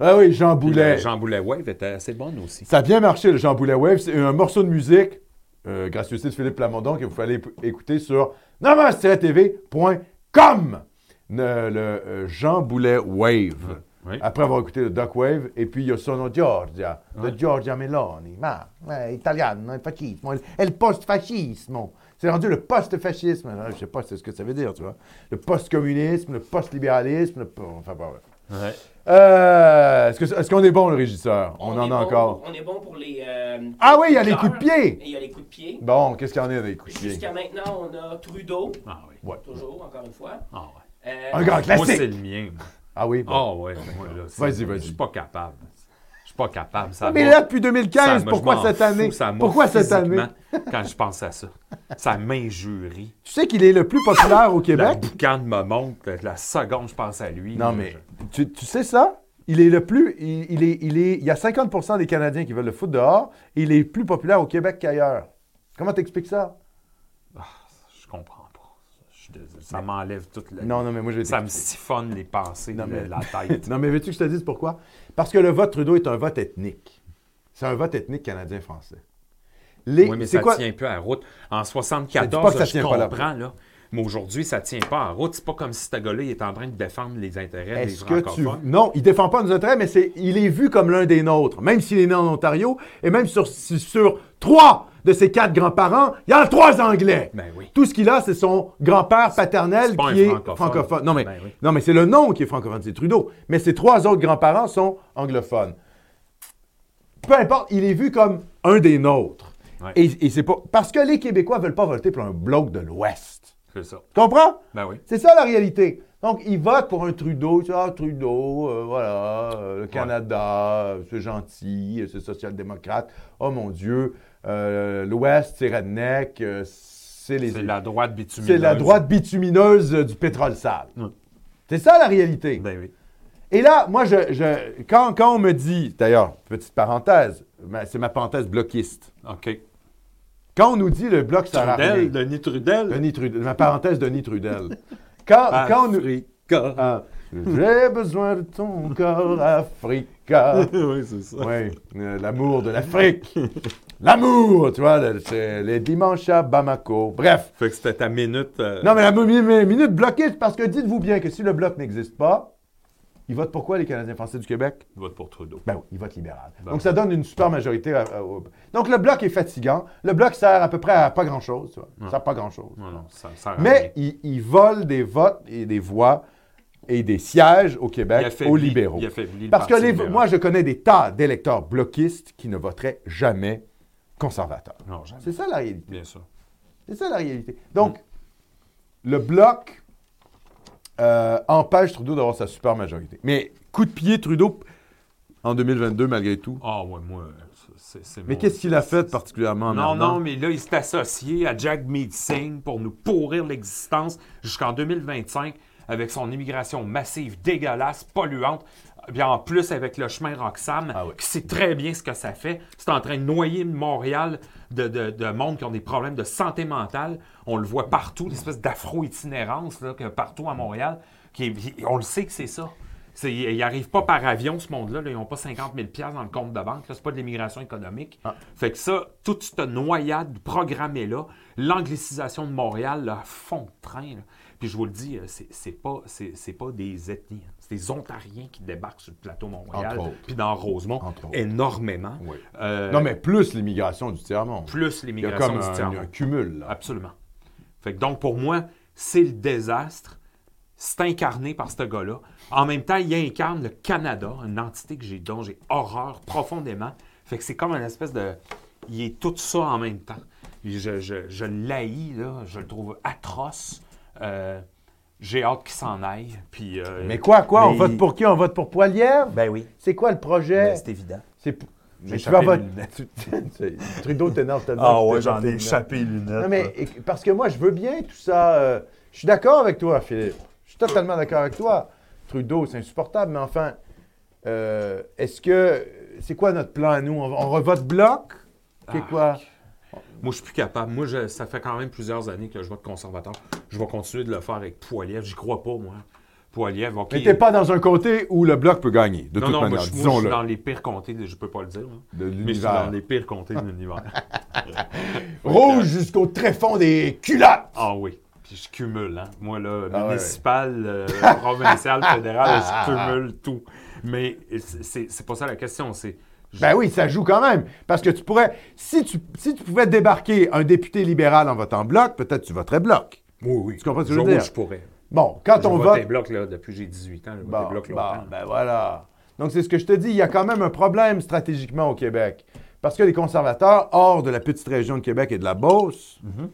Speaker 1: Ah oui, Jean
Speaker 2: Puis,
Speaker 1: Boulet.
Speaker 2: euh, Jean Boulet Wave était assez bonne aussi.
Speaker 1: Ça a bien marché, le Jean Boulet Wave. C'est un morceau de musique, euh, gracieuseté de Philippe Plamondon, que vous pouvez aller ép- écouter sur namaste-tv.com. Ne- Le, euh, Jean Boulet Wave.
Speaker 2: Oui.
Speaker 1: Après avoir écouté le Duck Wave, et puis il y a Sono Giorgia,
Speaker 2: Ouais.
Speaker 1: de Giorgia Meloni. Ma, eh, italiano, il fascismo, il- il post-fascismo. C'est rendu le post-fascisme. Alors, Je sais pas c'est ce que ça veut dire, tu vois. Le post-communisme, le post-libéralisme, le... po- enfin, bon, ouais. Euh, est-ce, que- est-ce qu'on est bon, le régisseur? On, en
Speaker 3: est
Speaker 1: a
Speaker 3: bon-
Speaker 1: encore.
Speaker 3: On est bon pour les. euh,
Speaker 1: Ah oui, il y a les
Speaker 3: cœur.
Speaker 1: coups de pied!
Speaker 3: Et Il y a les coups de pied.
Speaker 1: Bon, qu'est-ce qu'il y en a des coups de pied?
Speaker 3: Jusqu'à maintenant, on a Trudeau,
Speaker 2: Ah oui.
Speaker 1: Ouais.
Speaker 3: toujours, encore une fois.
Speaker 2: Ah ouais.
Speaker 3: Euh,
Speaker 1: Un grand
Speaker 2: Moi, c'est
Speaker 1: classique!
Speaker 2: le mien. moi.
Speaker 1: Ah oui, bon.
Speaker 2: Ah ouais. moi, là, c'est-
Speaker 1: Vas-y, vas-y.
Speaker 2: Je suis pas capable. Je suis pas capable. Ça
Speaker 1: Mais
Speaker 2: m'a-
Speaker 1: là, depuis
Speaker 2: ça
Speaker 1: 2015,
Speaker 2: m'a- je
Speaker 1: pourquoi
Speaker 2: m'en
Speaker 1: cette
Speaker 2: fous,
Speaker 1: année?
Speaker 2: ça m'a
Speaker 1: Pourquoi cette année?
Speaker 2: physiquement, Quand je pense à ça, ça m'injurie.
Speaker 1: Tu sais qu'il est le plus populaire au
Speaker 2: La
Speaker 1: Québec?
Speaker 2: boucane me monte. La seconde, je pense à lui.
Speaker 1: Non,
Speaker 2: là,
Speaker 1: mais
Speaker 2: je-
Speaker 1: tu, tu sais ça? Il est le plus. Il, il est, il, est, il y a 50 des Canadiens qui veulent le foot dehors. Et il est plus populaire au Québec qu'ailleurs. Comment t'expliques ça?
Speaker 2: Je comprends pas. Je suis désolé. Ça m'enlève toute la.
Speaker 1: Non, non, mais moi, je vais
Speaker 2: Ça me
Speaker 1: t'expliquer.
Speaker 2: siphonne les pensées
Speaker 1: Non,
Speaker 2: de
Speaker 1: mais-
Speaker 2: la tête.
Speaker 1: Non, mais veux-tu que je te dise pourquoi? Parce que le vote Trudeau est un vote ethnique. C'est un vote ethnique canadien-français. Les-
Speaker 2: oui, mais
Speaker 1: c'est
Speaker 2: ça
Speaker 1: quoi?
Speaker 2: tient un peu à la route. En
Speaker 1: Je te
Speaker 2: 74,
Speaker 1: dis pas que ça
Speaker 2: je
Speaker 1: tient pas à la
Speaker 2: comprends, là. Mais aujourd'hui, ça tient pas à la route. C'est pas comme si ce gars-là il est en train de défendre les intérêts des
Speaker 1: Est-ce que tu...
Speaker 2: francophones.
Speaker 1: Non, il défend pas nos intérêts, mais c'est... il est vu comme l'un des nôtres, même s'il est né en Ontario, et même sur, sur trois de ses quatre grands-parents, il y en a trois Anglais.
Speaker 2: Ben oui.
Speaker 1: Tout ce qu'il a, c'est son grand-père paternel
Speaker 2: c'est pas
Speaker 1: qui
Speaker 2: un
Speaker 1: est francophone.
Speaker 2: francophone.
Speaker 1: Non, mais,
Speaker 2: Ben oui.
Speaker 1: non, mais c'est le nom qui est francophone, c'est Trudeau. Mais ses trois autres grands-parents sont anglophones. Peu importe, il est vu comme un des nôtres.
Speaker 2: Ouais.
Speaker 1: Et, et c'est pas... Parce que les Québécois veulent pas voter pour un bloc de l'Ouest.
Speaker 2: C'est ça.
Speaker 1: Tu comprends?
Speaker 2: Ben oui.
Speaker 1: C'est ça la réalité. Donc, ils votent pour un Trudeau. Ils disent, Ah, Trudeau, euh, voilà, euh, le Canada, euh, c'est gentil, euh, c'est social-démocrate. Oh mon Dieu, euh, l'Ouest, c'est redneck, euh, c'est les.
Speaker 2: C'est la droite bitumineuse.
Speaker 1: c'est la droite bitumineuse euh, du pétrole sale.
Speaker 2: Mm.
Speaker 1: C'est ça la réalité.
Speaker 2: Ben oui.
Speaker 1: Et là, moi, je, je- quand, quand on me dit, d'ailleurs, petite parenthèse, ma- c'est ma parenthèse bloquiste.
Speaker 2: OK.
Speaker 1: Quand on nous dit le bloc sert à rien,
Speaker 2: Trudel, Denis Trudel.
Speaker 1: Denis Trudel, ma parenthèse Denis Trudel. Quand, quand on nous,
Speaker 2: Africa.
Speaker 1: Ah, J'ai besoin de ton corps, Africa.
Speaker 2: oui, c'est ça.
Speaker 1: Oui, euh, l'amour de l'Afrique. L'amour, tu vois, le- c'est les dimanches à Bamako. Bref.
Speaker 2: Fait que c'était ta minute. euh,
Speaker 1: Non, mais la mi- mi- minute bloquée, c'est parce que dites-vous bien que si le bloc n'existe pas, ils votent pourquoi les Canadiens français du Québec?
Speaker 2: Vote pour Trudeau.
Speaker 1: Ben oui, ils votent libéral.
Speaker 2: Bon.
Speaker 1: Donc ça donne une super majorité. à- à- au- Donc le bloc est fatigant. Le bloc sert à peu près à pas grand-chose, tu vois. Ça sert à pas grand-chose. Ah,
Speaker 2: Non, non, ça me sert à rien.
Speaker 1: Mais ils ils volent des votes et des voix et des sièges au Québec
Speaker 2: affaiblit-
Speaker 1: aux libéraux.
Speaker 2: il affaiblit le
Speaker 1: Parce que
Speaker 2: Parti hein.
Speaker 1: les-
Speaker 2: libéral.
Speaker 1: moi, je connais des tas d'électeurs bloquistes qui ne voteraient jamais conservateurs.
Speaker 2: Non, jamais.
Speaker 1: C'est ça la réalité.
Speaker 2: Bien sûr.
Speaker 1: C'est ça la réalité. Donc,
Speaker 2: Mm.
Speaker 1: le bloc euh, empêche Trudeau d'avoir sa super majorité. Mais coup de pied, Trudeau, en 2022, malgré tout.
Speaker 2: Ah, ouais, moi, c'est. c'est
Speaker 1: Mais
Speaker 2: mon-
Speaker 1: qu'est-ce qu'il a fait particulièrement?
Speaker 2: Oh. Non,
Speaker 1: Normand?
Speaker 2: non, mais là, il s'est associé à Jack Mead Singh pour nous pourrir l'existence jusqu'en 2025 avec son immigration massive, dégueulasse, polluante. Puis en plus, avec le chemin Roxham,
Speaker 1: Ah oui.
Speaker 2: qui sait très bien ce que ça fait, c'est en train de noyer Montréal de, de, de monde qui ont des problèmes de santé mentale. On le voit partout, l'espèce d'afro-itinérance là, que partout à Montréal. Qui est- on le sait que c'est ça. C'est- Ils n'arrivent pas par avion, ce monde-là. là. Ils n'ont pas 50 000 dans le compte de banque. là. C'est pas de l'immigration économique.
Speaker 1: Ah.
Speaker 2: Fait que ça, toute cette noyade programmée-là, l'anglicisation de Montréal, là, à fond de train. là. Puis je vous le dis, euh, c'est c'est pas, c'est c'est pas des ethnies. hein. C'est des Ontariens qui débarquent sur le plateau Montréal,
Speaker 1: Entre autres.
Speaker 2: puis dans Rosemont,
Speaker 1: Entre autres.
Speaker 2: énormément.
Speaker 1: Oui.
Speaker 2: Euh,
Speaker 1: Non, mais plus l'immigration du tiers-monde.
Speaker 2: Plus
Speaker 1: Il y a
Speaker 2: l'immigration
Speaker 1: comme
Speaker 2: du
Speaker 1: un,
Speaker 2: tiers-monde.
Speaker 1: un cumul. là.
Speaker 2: Absolument. Fait que donc, pour moi, c'est le désastre. C'est incarné par ce gars-là. En même temps, il incarne le Canada, une entité que j'ai, dont j'ai horreur profondément. Fait que c'est comme une espèce de... Il est tout ça en même temps. Puis Je, je, je l'haïs, là. Je le trouve atroce. Euh, j'ai hâte qu'il s'en aille. Puis, euh,
Speaker 1: Mais quoi, quoi?
Speaker 2: mais
Speaker 1: on vote
Speaker 2: il-
Speaker 1: pour qui? On vote pour Poilièvre?
Speaker 2: Ben oui,
Speaker 1: C'est quoi le projet?
Speaker 2: ben, c'est évident.
Speaker 1: C'est p- mais
Speaker 2: J'ai
Speaker 1: tu vas
Speaker 2: échappé
Speaker 1: voter.
Speaker 2: une
Speaker 1: tu- tu- tu- Trudeau t'énerve tellement.
Speaker 4: Ah
Speaker 1: que
Speaker 4: ouais,
Speaker 1: t'as
Speaker 4: j'en
Speaker 1: échappé
Speaker 4: ai
Speaker 1: une
Speaker 4: échappé les lunettes.
Speaker 1: lettre. Non, mais éc- parce que moi, je veux bien tout ça. euh, je suis d'accord avec toi, Philippe. Je suis totalement d'accord avec toi. Trudeau, c'est insupportable, mais enfin, euh, est-ce que. C'est quoi notre plan à nous? On, on revote bloc? C'est
Speaker 2: Ah.
Speaker 1: quoi?
Speaker 2: Moi, je suis plus capable. Moi, je- ça fait quand même plusieurs années que je vote conservateur. Je vais continuer de le faire avec Poiliev. J'y crois pas, moi. Poiliev, OK.
Speaker 1: Mais t'es pas dans un côté où le bloc peut gagner, de
Speaker 2: non,
Speaker 1: toute
Speaker 2: non, moi,
Speaker 1: manière,
Speaker 2: je, moi, je suis
Speaker 1: disons-le,
Speaker 2: dans les pires comtés, de- je peux pas le dire. hein.
Speaker 1: de
Speaker 2: Mais je suis dans
Speaker 1: l'univers.
Speaker 2: les pires comtés de l'univers.
Speaker 1: Rouge jusqu'au tréfonds des culottes!
Speaker 2: ah oui. Puis je cumule, hein. Moi, là,
Speaker 1: Ah, ouais,
Speaker 2: municipal, euh, provincial, fédéral, je cumule tout. Mais c'est- c'est c'est pas ça la question. C'est. je-
Speaker 1: Ben oui, ça joue quand même. Parce que tu pourrais. Si tu, si tu pouvais débarquer un député libéral en votant bloc, peut-être tu voterais bloc.
Speaker 2: oui, oui.
Speaker 1: Tu comprends ce que je
Speaker 2: Genre,
Speaker 1: veux dire?
Speaker 2: moi, je pourrais.
Speaker 1: Bon, quand
Speaker 2: J'ai
Speaker 1: on
Speaker 2: voté
Speaker 1: Ah, vote.
Speaker 2: bloc, là, depuis que j'ai 18 ans. J'ai voté
Speaker 1: Bon,
Speaker 2: bloc
Speaker 1: bon,
Speaker 2: longtemps.
Speaker 1: ben voilà. Donc, c'est ce que je te dis. Il y a quand même un problème stratégiquement au Québec. Parce que les conservateurs, hors de la petite région de Québec et de la Beauce,
Speaker 2: Mhm.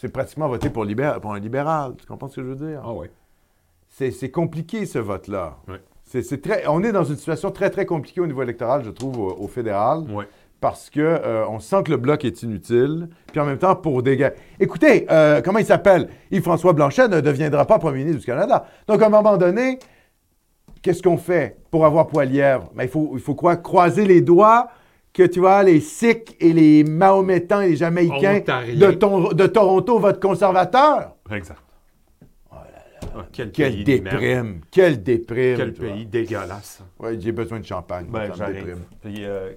Speaker 1: c'est pratiquement voter pour, libé- pour un libéral. Tu comprends ce que je veux dire?
Speaker 2: Ah oui.
Speaker 1: C'est c'est compliqué, ce vote-là.
Speaker 2: Ouais.
Speaker 1: C'est- c'est très, on est dans une situation très, très compliquée au niveau électoral, je trouve, au, au fédéral.
Speaker 2: Oui.
Speaker 1: parce que euh, on sent que le bloc est inutile, puis en même temps pour des gars. Écoutez, euh, comment il s'appelle Yves-François Blanchet ne deviendra pas premier ministre du Canada. Donc à un moment donné, qu'est-ce qu'on fait pour avoir Poilièvre Mais il faut il faut quoi croiser les doigts que tu vois les Sikhs et les Mahométans et les Jamaïcains
Speaker 2: Ontariens.
Speaker 1: de, Tor- de Toronto votent conservateur.
Speaker 2: Exact. Ah, quel,
Speaker 1: Oh Quelle
Speaker 2: pays de merde.
Speaker 1: déprime, quelle déprime.
Speaker 2: Quel
Speaker 1: tu vois.
Speaker 2: pays dégueulasse.
Speaker 1: Ouais, j'ai besoin de champagne.
Speaker 2: Ben,
Speaker 1: ça me
Speaker 2: j'arrive.
Speaker 1: déprime.
Speaker 2: Puis, euh,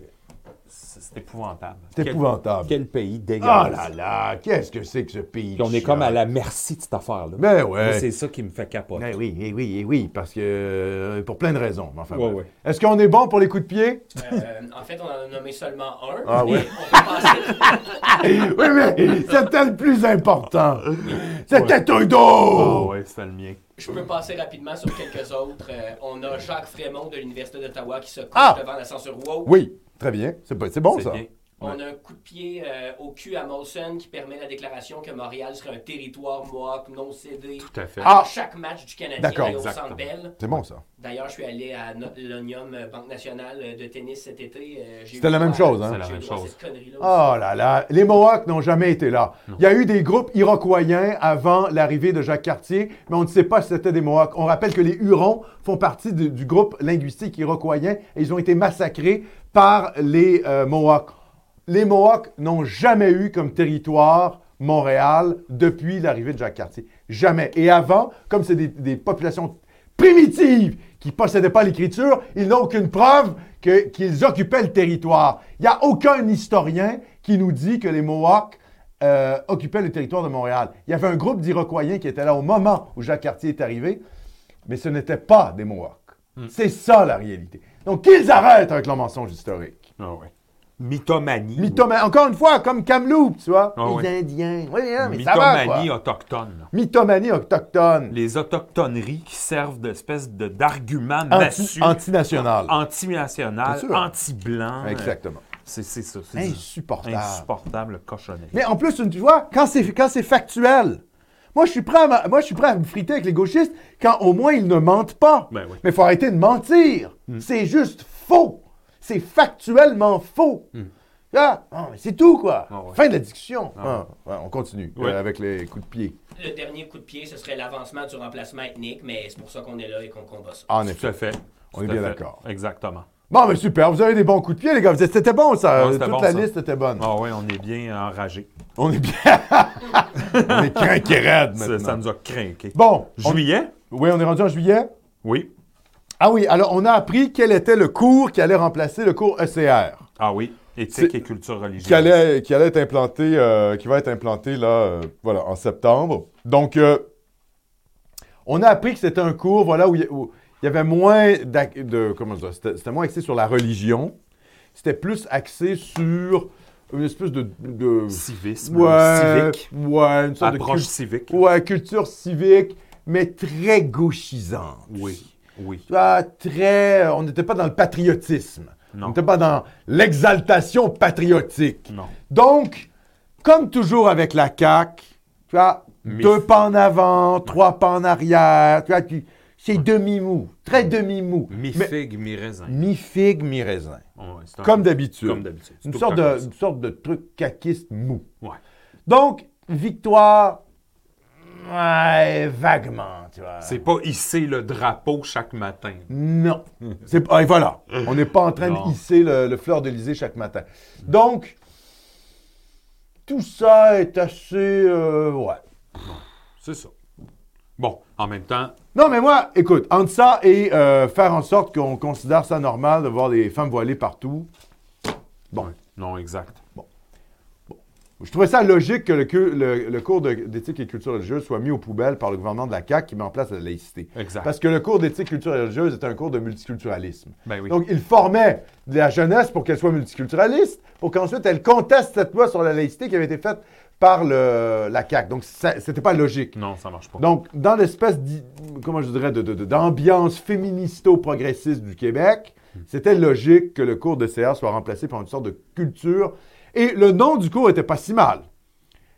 Speaker 2: c'est c'est épouvantable.
Speaker 1: C'est
Speaker 2: Quel-
Speaker 1: épouvantable.
Speaker 2: Quel pays dégueulasse.
Speaker 1: Ah là là, qu'est-ce que c'est que ce pays
Speaker 2: Puis on est comme à la merci de cette affaire-là.
Speaker 1: Ben ouais.
Speaker 2: Moi, C'est ça qui me fait capoter.
Speaker 1: Eh oui, eh oui, eh oui, parce que euh, pour plein de raisons. mais enfin,
Speaker 2: Ouais,
Speaker 1: bref.
Speaker 2: ouais.
Speaker 1: Est-ce qu'on est bon pour les coups de pied?
Speaker 3: Euh, en fait, on en a nommé seulement un.
Speaker 1: Ah
Speaker 3: mais
Speaker 1: ouais.
Speaker 3: On peut passer-
Speaker 1: oui, mais c'était le plus important. C'était un
Speaker 2: Ah
Speaker 1: dos!
Speaker 2: ouais, c'était le mien.
Speaker 3: Je peux passer rapidement sur quelques autres. Euh, on a Jacques Frémont de l'Université d'Ottawa qui se couche
Speaker 1: Ah!
Speaker 3: devant la censure woke.
Speaker 1: Oui, très bien. C'est pas- c'est bon,
Speaker 2: C'est
Speaker 1: Oh, ça.
Speaker 2: bien.
Speaker 3: On a un coup de pied euh, au cul à Molson qui permet la déclaration que Montréal serait un territoire mohawk non cédé
Speaker 2: Tout à fait.
Speaker 1: Ah!
Speaker 3: à chaque match du Canadien
Speaker 1: D'accord,
Speaker 3: et au
Speaker 2: exactement.
Speaker 3: Centre Bell.
Speaker 1: C'est bon, ça.
Speaker 3: D'ailleurs, je suis allé à No- l'Onium euh, Banque Nationale euh, de tennis cet été. euh, j'ai
Speaker 1: C'était
Speaker 3: eu
Speaker 1: la même
Speaker 3: droit à-
Speaker 1: chose, hein?
Speaker 2: C'est la
Speaker 3: j'ai eu
Speaker 2: même
Speaker 3: droit à
Speaker 2: chose.
Speaker 3: cette connerie-là aussi.
Speaker 1: Oh là là, les Mohawks n'ont jamais été là.
Speaker 2: Non.
Speaker 1: Il y a eu des groupes iroquoiens avant l'arrivée de Jacques Cartier, mais on ne sait pas si c'était des Mohawks. On rappelle que les Hurons font partie du, du groupe linguistique iroquoien et ils ont été massacrés par les euh, Mohawks. Les Mohawks n'ont jamais eu comme territoire Montréal depuis l'arrivée de Jacques Cartier. Jamais. Et avant, comme c'est des, des populations primitives qui ne possédaient pas l'écriture, ils n'ont aucune preuve que- qu'ils occupaient le territoire. Il n'y a aucun historien qui nous dit que les Mohawks euh, occupaient le territoire de Montréal. Il y avait un groupe d'Iroquois qui était là au moment où Jacques Cartier est arrivé, mais ce n'étaient pas des Mohawks.
Speaker 2: Hmm.
Speaker 1: C'est ça la réalité. Donc qu'ils arrêtent avec leur mensonge historique.
Speaker 2: Ah ouais. Mythomanie.
Speaker 1: Mythomanie. Encore une fois, comme Kamloops, tu vois.
Speaker 2: Ah
Speaker 1: les
Speaker 2: oui.
Speaker 1: Indiens. Oui, hein, mais ça va, quoi.
Speaker 2: Mythomanie autochtone. là.
Speaker 1: Mythomanie autochtone.
Speaker 2: Les autochtoneries qui servent d'espèce de- d'argument
Speaker 1: Anti-
Speaker 2: massu.
Speaker 1: Antinationale.
Speaker 2: Ah, Anti-national,
Speaker 1: Bien sûr.
Speaker 2: anti-blanc.
Speaker 1: Exactement.
Speaker 2: Euh, C'est c'est ça. c'est du-
Speaker 1: Insupportable.
Speaker 2: Insupportable cochonnerie.
Speaker 1: Mais en plus, tu vois, quand c'est, quand c'est factuel, moi je, suis prêt à, ma- moi, je suis prêt à me friter avec les gauchistes quand au moins ils ne mentent pas.
Speaker 2: Ben oui. Hmm.
Speaker 1: Mais il faut arrêter de mentir. C'est juste faux. C'est factuellement faux. Ah, non, mais c'est tout, quoi.
Speaker 2: Hmm. Ah ouais.
Speaker 1: Fin de la discussion.
Speaker 2: Ah
Speaker 1: Ah, ouais, on continue
Speaker 2: Ouais.
Speaker 1: euh, avec les coups de pied.
Speaker 3: Le dernier coup de pied, ce serait l'avancement du remplacement ethnique, mais c'est pour ça qu'on est là et qu'on combat ça.
Speaker 1: En
Speaker 2: Tout
Speaker 1: effet.
Speaker 2: à fait.
Speaker 1: On
Speaker 2: Tout
Speaker 1: est
Speaker 2: à
Speaker 1: bien
Speaker 2: fait.
Speaker 1: d'accord.
Speaker 2: Exactement.
Speaker 1: Bon, mais super, vous avez des bons coups de pied, les gars. Vous êtes- C'était bon, ça.
Speaker 2: Ouais, c'était
Speaker 1: Toute
Speaker 2: bon,
Speaker 1: la
Speaker 2: ça.
Speaker 1: liste était bonne.
Speaker 2: Ah oui, on est bien enragé.
Speaker 1: On est bien. on est craqués raides
Speaker 2: Ça,
Speaker 1: maintenant.
Speaker 2: ça nous a craqué.
Speaker 1: Bon, on-
Speaker 2: Juillet?
Speaker 1: oui, on est rendu en juillet.
Speaker 2: Oui.
Speaker 1: Ah oui, alors on a appris quel était le cours qui allait remplacer le cours ECR,
Speaker 2: Ah oui. Éthique
Speaker 1: C'est-
Speaker 2: et culture religieuse.
Speaker 1: qui allait, qui allait être implanté, euh, qui va être implanté là, euh, voilà, en septembre. Donc, euh, on a appris que c'était un cours, voilà, où il y, où il y avait moins d'ac- de, comment dire, c'était c'était moins axé sur la religion, c'était plus axé sur une espèce de, de-
Speaker 2: Civisme.
Speaker 1: ouais,
Speaker 2: Civique.
Speaker 1: ouais, une sorte
Speaker 2: Approche
Speaker 1: de
Speaker 2: civique.
Speaker 1: culture, ouais, culture civique, mais très gauchisante.
Speaker 2: Oui. Oui.
Speaker 1: Tu vois, très. On n'était pas dans le patriotisme. On
Speaker 2: Non.
Speaker 1: n'était pas dans l'exaltation patriotique.
Speaker 2: Non.
Speaker 1: Donc, comme toujours avec la CAQ, tu vois,
Speaker 2: Mais-
Speaker 1: deux pas en avant, trois pas en arrière, tu vois, tu- c'est demi-mou, très demi-mou. Mais-
Speaker 2: Mi-figue, mi-raisin.
Speaker 1: Mi-figue, mi-raisin.
Speaker 2: Ouais, c'est un-
Speaker 1: Comme d'habitude.
Speaker 2: Comme d'habitude. C'est
Speaker 1: Une
Speaker 2: tout
Speaker 1: sorte,
Speaker 2: le temps
Speaker 1: de,
Speaker 2: comme ça.
Speaker 1: une sorte de truc caquiste mou.
Speaker 2: Ouais.
Speaker 1: Donc, victoire, ouais, vaguement, tu vois.
Speaker 2: C'est pas hisser le drapeau chaque matin.
Speaker 1: Non. C'est pas- et voilà. On n'est pas en train
Speaker 2: Non.
Speaker 1: de hisser le, le fleur d'Elysée chaque matin. Donc, tout ça est assez. euh, ouais.
Speaker 2: C'est ça. Bon, en même temps,
Speaker 1: Non, mais moi, écoute, entre ça et euh, faire en sorte qu'on considère ça normal de voir des femmes voilées partout,
Speaker 2: bon. Non, exact.
Speaker 1: je trouvais ça logique que le, cu- le- le cours de- d'éthique et culture religieuse soit mis aux poubelles par le gouvernement de la CAQ qui met en place la laïcité.
Speaker 2: Exact.
Speaker 1: Parce que le cours d'éthique et culture religieuse était un cours de multiculturalisme.
Speaker 2: Ben oui.
Speaker 1: Donc, il formait de la jeunesse pour qu'elle soit multiculturaliste, pour qu'ensuite elle conteste cette loi sur la laïcité qui avait été faite par le- la CAQ. Donc, ça- c'était pas logique.
Speaker 2: non, ça marche pas.
Speaker 1: Donc, dans l'espèce, d'i- comment je dirais, de- de- de- d'ambiance féministo-progressiste du Québec,
Speaker 2: Hmm.
Speaker 1: c'était logique que le cours de CR soit remplacé par une sorte de culture. Et le nom du cours n'était pas si mal.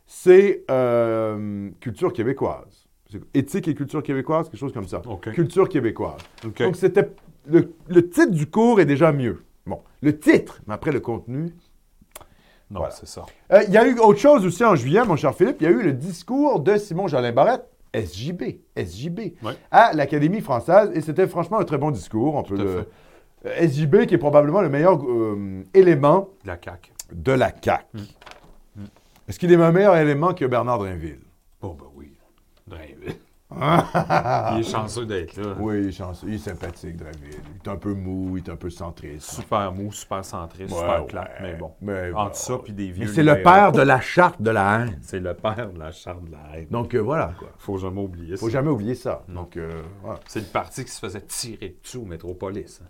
Speaker 1: C'est euh, culture québécoise. C'est Éthique et culture québécoise, quelque chose comme ça.
Speaker 2: OK.
Speaker 1: Culture québécoise.
Speaker 2: OK.
Speaker 1: Donc, c'était. Le, le titre du cours est déjà mieux. Bon, le titre, mais après le contenu.
Speaker 2: non,
Speaker 1: voilà.
Speaker 2: c'est ça.
Speaker 1: Euh, Il y a eu autre chose aussi en juillet, mon cher Philippe. Il y a eu le discours de Simon Jolin Barrette, SJB, SJB,
Speaker 2: Ouais.
Speaker 1: à l'Académie française. Et c'était franchement un très bon discours. On peut
Speaker 2: à
Speaker 1: le- Euh, SJB, qui est probablement le meilleur euh, élément
Speaker 2: De la CAQ.
Speaker 1: de la CAQ.
Speaker 2: Mm.
Speaker 1: Mm. Est-ce qu'il est un meilleur élément que Bernard Drinville?
Speaker 2: Bon, ben oui. Drainville. Il est chanceux d'être là.
Speaker 1: Ah! Oui, il est, chanceux. Il est sympathique, Drinville. Il est un peu mou, il est un peu centriste.
Speaker 2: Super mou, super centré,
Speaker 1: Ouais,
Speaker 2: super claque,
Speaker 1: ouais.
Speaker 2: mais bon.
Speaker 1: Mais
Speaker 2: Entre
Speaker 1: voilà.
Speaker 2: ça puis des vieux.
Speaker 1: Mais c'est le
Speaker 2: libéraux.
Speaker 1: père de la charte de la haine.
Speaker 2: C'est le père de la charte de la haine.
Speaker 1: Donc euh, voilà, quoi.
Speaker 2: Faut jamais oublier ça.
Speaker 1: Faut jamais oublier ça. Donc euh, voilà.
Speaker 2: C'est le parti qui se faisait tirer dessus au Métropolis. hein.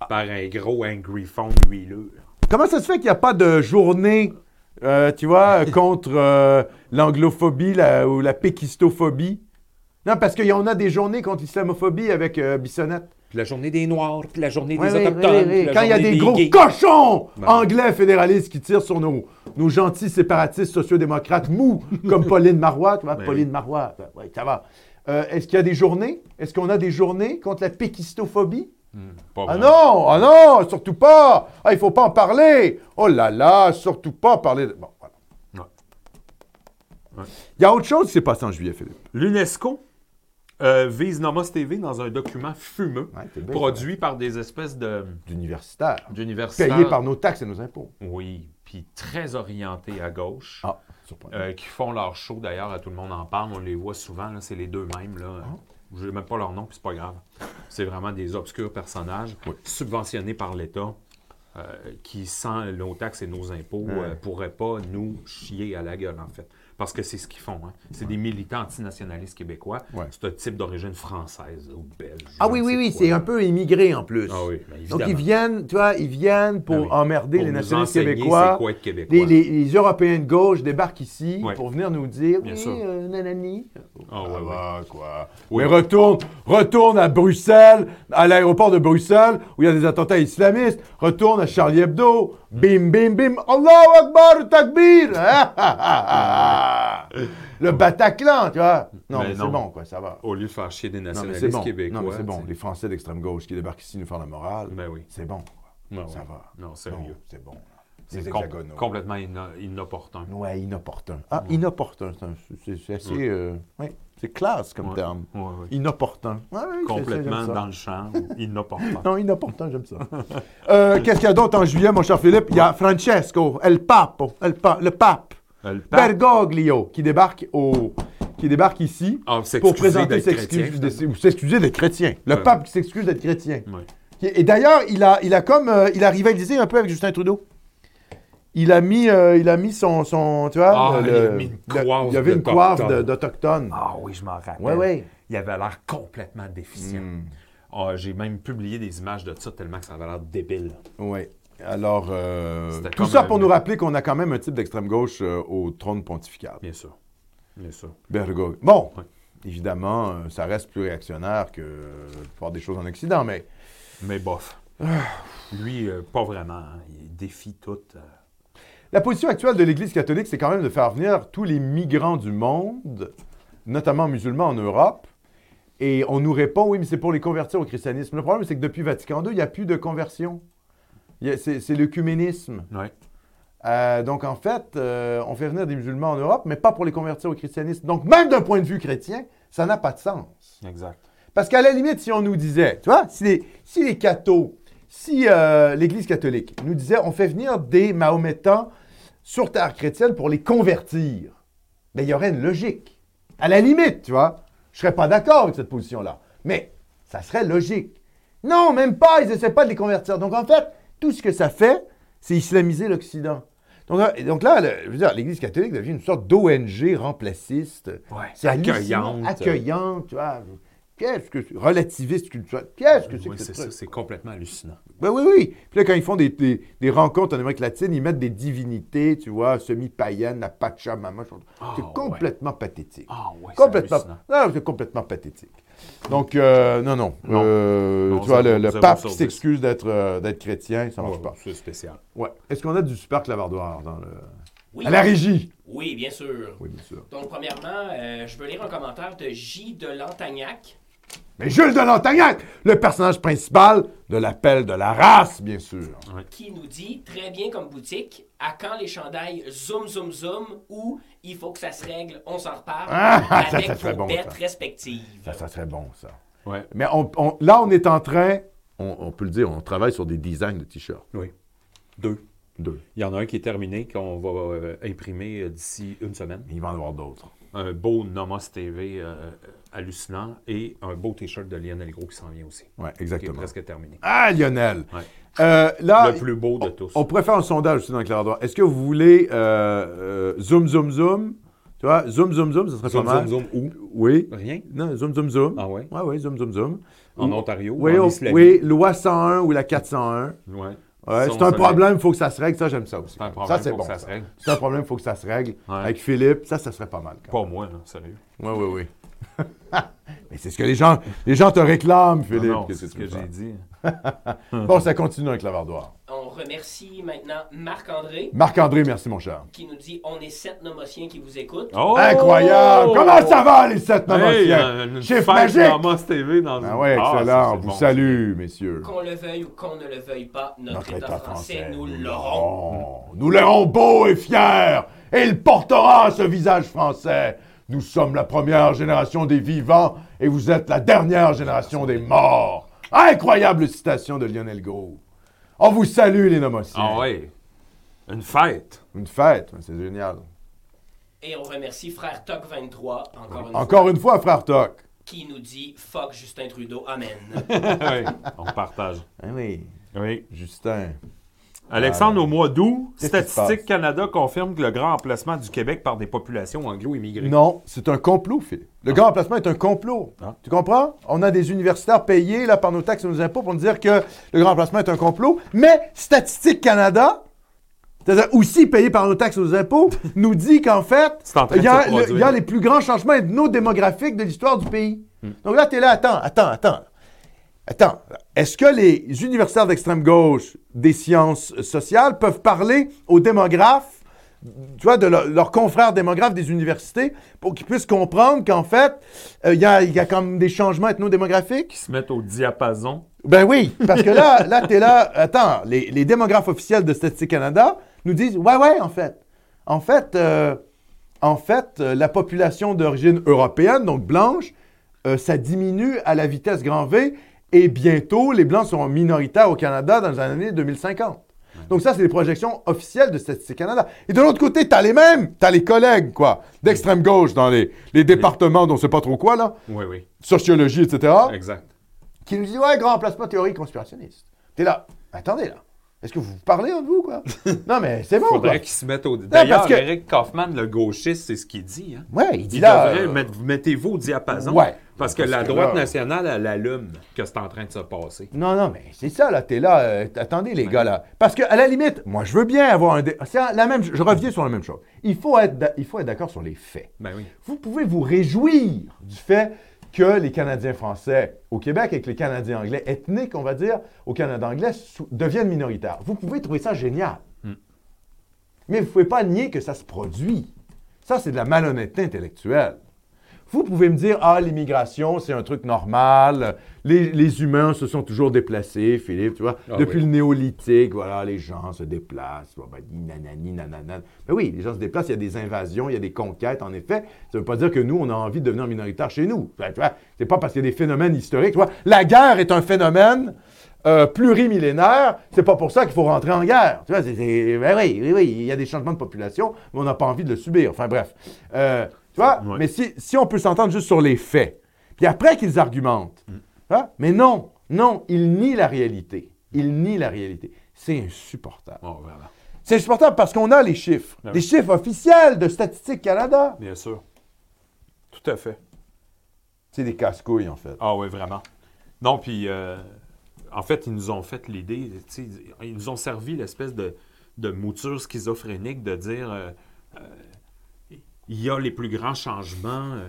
Speaker 1: Ah.
Speaker 2: Par un gros angry phone huileux.
Speaker 1: Comment ça se fait qu'il n'y a pas de journée, euh, tu vois, euh, contre euh, l'anglophobie la- ou la péquistophobie? Non, parce qu'on a des journées contre l'islamophobie avec euh, Bissonnette.
Speaker 2: Puis la journée des Noirs, puis la journée
Speaker 1: Oui,
Speaker 2: des
Speaker 1: oui, oui,
Speaker 2: Autochtones.
Speaker 1: oui,
Speaker 2: puis
Speaker 1: oui.
Speaker 2: la
Speaker 1: Quand il y a
Speaker 2: journée
Speaker 1: des gros
Speaker 2: gays.
Speaker 1: cochons
Speaker 2: Ben.
Speaker 1: anglais fédéralistes qui tirent sur nos, nos gentils séparatistes sociodémocrates mous, comme Pauline Marois, tu vois,
Speaker 2: Ben
Speaker 1: Pauline Marois, ben, ouais, ça va. Euh, Est-ce qu'il y a des journées? Est-ce qu'on a des journées contre la péquistophobie?
Speaker 2: Pas
Speaker 1: Ah
Speaker 2: vrai.
Speaker 1: non, ah non, surtout pas. Ah, il faut pas en parler. Oh là là, surtout pas parler. De... Bon, voilà.
Speaker 2: Ouais. Ouais.
Speaker 1: Il y a autre chose qui s'est passé en juillet, Philippe.
Speaker 2: L'UNESCO euh, vise Nomos TV dans un document fumeux
Speaker 1: Ouais, t'es bien,
Speaker 2: produit par des espèces de
Speaker 1: D'universitaire.
Speaker 2: d'universitaires.
Speaker 1: Payé par nos taxes et nos impôts.
Speaker 2: Oui, puis très orientés à gauche.
Speaker 1: Ah, surprenant.
Speaker 2: euh, qui font leur show d'ailleurs, à tout le monde en parle, on les voit souvent, là, c'est les deux mêmes. Là.
Speaker 1: Ah.
Speaker 2: Je n'ai même pas leur nom, puis c'est pas grave. C'est vraiment des obscurs personnages subventionnés par l'État euh, qui, sans nos taxes et nos impôts, ne pourraient pas nous chier à la gueule, en fait. Parce que c'est ce qu'ils font. hein. C'est des militants antinationalistes québécois.
Speaker 1: Ouais.
Speaker 2: C'est un type d'origine française ou belge.
Speaker 1: Ah
Speaker 2: je
Speaker 1: oui,
Speaker 2: ne
Speaker 1: oui,
Speaker 2: sais
Speaker 1: oui,
Speaker 2: quoi,
Speaker 1: c'est
Speaker 2: là.
Speaker 1: un peu immigré en plus.
Speaker 2: Ah oui, ben,
Speaker 1: Donc
Speaker 2: évidemment.
Speaker 1: ils viennent, tu vois, ils viennent pour
Speaker 2: Ah oui.
Speaker 1: emmerder
Speaker 2: Pour
Speaker 1: les
Speaker 2: nous
Speaker 1: nationalistes
Speaker 2: enseigner
Speaker 1: québécois.
Speaker 2: c'est quoi être québécois.
Speaker 1: Les, les- les Européens de gauche débarquent ici
Speaker 2: Ouais.
Speaker 1: pour venir nous dire
Speaker 2: Bien
Speaker 1: oui,
Speaker 2: sûr.
Speaker 1: euh, nanani.
Speaker 2: Ah ouais,
Speaker 1: Ça
Speaker 2: ouais.
Speaker 1: va, quoi. Mais retourne, retourne à Bruxelles, à l'aéroport de Bruxelles, où il y a des attentats islamistes. Retourne à Charlie Hebdo.
Speaker 2: Hmm.
Speaker 1: Bim, bim, bim. Allahu Akbar, Takbir. Ah, ah, ah, ah. Le Bataclan, tu vois. Non,
Speaker 2: Mais
Speaker 1: mais, c'est
Speaker 2: non.
Speaker 1: bon, quoi, ça va.
Speaker 2: Au lieu de faire chier des
Speaker 1: Non, mais
Speaker 2: nationalistes
Speaker 1: c'est bon.
Speaker 2: québécois.
Speaker 1: Non, mais c'est bon.
Speaker 2: tu
Speaker 1: Les Français d'extrême gauche qui débarquent ici nous faire la morale.
Speaker 2: sais. Ben oui.
Speaker 1: C'est bon, quoi.
Speaker 2: Ben
Speaker 1: ça
Speaker 2: oui.
Speaker 1: va.
Speaker 2: Non,
Speaker 1: Non,
Speaker 2: sérieux.
Speaker 1: c'est bon. là. des
Speaker 2: C'est com-
Speaker 1: hexagonaux.
Speaker 2: complètement ino- inopportun.
Speaker 1: Ouais, inopportun. Ah,
Speaker 2: Ouais.
Speaker 1: inopportun, c'est un- c'est c'est assez. euh, ouais, c'est classe comme
Speaker 2: Ouais.
Speaker 1: terme.
Speaker 2: Ouais, ouais.
Speaker 1: Inopportun. Ouais, ouais, c'est-
Speaker 2: Complètement
Speaker 1: j'aime ça.
Speaker 2: dans le champ, ou inopportun.
Speaker 1: Non, inopportun, j'aime ça. Euh, Qu'est-ce qu'il y a d'autre en juillet, mon cher Philippe? Il y a Francesco, El Papo, El Pa- le pape,
Speaker 2: Euh, le pape-
Speaker 1: Bergoglio, qui débarque, au, qui débarque ici
Speaker 2: Ah, s'excuser
Speaker 1: pour présenter
Speaker 2: d'être
Speaker 1: s'excuse-
Speaker 2: chrétien,
Speaker 1: de- ou s'excuser d'être chrétien. Le
Speaker 2: Ouais.
Speaker 1: pape qui s'excuse d'être chrétien.
Speaker 2: finalement. Ouais.
Speaker 1: Qui- Et d'ailleurs, il a, il a comme. euh, il a rivalisé un peu avec Justin Trudeau. Il a mis, euh, il a mis son, son. Tu vois?
Speaker 2: Ah,
Speaker 1: le-
Speaker 2: il a mis une
Speaker 1: le-
Speaker 2: coiffe
Speaker 1: il y avait une
Speaker 2: d'Autochtone.
Speaker 1: coiffe de- d'Autochtone.
Speaker 2: Ah oui, je m'en rappelle.
Speaker 1: Ouais, ouais. Mm. Hmm.
Speaker 2: Il avait l'air complètement déficient. Ah, J'ai même publié des images de ça tellement que ça avait l'air débile.
Speaker 1: Oui. Alors, euh,
Speaker 2: C'était
Speaker 1: tout
Speaker 2: comme
Speaker 1: ça
Speaker 2: un-
Speaker 1: pour nous rappeler qu'on a quand même un type d'extrême gauche euh, au trône pontifical.
Speaker 2: Bien sûr. Bien sûr.
Speaker 1: Bergoglio. Bon,
Speaker 2: Ouais.
Speaker 1: évidemment, euh, ça reste plus réactionnaire que euh, la plupart des choses en Occident, mais
Speaker 2: Mais bof. Lui, euh, pas vraiment. hein. Il défie tout. euh.
Speaker 1: la position actuelle de l'Église catholique, c'est quand même de faire venir tous les migrants du monde, notamment musulmans en Europe. Et on nous répond, oui, mais c'est pour les convertir au christianisme. Le problème, c'est que depuis Vatican II, il n'y a plus de conversion. Il y a- C'est c'est l'œcuménisme.
Speaker 2: Ouais.
Speaker 1: Euh, donc, en fait, euh, on fait venir des musulmans en Europe, mais pas pour les convertir au christianisme. Donc, même d'un point de vue chrétien, ça n'a pas de sens.
Speaker 2: Exact.
Speaker 1: Parce qu'à la limite, si on nous disait, tu vois, si les, si les cathos, si euh, l'Église catholique nous disait, on fait venir des mahométans sur terre chrétienne pour les convertir, ben, il y aurait une logique. À la limite, tu vois, je serais pas d'accord avec cette position-là. Mais ça serait logique. Non, même pas, ils essaient pas de les convertir. Donc, en fait, tout ce que ça fait, c'est islamiser l'Occident. Donc, là- et donc là, le- je veux dire, l'Église catholique devient une sorte d'ONG remplaciste.
Speaker 2: Ouais.
Speaker 1: C'est hallucinant,
Speaker 2: Accueillante.
Speaker 1: accueillante, tu vois. Qu'est-ce que c'est? Relativiste culturel. Qu'est-ce que c'est
Speaker 2: Oui,
Speaker 1: que ce
Speaker 2: euh, c'est
Speaker 1: truc?
Speaker 2: ça. C'est complètement hallucinant.
Speaker 1: Ben oui, oui. Puis là, quand ils font des, des- des rencontres en Amérique latine, ils mettent des divinités, tu vois, semi-païennes, la Pachamama. je-
Speaker 2: Ah,
Speaker 1: c'est
Speaker 2: ouais.
Speaker 1: complètement pathétique.
Speaker 2: Ah ouais, c'est
Speaker 1: complètement.
Speaker 2: hallucinant.
Speaker 1: Non, c'est complètement pathétique. Donc, euh, non, non.
Speaker 2: Non.
Speaker 1: Euh,
Speaker 2: Non,
Speaker 1: tu vois, le,
Speaker 2: zéro-
Speaker 1: le
Speaker 2: zéro
Speaker 1: pape
Speaker 2: sur
Speaker 1: qui
Speaker 2: dix.
Speaker 1: s'excuse d'être euh, d'être chrétien, ça
Speaker 2: Ouais,
Speaker 1: marche pas.
Speaker 2: C'est spécial.
Speaker 1: Ouais. Est-ce qu'on a du super clavardoir dans le...
Speaker 3: Oui,
Speaker 1: à la régie?
Speaker 3: oui, bien sûr.
Speaker 1: Oui, bien sûr.
Speaker 3: Donc, premièrement, euh, je veux lire un commentaire de J. de Lantagnac.
Speaker 1: Mais Jules de Lontagnac, le personnage principal de l'appel de la race, bien sûr.
Speaker 3: qui nous dit très bien comme boutique à quand les chandails zoom zoom zoom ou il faut que ça se règle, on s'en reparle
Speaker 1: Ah, ça,
Speaker 3: avec
Speaker 1: ça serait
Speaker 3: vos
Speaker 1: bon,
Speaker 3: bêtes
Speaker 1: ça.
Speaker 3: respectives.
Speaker 1: Ça, ça serait bon, ça.
Speaker 2: Ouais.
Speaker 1: Mais on- on- là, on est en train, on, on peut le dire, on travaille sur des designs de t-shirts.
Speaker 2: Oui. Deux.
Speaker 1: Deux.
Speaker 2: Il y en a un qui est terminé, qu'on va euh, imprimer euh, d'ici une semaine.
Speaker 1: Mais il va en avoir d'autres.
Speaker 2: Un beau Nomos TV euh, hallucinant et un beau T-shirt de Lionel Gros qui s'en vient aussi.
Speaker 1: Oui,
Speaker 2: Qui est
Speaker 1: exactement.
Speaker 2: presque terminé.
Speaker 1: Ah, Lionel!
Speaker 2: Ouais.
Speaker 1: Euh, là,
Speaker 2: Le plus beau de tous.
Speaker 1: on pourrait faire un sondage aussi dans le clairdoir. Est-ce que vous voulez euh, euh, zoom, zoom, zoom? Tu vois, zoom, zoom, zoom, ça serait
Speaker 2: Zoom,
Speaker 1: pas mal.
Speaker 2: zoom, zoom, où?
Speaker 1: Oui.
Speaker 2: Rien.
Speaker 1: Non, zoom, zoom, zoom.
Speaker 2: Ah ouais?
Speaker 1: Oui, oui, zoom, zoom, zoom.
Speaker 2: En
Speaker 1: Ou-
Speaker 2: Ontario,
Speaker 1: Oui,
Speaker 2: en
Speaker 1: on-
Speaker 2: Islamie.
Speaker 1: oui, loi 101 ou la 401.
Speaker 2: Ouais.
Speaker 1: Ouais,
Speaker 2: Ça,
Speaker 1: c'est
Speaker 2: on
Speaker 1: un
Speaker 2: se
Speaker 1: problème, il faut que ça se règle. Ça, j'aime ça aussi.
Speaker 2: C'est un problème,
Speaker 1: ça, c'est
Speaker 2: faut
Speaker 1: bon.
Speaker 2: que ça
Speaker 1: ça.
Speaker 2: se règle.
Speaker 1: C'est un problème, il faut que ça se règle.
Speaker 2: Ouais.
Speaker 1: Avec Philippe, ça, ça serait pas mal.
Speaker 2: Pas moi, là, sérieux.
Speaker 1: Oui, oui, oui. Mais c'est ce que les gens, les gens te réclament, Philippe.
Speaker 2: Non, non,
Speaker 1: Qu'est-ce
Speaker 2: c'est ce
Speaker 1: tu
Speaker 2: que
Speaker 1: veux
Speaker 2: j'ai
Speaker 1: faire?
Speaker 2: dit.
Speaker 1: Bon, ça continue avec l'avardoir.
Speaker 3: On remercie maintenant Marc-André
Speaker 1: Marc-André, merci, mon cher.
Speaker 3: qui nous dit on est sept nomotiens qui vous écoutent.
Speaker 2: Oh!
Speaker 1: Incroyable! Comment ça va, les sept
Speaker 2: Hey,
Speaker 1: nomotiens?
Speaker 2: euh, une
Speaker 1: Chiffre
Speaker 2: fête
Speaker 1: magique!
Speaker 2: Nomos TV dans une...
Speaker 1: Ah ouais, excellent.
Speaker 2: ça,
Speaker 1: On
Speaker 2: c'est
Speaker 1: vous
Speaker 2: bon.
Speaker 1: salue, messieurs.
Speaker 3: Qu'on le veuille ou qu'on ne le veuille pas, notre, État, français, nous l'aurons.
Speaker 1: l'aurons. Nous l'aurons beau et fier, et il portera ce visage français. Nous sommes la première génération des vivants, et vous êtes la dernière génération des morts. Incroyable citation de Lionel Gros. On vous salue, les nomotiens.
Speaker 2: Ah ouais. Une fête.
Speaker 1: Une fête, c'est génial.
Speaker 3: Et on remercie Frère Toc23, encore une
Speaker 1: Encore
Speaker 3: fois,
Speaker 1: une fois, frère Toc.
Speaker 3: qui nous dit fuck Justin Trudeau, amen.
Speaker 2: Ouais, On partage.
Speaker 1: Eh oui,
Speaker 2: Oui.
Speaker 1: Justin.
Speaker 2: Alexandre, au mois d'août,
Speaker 1: Qu'est-ce qui se
Speaker 2: Statistique Canada confirme que le grand emplacement du Québec par des populations anglo-immigrées.
Speaker 1: Non, c'est un complot, Phil. Le grand emplacement est un complot.
Speaker 2: Ah.
Speaker 1: Tu comprends? On a des universitaires payés là, par nos taxes et nos impôts pour nous dire que le grand emplacement est un complot. Mais Statistique Canada, c'est-à-dire aussi payé par nos taxes et nos impôts, nous dit qu'en fait,
Speaker 2: C'est en train
Speaker 1: il y, a
Speaker 2: de
Speaker 1: le-
Speaker 2: se
Speaker 1: il y a
Speaker 2: produire.
Speaker 1: les plus grands changements ethnodémographiques de l'histoire du pays.
Speaker 2: Hmm.
Speaker 1: Donc là, tu es là, attends, attends, attends. Attends, est-ce que les universitaires d'extrême gauche des sciences sociales peuvent parler aux démographes, tu vois, de leur- leurs confrères démographes des universités pour qu'ils puissent comprendre qu'en fait, euh, il y, a, il y a comme des changements ethnodémographiques?
Speaker 2: Qui se mettent au diapason
Speaker 1: Ben oui, parce que là, là, t'es là. Attends, les, les démographes officiels de Statistique Canada nous disent Ouais, ouais, en fait. En fait, euh, en fait euh, la population d'origine européenne, donc blanche, euh, ça diminue à la vitesse grand V et bientôt, les Blancs seront minoritaires au Canada dans les années 2050. Donc ça, c'est les projections officielles de Statistique Canada. Et de l'autre côté, t'as les mêmes, t'as les collègues, quoi, d'extrême gauche dans les, les départements dont on sait pas trop quoi, là,
Speaker 2: Oui, oui.
Speaker 1: sociologie, etc
Speaker 2: Exact.
Speaker 1: qui nous dit Ouais, grand placement théorie conspirationniste. T'es là, Ben, attendez là. Est-ce que vous vous parlez entre vous, quoi? non, mais c'est bon,
Speaker 2: Faudrait
Speaker 1: quoi.
Speaker 2: qu'ils se mettent au. D'ailleurs,
Speaker 1: parce que-
Speaker 2: Eric Kaufman, le gauchiste, c'est ce qu'il dit. Hein.
Speaker 1: Ouais, il dit
Speaker 2: Il
Speaker 1: là.
Speaker 2: devrait
Speaker 1: euh,
Speaker 2: mettre- mettez-vous au diapason.
Speaker 1: Ouais.
Speaker 2: Parce que
Speaker 1: Parce
Speaker 2: la
Speaker 1: que
Speaker 2: droite
Speaker 1: là-
Speaker 2: nationale, elle allume que c'est en train de se passer.
Speaker 1: Non, non, mais c'est ça, là, t'es là, euh, attendez, les gars, là. Parce que, à la limite, moi, je veux bien avoir un... dé- C'est la même... Je reviens sur la même chose. Il faut être d'a- il faut être d'accord sur les faits.
Speaker 2: Ben oui.
Speaker 1: Vous pouvez vous réjouir du fait que les Canadiens français au Québec et que les Canadiens anglais ethniques, on va dire, au Canada anglais, sou- deviennent minoritaires. Vous pouvez trouver ça génial.
Speaker 2: Hmm.
Speaker 1: Mais vous ne pouvez pas nier que ça se produit. Ça, c'est de la malhonnêteté intellectuelle. Vous pouvez me dire, ah, l'immigration, c'est un truc normal. Les, les humains se sont toujours déplacés, Philippe, tu vois.
Speaker 2: Ah
Speaker 1: Depuis
Speaker 2: oui.
Speaker 1: le néolithique, voilà, les gens se déplacent. Bon, ben, ni nanani, nanana. Mais oui, les gens se déplacent, il y a des invasions, il y a des conquêtes, en effet. Ça ne veut pas dire que nous, on a envie de devenir minoritaire chez nous. Ben, tu vois, c'est pas parce qu'il y a des phénomènes historiques. Tu vois. La guerre est un phénomène euh, plurimillénaire, c'est pas pour ça qu'il faut rentrer en guerre. Tu vois, c'est, c'est- ben oui, oui, oui, il y a des changements de population, mais on n'a pas envie de le subir. Enfin bref. Euh, tu vois,
Speaker 2: Ouais.
Speaker 1: mais si, si on peut s'entendre juste sur les faits, puis après qu'ils argumentent,
Speaker 2: Mm.
Speaker 1: hein, mais non, non, ils nient la réalité. Ils nient la réalité. C'est insupportable.
Speaker 2: Bon, vraiment.
Speaker 1: C'est insupportable parce qu'on a les chiffres.
Speaker 2: Ah oui.
Speaker 1: Les chiffres officiels de Statistique Canada.
Speaker 2: Bien sûr. Tout à fait.
Speaker 1: C'est des casse-couilles, en fait.
Speaker 2: Ah oui, vraiment. Non, puis euh, en fait, ils nous ont fait l'idée, tu sais, ils nous ont servi l'espèce de, de mouture schizophrénique de dire euh, euh, il y a les plus grands changements euh,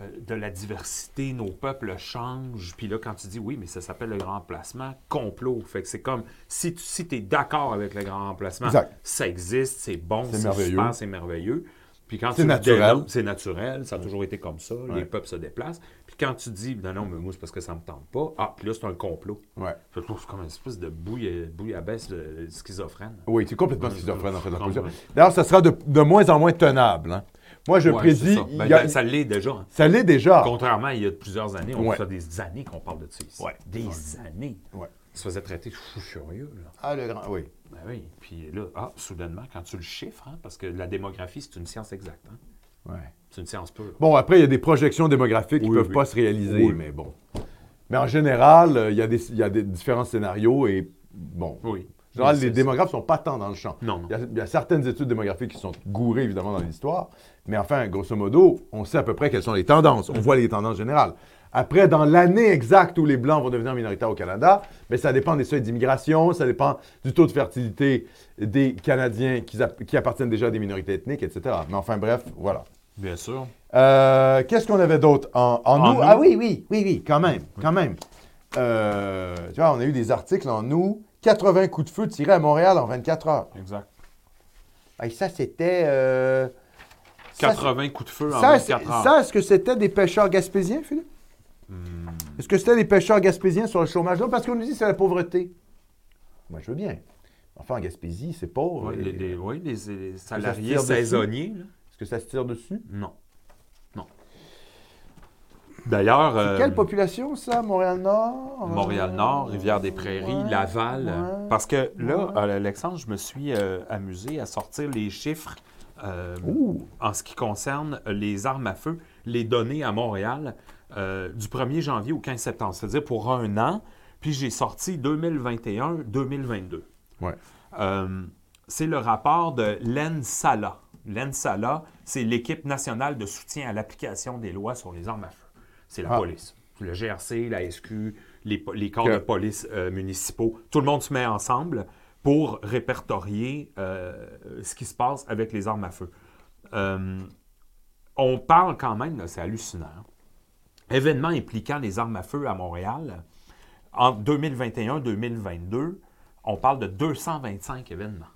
Speaker 2: euh, de la diversité, nos peuples changent. Puis là, quand tu dis oui, mais ça s'appelle le grand remplacement, complot. Fait que c'est comme si tu si es d'accord avec le grand remplacement,
Speaker 1: Exact.
Speaker 2: ça existe, c'est bon,
Speaker 1: C'est
Speaker 2: c'est
Speaker 1: merveilleux.
Speaker 2: super, c'est merveilleux. Puis quand
Speaker 1: C'est
Speaker 2: tu le
Speaker 1: naturel.
Speaker 2: dénombres, c'est naturel, ça a toujours été comme ça, les
Speaker 1: Ouais.
Speaker 2: peuples se déplacent. Puis quand tu dis, non, non, mais moi, c'est parce que ça me tente pas, ah, puis là, c'est un complot.
Speaker 1: Ouais.
Speaker 2: Je trouve que c'est comme une espèce de bouille, bouillabaisse de schizophrène.
Speaker 1: Oui, c'est complètement schizophrène, en fait, la
Speaker 2: Ouais.
Speaker 1: position. D'ailleurs, ça sera de, de moins en moins tenable. hein. Moi, je
Speaker 2: Ouais, c'est
Speaker 1: prédis...
Speaker 2: ça. Ben,
Speaker 1: il y a-
Speaker 2: ben, ça l'est déjà. hein.
Speaker 1: ça l'est déjà.
Speaker 2: Contrairement, il y a plusieurs années, on
Speaker 1: Ouais.
Speaker 2: ça des années qu'on parle de ça ici.
Speaker 1: Ouais.
Speaker 2: Des années.
Speaker 1: Ouais.
Speaker 2: Ça se faisait traiter fou furieux, là.
Speaker 1: Ah, le grand, oui.
Speaker 2: Ben oui. Puis là, ah, soudainement, quand tu le chiffres, hein, parce que la démographie, c'est une science exacte. hein.
Speaker 1: Ouais.
Speaker 2: C'est une science pure.
Speaker 1: Bon, après, il y a des projections démographiques qui ne
Speaker 2: Oui,
Speaker 1: peuvent
Speaker 2: oui.
Speaker 1: pas se réaliser,
Speaker 2: Oui.
Speaker 1: mais bon. Mais en général, euh, il y, a des- il y a des différents scénarios et bon.
Speaker 2: Oui.
Speaker 1: En général,
Speaker 2: Oui,
Speaker 1: les
Speaker 2: c'est-
Speaker 1: démographes sont pas tant dans le champ.
Speaker 2: Non, non.
Speaker 1: Il y a, il y a certaines études démographiques qui sont gourées, évidemment, dans l'histoire. Mais enfin, grosso modo, on sait à peu près quelles sont les tendances. On voit les tendances générales. Après, dans l'année exacte où les Blancs vont devenir minoritaires au Canada, mais ça dépend des seuils d'immigration, ça dépend du taux de fertilité des Canadiens qui, app- qui appartiennent déjà à des minorités ethniques, etc. Mais enfin, bref, voilà.
Speaker 2: Bien sûr.
Speaker 1: Euh, qu'est-ce qu'on avait d'autre en, en,
Speaker 2: En
Speaker 1: nous?
Speaker 2: nous?
Speaker 1: Ah oui, oui, oui, oui, quand même, quand même. Euh, tu vois, on a eu des articles en nous. 80 coups de feu tirés à Montréal en 24 heures.
Speaker 2: Exact.
Speaker 1: Ah, Et ça, c'était... euh, ça,
Speaker 2: 80 coups de feu en
Speaker 1: c'est- ça, c'est-
Speaker 2: 24 heures.
Speaker 1: ça, est-ce que c'était des pêcheurs gaspésiens, Philippe?
Speaker 2: Hmm.
Speaker 1: Est-ce que c'était des pêcheurs gaspésiens sur le chômage? Non, parce qu'on nous dit que c'est la pauvreté. Moi, je veux bien. Enfin, en Gaspésie, c'est pauvre.
Speaker 2: Oui,
Speaker 1: Et-
Speaker 2: les, les- oui, les- les salariés
Speaker 1: tire dessus.
Speaker 2: saisonniers, là,
Speaker 1: Est-ce que ça se tire dessus?
Speaker 2: non. Non. D'ailleurs, euh,
Speaker 1: Quelle population, ça? Montréal-Nord?
Speaker 2: Montréal-Nord,
Speaker 1: Euh,
Speaker 2: Rivière-des-Prairies,
Speaker 1: ouais,
Speaker 2: Laval. euh,
Speaker 1: ouais.
Speaker 2: Parce que là,
Speaker 1: ouais.
Speaker 2: euh, Alexandre, je me suis euh, amusé à sortir les chiffres euh,
Speaker 1: Ouh.
Speaker 2: en ce qui concerne les armes à feu, les données à Montréal euh, du 1er janvier au 15 septembre, c'est-à-dire pour un an. Puis j'ai sorti 2021-2022.
Speaker 1: Ouais.
Speaker 2: Euh, c'est le rapport de l'ENSALA. L'ENSALA, c'est l'équipe nationale de soutien à l'application des lois sur les armes à feu. C'est la
Speaker 1: Ah.
Speaker 2: police. Le GRC, la SQ, les, po- les corps
Speaker 1: Que-
Speaker 2: de police euh, municipaux, tout le monde se met ensemble pour répertorier euh, ce qui se passe avec les armes à feu. Euh, on parle quand même, là, c'est hallucinant. hein. Événements impliquant les armes à feu à Montréal, en 2021-2022, on parle de 225 événements.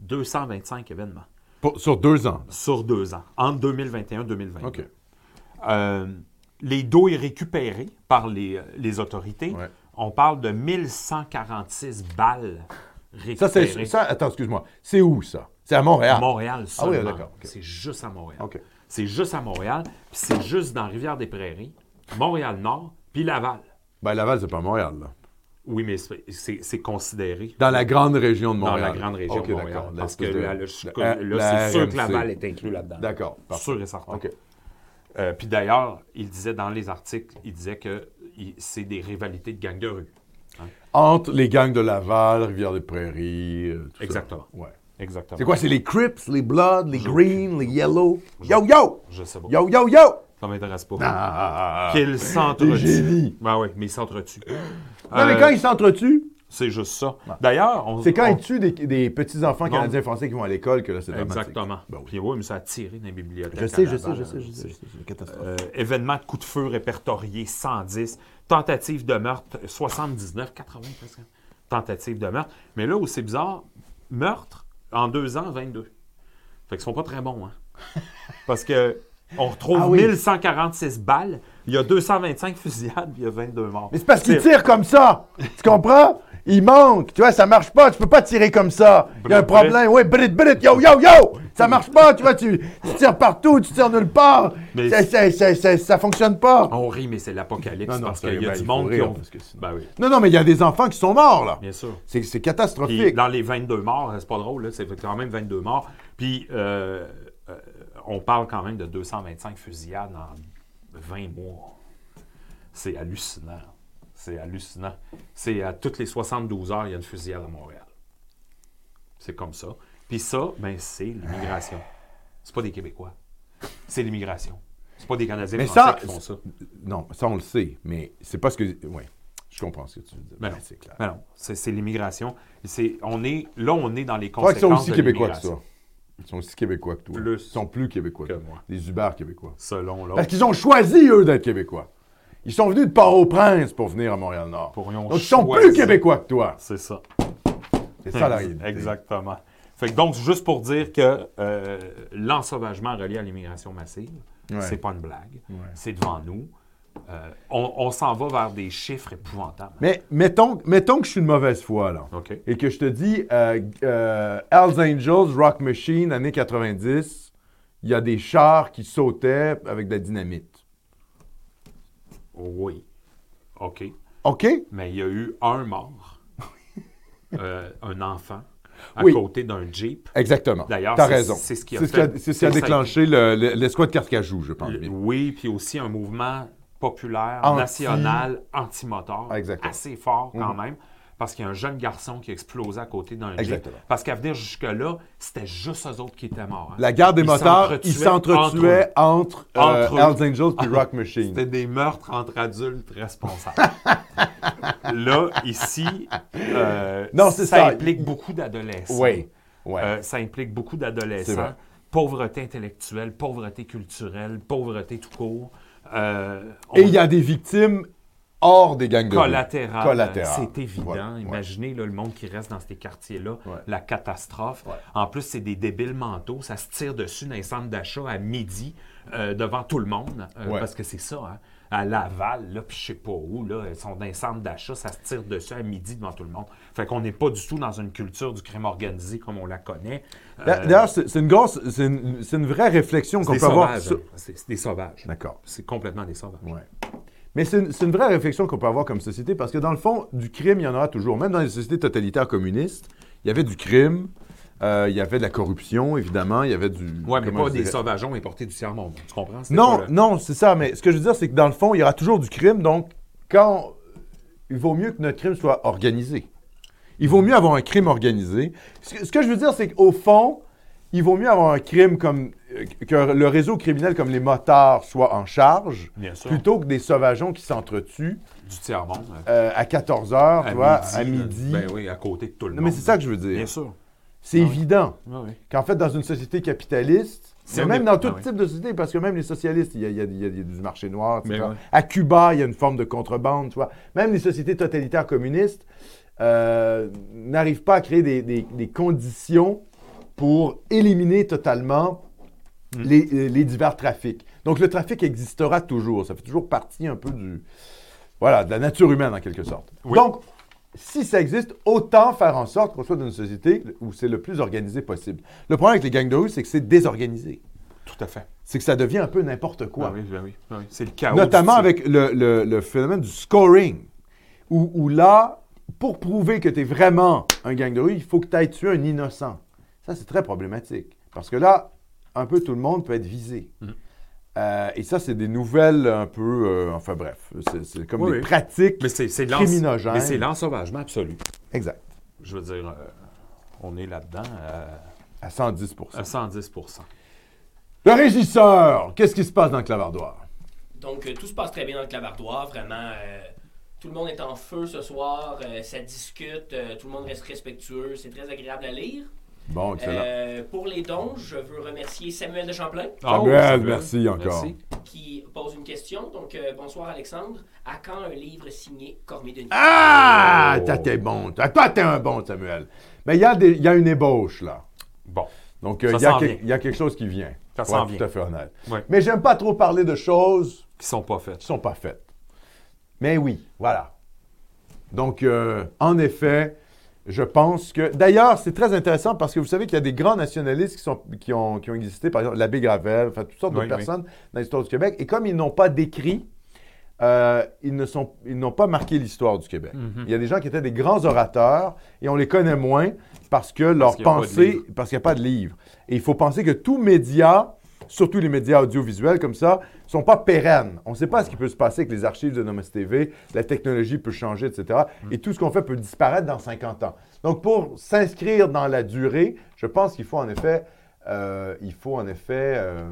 Speaker 2: 225 événements
Speaker 1: Pour- sur deux ans.
Speaker 2: sur deux ans, entre 2021 et 2022.
Speaker 1: OK.
Speaker 2: Euh, les dos est récupéré par les, les autorités.
Speaker 1: Ouais.
Speaker 2: on parle de 1146 balles
Speaker 1: Ça,
Speaker 2: récupérées
Speaker 1: c'est. Ça, attends, excuse-moi. C'est où, ça? C'est à Montréal.
Speaker 2: à Montréal seulement.
Speaker 1: d'accord, ok.
Speaker 2: C'est juste à Montréal.
Speaker 1: OK.
Speaker 2: C'est juste à Montréal, puis c'est juste dans Rivière-des-Prairies, Montréal-Nord, puis Laval.
Speaker 1: Ben, Laval, c'est pas Montréal, là.
Speaker 2: Oui, mais c'est- c'est c'est considéré
Speaker 1: Dans la grande région de
Speaker 2: dans
Speaker 1: Montréal.
Speaker 2: la grande région
Speaker 1: Ok,
Speaker 2: de Montréal.
Speaker 1: d'accord.
Speaker 2: Parce que
Speaker 1: L'espèce de-
Speaker 2: là, là, je suis
Speaker 1: la-
Speaker 2: con- là,
Speaker 1: la
Speaker 2: c'est sûr
Speaker 1: RMC.
Speaker 2: que Laval est inclus là-dedans.
Speaker 1: D'accord. parfait.
Speaker 2: Sûr et certain.
Speaker 1: OK.
Speaker 2: Euh, puis d'ailleurs, il disait dans les articles, il disait que il- c'est des rivalités de gangs de rue.
Speaker 1: Entre les gangs de Laval, Rivière-des-Prairies. euh, tout ça.
Speaker 2: Exactement.
Speaker 1: Ouais.
Speaker 2: Exactement.
Speaker 1: C'est quoi? C'est les Crips, les Bloods, les Greens, les Yellow. Yo, yo!
Speaker 2: Je sais pas.
Speaker 1: Yo, yo, yo!
Speaker 2: Ça m'intéresse pas.
Speaker 1: Ah,
Speaker 2: Qu'ils
Speaker 1: des
Speaker 2: s'entretuent.
Speaker 1: génies.
Speaker 2: Ben oui, mais ils s'entretuent.
Speaker 1: Non, mais
Speaker 2: Euh,
Speaker 1: quand ils s'entretuent,
Speaker 2: C'est juste ça. D'ailleurs, on
Speaker 1: c'est quand
Speaker 2: on-
Speaker 1: ils tuent des, des petits-enfants
Speaker 2: Non.
Speaker 1: canadiens-français qui vont à l'école que là, c'est dramatique.
Speaker 2: Exactement.
Speaker 1: Ben oui.
Speaker 2: Puis oui, mais ça a tiré dans les bibliothèques.
Speaker 1: Je
Speaker 2: à
Speaker 1: sais, je sais,
Speaker 2: Laval,
Speaker 1: je
Speaker 2: hein,
Speaker 1: sais, je sais. je sais, C'est une catastrophe.
Speaker 2: Euh, événement de coup de feu répertorié 110, tentative de meurtre 79, 80 presque. Tentative de meurtre. Mais là où c'est bizarre, meurtre en deux ans, 22. Fait qu'ils sont pas très bons, hein? Parce que on retrouve
Speaker 1: Ah oui.
Speaker 2: 1146 balles, il y a 225 fusillades, puis il y a 22 morts.
Speaker 1: Mais c'est parce qu'ils tirent comme ça. Tu comprends? Ils manquent. Tu vois, ça marche pas. Tu peux pas tirer comme ça. Il y a un
Speaker 2: Brit, brit.
Speaker 1: problème. Oui, brit, brit, yo, yo, yo! Ça marche pas. Tu vois, tu, tu tires partout, tu tires nulle part.
Speaker 2: Mais-
Speaker 1: Ça, ça, ça, ça- ça fonctionne pas.
Speaker 2: On rit, mais c'est l'apocalypse
Speaker 1: Non, non,
Speaker 2: parce
Speaker 1: ça,
Speaker 2: qu'il y a
Speaker 1: ben,
Speaker 2: du
Speaker 1: il faut
Speaker 2: monde qui
Speaker 1: rire,
Speaker 2: ont.
Speaker 1: parce que sinon-
Speaker 2: Ben oui,
Speaker 1: Non, non, mais il y a des enfants qui sont morts, là.
Speaker 2: bien sûr.
Speaker 1: C'est c'est
Speaker 2: Puis
Speaker 1: catastrophique.
Speaker 2: dans les 22 morts, c'est pas drôle, là, c'est quand même 22 morts. Puis euh, euh, on parle quand même de 225 fusillades en 20 mois. C'est hallucinant. C'est hallucinant. C'est à toutes les 72 heures, il y a une fusillade à Montréal. C'est comme ça. Puis ça, ben, c'est l'immigration. C'est pas des Québécois. C'est l'immigration. C'est pas des Canadiens
Speaker 1: Mais
Speaker 2: français
Speaker 1: ça-
Speaker 2: qui font ça.
Speaker 1: Non, ça, on le sait, mais c'est pas ce que. Oui, je comprends ce que tu veux dire.
Speaker 2: Ben
Speaker 1: Ouais,
Speaker 2: non.
Speaker 1: c'est clair.
Speaker 2: Ben non, c'est c'est l'immigration. C'est- On est, là, on est dans les
Speaker 1: Je crois
Speaker 2: conséquences
Speaker 1: qu'ils sont aussi
Speaker 2: de
Speaker 1: québécois que
Speaker 2: l'immigration.
Speaker 1: ça. Ils sont aussi québécois que toi.
Speaker 2: Plus
Speaker 1: Ils sont plus québécois
Speaker 2: que
Speaker 1: toi.
Speaker 2: moi. Oh.
Speaker 1: Les Uber québécois.
Speaker 2: Selon l'autre.
Speaker 1: Parce qu'ils ont choisi, eux, d'être québécois. Ils sont venus de Port-au-Prince pour venir à Montréal-Nord.
Speaker 2: Pour- ils ont
Speaker 1: Donc, ils sont
Speaker 2: choisi. Hmm.
Speaker 1: plus québécois que toi.
Speaker 2: C'est ça.
Speaker 1: C'est ça la réalité.
Speaker 2: Exactement. Fait que donc, juste pour dire que euh, l'ensauvagement relié à l'immigration massive,
Speaker 1: Ouais.
Speaker 2: c'est pas une blague.
Speaker 1: Ouais.
Speaker 2: C'est devant nous. Euh, on on s'en va vers des chiffres épouvantables.
Speaker 1: Mais mettons, mettons que je suis de mauvaise foi, là.
Speaker 2: OK.
Speaker 1: Et que je te dis, euh, euh, Hells Angels, Rock Machine, années 90, il y a des chars qui sautaient avec de la dynamite.
Speaker 2: Oui. OK.
Speaker 1: OK?
Speaker 2: Mais il y a eu un mort, Euh, un enfant, à
Speaker 1: Oui.
Speaker 2: côté d'un Jeep.
Speaker 1: Exactement.
Speaker 2: D'ailleurs,
Speaker 1: T'as
Speaker 2: c'est-
Speaker 1: raison.
Speaker 2: c'est ce qui a
Speaker 1: C'est qui a,
Speaker 2: fait-
Speaker 1: c'est ce qui a
Speaker 2: c'est ça.
Speaker 1: déclenché le- le- l'escouade Carcajou, je pense.
Speaker 2: Le- Euh, oui, puis aussi un mouvement populaire,
Speaker 1: Anti-
Speaker 2: national, anti-moteur,
Speaker 1: Exactement.
Speaker 2: assez fort quand
Speaker 1: Mhm.
Speaker 2: même, parce qu'il y a un jeune garçon qui a explosé à côté d'un Jeep.
Speaker 1: Exactement.
Speaker 2: Parce qu'à venir jusque-là, c'était juste eux autres qui étaient morts. hein.
Speaker 1: La guerre des
Speaker 2: Ils
Speaker 1: motards, ils s'entretuaient entre, euh,
Speaker 2: Entre eux.
Speaker 1: Hells Angels puis Rock Machine.
Speaker 2: C'était des meurtres entre adultes responsables. Là, ici, euh,
Speaker 1: Non,
Speaker 2: ça,
Speaker 1: c'est ça.
Speaker 2: implique beaucoup d'adolescents.
Speaker 1: Oui, oui.
Speaker 2: Euh, ça implique beaucoup
Speaker 1: C'est
Speaker 2: d'adolescents.
Speaker 1: vrai.
Speaker 2: Pauvreté intellectuelle, pauvreté culturelle, pauvreté tout court. Euh,
Speaker 1: Et
Speaker 2: on-
Speaker 1: il y a des victimes hors des gangs de rue.
Speaker 2: collatéral.
Speaker 1: Collatéral.
Speaker 2: C'est évident.
Speaker 1: Voilà, ouais.
Speaker 2: Imaginez là, le monde qui reste dans ces quartiers-là,
Speaker 1: Ouais.
Speaker 2: la catastrophe.
Speaker 1: Ouais.
Speaker 2: En plus, c'est des débiles mentaux. Ça se tire dessus dans les centres d'achat à midi euh, devant tout le monde. euh,
Speaker 1: Ouais.
Speaker 2: Parce que c'est ça, hein. À Laval, là, puis je sais pas où, là, ils sont dans les centres d'achat, ça se tire dessus à midi devant tout le monde. Fait qu'on n'est pas du tout dans une culture du crime organisé comme on la connaît. Euh,
Speaker 1: D'a- D'ailleurs, c'est c'est une grosse, c'est une, c'est une vraie réflexion
Speaker 2: c'est
Speaker 1: qu'on
Speaker 2: des
Speaker 1: peut avoir.
Speaker 2: sauvages.
Speaker 1: sur-
Speaker 2: hein. C'est c'est des sauvages.
Speaker 1: D'accord.
Speaker 2: C'est complètement des sauvages.
Speaker 1: Ouais. Mais c'est une, c'est une vraie réflexion qu'on peut avoir comme société parce que dans le fond, du crime, il y en aura toujours. Même dans les sociétés totalitaires communistes, il y avait du crime, euh, il y avait de la corruption, évidemment, il y avait du.
Speaker 2: Ouais, mais
Speaker 1: comment
Speaker 2: pas
Speaker 1: je
Speaker 2: des
Speaker 1: dirais-
Speaker 2: sauvageons importés du tiers-monde. Tu comprends? C'était
Speaker 1: Non,
Speaker 2: pas le-
Speaker 1: non, c'est ça. Mais ce que je veux dire, c'est que dans le fond, il y aura toujours du crime. Donc, quand il vaut mieux que notre crime soit organisé. Il vaut mieux avoir un crime organisé. Ce que, ce que je veux dire, c'est qu'au fond, il vaut mieux avoir un crime comme euh, que le réseau criminel comme les motards soit en charge,
Speaker 2: Bien sûr.
Speaker 1: plutôt que des sauvageons qui s'entretuent
Speaker 2: Du tiers-monde. hein.
Speaker 1: euh, à 14 heures, tu vois, à
Speaker 2: là.
Speaker 1: midi.
Speaker 2: Ben oui, à côté de tout le
Speaker 1: Non,
Speaker 2: monde.
Speaker 1: mais c'est ça que je veux dire.
Speaker 2: Bien sûr.
Speaker 1: C'est
Speaker 2: Ah oui.
Speaker 1: évident
Speaker 2: Oui, oui.
Speaker 1: qu'en fait, dans une société capitaliste,
Speaker 2: Si
Speaker 1: mais
Speaker 2: on
Speaker 1: même
Speaker 2: est-
Speaker 1: dans tout
Speaker 2: ah oui.
Speaker 1: type de société, parce que même les socialistes, il y a, il y a- il y a du marché noir, etc.
Speaker 2: Mais ouais.
Speaker 1: À Cuba, il y a une forme de contrebande, tu vois. Même les sociétés totalitaires communistes euh, n'arrivent pas à créer des, des- des conditions pour éliminer totalement
Speaker 2: Mm.
Speaker 1: les, les divers trafics. Donc, le trafic existera toujours. Ça fait toujours partie un peu du, voilà, de la nature humaine en quelque sorte.
Speaker 2: Oui.
Speaker 1: Donc, si ça existe, autant faire en sorte qu'on soit dans une société où c'est le plus organisé possible. Le problème avec les gangs de rue, c'est que c'est désorganisé.
Speaker 2: Tout à fait.
Speaker 1: C'est que ça devient un peu n'importe quoi.
Speaker 2: Ah oui, ben oui, ben oui. C'est le chaos.
Speaker 1: Notamment
Speaker 2: du-
Speaker 1: avec le, le- le phénomène du scoring, où, où là, pour prouver que tu es vraiment un gang de rue, il faut que tu ailles tuer un innocent. Ça, c'est très problématique. Parce que là, un peu tout le monde peut être visé.
Speaker 2: Mhm.
Speaker 1: Euh, et ça, c'est des nouvelles un peu. euh, enfin, bref, c'est- c'est comme
Speaker 2: Oui,
Speaker 1: des
Speaker 2: oui.
Speaker 1: pratiques
Speaker 2: Mais c'est c'est l'en-
Speaker 1: criminogènes.
Speaker 2: mais c'est l'ensauvagement absolu.
Speaker 1: Exact.
Speaker 2: Je veux dire, euh, on est là-dedans à-
Speaker 1: À 110
Speaker 2: à 110
Speaker 1: Le régisseur, qu'est-ce qui se passe dans le clavardoir?
Speaker 3: Donc, euh, tout se passe très bien dans le clavardoir. Vraiment, euh, tout le monde est en feu ce soir. euh, ça discute. euh, tout le monde reste respectueux. C'est très agréable à lire.
Speaker 1: Bon, excellent.
Speaker 3: Euh, pour les dons, je veux remercier Samuel de Champlain
Speaker 2: Ah,
Speaker 1: Samuel,
Speaker 2: oui, Samuel.
Speaker 1: ben, merci encore.
Speaker 2: Merci.
Speaker 3: qui pose une question. Donc, euh, bonsoir Alexandre. À quand un livre signé Cormier Denis
Speaker 1: Ah!
Speaker 2: Oh.
Speaker 1: T'as T'es bon. T'as- Toi, t'es un bon, Samuel. Mais il y, a des- il y a une ébauche, là.
Speaker 2: Bon.
Speaker 1: Donc, euh,
Speaker 2: Ça
Speaker 1: il y a
Speaker 2: s'en
Speaker 1: que-
Speaker 2: vient.
Speaker 1: il y, a quelque chose qui vient.
Speaker 2: Ça
Speaker 1: Pour
Speaker 2: s'en
Speaker 1: être
Speaker 2: vient.
Speaker 1: tout à fait honnête.
Speaker 2: Ouais.
Speaker 1: Mais j'aime pas trop parler de choses
Speaker 2: Qui sont pas
Speaker 1: qui
Speaker 2: faites.
Speaker 1: sont pas faites. Mais oui, voilà. Donc, euh, en effet, je pense que... D'ailleurs, c'est très intéressant parce que vous savez qu'il y a des grands nationalistes qui, sont, qui, ont, qui ont existé, par exemple l'abbé Gravel, enfin, toutes sortes
Speaker 2: Oui,
Speaker 1: de
Speaker 2: oui.
Speaker 1: personnes dans l'histoire du Québec. Et comme ils n'ont pas décrit, euh, ils ne sont- ils n'ont pas marqué l'histoire du Québec.
Speaker 2: Hmm.
Speaker 1: Il y a des gens qui étaient des grands orateurs et on les connaît moins parce que leur
Speaker 2: qu'il y a pas de
Speaker 1: pensée,
Speaker 2: livre.
Speaker 1: parce qu'il n'y a pas de livre. Et il faut penser que tous média, surtout les médias audiovisuels comme ça, sont pas pérennes. On ne sait pas ce qui peut se passer avec les archives de Nomos TV, la technologie peut changer, etc.
Speaker 2: Hmm.
Speaker 1: Et tout ce qu'on fait peut disparaître dans 50 ans. Donc pour s'inscrire dans la durée, je pense qu'il faut en effet, euh, il faut en effet euh,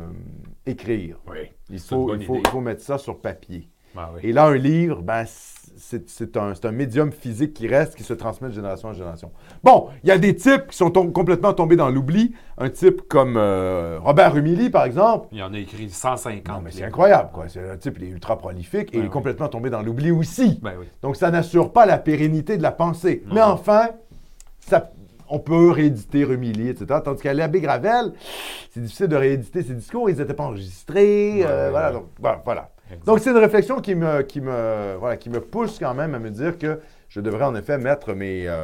Speaker 1: écrire.
Speaker 2: Oui.
Speaker 1: Il
Speaker 2: C'est une
Speaker 1: faut,
Speaker 2: bonne
Speaker 1: il faut-
Speaker 2: idée.
Speaker 1: il faut mettre ça sur papier.
Speaker 2: Ah, oui.
Speaker 1: Et là, un livre, ben, c'est c'est un, c'est un médium physique qui reste, qui se transmet de génération en génération. Bon, il y a des types qui sont tom- complètement tombés dans l'oubli. Un type comme euh, Robert Humilly, par exemple.
Speaker 2: Il y en a écrit 150.
Speaker 1: Non, mais c'est
Speaker 2: livres.
Speaker 1: incroyable, quoi. C'est un type, il est ultra prolifique et
Speaker 2: Ouais,
Speaker 1: il est
Speaker 2: ouais.
Speaker 1: complètement tombé dans l'oubli aussi.
Speaker 2: Ben oui.
Speaker 1: Donc, ça n'assure pas la pérennité de la pensée.
Speaker 2: Non.
Speaker 1: Mais enfin, ça- on peut rééditer, humilier, etc. Tandis qu'à l'abbé Gravel, c'est difficile de rééditer ses discours. Ils n'étaient pas enregistrés.
Speaker 2: Ouais,
Speaker 1: euh,
Speaker 2: ouais,
Speaker 1: voilà,
Speaker 2: ouais.
Speaker 1: donc, voilà, voilà.
Speaker 2: Exact.
Speaker 1: Donc, c'est une réflexion qui me, qui, me, voilà, qui me pousse quand même à me dire que je devrais en effet mettre mes, euh,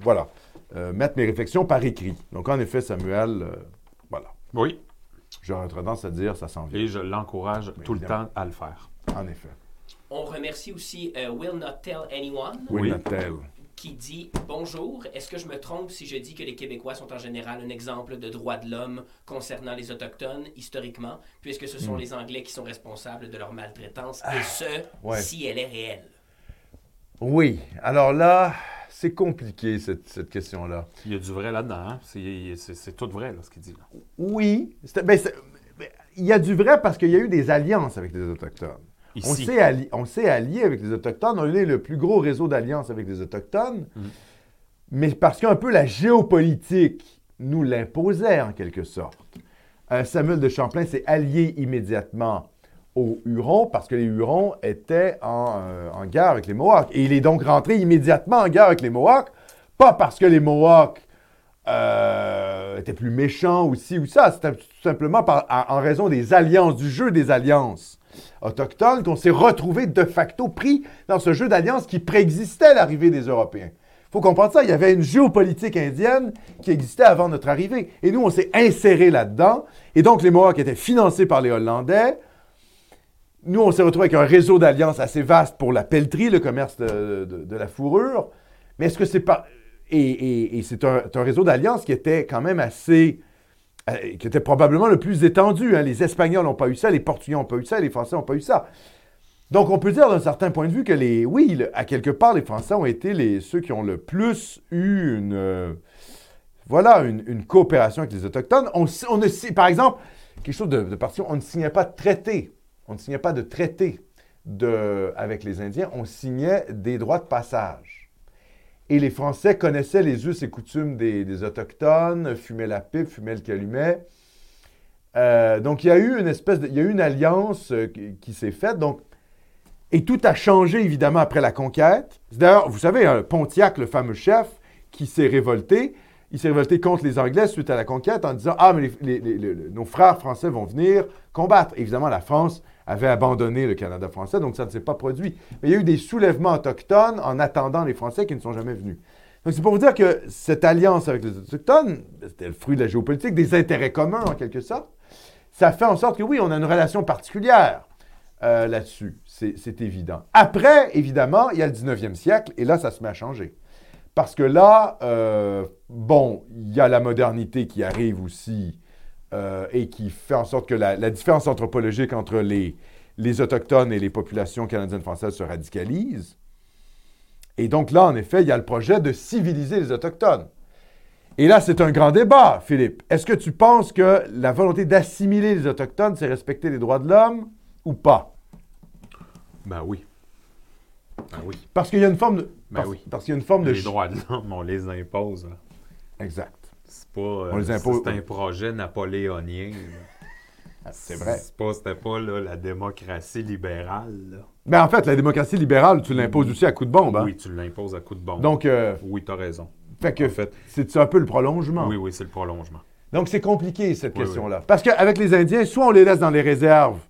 Speaker 1: voilà, euh, mettre mes réflexions par écrit. Donc, en effet, Samuel, euh, voilà.
Speaker 2: oui.
Speaker 1: J'aurais tendance à dire ça s'en vient.
Speaker 2: Et je l'encourage
Speaker 1: Mais
Speaker 2: tout le
Speaker 1: évidemment.
Speaker 2: temps à le faire.
Speaker 1: En effet.
Speaker 3: On remercie aussi euh, Will Not Tell Anyone
Speaker 1: Oui,
Speaker 2: Oui.
Speaker 1: Nattel.
Speaker 3: qui dit Bonjour, est-ce que je me trompe si je dis que les Québécois sont en général un exemple de droits de l'homme concernant les Autochtones historiquement, puisque ce sont
Speaker 1: Hmm.
Speaker 3: les Anglais qui sont responsables de leur maltraitance, et ce,
Speaker 1: Ah, ouais.
Speaker 3: si elle est réelle.
Speaker 1: Oui. Alors là, c'est compliqué, cette- cette question-là.
Speaker 2: Il y a du vrai là-dedans. hein. C'est- C'est c'est tout vrai, là, ce qu'il dit. là.
Speaker 1: Oui. C'était- ben, c'est- ben, il y a du vrai parce qu'il y a eu des alliances avec les Autochtones. On
Speaker 2: Ici.
Speaker 1: s'est, alli- on s'est alliés avec les Autochtones. On est le plus gros réseau d'alliances avec les Autochtones.
Speaker 2: Mhm.
Speaker 1: Mais parce qu'un peu la géopolitique nous l'imposait en quelque sorte. Euh, Samuel de Champlain s'est allié immédiatement aux Hurons parce que les Hurons étaient en, euh, en guerre avec les Mohawks. Et il est donc rentré immédiatement en guerre avec les Mohawks, pas parce que les Mohawks euh, étaient plus méchants ou ci ou ça, c'était tout simplement par- en- en raison des alliances, du jeu des alliances autochtones, qu'on s'est retrouvé de facto pris dans ce jeu d'alliances qui préexistait à l'arrivée des Européens. Il faut comprendre ça, il y avait une géopolitique indienne qui existait avant notre arrivée. Et nous, on s'est insérés là-dedans. Et donc, les Mohawks étaient financés par les Hollandais. Nous, on s'est retrouvés avec un réseau d'alliances assez vaste pour la pelleterie, le commerce de, de- de la fourrure. Mais est-ce que c'est pas. Et, et- et c'est un, c'est un réseau d'alliances qui était quand même assez. euh, qui était probablement le plus étendu. hein. Les Espagnols n'ont pas eu ça, les Portugais n'ont pas eu ça, les Français n'ont pas eu ça. Donc, on peut dire d'un certain point de vue que les. Oui, le- à quelque part, les Français ont été les, ceux qui ont le plus eu une. euh, voilà, une, une coopération avec les Autochtones. On, si- on ne si- par exemple, quelque chose de, de particulier, on ne signait pas de traité. On ne signait pas de traité de, avec les Indiens. On signait des droits de passage. Et les Français connaissaient les us et coutumes des, des Autochtones, fumaient la pipe, fumaient le calumet. Euh, donc, il y a eu une espèce de- il y a eu une alliance euh, qui, qui s'est faite. Donc, et tout a changé, évidemment, après la conquête. D'ailleurs, vous savez, hein, Pontiac, le fameux chef, qui s'est révolté, il s'est révolté contre les Anglais suite à la conquête en disant Ah, mais les- les- les- les- nos frères français vont venir combattre. Évidemment, la France avait abandonné le Canada français, donc ça ne s'est pas produit. Mais il y a eu des soulèvements autochtones en attendant les Français qui ne sont jamais venus. Donc, c'est pour vous dire que cette alliance avec les Autochtones, c'était le fruit de la géopolitique, des intérêts communs en quelque sorte. Ça fait en sorte que oui, on a une relation particulière euh, là-dessus. C'est c'est évident. Après, évidemment, il y a le 19e siècle et là, ça se met à changer. Parce que là, euh, bon, il y a la modernité qui arrive aussi euh, et qui fait en sorte que la, la différence anthropologique entre les, les Autochtones et les populations canadiennes-françaises se radicalise. Et donc là, en effet, il y a le projet de civiliser les Autochtones. Et là, c'est un grand débat, Philippe. Est-ce que tu penses que la volonté d'assimiler les Autochtones, c'est respecter les droits de l'homme ou pas?
Speaker 2: Ben oui. Ben oui.
Speaker 1: Parce qu'il y a une forme de...
Speaker 2: Ben
Speaker 1: parce,
Speaker 2: oui.
Speaker 1: parce qu'il y a une forme de...
Speaker 2: Les droits de l'homme, on les impose. là.
Speaker 1: Exact.
Speaker 2: C'est pas. euh,
Speaker 1: On les
Speaker 2: ça,
Speaker 1: impose-
Speaker 2: C'est un projet napoléonien. là.
Speaker 1: Ah, C'est vrai.
Speaker 2: C'est pas, c'était pas là, la démocratie libérale. là.
Speaker 1: Mais en fait, la démocratie libérale, tu l'imposes aussi à coups de bombe. hein?
Speaker 2: Oui, tu l'imposes à coup de bombe.
Speaker 1: Donc, euh,
Speaker 2: Oui, t'as raison.
Speaker 1: fait que
Speaker 2: En fait-
Speaker 1: c'est un peu le prolongement.
Speaker 2: Oui, oui, c'est le prolongement.
Speaker 1: Donc, c'est compliqué, cette
Speaker 2: Oui,
Speaker 1: question-là. Parce qu'avec les Indiens, soit on les laisse dans les réserves,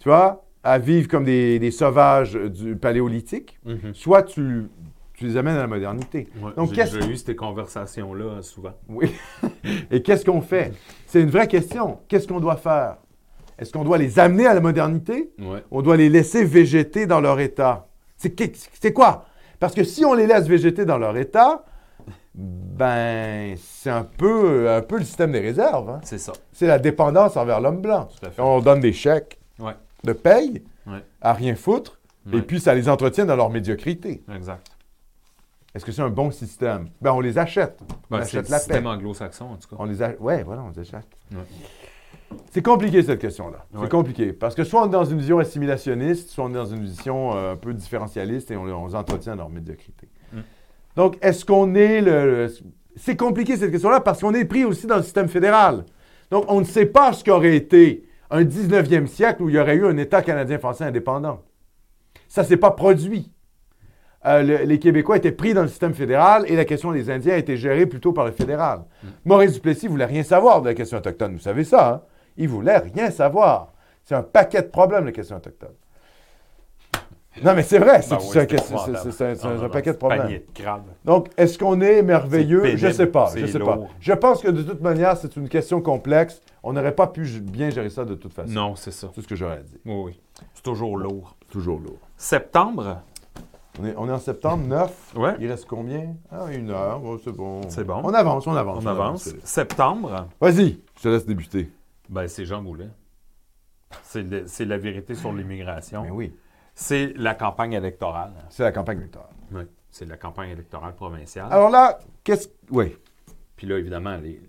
Speaker 1: tu vois, à vivre comme des, des sauvages du paléolithique, soit tu, tu les amènes à la modernité.
Speaker 2: Ouais,
Speaker 1: Mm-hmm. Donc,
Speaker 2: j'ai
Speaker 1: qu'est-ce-
Speaker 2: déjà eu ces conversations-là euh, souvent.
Speaker 1: Oui. Et qu'est-ce qu'on fait? C'est une vraie question. Qu'est-ce qu'on doit faire? Est-ce qu'on doit les amener à la modernité?
Speaker 2: Ouais.
Speaker 1: On doit les laisser végéter dans leur état. C'est qu'est- c'est quoi? Parce que si on les laisse végéter dans leur état, ben, c'est un peu, un peu le système des réserves. hein.
Speaker 2: C'est ça.
Speaker 1: C'est la dépendance envers l'homme blanc.
Speaker 2: Tout à fait.
Speaker 1: On donne des chèques
Speaker 2: Ouais.
Speaker 1: de paye
Speaker 2: Ouais.
Speaker 1: à rien foutre, et
Speaker 2: Ouais.
Speaker 1: puis ça les entretient dans leur médiocrité.
Speaker 2: Exact.
Speaker 1: Est-ce que c'est un bon système? Ben, on les achète. On
Speaker 2: Ben, c'est
Speaker 1: achète
Speaker 2: le
Speaker 1: la
Speaker 2: système
Speaker 1: paix.
Speaker 2: anglo-saxon, en tout cas.
Speaker 1: On les achète. Ouais, voilà, on les achète.
Speaker 2: Ouais.
Speaker 1: C'est compliqué, cette question-là.
Speaker 2: Ouais.
Speaker 1: C'est compliqué. Parce que soit on est dans une vision assimilationniste, soit on est dans une vision euh, un peu différentialiste et on, on les entretient dans leur médiocrité.
Speaker 2: Mm.
Speaker 1: Donc, est-ce qu'on est le. le- C'est compliqué, cette question-là, parce qu'on est pris aussi dans le système fédéral. Donc, on ne sait pas ce qu'aurait été un 19e siècle où il y aurait eu un État canadien-français indépendant. Ça ne s'est pas produit. Euh, le- les Québécois étaient pris dans le système fédéral et la question des Indiens a été gérée plutôt par le fédéral.
Speaker 2: Mm.
Speaker 1: Maurice Duplessis voulait rien savoir de la question autochtone. Vous savez ça, hein? Il voulait rien savoir. C'est un paquet de problèmes, la question autochtone. Non, mais c'est vrai, c'est
Speaker 2: Ben
Speaker 1: c'est
Speaker 2: oui,
Speaker 1: un,
Speaker 2: c'est
Speaker 1: c'est- c'est- c'est- c'est- c'est
Speaker 2: Non, non,
Speaker 1: un
Speaker 2: non,
Speaker 1: paquet de
Speaker 2: c'est
Speaker 1: problèmes.
Speaker 2: Panier de crabe.
Speaker 1: Donc, est-ce qu'on est merveilleux?
Speaker 2: C'est
Speaker 1: je
Speaker 2: pénible,
Speaker 1: sais pas, je
Speaker 2: c'est
Speaker 1: sais pas.
Speaker 2: lourd.
Speaker 1: Je pense que de toute manière, c'est une question complexe. On n'aurait pas pu g- bien gérer ça de toute façon.
Speaker 2: Non, c'est ça.
Speaker 1: C'est ce que j'aurais à dire.
Speaker 2: Oui, oui. C'est toujours lourd.
Speaker 1: Toujours lourd.
Speaker 2: Septembre?
Speaker 1: On est, on est en septembre 9.
Speaker 2: Ouais.
Speaker 1: Il reste combien? Ah, une heure. Oh, c'est bon.
Speaker 2: C'est bon.
Speaker 1: On avance, on avance.
Speaker 2: On avance. Septembre,
Speaker 1: Vas-y, je te laisse débuter.
Speaker 2: ben, c'est Jean Moulin. C'est le- c'est la vérité sur l'immigration.
Speaker 1: Mais Ben oui,
Speaker 2: C'est la campagne électorale.
Speaker 1: c'est la campagne électorale.
Speaker 2: Oui. C'est la campagne électorale provinciale.
Speaker 1: Alors là, qu'est-ce. Oui.
Speaker 2: Puis là, évidemment, les,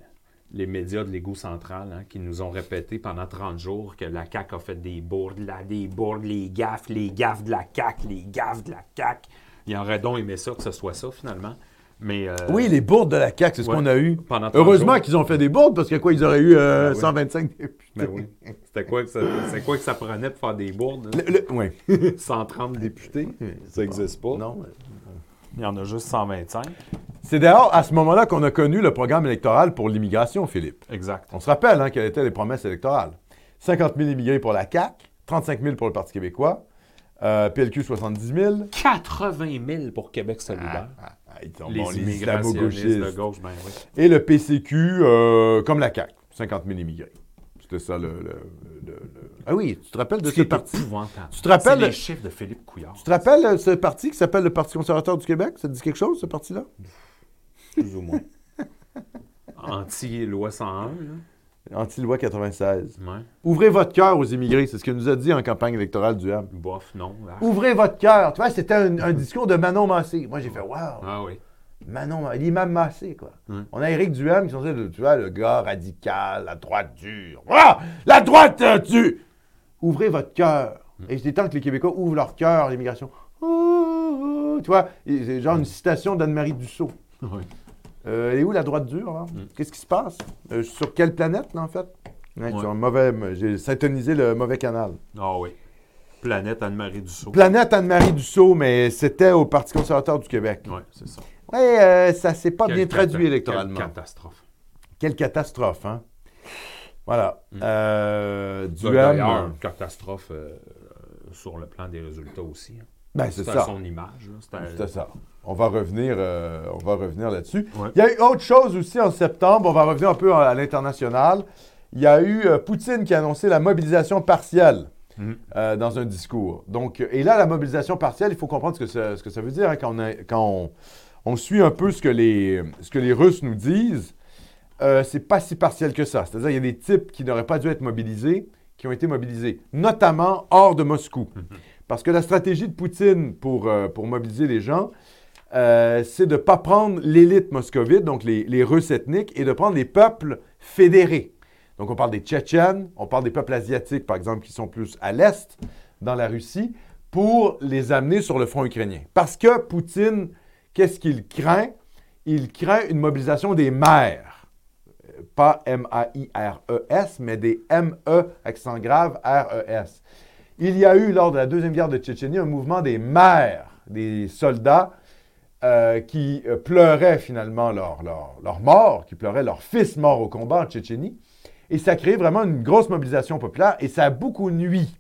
Speaker 2: les médias de l'égout central hein, qui nous ont répété pendant 30 jours que la CAQ a fait des bourdes, là, des bourdes, les gaffes, les gaffes de la CAQ, les gaffes de la CAQ. Il aurait donc aimé ça, que ce soit ça, finalement. Mais, euh,
Speaker 1: Oui, les bourdes de la CAQ, c'est ce
Speaker 2: ouais.
Speaker 1: qu'on a eu.
Speaker 2: Pendant 30
Speaker 1: Heureusement
Speaker 2: jours.
Speaker 1: qu'ils ont fait des bourdes, parce que quoi, ils auraient eu euh,
Speaker 2: Ben oui.
Speaker 1: 125 députés.
Speaker 2: Ben oui. C'était quoi, que ça- c'est quoi que ça prenait pour faire des bourdes? hein?
Speaker 1: Le- le- oui.
Speaker 2: 130 députés? Ça n'existe pas.
Speaker 1: Non.
Speaker 2: Il y en a juste 125.
Speaker 1: C'est d'ailleurs à ce moment-là qu'on a connu le programme électoral pour l'immigration, Philippe.
Speaker 2: Exact.
Speaker 1: On se rappelle hein, quelles étaient les promesses électorales. 50 000 immigrés pour la CAQ, 35 000 pour le Parti québécois, euh, PLQ 70 000.
Speaker 2: 80 000 pour Québec solidaire.
Speaker 1: Ah, ah, ils sont
Speaker 2: les
Speaker 1: bons,
Speaker 2: immigrationnistes
Speaker 1: islamo-gauchistes.
Speaker 2: de gauche, ben oui.
Speaker 1: Et le PCQ, euh, comme la CAQ, 50 000 immigrés. C'était ça le, le- le- le- Ah oui, tu te rappelles de
Speaker 2: Ce
Speaker 1: ce
Speaker 2: qui est
Speaker 1: parti?
Speaker 2: épouvantable.
Speaker 1: Tu te rappelles-
Speaker 2: C'est les chiffres de Philippe Couillard.
Speaker 1: Tu te rappelles euh, ce parti qui s'appelle le Parti conservateur du Québec? Ça te dit quelque chose, ce parti-là?
Speaker 2: Plus ou moins. Anti-loi 101, là.
Speaker 1: Anti-loi 96.
Speaker 2: Ouais.
Speaker 1: Ouvrez votre cœur aux immigrés, c'est ce que nous a dit en campagne électorale du HAM.
Speaker 2: Bof, non. Ah,
Speaker 1: Ouvrez votre cœur. Tu vois, c'était un, un discours de Manon Massé. Moi, j'ai fait, waouh,
Speaker 2: Ah oui.
Speaker 1: Manon, Ma- l'imam Massé, quoi.
Speaker 2: Hum.
Speaker 1: On a Éric Duhem qui sont le, tu vois, le gars radical, la droite dure. Ah! La droite euh, tue! Ouvrez votre cœur.
Speaker 2: Mm.
Speaker 1: Et c'est temps que les Québécois ouvrent leur cœur à l'immigration. Oh, oh, tu vois, et c'est
Speaker 2: Mm.
Speaker 1: genre une citation d'Anne-Marie Dussault.
Speaker 2: Oui.
Speaker 1: Euh, elle est où la droite dure, là?
Speaker 2: Mm.
Speaker 1: Qu'est-ce qui se passe? Euh, je suis sur quelle planète, là, en fait? Ouais,
Speaker 2: Ouais.
Speaker 1: sur un mauvais- J'ai syntonisé le mauvais canal.
Speaker 2: Ah oui. Planète Anne-Marie Dussault.
Speaker 1: Planète Anne-Marie Dussault, mais c'était au Parti conservateur du Québec.
Speaker 2: Oui, c'est ça.
Speaker 1: Mais euh, ça s'est pas
Speaker 2: Quelle
Speaker 1: bien
Speaker 2: cata-
Speaker 1: traduit électoralement.
Speaker 2: Quelle catastrophe.
Speaker 1: Quelle catastrophe, hein? Voilà. Euh, Duham,
Speaker 2: D'ailleurs, une catastrophe euh, euh, sur le plan des résultats aussi. hein.
Speaker 1: ben, c'est
Speaker 2: C'était
Speaker 1: ça.
Speaker 2: son image. là. C'était-
Speaker 1: C'était ça. On va revenir, euh, on va revenir là-dessus.
Speaker 2: Ouais.
Speaker 1: Il y a eu autre chose aussi en septembre. On va revenir un peu à, à l'international. Il y a eu euh, Poutine qui a annoncé la mobilisation partielle
Speaker 2: Mhm.
Speaker 1: euh, dans un discours. Donc, euh, et là, la mobilisation partielle, il faut comprendre ce que ça, ce que ça veut dire hein, quand, on, a- quand on- on suit un peu ce que les, ce que les Russes nous disent. euh, c'est pas si partiel que ça. C'est-à-dire, il y a des types qui n'auraient pas dû être mobilisés, qui ont été mobilisés, notamment hors de Moscou. Parce que la stratégie de Poutine pour, euh, pour mobiliser les gens, euh, c'est de ne pas prendre l'élite moscovite, donc les, les Russes ethniques, et de prendre les peuples fédérés. Donc on parle des Tchétchènes, on parle des peuples asiatiques, par exemple, qui sont plus à l'est dans la Russie, pour les amener sur le front ukrainien. Parce que Poutine, qu'est-ce qu'il craint? Il craint une mobilisation des mères. Euh, Pas M-A-I-R-E-S, E mais des M-E, accent grave, E R-E-S. Il y a eu, lors de la Deuxième Guerre de Tchétchénie, un mouvement des mères, des soldats euh, qui euh, pleuraient finalement leur, leur- leur mort, qui pleuraient leur fils mort au combat en Tchétchénie. Et ça a créé vraiment une grosse mobilisation populaire et ça a beaucoup nui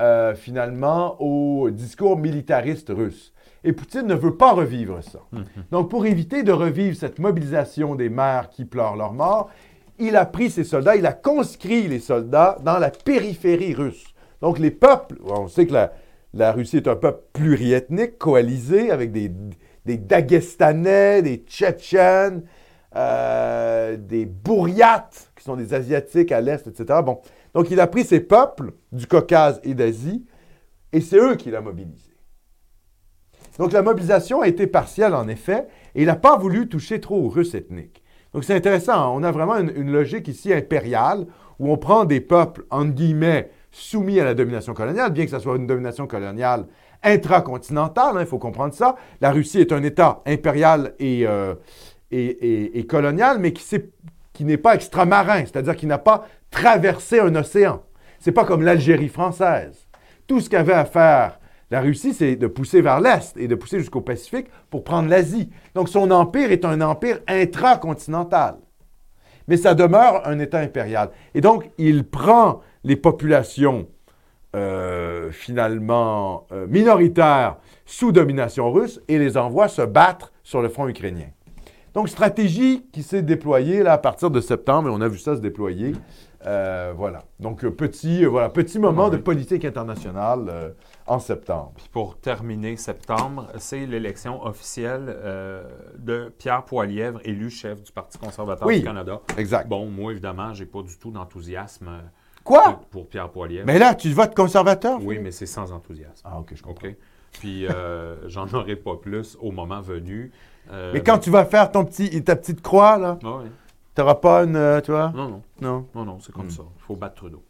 Speaker 1: euh, finalement au discours militariste russe. Et Poutine ne veut pas revivre ça. Donc pour éviter de revivre cette mobilisation des mères qui pleurent leur mort, il a pris ses soldats, il a conscrit les soldats dans la périphérie russe. Donc les peuples, on sait que la, la Russie est un peuple pluriethnique, coalisé avec des, des Daguestanais, des Tchétchènes, euh, des Bouriates, qui sont des Asiatiques à l'Est, etc. Bon. Donc il a pris ces peuples du Caucase et d'Asie, et c'est eux qui l'ont mobilisé. Donc la mobilisation a été partielle, en effet, et il n'a pas voulu toucher trop aux Russes ethniques. Donc c'est intéressant, hein. on a vraiment une, une logique ici impériale, où on prend des peuples, entre guillemets, soumis à la domination coloniale, bien que ce soit une domination coloniale intracontinentale, hein, il faut comprendre ça. La Russie est un État impérial et, euh, et, et- et colonial, mais qui, s'est- qui n'est pas extramarin, c'est-à-dire qui n'a pas traversé un océan. C'est pas comme l'Algérie française. Tout ce qu'avait à faire la Russie, c'est de pousser vers l'Est et de pousser jusqu'au Pacifique pour prendre l'Asie. Donc son empire est un empire intracontinental. Mais ça demeure un État impérial. Et donc, il prend les populations euh, finalement euh, minoritaires sous domination russe et les envoie se battre sur le front ukrainien. Donc, stratégie qui s'est déployée là, à partir de septembre, et on a vu ça se déployer. Euh, voilà. Donc, euh, petit, euh, voilà, petit moment de politique internationale euh, en septembre.
Speaker 2: Puis pour terminer septembre, c'est l'élection officielle euh, de Pierre Poilièvre, élu chef du Parti conservateur
Speaker 1: Oui.
Speaker 2: du Canada.
Speaker 1: Exact.
Speaker 2: Bon, moi, évidemment, j'ai pas du tout d'enthousiasme euh,
Speaker 1: Quoi?
Speaker 2: pour Pierre Poilièvre.
Speaker 1: Ah! Mais là, tu votes conservateur?
Speaker 2: Oui, mais c'est sans enthousiasme.
Speaker 1: Ah, OK, je comprends.
Speaker 2: OK? Puis euh, j'en aurai pas plus au moment venu. Euh,
Speaker 1: Mais quand tu vas faire ton petit, ta petite croix, là,
Speaker 2: Ah ouais.
Speaker 1: t'auras pas une, euh, tu vois?
Speaker 2: Non, non,
Speaker 1: Non,
Speaker 2: non, non, c'est comme
Speaker 1: Hmm.
Speaker 2: ça. Il faut battre Trudeau.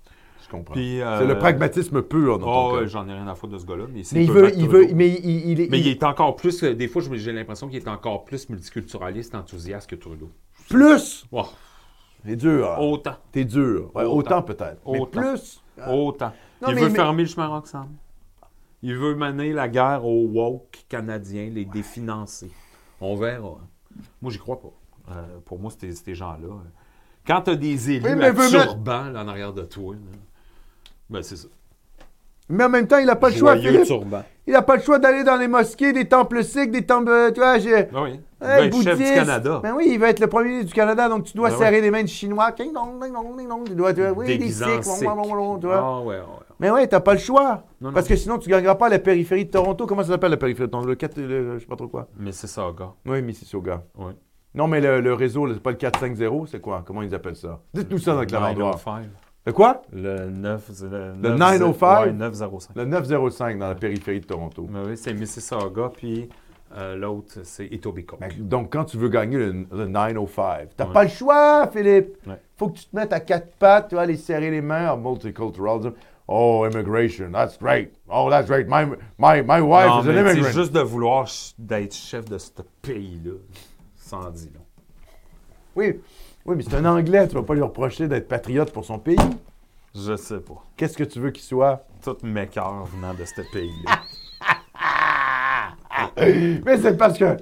Speaker 1: je comprends.
Speaker 2: Puis, euh,
Speaker 1: C'est le pragmatisme pur, dans ton
Speaker 2: Oh,
Speaker 1: cas.
Speaker 2: ouais, j'en ai rien à foutre de ce gars-là. Mais, s'il
Speaker 1: Mais il
Speaker 2: peut
Speaker 1: veut,
Speaker 2: battre
Speaker 1: il
Speaker 2: Trudeau-
Speaker 1: veut, mais il, il- il est,
Speaker 2: Mais
Speaker 1: il
Speaker 2: il
Speaker 1: est
Speaker 2: est encore plus, euh, des fois, je- j'ai l'impression qu'il est encore plus multiculturaliste, enthousiaste que Trudeau.
Speaker 1: plus.
Speaker 2: Oh,
Speaker 1: T'es dur. hein.
Speaker 2: autant,
Speaker 1: T'es dur. Ouais, autant
Speaker 2: Autant.
Speaker 1: peut-être. Mais
Speaker 2: Autant.
Speaker 1: plus. Ah.
Speaker 2: autant.
Speaker 1: Non,
Speaker 2: il
Speaker 1: mais-
Speaker 2: veut
Speaker 1: mais-
Speaker 2: fermer le chemin Roxham. Il veut mener la guerre aux woke canadiens, les définancer. On verra. Moi, j'y crois pas. Euh, pour moi, c'est ces gens-là. euh, Quand t'as des élus
Speaker 1: Oui, mais
Speaker 2: à
Speaker 1: veut mettre-
Speaker 2: turban là, en arrière de toi, là, ben c'est ça.
Speaker 1: Mais en même temps, il a pas le choix,
Speaker 2: Joyeux
Speaker 1: Philippe.
Speaker 2: turban.
Speaker 1: Il a pas le choix d'aller dans les mosquées, des temples sikhs, des temples, euh, tu vois, j'ai.
Speaker 2: Ah oui. Il
Speaker 1: Ouais,
Speaker 2: veut être chef du
Speaker 1: Eh, bouddhiste.
Speaker 2: Canada.
Speaker 1: Ben oui, il va être le premier ministre du Canada, donc tu dois
Speaker 2: Ben
Speaker 1: serrer les mains de Chinois. Ding dong, ding dong, ding dong. Tu dois, tu vois, Ben oui, des
Speaker 2: Déguisé en
Speaker 1: sikhs,
Speaker 2: sikh.
Speaker 1: wong, wong, wong, wong, tu vois.
Speaker 2: Ah ouais, ouais, ouais.
Speaker 1: Mais ouais, t'as pas le choix.
Speaker 2: Non, non.
Speaker 1: Parce que sinon, tu gagneras pas la périphérie de Toronto. Comment ça s'appelle la périphérie de Toronto? Le 4, le- je sais pas trop quoi.
Speaker 2: Mais c'est ça, gars.
Speaker 1: Oui, Mississauga.
Speaker 2: Ouais.
Speaker 1: Non, mais le, le réseau, là, c'est pas le 450, c'est quoi? Comment ils appellent ça? Dites-nous ça dans le clavardoir.
Speaker 2: 905.
Speaker 1: Le quoi?
Speaker 2: Le 9... Le,
Speaker 1: Le
Speaker 2: 9,
Speaker 1: 905?
Speaker 2: Ouais, 905.
Speaker 1: Le 905 dans la périphérie de Toronto.
Speaker 2: Mais Ben oui, c'est Mississauga, puis euh, l'autre, c'est Etobicoke.
Speaker 1: Ben, donc, quand tu veux gagner le, le 905, t'as
Speaker 2: Ouais.
Speaker 1: pas le choix, Philippe.
Speaker 2: Ouais.
Speaker 1: Faut que tu te mettes à quatre pattes, tu vas aller serrer les mains en multiculturalism. Oh, immigration, that's great. Oh, that's great. My, my, my wife
Speaker 2: Non,
Speaker 1: is an
Speaker 2: mais
Speaker 1: immigrant.
Speaker 2: c'est juste de vouloir ch- d'être chef de ce pays-là. Sans dire non.
Speaker 1: Oui. oui, mais c'est un Anglais, tu vas pas lui reprocher d'être patriote pour son pays.
Speaker 2: Je sais pas.
Speaker 1: Qu'est-ce que tu veux qu'il soit?
Speaker 2: Toutes mes cœurs venant de ce pays-là.
Speaker 1: Mais c'est parce que.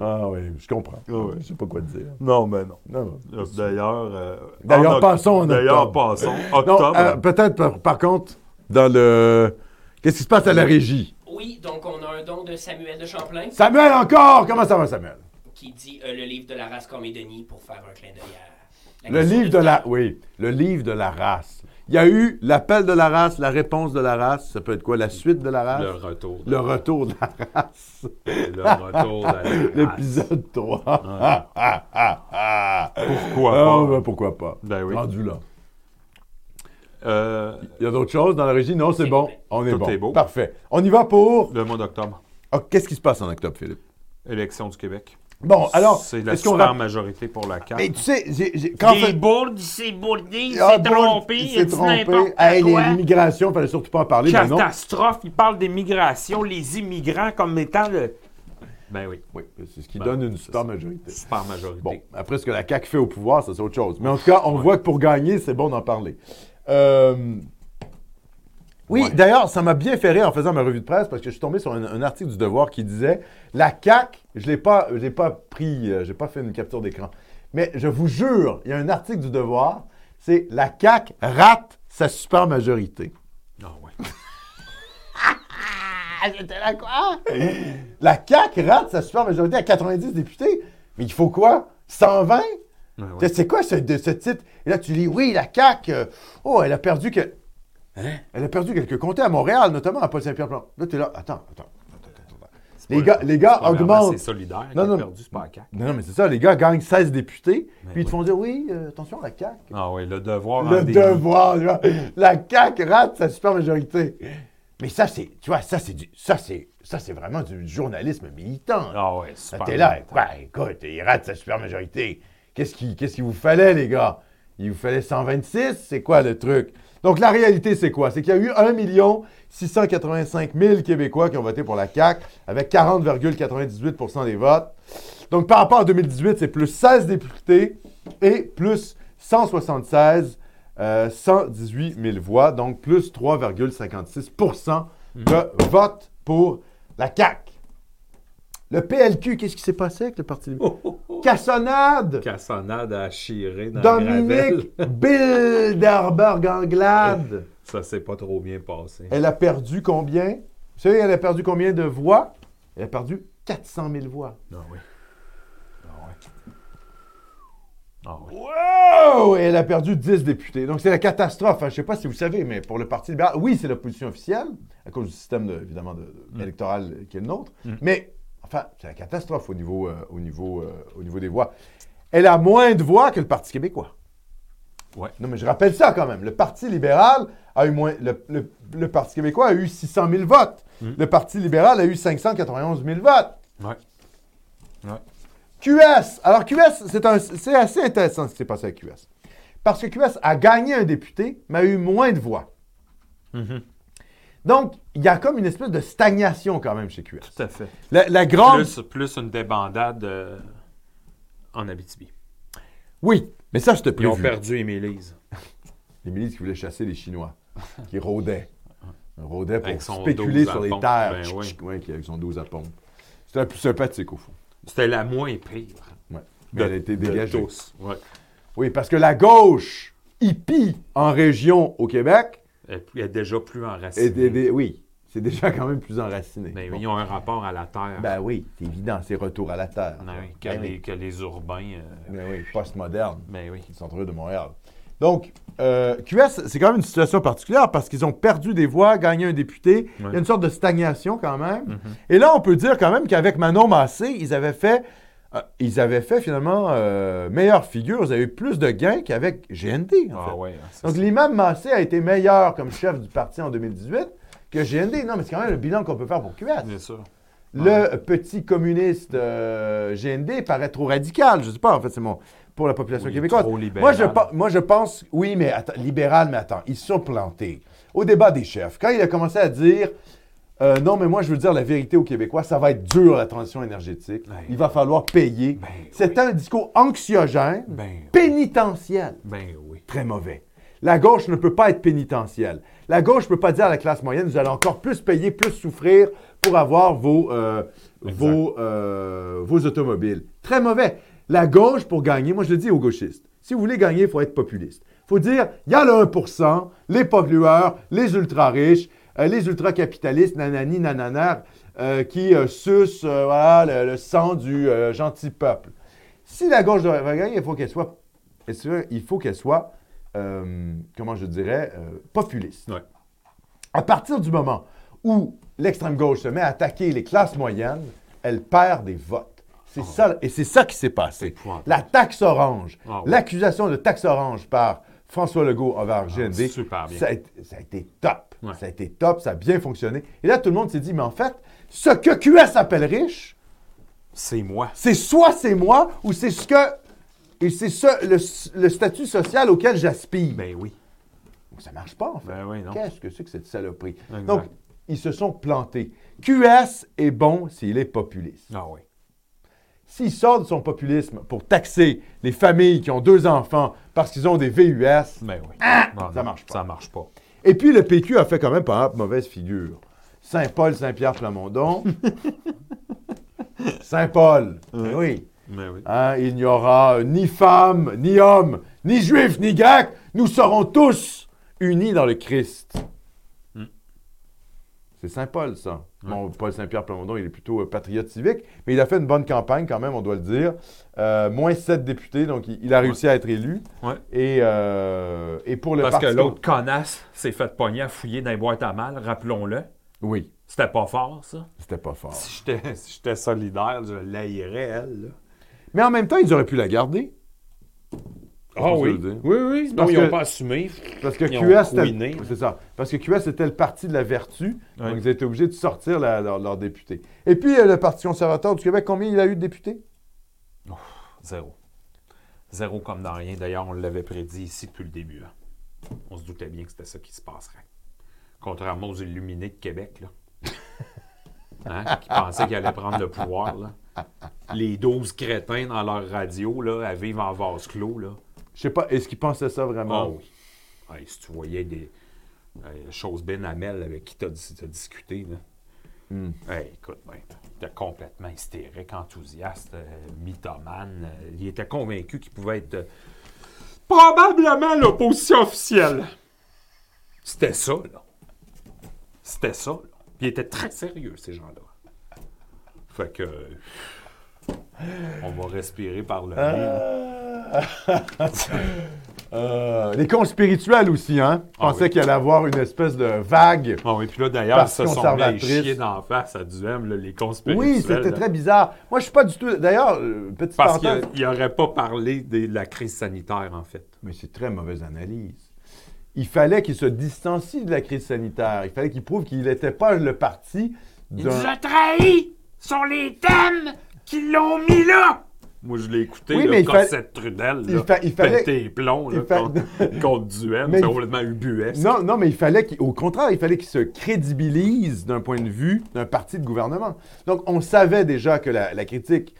Speaker 1: Ah oui, je comprends.
Speaker 4: Ah oui.
Speaker 1: Je sais pas quoi te dire.
Speaker 4: Non, mais non.
Speaker 1: Non, non.
Speaker 4: D'ailleurs. euh,
Speaker 1: D'ailleurs,
Speaker 4: en oct-
Speaker 1: passons en
Speaker 4: D'ailleurs,
Speaker 1: octobre.
Speaker 4: passons.
Speaker 1: Non,
Speaker 4: Octobre.
Speaker 1: euh, peut-être par, par contre, dans le. Qu'est-ce qui se passe à la régie?
Speaker 3: Oui, donc on a un don de Samuel de Champlain
Speaker 1: Samuel encore! Comment ça va, Samuel?
Speaker 3: qui dit euh, le livre de la race comme et Denis pour faire un clin d'œil à. la
Speaker 1: Le
Speaker 3: question
Speaker 1: livre de la. Oui, le livre de la race. Il y a eu l'appel de la race, la réponse de la race. Ça peut être quoi? La suite de la race?
Speaker 2: Le retour. de-
Speaker 1: Le retour de la race.
Speaker 4: ben,
Speaker 2: Le retour de la race.
Speaker 1: L'épisode 3. Ah, ah, ah, ah.
Speaker 4: Pourquoi
Speaker 1: Ah,
Speaker 4: pas?
Speaker 1: ben, pourquoi pas?
Speaker 4: Ben oui.
Speaker 1: Rendu là.
Speaker 4: Euh,
Speaker 1: Il y a d'autres choses dans la régie? Non, c'est
Speaker 3: C'est
Speaker 1: bon.
Speaker 3: vrai.
Speaker 1: On est
Speaker 4: Tout
Speaker 1: bon.
Speaker 4: est beau.
Speaker 1: Parfait. On y va pour.
Speaker 4: le mois d'octobre.
Speaker 1: Ah, Qu'est-ce qui se passe en octobre, Philippe?
Speaker 4: Élection du Québec.
Speaker 1: Bon, alors.
Speaker 4: C'est la
Speaker 1: est-ce qu'on
Speaker 4: super
Speaker 1: rapp-
Speaker 4: majorité pour la CAQ.
Speaker 1: Mais tu sais, j'ai- j'ai- quand. fait-
Speaker 5: bourdes, c'est bourdé, il
Speaker 1: Ah,
Speaker 5: s'est
Speaker 1: bon,
Speaker 5: trompé,
Speaker 1: il
Speaker 5: il
Speaker 1: s'est
Speaker 5: a dit n'importe
Speaker 1: trompé. Hey, les-
Speaker 5: quoi.
Speaker 1: l'immigration, il fallait surtout pas en parler. mais non.
Speaker 5: Catastrophe, il parle des migrations, les immigrants comme étant le...
Speaker 2: Ben oui.
Speaker 1: Oui, c'est ce qui
Speaker 2: Bon,
Speaker 1: donne une
Speaker 2: c'est
Speaker 1: super
Speaker 2: ça.
Speaker 1: majorité.
Speaker 2: Super majorité.
Speaker 1: Bon, après ce que la CAQ fait au pouvoir, ça c'est autre chose. Mais en tout cas, on voit que pour gagner, c'est bon d'en parler. Euh, Oui, d'ailleurs, ça m'a bien fait rire en faisant ma revue de presse parce que je suis tombé sur un, un article du Devoir qui disait La CAQ, je ne l'ai pas, je l'ai pas pris, euh, j'ai pas fait une capture d'écran. Mais je vous jure, il y a un article du Devoir, c'est La CAQ rate sa super majorité.
Speaker 2: Ah ouais.
Speaker 1: La CAQ rate sa super majorité à 90 députés. Mais il faut quoi 120
Speaker 2: Ben ouais.
Speaker 1: C'est- C'est quoi ce, de- ce titre? Et là, tu lis, oui, la CAQ, euh, oh, elle a perdu que...
Speaker 2: Hein?
Speaker 1: Elle a perdu quelques comtés à Montréal, notamment à Paul-Saint-Pierre. Là, tu es là, attends, attends. attends, attends, attends.
Speaker 2: C'est
Speaker 1: Les
Speaker 2: pas-
Speaker 1: gars, les gars
Speaker 2: premièrement,
Speaker 1: augmentent.
Speaker 2: C'est solidaire.
Speaker 1: Non,
Speaker 2: Non,
Speaker 1: non.
Speaker 2: non. perdu, c'est pas la CAQ.
Speaker 1: Non, non, mais c'est ça, les gars gagnent 16 députés,
Speaker 2: Mais
Speaker 1: puis ils te
Speaker 2: oui.
Speaker 1: font dire, oui, euh, attention, la CAQ.
Speaker 2: Ah oui, le devoir en
Speaker 1: Le
Speaker 2: déni.
Speaker 1: devoir, là. la CAQ rate sa super majorité. Mais ça, c'est, tu vois, ça, c'est du, ça, c'est, ça, c'est vraiment du journalisme militant.
Speaker 2: Ah ouais,
Speaker 1: Ça,
Speaker 2: super.
Speaker 1: T'es là, ben, écoute, il rate sa super majorité. Qu'est-ce qu'il qu'est-ce qu'il vous fallait, les gars? Il vous fallait 126? C'est quoi le truc? Donc, la réalité, c'est quoi? C'est qu'il y a eu 1 685 000 Québécois qui ont voté pour la CAQ avec 40,98 des votes. Donc, par rapport à 2018, c'est plus 16 députés et plus 176, euh, 118 000 voix, donc plus 3,56 de vote pour la CAQ. Le PLQ, qu'est-ce qui s'est passé avec le Parti libéral?
Speaker 2: Oh, oh, oh.
Speaker 1: Cassonade!
Speaker 2: Cassonade à chirer dans la gravelle.
Speaker 1: Dominique Bilderberg-Anglade!
Speaker 2: Ça s'est pas trop bien passé.
Speaker 1: Elle a perdu combien? Vous savez, elle a perdu combien de voix? Elle a perdu 400 000 voix.
Speaker 2: Ah oui. Ah oui.
Speaker 1: Wow! Et elle a perdu 10 députés. Donc, c'est la catastrophe. hein. Je ne sais pas si vous savez, mais pour le Parti libéral, oui, c'est l'opposition officielle, à cause du système, de- évidemment, de- de-
Speaker 2: Mm.
Speaker 1: électoral qui est le nôtre. Mais, enfin, c'est la catastrophe au niveau, euh, au, niveau, euh, au niveau des voix. Elle a moins de voix que le Parti québécois.
Speaker 2: Ouais.
Speaker 1: Non, mais je rappelle ça quand même. Le Parti libéral a eu moins. Le, le- le Parti québécois a eu 600 000 votes.
Speaker 2: Mm.
Speaker 1: Le Parti libéral a eu 591 000 votes.
Speaker 2: Ah oui. Ouais.
Speaker 1: QS. Alors, QS, c'est un- c'est assez intéressant ce qui s'est passé avec QS. Parce que QS a gagné un député, mais a eu moins de voix.
Speaker 2: Mhm.
Speaker 1: Donc, il y a comme une espèce de stagnation quand même chez QS.
Speaker 2: Tout à fait.
Speaker 1: La, la grande.
Speaker 2: Plus, plus une débandade euh, en Abitibi.
Speaker 1: Oui, mais ça, je te
Speaker 2: Ils ont
Speaker 1: prévu.
Speaker 2: perdu Émilise.
Speaker 1: Les milices qui voulaient chasser les Chinois, qui rôdaient. Ils rôdaient pour
Speaker 2: Avec son
Speaker 1: spéculer
Speaker 2: 12 à
Speaker 1: sur les
Speaker 2: pompe,
Speaker 1: terres.
Speaker 2: ben oui.
Speaker 1: Ouais, qui- avec son 12 à pompe. C'était la plus sympathique, au fond.
Speaker 2: C'était la moins pire.
Speaker 1: Ouais. Mais elle a été
Speaker 2: de
Speaker 1: dégagée.
Speaker 2: tous. Ouais.
Speaker 1: Oui, parce que la gauche hippie en région au Québec,
Speaker 2: Elle, elle est déjà plus enracinée.
Speaker 1: est, est- est- oui, c'est déjà quand même plus enraciné.
Speaker 2: Ben, Ils ont un rapport à la terre
Speaker 1: Ben oui, c'est évident, c'est retour à la terre.
Speaker 2: Ben oui, que,
Speaker 1: Ben
Speaker 2: les,
Speaker 1: oui,
Speaker 2: que les urbains. euh,
Speaker 1: ben oui, post-moderne,
Speaker 2: ben oui.
Speaker 1: le centre-ville de Montréal. Donc, euh, QS, c'est quand même une situation particulière parce qu'ils ont perdu des voix, gagné un député. Il y a
Speaker 2: Ouais. Mm-hmm.
Speaker 1: une sorte de stagnation quand même. Et là, on peut dire quand même qu'avec Manon Massé, ils avaient fait, euh, ils avaient fait finalement euh, meilleure figure. Ils avaient eu plus de gains qu'avec GND. en fait.
Speaker 2: Ah ouais. hein, c'est
Speaker 1: Donc,
Speaker 2: ça.
Speaker 1: l'imam Massé a été meilleur comme chef du parti en 2018 que GND. Non, mais c'est quand même le bilan qu'on peut faire pour QS.
Speaker 2: Bien sûr.
Speaker 1: Le petit communiste euh, GND paraît trop radical. Je sais pas, en fait, c'est mon. Pour la population
Speaker 2: Oui,
Speaker 1: québécoise.
Speaker 2: trop
Speaker 1: moi
Speaker 2: libéral.
Speaker 1: je, pe- moi, je pense. Oui, mais attends, libéral, mais attends, ils se sont plantés. Au débat des chefs, quand il a commencé à dire. euh, non, mais moi, je veux dire la vérité aux Québécois, ça va être dur la transition énergétique.
Speaker 2: Ben,
Speaker 1: Il va falloir payer.
Speaker 2: ben
Speaker 1: C'était un discours anxiogène,
Speaker 2: Ben,
Speaker 1: pénitentiel,
Speaker 2: ben oui.
Speaker 1: très mauvais. La gauche ne peut pas être pénitentielle. La gauche ne peut pas dire à la classe moyenne, vous allez encore plus payer, plus souffrir pour avoir vos, euh,
Speaker 2: Exact.
Speaker 1: vos, euh, vos automobiles. Très mauvais. La gauche, pour gagner, moi je le dis aux gauchistes, si vous voulez gagner, il faut être populiste. Il faut dire, il y a le 1%, les pollueurs, les ultra-riches, euh, les ultra-capitalistes, nanani, nananar, euh, qui euh, sucent euh, voilà, le, le sang du euh, gentil peuple. Si la gauche doit gagner, il faut qu'elle soit, il faut qu'elle soit euh, comment je dirais, euh, populiste.
Speaker 2: Ouais.
Speaker 1: À partir du moment où l'extrême gauche se met à attaquer les classes moyennes, elle perd des votes. C'est ça, et c'est ça qui s'est passé.
Speaker 2: Ah. épouvantable.
Speaker 1: La taxe orange,
Speaker 2: Ah ouais.
Speaker 1: l'accusation de taxe orange par François Legault envers GND,
Speaker 2: Ah, super bien.
Speaker 1: ça a, été- ça a été top.
Speaker 2: Ouais.
Speaker 1: Ça a été top, ça a bien fonctionné. Et là, tout le monde s'est dit, mais en fait, ce que QS appelle riche,
Speaker 4: C'est moi.
Speaker 1: c'est soit c'est moi ou c'est ce que. Et c'est ça, le, le statut social auquel j'aspire.
Speaker 4: Ben oui.
Speaker 1: Ça marche pas, en fait.
Speaker 4: Ben oui, non.
Speaker 1: Qu'est-ce que c'est que cette saloperie?
Speaker 4: Exact.
Speaker 1: Donc, ils se sont plantés. QS est bon s'il est populiste.
Speaker 4: Ah oui.
Speaker 1: S'il sort de son populisme pour taxer les familles qui ont deux enfants parce qu'ils ont des VUS,
Speaker 4: Ben oui. Non,
Speaker 1: Ah! ça
Speaker 4: non,
Speaker 1: marche pas.
Speaker 4: Ça marche pas.
Speaker 1: et puis le PQ a fait quand même pas mal de mauvaise figure. Saint-Paul, Saint-Pierre, Plamondon. Saint-Paul, ben oui.
Speaker 4: Ben oui.
Speaker 1: Hein, il n'y aura euh, ni femme, ni homme, ni juif, ni grec. Nous serons tous unis dans le Christ.
Speaker 2: Hmm.
Speaker 1: C'est Saint-Paul, ça. Bon, Paul Saint-Pierre Plamondon, il est plutôt euh, patriote civique, mais il a fait une bonne campagne quand même, on doit le dire. Euh, moins sept députés, donc il, il a réussi à être élu.
Speaker 2: Ouais.
Speaker 1: Et, euh, et pour le
Speaker 2: Parce que
Speaker 1: Parti-
Speaker 2: l'autre connasse s'est fait pogner à fouiller dans les boîtes à mal, rappelons-le.
Speaker 1: Oui,
Speaker 2: C'était pas fort, ça.
Speaker 1: c'était pas fort.
Speaker 4: Si j'étais si j'étais solidaire, je l'haïrais, elle. là.
Speaker 1: Mais en même temps, ils auraient pu la garder.
Speaker 2: Ah
Speaker 1: oui.
Speaker 2: Oui, oui.
Speaker 1: Parce que-
Speaker 2: assumé.
Speaker 1: Parce que
Speaker 2: Ils
Speaker 1: QS,
Speaker 2: ont
Speaker 1: c'était-
Speaker 2: ruiné.
Speaker 1: c'est ça. Parce que QS était le parti de la vertu,
Speaker 4: Ouais.
Speaker 1: donc ils étaient obligés de sortir la- leur, leur député. Et puis euh, le Parti conservateur du Québec, combien il a eu de députés
Speaker 4: Zéro.
Speaker 2: Zéro comme dans rien. D'ailleurs, on l'avait prédit ici depuis le début. hein. On se doutait bien que c'était ça qui se passerait. Contrairement aux Illuminés de Québec, là. Hein, qui pensaient qu'ils allaient prendre le pouvoir, là. Les 12 crétins dans leur radio, là, à vivre en vase clos, là.
Speaker 1: Je sais pas. Est-ce qu'ils pensaient ça vraiment
Speaker 2: Ah oui. Hey, si tu voyais des euh, choses Ben Hamel avec qui tu as, discuté, là.
Speaker 1: Hmm.
Speaker 2: Hey, écoute, ben, t'es complètement hystérique, enthousiaste, euh, mythomane. Euh, il était convaincu qu'il pouvait être euh, probablement l'opposition officielle. C'était ça, là. C'était ça, là. Puis Ils étaient très sérieux, ces gens-là. Fait que. On va respirer par le nez.
Speaker 1: Ah.
Speaker 2: là.
Speaker 1: Euh, Les conspirituels aussi, hein Pensaient
Speaker 2: Ah oui.
Speaker 1: qu'il allait avoir une espèce de vague.
Speaker 2: Ah oui, puis là, d'ailleurs, ils
Speaker 1: Parti
Speaker 2: se sont mis à
Speaker 1: conservatrice.
Speaker 2: chier d'en face à Duhem, là, les conspirituels.
Speaker 1: Oui, c'était
Speaker 2: là.
Speaker 1: très bizarre. Moi, je suis pas du tout. D'ailleurs, euh, petite
Speaker 2: hein. Parce
Speaker 1: parenthèse.
Speaker 2: qu'il n'aurait pas parlé des- de la crise sanitaire, en fait.
Speaker 1: Mais c'est très mauvaise analyse. Il fallait qu'il se distancie de la crise sanitaire. Il fallait qu'il prouve qu'il n'était pas le parti
Speaker 5: Il
Speaker 1: d'un.
Speaker 5: nous a trahis sur les thèmes qui l'ont mis là.
Speaker 2: Moi, je l'ai écouté,
Speaker 1: Oui,
Speaker 2: là,
Speaker 1: mais il
Speaker 2: Cossette
Speaker 1: fallait-
Speaker 2: Trudel,
Speaker 1: Il,
Speaker 2: là,
Speaker 1: fa- il fallait.
Speaker 2: péter les plombs, là,
Speaker 1: il fa-
Speaker 2: contre, contre Duhem,
Speaker 1: Mais
Speaker 2: c'est
Speaker 1: il-
Speaker 2: complètement ubuesque.
Speaker 1: Non, non, mais il fallait qu'au contraire, il fallait qu'il se crédibilise d'un point de vue d'un parti de gouvernement. Donc, on savait déjà que la, la critique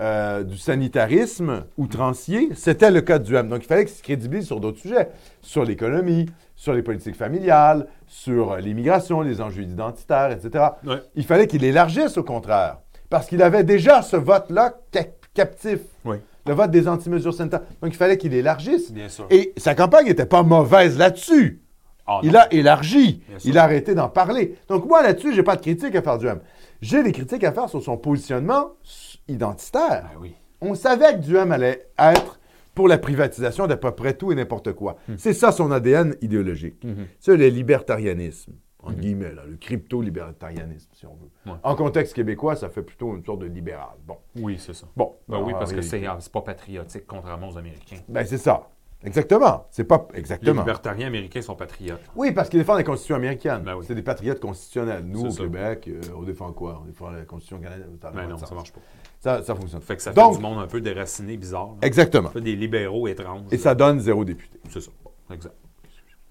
Speaker 1: euh, du sanitarisme outrancier, c'était le cas du HAM. Donc, il fallait qu'il se crédibilise sur d'autres sujets, sur l'économie, sur les politiques familiales, sur euh, l'immigration, les enjeux identitaires, etc.
Speaker 2: Ouais.
Speaker 1: Il fallait qu'il élargisse, au contraire, parce qu'il avait déjà ce vote-là cap- captif.
Speaker 2: Oui.
Speaker 1: Le vote des anti-mesures sanitaires. Donc, il fallait qu'il élargisse.
Speaker 4: Bien sûr.
Speaker 1: Et sa campagne n'était pas mauvaise là-dessus.
Speaker 2: Ah,
Speaker 1: Il
Speaker 2: non.
Speaker 1: a élargi.
Speaker 2: Bien sûr.
Speaker 1: Il a arrêté d'en parler. Donc, moi, là-dessus, j'ai pas de critique à faire du M. J'ai des critiques à faire sur son positionnement s- identitaire.
Speaker 2: Ben oui.
Speaker 1: On savait que Duhem allait être pour la privatisation d'à peu près tout et n'importe quoi.
Speaker 2: Hum.
Speaker 1: C'est ça son ADN idéologique. C'est le libertarianisme, entre guillemets, là, le crypto-libertarianisme, si on veut.
Speaker 2: Hum. Ouais.
Speaker 1: En contexte québécois, ça fait plutôt une sorte de libéral. Bon.
Speaker 2: Oui, c'est ça.
Speaker 1: Bon.
Speaker 2: Ben oui,
Speaker 1: Alors,
Speaker 2: parce que
Speaker 1: il-
Speaker 2: c'est ah, c'est pas patriotique, contrairement aux Américains.
Speaker 1: Ben, c'est ça. Exactement. C'est pas.
Speaker 2: Les
Speaker 1: Exactement.
Speaker 2: libertariens américains sont patriotes.
Speaker 1: Oui, parce qu'ils défendent la Constitution américaine.
Speaker 2: Ben oui.
Speaker 1: C'est des patriotes constitutionnels. Nous,
Speaker 2: C'est
Speaker 1: au
Speaker 2: ça.
Speaker 1: Québec, euh, on défend quoi? On défend la Constitution canadienne. Ça n'a
Speaker 2: Ben
Speaker 1: pas de
Speaker 2: non,
Speaker 1: sens.
Speaker 2: ça marche pas.
Speaker 1: Ça, ça fonctionne.
Speaker 2: Fait que ça
Speaker 1: Donc-
Speaker 2: fait du monde un peu déraciné, bizarre. là.
Speaker 1: Exactement.
Speaker 2: Ça fait des libéraux étranges.
Speaker 1: Et
Speaker 2: là.
Speaker 1: ça donne zéro député.
Speaker 2: C'est ça. Exact.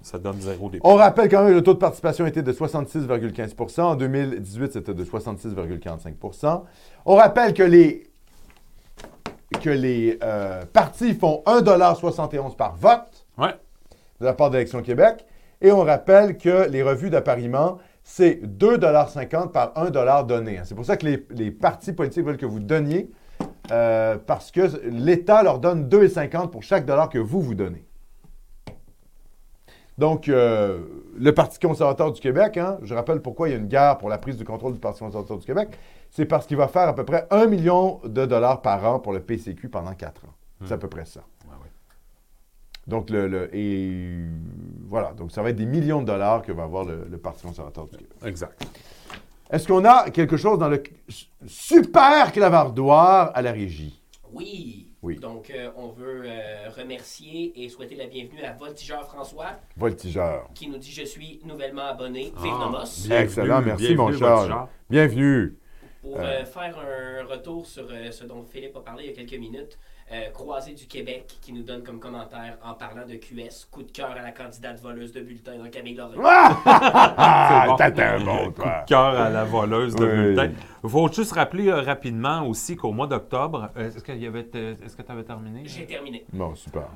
Speaker 4: Ça donne zéro des
Speaker 1: On rappelle quand même que le taux de participation était de 66,15 En 2018, c'était de 66,45 On rappelle que les, que les euh, partis font 1,71 par vote,
Speaker 2: Ouais.
Speaker 1: de la part d'Élection Québec. Et on rappelle que les revues d'appariement, c'est 2,50 par 1 donné. hein. C'est pour ça que les, les partis politiques veulent que vous donniez, euh, parce que l'État leur donne 2,50 pour chaque dollar que vous vous donnez. Donc, euh, le Parti conservateur du Québec, hein, je rappelle pourquoi il y a une guerre pour la prise du contrôle du Parti conservateur du Québec, c'est parce qu'il va faire à peu près 1 million de dollars par an pour le PCQ pendant 4 ans. C'est à peu près ça. Donc, le, le- et voilà. Donc, ça va être des millions de dollars que va avoir le, le Parti conservateur du Québec.
Speaker 2: Exact.
Speaker 1: Est-ce qu'on a quelque chose dans le su- super clavardoir à la régie?
Speaker 3: Oui.
Speaker 1: Oui.
Speaker 3: Donc, euh, on veut euh, remercier et souhaiter la bienvenue à Voltigeur François,
Speaker 1: Voltigeur.
Speaker 3: qui nous dit Je suis nouvellement abonné.
Speaker 2: Ah.
Speaker 3: Vive Nomos.
Speaker 2: Bienvenue,
Speaker 1: Excellent, merci,
Speaker 2: bienvenue,
Speaker 1: mon
Speaker 2: votre
Speaker 1: Charles.
Speaker 2: genre.
Speaker 1: Bienvenue.
Speaker 3: Pour euh, faire un retour sur euh, ce dont Philippe a parlé il y a quelques minutes, euh, Croisé du Québec, qui nous donne comme commentaire en parlant de QS Coup de cœur à la candidate voleuse de bulletin de Camille Lorrain.
Speaker 1: Ah,
Speaker 2: bon.
Speaker 1: t'as un bon, toi.
Speaker 2: Cœur à la voleuse de
Speaker 1: Oui.
Speaker 2: bulletin. Faut juste rappeler euh, rapidement aussi qu'au mois d'octobre, euh, est-ce qu'il y avait, euh, est-ce que tu avais terminé?
Speaker 3: J'ai terminé.
Speaker 1: Bon, super.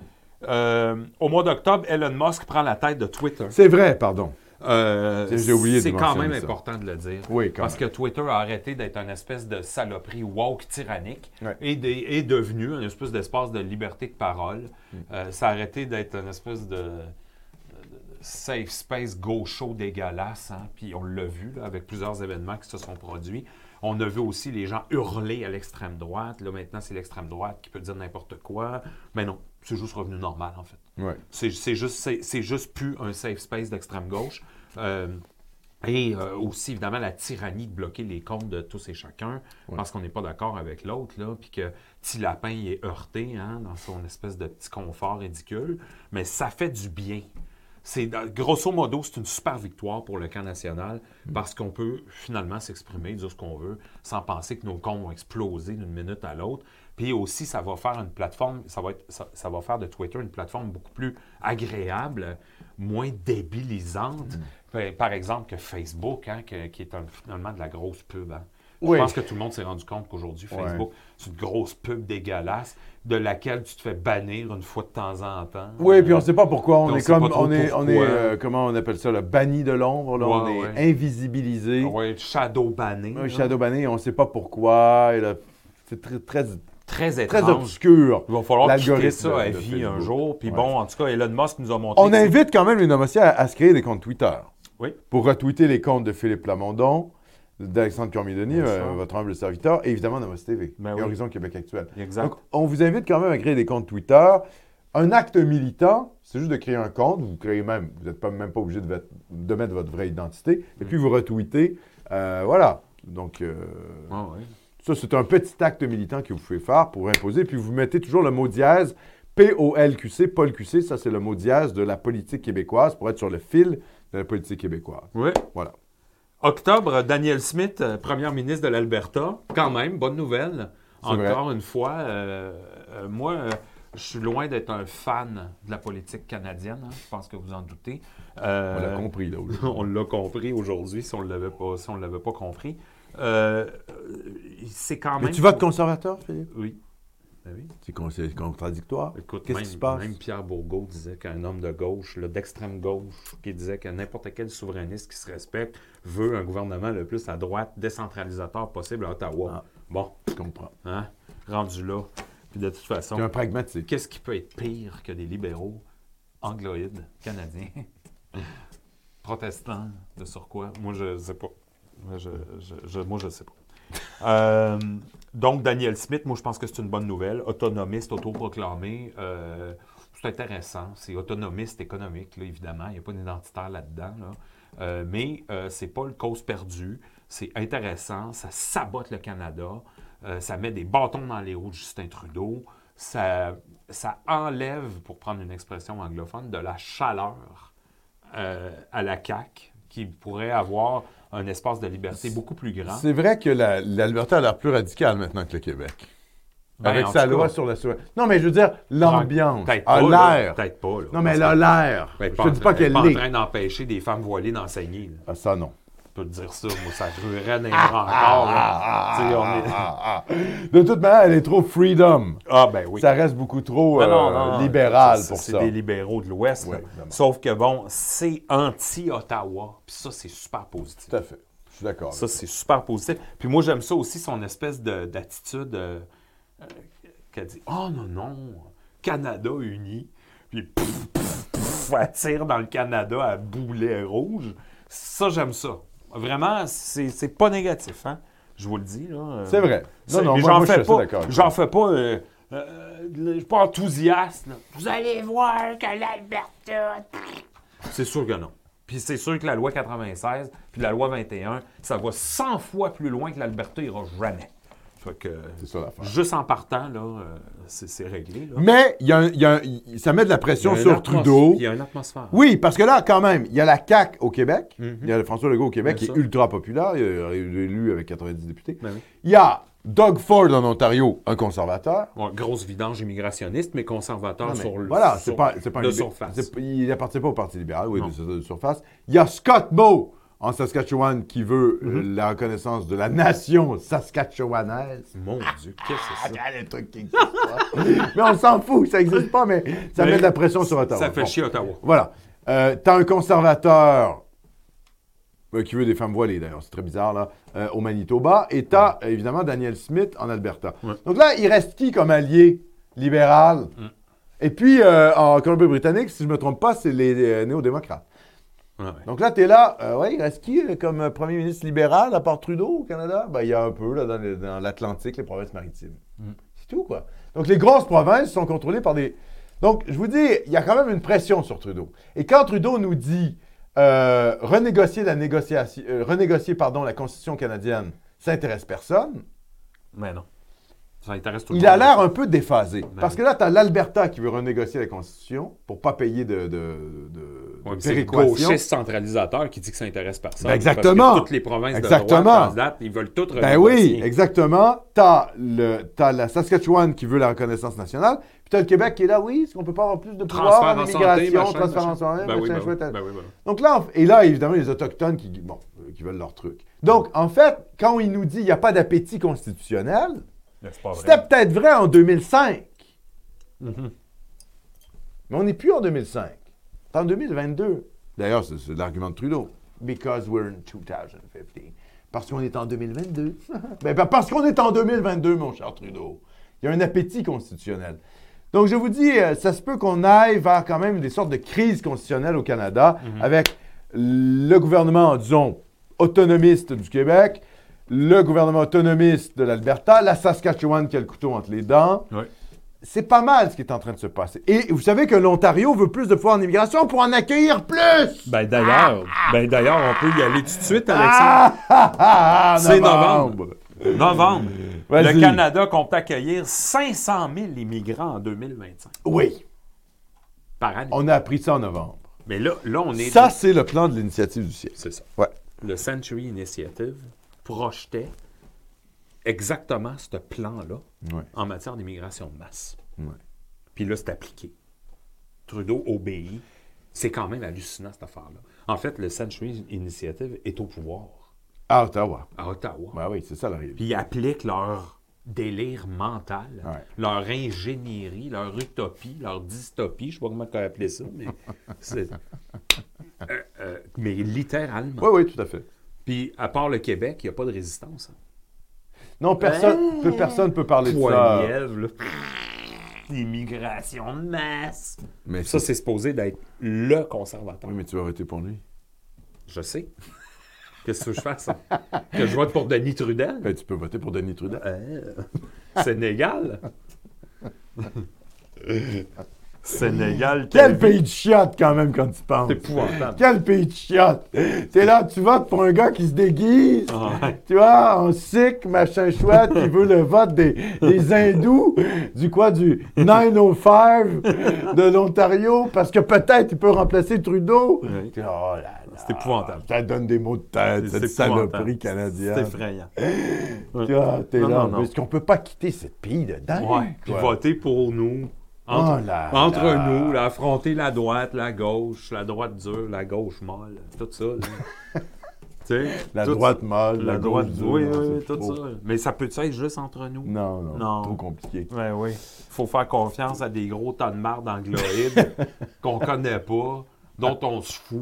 Speaker 2: Euh, au mois d'octobre, Elon Musk prend la tête de Twitter.
Speaker 1: C'est vrai, pardon.
Speaker 2: Euh,
Speaker 1: J'ai oublié de
Speaker 2: C'est quand
Speaker 1: mentionner
Speaker 2: même
Speaker 1: ça.
Speaker 2: important de le dire.
Speaker 1: Oui, quand
Speaker 2: Parce que Twitter a arrêté d'être une espèce de saloperie woke tyrannique
Speaker 1: Ouais.
Speaker 2: et des- est devenu une espèce d'espace de liberté de parole.
Speaker 1: Mm.
Speaker 2: Euh, ça a arrêté d'être une espèce de, de- de safe space gaucho dégueulasse. hein. Puis on l'a vu là, avec plusieurs événements qui se sont produits. On a vu aussi les gens hurler à l'extrême droite. Là, maintenant, c'est l'extrême droite qui peut dire n'importe quoi. Mais non, c'est juste revenu normal, en fait.
Speaker 1: Ouais.
Speaker 2: C'est c'est juste, c'est- c'est juste plus un safe space d'extrême gauche. Euh, et euh, aussi, évidemment, la tyrannie de bloquer les comptes de tous et chacun parce qu'on n'est pas d'accord avec l'autre, là, puis que petit lapin il est heurté hein, dans son espèce de petit confort ridicule. Mais ça fait du bien. C'est, grosso modo, c'est une super victoire pour le camp national parce qu'on peut finalement s'exprimer, dire ce qu'on veut, sans penser que nos comptes vont exploser d'une minute à l'autre. Puis aussi, ça va faire une plateforme, ça va, être- ça, ça va faire de Twitter une plateforme beaucoup plus agréable, moins
Speaker 1: Mm.
Speaker 2: débilisante, Par- par exemple, que Facebook, hein, que- qui est un- finalement de la grosse pub. hein.
Speaker 1: Oui.
Speaker 2: Je pense que tout le monde s'est rendu compte qu'aujourd'hui,
Speaker 1: Ouais.
Speaker 2: Facebook, c'est une grosse pub dégueulasse de laquelle tu te fais bannir une fois de temps en temps.
Speaker 1: Oui, puis on
Speaker 2: Euh,
Speaker 1: ne sait pas pourquoi. On,
Speaker 2: on
Speaker 1: est
Speaker 2: sait
Speaker 1: comme,
Speaker 2: pas trop
Speaker 1: on est, on est
Speaker 2: pourquoi.
Speaker 1: euh, comment on appelle ça, le banni de l'ombre. là.
Speaker 2: Ouais,
Speaker 1: on est
Speaker 2: ouais. Ah
Speaker 1: invisibilisé.
Speaker 2: Ouais, shadow banning.
Speaker 1: Un
Speaker 2: là.
Speaker 1: shadow banni, on ne sait pas pourquoi. et là, C'est très, très,
Speaker 2: Très
Speaker 1: très
Speaker 2: étrange.
Speaker 1: obscur.
Speaker 2: Il va falloir quitter
Speaker 1: L'algorithme
Speaker 2: ça à
Speaker 1: de- de
Speaker 2: vie un
Speaker 1: Facebook.
Speaker 2: jour. Puis
Speaker 1: Ouais.
Speaker 2: bon, en tout cas, Elon Musk nous a montré.
Speaker 1: On
Speaker 2: que c'est-
Speaker 1: invite quand même les nomotiers à, à se créer des comptes Twitter.
Speaker 2: Oui.
Speaker 1: Pour retweeter les comptes de Philippe Lamondon, d'Alexandre Cormier-Denis,
Speaker 2: Bien
Speaker 1: euh,
Speaker 2: sûr.
Speaker 1: votre humble serviteur, et évidemment Nomos TV
Speaker 2: Ben
Speaker 1: et
Speaker 2: oui.
Speaker 1: Horizon Québec Actuel.
Speaker 2: Exact.
Speaker 1: Donc, on vous invite quand même à créer des comptes Twitter. Un acte militant, c'est juste de créer un compte. Vous créez même, vous n'êtes pas, même pas obligé de, votre- de mettre votre vraie identité.
Speaker 2: Mm.
Speaker 1: Et puis, vous retweetez. Euh, voilà. Donc, euh,
Speaker 2: Ah ouais.
Speaker 1: ça, c'est un petit acte militant que vous pouvez faire pour imposer. Puis, vous mettez toujours le mot dièse, P-O-L-Q-C, Paul QC. Ça, c'est le mot dièse de la politique québécoise pour être sur le fil de la politique québécoise.
Speaker 2: Oui.
Speaker 1: Voilà.
Speaker 2: Octobre, Daniel Smith, euh, premier ministre de l'Alberta. Quand même, bonne nouvelle.
Speaker 1: C'est vrai.
Speaker 2: Encore une fois, euh, euh, moi, euh, je suis loin d'être un fan de la politique canadienne. hein. Je pense que vous en doutez.
Speaker 1: On l'a
Speaker 2: Euh,
Speaker 1: compris, là. aujourd'hui.
Speaker 2: on l'a compris aujourd'hui, si on ne l'avait pas, si on l'avait pas compris. Euh, euh, c'est quand même...
Speaker 1: Mais tu votes conservateur, Philippe?
Speaker 2: Oui. Ben oui.
Speaker 1: C'est con- c'est contradictoire.
Speaker 2: Écoute,
Speaker 1: Qu'est-ce
Speaker 2: même,
Speaker 1: qui se passe?
Speaker 2: même Pierre Bourgault disait qu'un homme de gauche, là, d'extrême gauche, qui disait que n'importe quel souverainiste qui se respecte veut un gouvernement le plus à droite, décentralisateur possible à Ottawa. Bon,
Speaker 1: Ah. Je comprends.
Speaker 2: hein, rendu là. Puis de toute
Speaker 1: Tu es un
Speaker 2: façon,
Speaker 1: pragmatique.
Speaker 2: qu'est-ce qui peut être pire que des libéraux angloïdes canadiens, protestants, de surcroît? Moi, je sais pas. Moi, je, je- je- moi, je sais pas. Euh, donc, Daniel Smith, moi, je pense que c'est une bonne nouvelle. Autonomiste, autoproclamé. euh, c'est intéressant. C'est autonomiste économique, là, évidemment. Il n'y a pas d'identitaire là-dedans. là. Euh, mais euh, c'est pas le cause perdue. C'est intéressant. Ça sabote le Canada. Euh, ça met des bâtons dans les roues de Justin Trudeau. Ça, ça enlève, pour prendre une expression anglophone, de la chaleur euh, à la CAQ qui pourrait avoir un espace de liberté beaucoup plus grand.
Speaker 1: C'est vrai que la- l'Alberta a l'air plus radicale maintenant que le Québec.
Speaker 2: Ben,
Speaker 1: Avec
Speaker 2: en
Speaker 1: sa
Speaker 2: tout
Speaker 1: loi
Speaker 2: cas.
Speaker 1: sur la souveraineté. Non, mais je veux dire, l'ambiance
Speaker 2: Peut-être
Speaker 1: a
Speaker 2: pas, là.
Speaker 1: l'air.
Speaker 2: Peut-être pas. là.
Speaker 1: Non, mais elle
Speaker 2: Parce
Speaker 1: a l'air.
Speaker 2: qu'elle est
Speaker 1: je te
Speaker 2: en
Speaker 1: dis
Speaker 2: train-
Speaker 1: pas
Speaker 2: elle est
Speaker 1: qu'elle
Speaker 2: pas en
Speaker 1: l'est.
Speaker 2: train d'empêcher des femmes voilées d'enseigner. là.
Speaker 1: Ah, ça, non.
Speaker 4: peux te dire ça, moi, ça ruerait dans les bras
Speaker 2: Ah,
Speaker 4: encore. là. Tu sais, on est-
Speaker 1: Ah, ah. De toute manière, elle est trop freedom.
Speaker 4: Ah, ben oui.
Speaker 1: Ça reste beaucoup trop
Speaker 4: Non,
Speaker 1: euh,
Speaker 4: non, non,
Speaker 1: libéral
Speaker 4: c'est-
Speaker 1: pour
Speaker 4: c'est-
Speaker 1: ça.
Speaker 4: C'est des libéraux de l'Ouest.
Speaker 1: Oui,
Speaker 4: là.
Speaker 1: évidemment.
Speaker 4: Sauf que, bon, c'est anti-Ottawa. Puis ça, c'est super positif.
Speaker 1: Tout à fait. Je suis d'accord.
Speaker 4: Ça, c'est super positif. Puis moi, j'aime ça aussi, son espèce de- d'attitude euh, euh, qu'elle dit Oh non, non, Canada uni. Puis pff, pff, pff, elle tire dans le Canada à boulet rouge. Ça, j'aime ça. Vraiment, c'est c'est pas négatif, hein? Je vous le dis, là. euh,
Speaker 1: C'est vrai.
Speaker 4: c'est-
Speaker 1: Non, non,
Speaker 4: mais
Speaker 1: moi,
Speaker 4: j'en
Speaker 1: moi, je
Speaker 4: fais
Speaker 1: suis assez
Speaker 4: pas.
Speaker 1: d'accord. avec
Speaker 4: J'en
Speaker 1: toi.
Speaker 4: fais pas. euh, euh, je suis pas enthousiaste. là.
Speaker 5: Vous allez voir que l'Alberta.
Speaker 4: C'est sûr que non. Puis c'est sûr que la loi 96 puis la loi 21, ça va 100 fois plus loin que l'Alberta ira jamais. Fait que
Speaker 1: C'est ça l'affaire.
Speaker 4: juste en partant là, euh, c'est c'est réglé là.
Speaker 1: Mais il y a un- il y a un- il- ça met de la pression
Speaker 2: Il y a une
Speaker 1: sur
Speaker 2: atmos-
Speaker 1: Trudeau.
Speaker 2: Il y a une atmosphère.
Speaker 1: Oui, parce que là, quand même, il y a la CAQ au Québec. Il
Speaker 2: Mhm.
Speaker 1: y a le François Legault au Québec
Speaker 2: Bien
Speaker 1: qui est
Speaker 2: sûr.
Speaker 1: ultra populaire. Il est élu avec 90 députés.
Speaker 2: Ben oui.
Speaker 1: Il y a Doug Ford en Ontario, un conservateur.
Speaker 2: Ouais, grosse vidange immigrationniste, mais conservateur
Speaker 1: Non, mais
Speaker 2: sur le.
Speaker 1: voilà, c'est
Speaker 2: sur-
Speaker 1: pas, c'est pas un
Speaker 2: de
Speaker 1: libé-
Speaker 2: surface.
Speaker 1: c'est- Il n'appartient pas au Parti libéral, oui,
Speaker 2: Non.
Speaker 1: de, de surface. Il y a Scott Moe en Saskatchewan qui veut euh,
Speaker 2: Mm-hmm.
Speaker 1: la reconnaissance de la nation saskatchewanaise.
Speaker 2: Mon Dieu, qu'est-ce que
Speaker 1: Ah,
Speaker 2: c'est ça?
Speaker 1: il y a des trucs qui existent pas. mais on s'en fout, ça n'existe pas, mais ça
Speaker 4: Mais
Speaker 1: met de la pression sur Ottawa.
Speaker 4: Ça fait
Speaker 1: Bon.
Speaker 4: chier Ottawa.
Speaker 1: Voilà. Euh, T'as un conservateur euh, qui veut des femmes voilées, d'ailleurs, c'est très bizarre, là, euh, au Manitoba. Et t'as, euh, évidemment, Daniel Smith en Alberta.
Speaker 4: Ouais.
Speaker 1: Donc là, il reste qui comme allié libéral? Et puis, euh, en Colombie-Britannique, si je ne me trompe pas, c'est les euh, néo-démocrates.
Speaker 4: Ouais, ouais.
Speaker 1: Donc là, t'es là, euh, ouais, il reste qui euh, comme euh, premier ministre libéral, à part Trudeau au Canada? Ben, il y a un peu, là, dans le- dans l'Atlantique, les provinces maritimes.
Speaker 4: Mm.
Speaker 1: C'est tout, quoi. Donc, les grosses provinces sont contrôlées par des... Donc, je vous dis, il y a quand même une pression sur Trudeau. Et quand Trudeau nous dit euh, renégocier, la négociation, euh, renégocier pardon, la Constitution canadienne, ça intéresse personne,
Speaker 4: Mais non. Ça intéresse tout le
Speaker 1: il
Speaker 4: monde.
Speaker 1: a l'air un peu déphasé. Parce que là, tu as l'Alberta qui veut renégocier la Constitution pour pas payer de, de, de- de
Speaker 2: Ouais, mais c'est le
Speaker 1: péréquation.
Speaker 2: gauchiste centralisateur qui dit que ça intéresse personne.
Speaker 1: Ben, exactement.
Speaker 2: Parce que toutes les provinces
Speaker 1: Exactement.
Speaker 2: de droite candidates, ils veulent toutes
Speaker 1: Ben oui, exactement. T'as, le, t'as la Saskatchewan qui veut la reconnaissance nationale, puis t'as le Québec qui est là, oui, est-ce qu'on peut pas avoir plus de pouvoir
Speaker 2: Transfert
Speaker 1: en
Speaker 2: en santé,
Speaker 1: immigration,
Speaker 2: machin,
Speaker 1: transfert en
Speaker 2: machin.
Speaker 1: santé,
Speaker 2: Ben oui,
Speaker 1: machin,
Speaker 2: ben oui,
Speaker 1: chouette.
Speaker 2: ben oui, ben oui.
Speaker 1: Donc là, on- et là, évidemment, les Autochtones qui, bon, euh, qui veulent leur truc. Donc, en fait, quand il nous dit qu'il n'y a pas d'appétit constitutionnel,
Speaker 4: Mais c'est pas vrai.
Speaker 1: c'était peut-être vrai en 2005.
Speaker 4: Mhm.
Speaker 1: Mais on n'est plus en 2005. C'est en 2022. D'ailleurs, c'est, c'est l'argument de Trudeau. Because we're in 2015. Parce qu'on est en 2022. ben, ben, parce qu'on est en 2022, mon cher Trudeau. Il y a un appétit constitutionnel. Donc, je vous dis, euh, ça se peut qu'on aille vers quand même des sortes de crises constitutionnelles au Canada
Speaker 4: Mhm.
Speaker 1: avec le gouvernement, disons, autonomiste du Québec, le gouvernement autonomiste de l'Alberta, la Saskatchewan qui a le couteau entre les dents
Speaker 4: Ouais.
Speaker 1: c'est pas mal ce qui est en train de se passer. Et vous savez que l'Ontario veut plus de pouvoirs en immigration pour en accueillir plus!
Speaker 2: Ben d'ailleurs, ben d'ailleurs, on peut y aller tout de suite, Alexandre.
Speaker 1: Ah, ah, ah, ah,
Speaker 2: C'est
Speaker 4: Novembre,
Speaker 1: Vas-y.
Speaker 4: le Canada compte accueillir 500 000 immigrants en 2025
Speaker 1: Oui,
Speaker 4: par année.
Speaker 1: on a appris ça en novembre.
Speaker 4: Mais là, là, on est
Speaker 1: Ça, c'est le plan de l'initiative du siècle.
Speaker 2: C'est ça.
Speaker 1: Ouais.
Speaker 2: Le Century Initiative projetait exactement ce plan-là
Speaker 1: Ouais.
Speaker 2: en matière d'immigration de masse.
Speaker 1: Ouais.
Speaker 2: Puis là, c'est appliqué. Trudeau obéit. C'est quand même hallucinant, cette affaire-là. En fait, le Century Initiative est au pouvoir
Speaker 1: À Ottawa.
Speaker 2: à Ottawa.
Speaker 1: Ben oui, c'est ça la réalité.
Speaker 2: Puis ils appliquent leur délire mental,
Speaker 1: Ouais.
Speaker 2: leur ingénierie, leur utopie, leur dystopie. Je ne sais pas comment on appeler ça, mais c'est... Euh, euh, mais littéralement.
Speaker 1: Oui, oui, tout à fait.
Speaker 2: Puis, à part le Québec, il n'y a pas de résistance. hein.
Speaker 1: Non, personne ne personne peut parler de ça.
Speaker 2: Poilièvre, là.
Speaker 5: Immigration de masse.
Speaker 1: Mais
Speaker 2: Ça, c'est supposé d'être le conservateur.
Speaker 1: Oui, mais tu vas arrêter pour lui.
Speaker 2: Je sais. Qu'est-ce que tu veux que je fasse? hein? Que je vote pour Denis Trudel?
Speaker 1: Ben, tu peux voter pour Denis Trudeau.
Speaker 2: Euh, Sénégal?
Speaker 4: Sénégal,
Speaker 1: Quel pays de chiottes, quand même, quand tu penses.
Speaker 2: C'est épouvantable.
Speaker 1: Quel pays de chiottes. T'es là, tu votes pour un gars qui se déguise.
Speaker 4: Ah ouais.
Speaker 1: Tu vois, en sikh, machin chouette, il veut le vote des, des hindous, du quoi, du 905 de l'Ontario, parce que peut-être il peut remplacer Trudeau.
Speaker 4: Oui.
Speaker 1: Tu dis, Oh là là.
Speaker 4: C'est épouvantable.
Speaker 1: Ça donne des mots de tête,
Speaker 4: C'est
Speaker 1: cette
Speaker 4: épouvantable.
Speaker 1: saloperie canadienne.
Speaker 4: C'est effrayant.
Speaker 1: Tu vois, t'es
Speaker 4: Non,
Speaker 1: là,
Speaker 4: non, non.
Speaker 1: parce qu'on peut pas quitter cette pille de dingue.
Speaker 4: Ouais. Puis
Speaker 1: quoi.
Speaker 4: voter pour nous.
Speaker 1: Oh
Speaker 4: Entre,
Speaker 1: là
Speaker 4: entre
Speaker 1: là.
Speaker 4: nous, là, affronter la droite, la gauche, la droite dure, la gauche molle, tout ça. là.
Speaker 2: sais,
Speaker 1: La
Speaker 2: tout
Speaker 1: droite molle,
Speaker 2: La droite,
Speaker 1: gauche dure,
Speaker 2: oui,
Speaker 1: non,
Speaker 2: oui, oui,
Speaker 1: c'est
Speaker 2: tout
Speaker 1: trop-
Speaker 2: ça. Mais ça peut être juste entre nous?
Speaker 1: Non, non,
Speaker 2: Non.
Speaker 1: trop compliqué.
Speaker 2: Oui, oui. Faut faire confiance à des gros tas de marde angloïdes qu'on connaît pas, dont on se fout.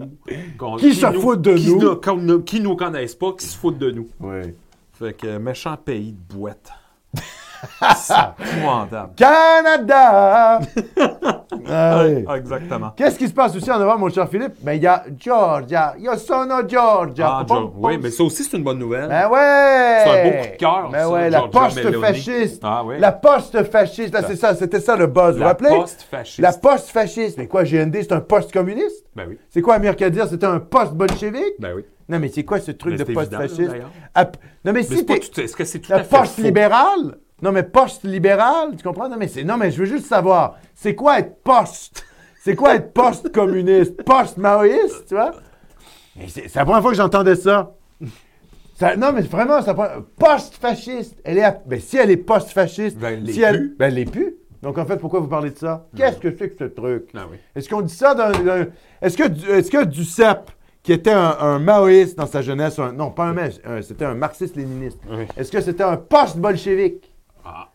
Speaker 2: qu'on-
Speaker 1: Qui se
Speaker 2: nous-
Speaker 1: foutent de
Speaker 2: qui
Speaker 1: nous.
Speaker 2: ne- qu'on ne- qui nous connaissent pas, qui se foutent de nous.
Speaker 1: Oui.
Speaker 2: Fait que euh, méchant pays de boîte. C'est épouvantable.
Speaker 1: Canada! ah, oui.
Speaker 2: Ah, Exactement.
Speaker 1: Qu'est-ce qui se passe aussi en novembre, mon cher Philippe? Ben, il y a Georgia. Il y a Sono Georgia.
Speaker 2: Ah,
Speaker 1: Pom,
Speaker 2: Joe,
Speaker 1: pom.
Speaker 2: oui, mais ça aussi, c'est une bonne nouvelle.
Speaker 1: Ben ouais!
Speaker 2: C'est un beau coup de cœur,
Speaker 1: Ben
Speaker 2: ça,
Speaker 1: ouais, la
Speaker 2: Giorgia
Speaker 1: poste
Speaker 2: Meloni.
Speaker 1: fasciste.
Speaker 2: Ah oui.
Speaker 1: La poste fasciste. Là, c'est ça, c'était ça le buzz. Vous vous
Speaker 2: La
Speaker 1: rappelez?
Speaker 2: poste fasciste.
Speaker 1: La poste fasciste. Mais quoi, GND, c'est un poste communiste?
Speaker 2: Ben oui,
Speaker 1: C'est quoi, Amir Kadir? C'était un poste bolchevique?
Speaker 2: ben oui.
Speaker 1: Non, mais c'est quoi ce truc
Speaker 2: Mais
Speaker 1: de
Speaker 2: c'est
Speaker 1: poste
Speaker 2: évident, là,
Speaker 1: fasciste?
Speaker 2: d'ailleurs.
Speaker 1: Ap- Non, mais,
Speaker 2: Mais
Speaker 1: si
Speaker 2: c'est pas
Speaker 1: t'es.
Speaker 2: tout- Est-ce que c'est tout
Speaker 1: La
Speaker 2: à fait
Speaker 1: poste
Speaker 2: faux?
Speaker 1: libérale? Non, mais poste libérale, tu comprends? Non, mais c'est. Non, mais je veux juste savoir, c'est quoi être poste? C'est quoi être poste communiste? Poste maoïste, tu vois? Mais c'est c'est la première fois que j'entendais ça. Ça- non, mais vraiment, ça poste fasciste. Elle est, à- ben, si elle est poste fasciste,
Speaker 2: Ben, elle l'est
Speaker 1: si elle,
Speaker 2: plus.
Speaker 1: ben, elle l'est plus. Donc en fait, pourquoi vous parlez de ça Qu'est-ce que c'est que ce truc
Speaker 2: Ah oui.
Speaker 1: Est-ce qu'on dit ça dans, dans- est-ce que Du- est-ce que Duceppe, qui était un, un maoïste dans sa jeunesse, un- non pas un maoïste, un- c'était un marxiste-léniniste.
Speaker 2: Oui.
Speaker 1: Est-ce que c'était un post-bolchevique
Speaker 2: Ah,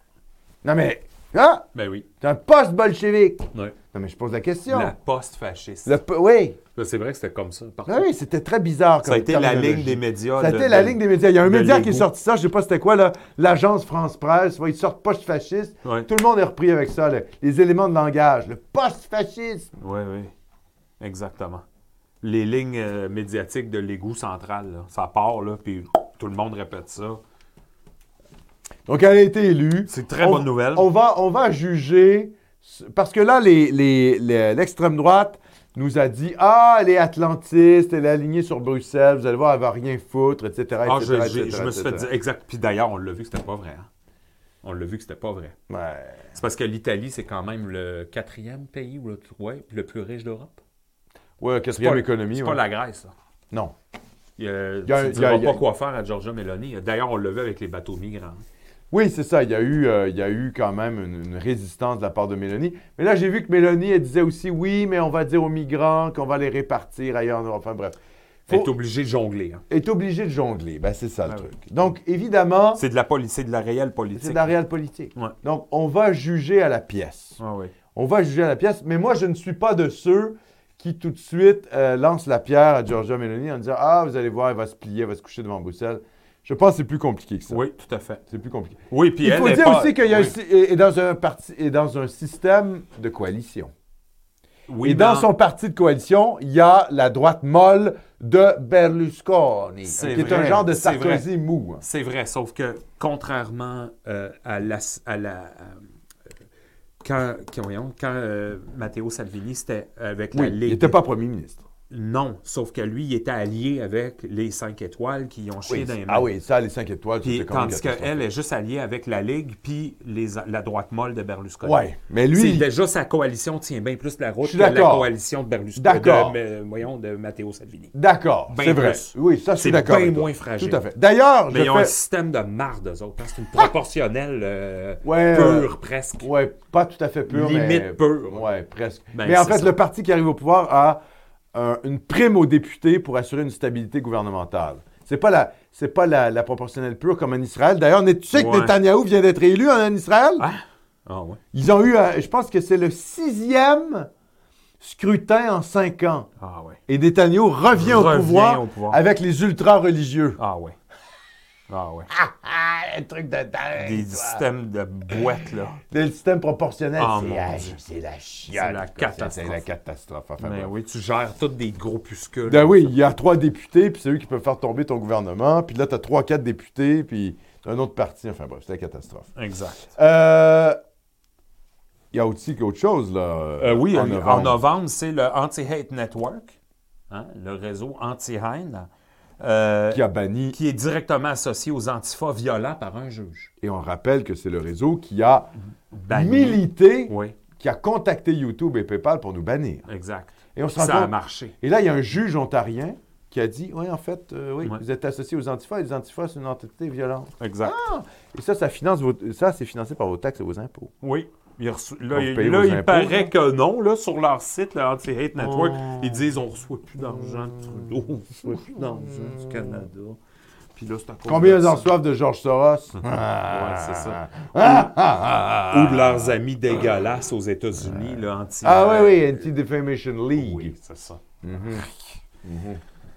Speaker 1: Non mais ah,
Speaker 2: ben oui.
Speaker 1: c'est un post-bolchevique.
Speaker 2: Ouais.
Speaker 1: Non mais je pose la question.
Speaker 2: La poste fasciste.
Speaker 1: Le po- oui,
Speaker 2: Là, Ben, C'est vrai que c'était comme ça. partout.
Speaker 1: Ah oui, c'était très bizarre.
Speaker 4: Ça a
Speaker 1: comme
Speaker 4: été la
Speaker 1: terminologie.
Speaker 4: ligne des médias.
Speaker 1: Ça a
Speaker 4: de-
Speaker 1: été la
Speaker 4: de-
Speaker 1: ligne des médias. Il y a un
Speaker 4: de
Speaker 1: média qui est
Speaker 4: l'égout.
Speaker 1: sorti ça, je sais pas c'était quoi, là, l'agence France Presse. Ouais, Ils sortent post-fasciste.
Speaker 2: Ouais.
Speaker 1: Tout le monde est repris avec ça, le- les éléments de langage. Le post-fascisme.
Speaker 2: Oui, oui. Exactement. Les lignes euh, médiatiques de l'égout central, là. ça part, là, puis tout le monde répète ça.
Speaker 1: Donc, elle a été élue.
Speaker 2: C'est très
Speaker 1: On-
Speaker 2: bonne nouvelle.
Speaker 1: On va, on va juger. ce- Parce que là, les- les- les- l'extrême droite nous a dit Ah, elle est atlantiste, elle est alignée sur Bruxelles, vous allez voir, elle va rien foutre, etc.
Speaker 2: Ah,
Speaker 1: etc.,
Speaker 2: je, je-
Speaker 1: etc.,
Speaker 2: je me suis fait
Speaker 1: etc.
Speaker 2: dire. Exact. Puis d'ailleurs, on l'a vu que c'était pas vrai. hein. On l'a vu que c'était pas vrai.
Speaker 1: Ouais.
Speaker 2: C'est parce que l'Italie, c'est quand même le quatrième pays ou le, ouais, le plus riche d'Europe.
Speaker 1: Ouais, quatrième
Speaker 2: pas-
Speaker 1: économie.
Speaker 2: C'est
Speaker 1: ouais.
Speaker 2: pas la Grèce, là.
Speaker 1: Non.
Speaker 2: Il y a-
Speaker 1: y a-
Speaker 2: tu
Speaker 1: il y a-
Speaker 2: diras
Speaker 1: il y a-
Speaker 2: pas quoi faire à Giorgia Meloni. D'ailleurs, on l'a vu avec les bateaux migrants.
Speaker 1: Oui, c'est ça. Il y, a eu, euh, il y a eu quand même une, une résistance de la part de Mélanie. Mais là, j'ai vu que Mélanie, elle disait aussi oui, mais on va dire aux migrants qu'on va les répartir ailleurs en Europe. Enfin bref.
Speaker 2: Faut...
Speaker 1: Faut-
Speaker 2: Est obligé de jongler. hein.
Speaker 1: Est obligé de jongler. Ben, c'est ça
Speaker 2: Ah
Speaker 1: le truc. Donc, évidemment,
Speaker 4: C'est de la politique, c'est de la réelle
Speaker 1: c'est
Speaker 4: politique.
Speaker 1: de la réelle politique.
Speaker 2: Ouais.
Speaker 1: Donc, on va juger à la pièce.
Speaker 2: Ah
Speaker 1: On va juger à la pièce. Mais moi, je ne suis pas de ceux qui tout de suite euh, lancent la pierre à Giorgia Mélanie en disant Ah, vous allez voir, elle va se plier, elle va se coucher devant Bruxelles. Je pense que c'est plus compliqué que ça.
Speaker 2: Oui, tout à fait.
Speaker 1: C'est plus compliqué.
Speaker 2: Oui, puis
Speaker 1: Il
Speaker 2: elle
Speaker 1: faut
Speaker 2: est
Speaker 1: dire
Speaker 2: pas-
Speaker 1: aussi qu'il y a un
Speaker 2: oui.
Speaker 1: si- est est dans un parti est dans un système de coalition.
Speaker 2: Oui,
Speaker 1: et dans
Speaker 2: non.
Speaker 1: son parti de coalition, il y a la droite molle de Berlusconi, qui
Speaker 2: C'est
Speaker 1: est un
Speaker 2: vrai,
Speaker 1: genre de
Speaker 2: c'est vrai.
Speaker 1: Sarkozy mou. hein.
Speaker 2: C'est vrai, sauf que contrairement euh, à la. à la, euh, quand quand, voyons, quand, euh, Matteo Salvini, c'était avec la
Speaker 1: Oui, il
Speaker 2: Ligue.
Speaker 1: n'était pas premier ministre.
Speaker 2: Non, sauf que lui, il était allié avec les 5 étoiles qui ont chié
Speaker 1: Oui,
Speaker 2: dans les mains.
Speaker 1: ah oui, ça, les 5 étoiles,
Speaker 2: Puis,
Speaker 1: c'était quand même
Speaker 2: tandis
Speaker 1: catastrophique.
Speaker 2: qu'elle est juste alliée avec la Ligue puis les, la droite molle de Berlusconi.
Speaker 1: Ouais, mais
Speaker 2: C'est
Speaker 1: lui, il-
Speaker 2: déjà sa coalition tient bien plus la route
Speaker 1: Je suis
Speaker 2: que la
Speaker 1: d'accord.
Speaker 2: coalition de Berlusconi.
Speaker 1: D'accord.
Speaker 2: De, euh, voyons, de Matteo Salvini.
Speaker 1: d'accord,
Speaker 2: Ben
Speaker 1: c'est vrai.
Speaker 2: plus.
Speaker 1: Oui, ça, je suis
Speaker 2: C'est
Speaker 1: d'accord.
Speaker 2: bien
Speaker 1: avec toi.
Speaker 2: moins fragile.
Speaker 1: Tout à fait. D'ailleurs, je
Speaker 2: Mais ils ont un
Speaker 1: fais...
Speaker 2: système de marre d'eux autres. hein. C'est une proportionnelle euh,
Speaker 1: Ouais,
Speaker 2: pure, presque.
Speaker 1: Ouais, pas tout à fait pur,
Speaker 2: Limite
Speaker 1: mais...
Speaker 2: pur.
Speaker 1: Ouais, presque.
Speaker 2: Ben,
Speaker 1: mais en
Speaker 2: c'est
Speaker 1: fait,
Speaker 2: ça.
Speaker 1: le parti qui arrive au pouvoir a euh, une prime aux députés pour assurer une stabilité gouvernementale. C'est pas la, c'est pas la, la proportionnelle pure comme en Israël. D'ailleurs, tu sais que
Speaker 2: Ouais.
Speaker 1: Netanyahou vient d'être élu en en Israël?
Speaker 2: Ah. Ah ouais.
Speaker 1: Ils ont eu, euh, je pense que c'est le sixième scrutin en cinq ans.
Speaker 2: Ah ouais.
Speaker 1: Et Netanyahou revient, au,
Speaker 2: Revient
Speaker 1: pouvoir
Speaker 2: au pouvoir.
Speaker 1: avec les ultra-religieux.
Speaker 2: Ah ouais. Ah ouais.
Speaker 1: Ah, un truc de dingue!
Speaker 4: Des
Speaker 1: toi.
Speaker 4: systèmes de boîtes, là.
Speaker 1: Le système proportionnel,
Speaker 2: Ah,
Speaker 1: c'est
Speaker 2: mon
Speaker 1: hey,
Speaker 2: Dieu.
Speaker 1: c'est la chiotte.
Speaker 2: C'est
Speaker 1: quoi.
Speaker 2: la catastrophe.
Speaker 1: C'est la catastrophe. Enfin,
Speaker 2: Mais
Speaker 1: bref.
Speaker 2: oui, tu gères tous des groupuscules.
Speaker 1: Ben oui, il y a trois députés, puis c'est eux qui peuvent faire tomber ton gouvernement. Puis là, tu as trois, quatre députés, puis t'as un autre parti. Enfin bref, c'est la catastrophe.
Speaker 2: Exact.
Speaker 1: Euh, Il y a aussi qu'autre chose, là.
Speaker 2: Euh, oui,
Speaker 1: en
Speaker 2: en
Speaker 1: novembre.
Speaker 2: novembre, c'est le Anti-Hate Network, hein, le réseau anti-haine, euh,
Speaker 1: Qui a banni.
Speaker 2: qui est directement associé aux antifas violents par un juge.
Speaker 1: Et on rappelle que c'est le réseau qui a
Speaker 2: Banni.
Speaker 1: milité,
Speaker 2: Oui,
Speaker 1: qui a contacté YouTube et PayPal pour nous bannir.
Speaker 2: exact.
Speaker 1: Et on se rend
Speaker 2: Ça a
Speaker 1: compte.
Speaker 2: marché.
Speaker 1: Et là, il y a un juge ontarien qui a dit Oui, en fait, euh, oui,
Speaker 2: Ouais.
Speaker 1: vous êtes associé aux antifas, et les antifas, c'est une entité violente.
Speaker 2: Exact.
Speaker 1: Et ça, ça, finance vos- ça c'est financé par vos taxes et vos impôts.
Speaker 2: Oui,
Speaker 4: Il a reçu- là,
Speaker 1: On
Speaker 4: il,
Speaker 1: paye
Speaker 4: là,
Speaker 1: vos
Speaker 4: il
Speaker 1: impôts, hein.
Speaker 4: paraît que non, là, sur leur site, là, Anti-Hate Network,
Speaker 1: Oh.
Speaker 4: ils disent on reçoit plus d'argent de Trudeau, on reçoit plus d'argent du Canada. Puis là, c'est à cause
Speaker 1: Combien
Speaker 4: de
Speaker 1: ils en
Speaker 4: ça.
Speaker 1: reçoivent de George Soros?
Speaker 4: Ouais, c'est ça.
Speaker 1: Ah, ah, ah.
Speaker 4: Ou de leurs amis dégueulasses aux États-Unis, là, anti
Speaker 1: Ah oui, oui, Anti-Defamation League. Mhm.
Speaker 4: Oui, Ah, c'est ça.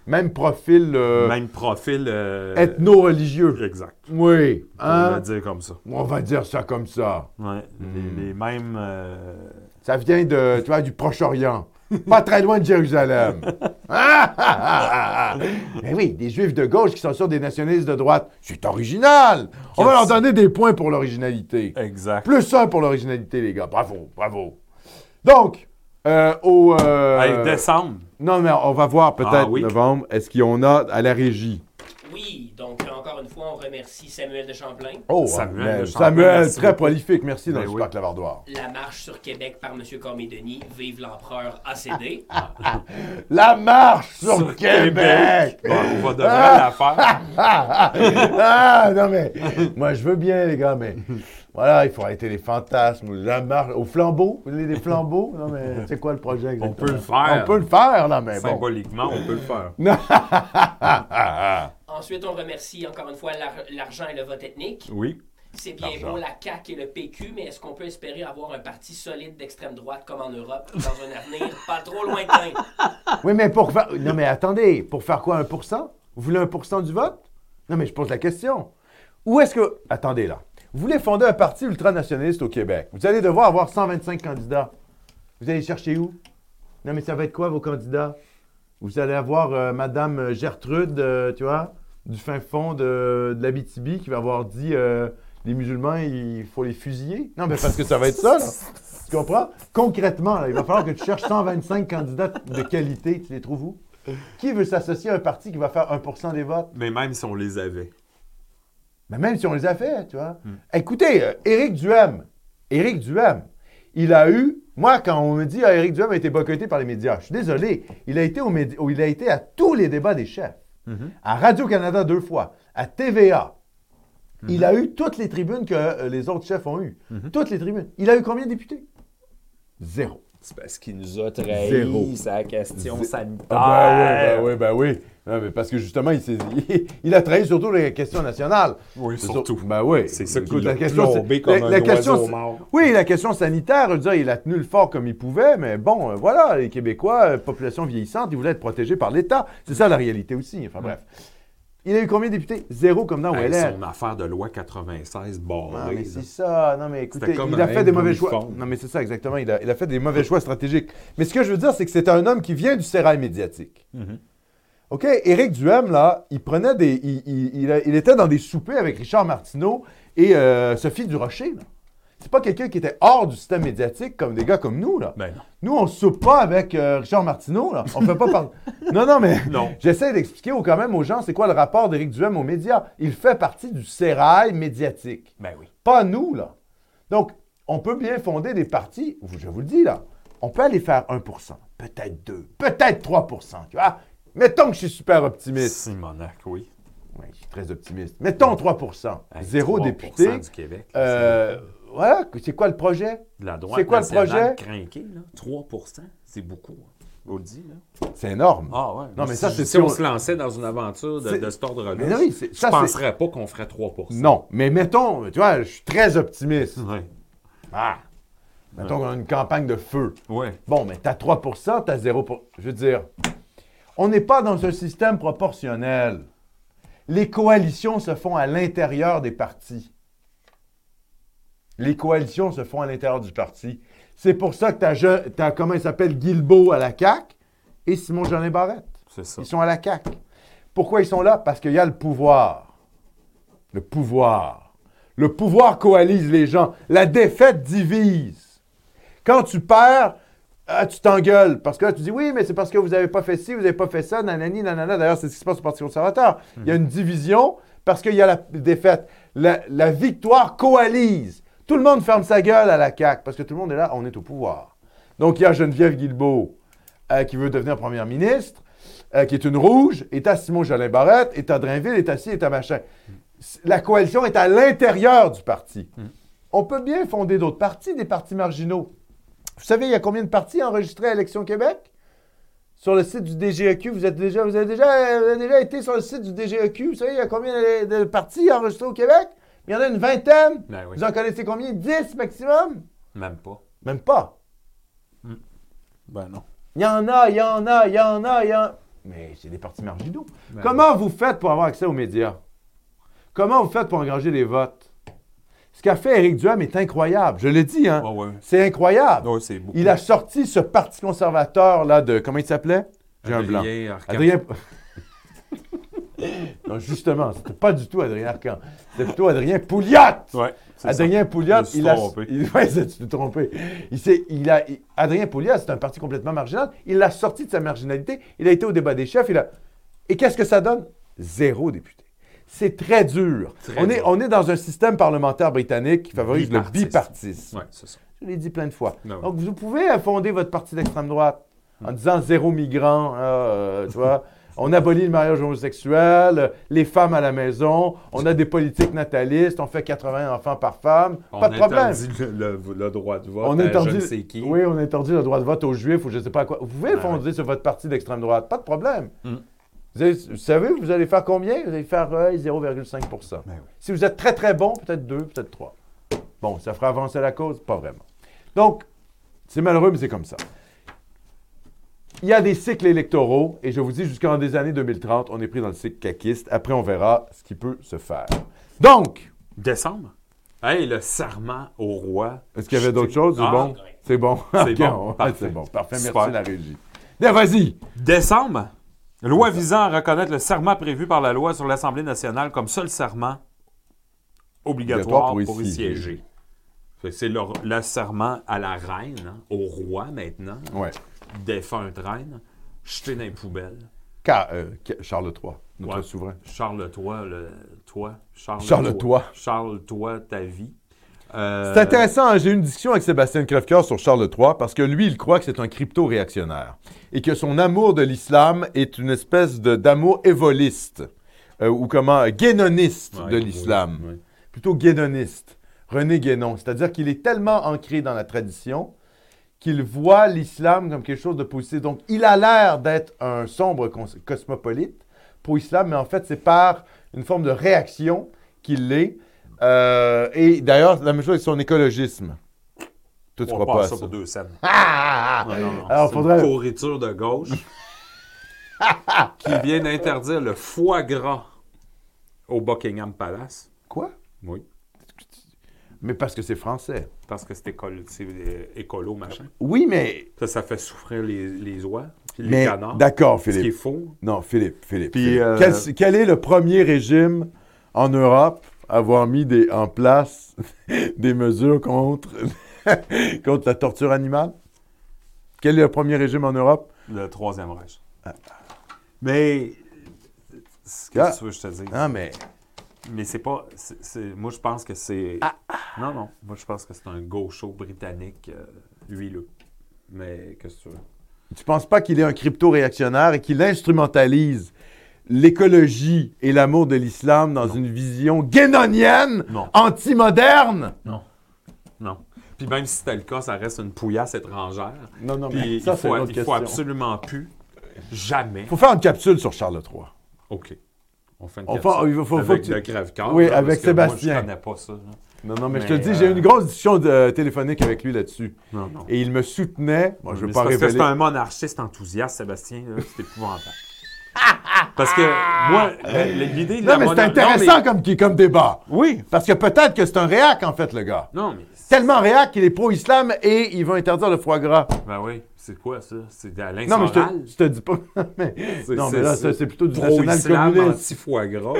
Speaker 1: Même profil euh,
Speaker 4: Même profil. euh,
Speaker 1: ethno-religieux.
Speaker 4: Exact.
Speaker 1: Oui.
Speaker 4: On
Speaker 1: hein?
Speaker 4: va dire comme ça.
Speaker 1: On va dire ça comme ça.
Speaker 4: Ouais, les, les mêmes. euh,
Speaker 1: Ça vient de, tu vois, du Proche-Orient. Pas très loin de Jérusalem. Ah, ah, ah, ah, ah. Mais oui, des juifs de gauche qui sont sur des nationalistes de droite. C'est original. On va leur donner des points pour l'originalité.
Speaker 4: Exact.
Speaker 1: Plus un pour l'originalité, les gars. Bravo, bravo. Donc, euh, au... euh,
Speaker 4: Hey, décembre.
Speaker 1: non, mais on va voir peut-être
Speaker 4: Ah oui.
Speaker 1: novembre. Est-ce qu'on a à la régie?
Speaker 3: Oui, donc encore une fois, on remercie Samuel de Champlain.
Speaker 1: Oh,
Speaker 4: Samuel
Speaker 1: Samuel,
Speaker 4: de Champlain,
Speaker 1: Samuel,
Speaker 4: merci
Speaker 1: très
Speaker 4: beaucoup.
Speaker 1: prolifique. Merci dans
Speaker 4: Ben
Speaker 1: le
Speaker 4: oui.
Speaker 1: Super Clavardoir.
Speaker 3: La marche sur Québec par M. Cormier-Denis. Vive l'empereur ACD.
Speaker 1: La marche sur,
Speaker 4: Sur
Speaker 1: Québec.
Speaker 4: Bon, on va devrait la faire.
Speaker 1: Ah, ah, ah, non, mais moi, je veux bien, les gars, mais voilà, il faut arrêter les fantasmes, ou la marche, au flambeau. Vous voulez des flambeaux? Non, mais c'est quoi le projet exactement?
Speaker 4: peut le faire.
Speaker 1: On peut le faire, non, mais bon.
Speaker 4: Symboliquement, on peut le faire.
Speaker 3: Ensuite, on remercie encore une fois l'ar- l'argent et le vote ethnique.
Speaker 4: Oui.
Speaker 3: C'est bien beau la CAQ et le PQ, mais est-ce qu'on peut espérer avoir un parti solide d'extrême droite comme en Europe dans un avenir pas trop lointain?
Speaker 1: Oui, mais pour faire. Non, mais attendez, pour faire quoi, 1%? Vous voulez 1% du vote? Non, mais je pose la question. Où est-ce que. Attendez, là. Vous voulez fonder un parti ultranationaliste au Québec. Vous allez devoir avoir 125 candidats. Vous allez chercher où? Non, mais ça va être quoi, vos candidats? Vous allez avoir euh, Madame Gertrude, euh, tu vois, du fin fond de, de l'Abitibi, qui va avoir dit euh, les musulmans, il faut les fusiller. Non, mais parce que ça va être ça, là. Tu comprends? Concrètement, là, il va falloir que tu cherches 125 candidats de qualité. Tu les trouves où? Qui veut s'associer à un parti qui va faire 1 des votes?
Speaker 4: Mais même si on les avait.
Speaker 1: Mais même si on les a fait, tu vois. Écoutez, euh, Éric Duhem, Éric Duhem, il a eu. Moi, quand on me dit ah, Éric Duhem a été boycotté par les médias, je suis désolé. Il a été, au médi- oh, il a été à tous les débats des chefs. À Radio-Canada deux fois, à TVA. Il a eu toutes les tribunes que euh, les autres chefs ont eues. Toutes les tribunes. Il a eu combien de députés? Zéro.
Speaker 5: C'est parce qu'il nous a
Speaker 1: Zéro.
Speaker 5: trahi sa question
Speaker 1: Zé-
Speaker 5: sanitaire.
Speaker 1: Ah, ben oui, ben oui, ben oui. Non, mais parce que justement, il, s'est- il a trahi surtout les questions nationales.
Speaker 4: Oui,
Speaker 1: C'est
Speaker 4: surtout.
Speaker 1: sur- Ben oui.
Speaker 4: C'est ça qui
Speaker 1: Écoute,
Speaker 4: l'a
Speaker 1: c'est-
Speaker 4: plombé comme un oiseau
Speaker 1: c'est-
Speaker 4: mort.
Speaker 1: Oui, la question sanitaire, je veux dire, il a tenu le fort comme il pouvait, mais bon, euh, voilà, les Québécois, euh, population vieillissante, ils voulaient être protégés par l'État. C'est ça la réalité aussi. Enfin bref. Il a eu combien de députés? Zéro comme dans
Speaker 4: Hey,
Speaker 1: OLR.
Speaker 4: son affaire de loi 96
Speaker 1: Non,
Speaker 4: barrée.
Speaker 1: Ah, mais
Speaker 4: là.
Speaker 1: c'est ça. Non, mais écoutez,
Speaker 4: C'était comme
Speaker 1: il a
Speaker 4: un
Speaker 1: fait des mauvais choix.
Speaker 4: uniforme.
Speaker 1: Non, mais c'est ça, exactement. Il a, il a fait des mauvais choix stratégiques. Mais ce que je veux dire, c'est que c'est un homme qui vient du sérail médiatique.
Speaker 4: Mm-hmm.
Speaker 1: OK? Éric Duhem, là, il prenait des. Il, il- il a- il était dans des soupers avec Richard Martineau et euh, Sophie Durocher, là. C'est pas quelqu'un qui était hors du système médiatique comme des gars comme nous, là.
Speaker 4: Ben non.
Speaker 1: Nous, on soupe pas avec euh, Richard Martineau, là. On fait pas par... Non, non, mais
Speaker 4: Non.
Speaker 1: j'essaie d'expliquer au- quand même aux gens c'est quoi le rapport d'Éric Duhem aux médias. Il fait partie du sérail médiatique.
Speaker 4: Ben oui.
Speaker 1: Pas nous, là. Donc, on peut bien fonder des partis, je vous le dis, là. On peut aller faire 1 peut-être 2 peut-être 3 tu vois. Mettons que je suis super optimiste.
Speaker 4: Simonac, oui.
Speaker 1: Oui, je suis très optimiste. Mettons 3
Speaker 4: Hey,
Speaker 1: Zéro
Speaker 4: 3%
Speaker 1: député.
Speaker 4: du Québec.
Speaker 1: Euh, voilà, c'est quoi le projet?
Speaker 4: c'est- La droite
Speaker 1: c'est quoi le
Speaker 4: nationale
Speaker 1: projet?
Speaker 4: crinquée, là. 3 c'est beaucoup. hein. On le dit, là.
Speaker 1: C'est énorme.
Speaker 4: Ah ouais.
Speaker 1: Non, mais ça, c'est
Speaker 4: si on
Speaker 1: sûr.
Speaker 4: se lançait dans une aventure de,
Speaker 1: C'est-
Speaker 4: de cet ordre-là.
Speaker 1: Mais oui, c'est-
Speaker 4: je
Speaker 1: ça,
Speaker 4: ne
Speaker 1: c'est-
Speaker 4: penserais pas qu'on ferait 3
Speaker 1: Non, mais mettons, tu vois, je suis très optimiste.
Speaker 2: Hmm.
Speaker 4: Ouais.
Speaker 1: Ah! Mettons qu'on a une campagne de feu.
Speaker 4: Ouais.
Speaker 1: Bon, mais t'as 3 t'as 0 Je veux dire, on n'est pas dans un système proportionnel. Les coalitions se font à l'intérieur des partis. Les coalitions se font à l'intérieur du parti. C'est pour ça que t'as, je- t'as comment il s'appelle, Guilbeault à la CAQ et Simon-Jolin Barrette.
Speaker 4: C'est ça.
Speaker 1: Ils sont à la CAQ. Pourquoi ils sont là? Parce qu'il y a le pouvoir. Le pouvoir. Le pouvoir coalise les gens. La défaite divise. Quand tu perds, ah, tu t'engueules. Parce que là, tu dis oui, mais c'est parce que vous n'avez pas fait ci, vous n'avez pas fait ça, nanani, nanana. D'ailleurs, c'est ce qui se passe au Parti conservateur. Il y a une division parce qu'il y a la défaite. La, la victoire coalise. Tout le monde ferme sa gueule à la CAQ parce que tout le monde est là, on est au pouvoir. Donc, il y a Geneviève Guilbeault euh, qui veut devenir première ministre, euh, qui est une rouge, et t'as Simon Jolin Barrette, et t'as Drainville, et t'as ci, et t'as machin. S- La coalition est à l'intérieur du parti. on peut bien fonder d'autres partis, des partis marginaux. Vous savez, il y a combien de partis enregistrés à Élection Québec? Sur le site du DGEQ, vous, êtes déjà, vous avez déjà, vous avez déjà été sur le site du DGEQ. Vous savez, il y a combien de, de partis enregistrés au Québec? Il y en a une vingtaine.
Speaker 4: Ben oui.
Speaker 1: Vous en connaissez combien? 10 maximum?
Speaker 4: Même pas.
Speaker 1: Même pas.
Speaker 4: Ben non.
Speaker 1: Il y en a, il y en a, il y en a, il y en a. Mais c'est des partis marginaux.
Speaker 4: Ben
Speaker 1: Comment vous faites pour avoir accès aux médias? Comment vous faites pour engranger les votes? Ce qu'a fait Éric Duhem est incroyable. Je le dis, hein?
Speaker 4: Ah ouais.
Speaker 1: C'est incroyable.
Speaker 4: Ouais, c'est beaucoup.
Speaker 1: Il a sorti ce parti conservateur là de comment il s'appelait J'ai un blanc.
Speaker 2: Adrien Arcan-
Speaker 1: Adrien. non, justement, c'était pas du tout Adrien Arcan. C'était plutôt Adrien Pouliot.
Speaker 4: Ouais, c'est ça.
Speaker 1: Adrien Pouliot,
Speaker 4: Je me suis
Speaker 1: il a.
Speaker 4: trompé.
Speaker 1: Il... Ouais, ça, tu t'es trompé. Il s'est- il a... il- Adrien Pouliot, c'est un parti complètement marginal. Il l'a sorti de sa marginalité. Il a été au débat des chefs. Il a... Et qu'est-ce que ça donne? Zéro député. C'est très dur.
Speaker 2: Très
Speaker 1: on, Est,
Speaker 2: dur.
Speaker 1: on est dans un système parlementaire britannique qui favorise le
Speaker 2: Bipartisme.
Speaker 1: bipartisme.
Speaker 2: Ouais, c'est ça.
Speaker 1: Je l'ai dit plein de fois.
Speaker 2: Non.
Speaker 1: Donc, vous pouvez euh, fonder votre parti d'extrême droite
Speaker 2: Hmm.
Speaker 1: en disant zéro migrant, hein, euh, tu vois. On abolit le mariage homosexuel, euh, les femmes à la maison, on a des politiques natalistes, on fait 80 enfants par femme.
Speaker 2: On
Speaker 1: pas de problème.
Speaker 2: interdit le, le- le droit de vote.
Speaker 1: On
Speaker 4: euh,
Speaker 2: à
Speaker 1: interdit-
Speaker 2: Je ne sais qui.
Speaker 1: Oui, on interdit le droit de vote aux juifs ou je ne sais pas à quoi. Vous pouvez
Speaker 4: Ben
Speaker 2: Ah,
Speaker 1: fonder sur votre parti d'extrême droite, pas de problème.
Speaker 4: Mm.
Speaker 1: Vous, avez- vous savez, vous allez faire combien? Vous allez faire euh, 0,5
Speaker 4: Ben oui.
Speaker 1: Si vous êtes très, très bon, peut-être 2, peut-être 3. Bon, ça fera avancer la cause? Pas vraiment. Donc, c'est malheureux, mais c'est comme ça. Il y a des cycles électoraux, et je vous dis, jusqu'en des années 2030, on est pris dans le cycle caquiste. Après, on verra ce qui peut se faire. Donc,
Speaker 2: Décembre. Hey, le serment au roi.
Speaker 1: est-ce qu'il y avait d'autres choses? C'est
Speaker 2: Ah,
Speaker 1: bon?
Speaker 3: correct.
Speaker 1: C'est bon.
Speaker 2: C'est
Speaker 1: Ok,
Speaker 2: bon,
Speaker 1: on-
Speaker 2: parfait.
Speaker 1: C'est bon. Parfait. Merci,
Speaker 2: Super.
Speaker 1: la régie. Bien, vas-y.
Speaker 2: Décembre. Loi visant à reconnaître le serment prévu par la loi sur l'Assemblée nationale comme seul serment obligatoire
Speaker 1: Obligatoire
Speaker 2: pour
Speaker 1: pour
Speaker 2: y,
Speaker 1: y siéger.
Speaker 2: siéger. Fait que C'est le, le serment à la reine, hein, au roi maintenant,
Speaker 1: Ouais.
Speaker 2: défunte reine, jeté dans les poubelles.
Speaker 1: Car, euh, Ca- Charles III, notre
Speaker 2: Ouais.
Speaker 1: souverain.
Speaker 2: Charles, toi, le, toi, Charles,
Speaker 1: Charles, toi.
Speaker 2: Charles, toi, ta vie. Euh,
Speaker 1: C'est intéressant, hein, j'ai eu une discussion avec Sébastien Crèvecoeur sur Charles III parce que lui, il croit que c'est un crypto-réactionnaire et que son amour de l'islam est une espèce de- d'amour évoliste euh, ou comment, euh, guénoniste
Speaker 2: ouais,
Speaker 1: de l'islam.
Speaker 2: oui, oui.
Speaker 1: plutôt guénoniste, René Guénon. C'est-à-dire qu'il est tellement ancré dans la tradition qu'il voit l'islam comme quelque chose de positif. Donc, il a l'air d'être un sombre cons- cosmopolite pour l'islam, mais en fait, c'est par une forme de réaction qu'il l'est. Euh, et d'ailleurs, la même chose avec son écologisme. Toi, tu
Speaker 2: On
Speaker 1: crois
Speaker 2: passe
Speaker 1: pas à
Speaker 2: ça
Speaker 1: ça.
Speaker 2: pour deux scènes.
Speaker 1: Ah!
Speaker 2: Non, non, non.
Speaker 1: Alors,
Speaker 2: C'est
Speaker 1: faudrait-
Speaker 2: une pourriture de gauche qui vient d'interdire le foie gras au Buckingham Palace.
Speaker 1: Quoi?
Speaker 2: Oui.
Speaker 1: Mais parce que c'est français.
Speaker 2: Parce que c'est écolo, c'est, euh, écolo, machin.
Speaker 1: Oui, mais...
Speaker 2: Ça, ça fait souffrir les, les oies, puis les
Speaker 1: mais
Speaker 2: canards,
Speaker 1: D'accord,
Speaker 2: ce qui est
Speaker 1: Philippe.
Speaker 2: faux.
Speaker 1: Non, Philippe, Philippe.
Speaker 4: Puis,
Speaker 1: Philippe.
Speaker 4: euh,
Speaker 1: Quel, quel est le premier régime en Europe à avoir mis des- en place des mesures contre, contre la torture animale? Quel est le premier régime en Europe?
Speaker 4: Le troisième Reich. Mais. Qu'est-ce
Speaker 1: Ah.
Speaker 4: que tu veux que je te dise?
Speaker 1: Non, mais
Speaker 4: Mais c'est pas. c'est- c'est- moi, je pense que c'est. Non, non. Moi, je pense que c'est un gaucho britannique euh, huileux. Mais qu'est-ce que tu veux?
Speaker 1: tu penses pas qu'il est un crypto-réactionnaire et qu'il instrumentalise l'écologie et l'amour de l'islam dans une vision guénonienne,
Speaker 4: Non.
Speaker 1: anti-moderne?
Speaker 4: Non. Puis même si c'était le cas, ça reste une pouillasse étrangère.
Speaker 1: Non, non,
Speaker 4: Puis il, faut, il faut absolument plus. Jamais.
Speaker 1: faut faire une capsule sur Charles III.
Speaker 4: OK. On fait une
Speaker 1: On fait-
Speaker 4: capsule.
Speaker 1: il faut- faut
Speaker 4: avec
Speaker 1: que tu-
Speaker 4: le Crève-Cœur,
Speaker 1: Oui,
Speaker 4: là,
Speaker 1: avec
Speaker 4: parce que
Speaker 1: Sébastien.
Speaker 4: Moi, je connais pas ça. là.
Speaker 1: Non, non, mais, je te
Speaker 4: Mais,
Speaker 1: le dis, j'ai eu
Speaker 4: euh,
Speaker 1: une grosse discussion de- téléphonique avec lui là-dessus.
Speaker 4: Non, non.
Speaker 1: Et il me soutenait. Bon, je ne
Speaker 4: Mais
Speaker 1: veux
Speaker 4: c'est
Speaker 1: pas
Speaker 4: parce que
Speaker 1: révéler.
Speaker 4: c'est un monarchiste enthousiaste, Sébastien. là, C'est épouvantable. Parce que moi, l'idée de la
Speaker 1: Non, mais c'est
Speaker 4: monar-
Speaker 1: intéressant
Speaker 4: mais-
Speaker 1: Comme, qui- comme débat.
Speaker 4: Oui.
Speaker 1: Parce que peut-être que c'est un réac, en fait, le gars.
Speaker 4: Non, mais
Speaker 1: Tellement réac qu'il est pro-islam et il veut interdire le foie gras.
Speaker 4: Ben oui, c'est quoi ça? C'est d'Alain
Speaker 1: Non, mais je
Speaker 4: Soral?
Speaker 1: te, je te dis pas. mais-
Speaker 4: C'est-
Speaker 1: non, mais
Speaker 4: c'est-
Speaker 1: là,
Speaker 4: c'est
Speaker 1: ça, c'est plutôt du
Speaker 4: Pro-islam, hein.
Speaker 1: national-communiste.
Speaker 4: anti-foie gras.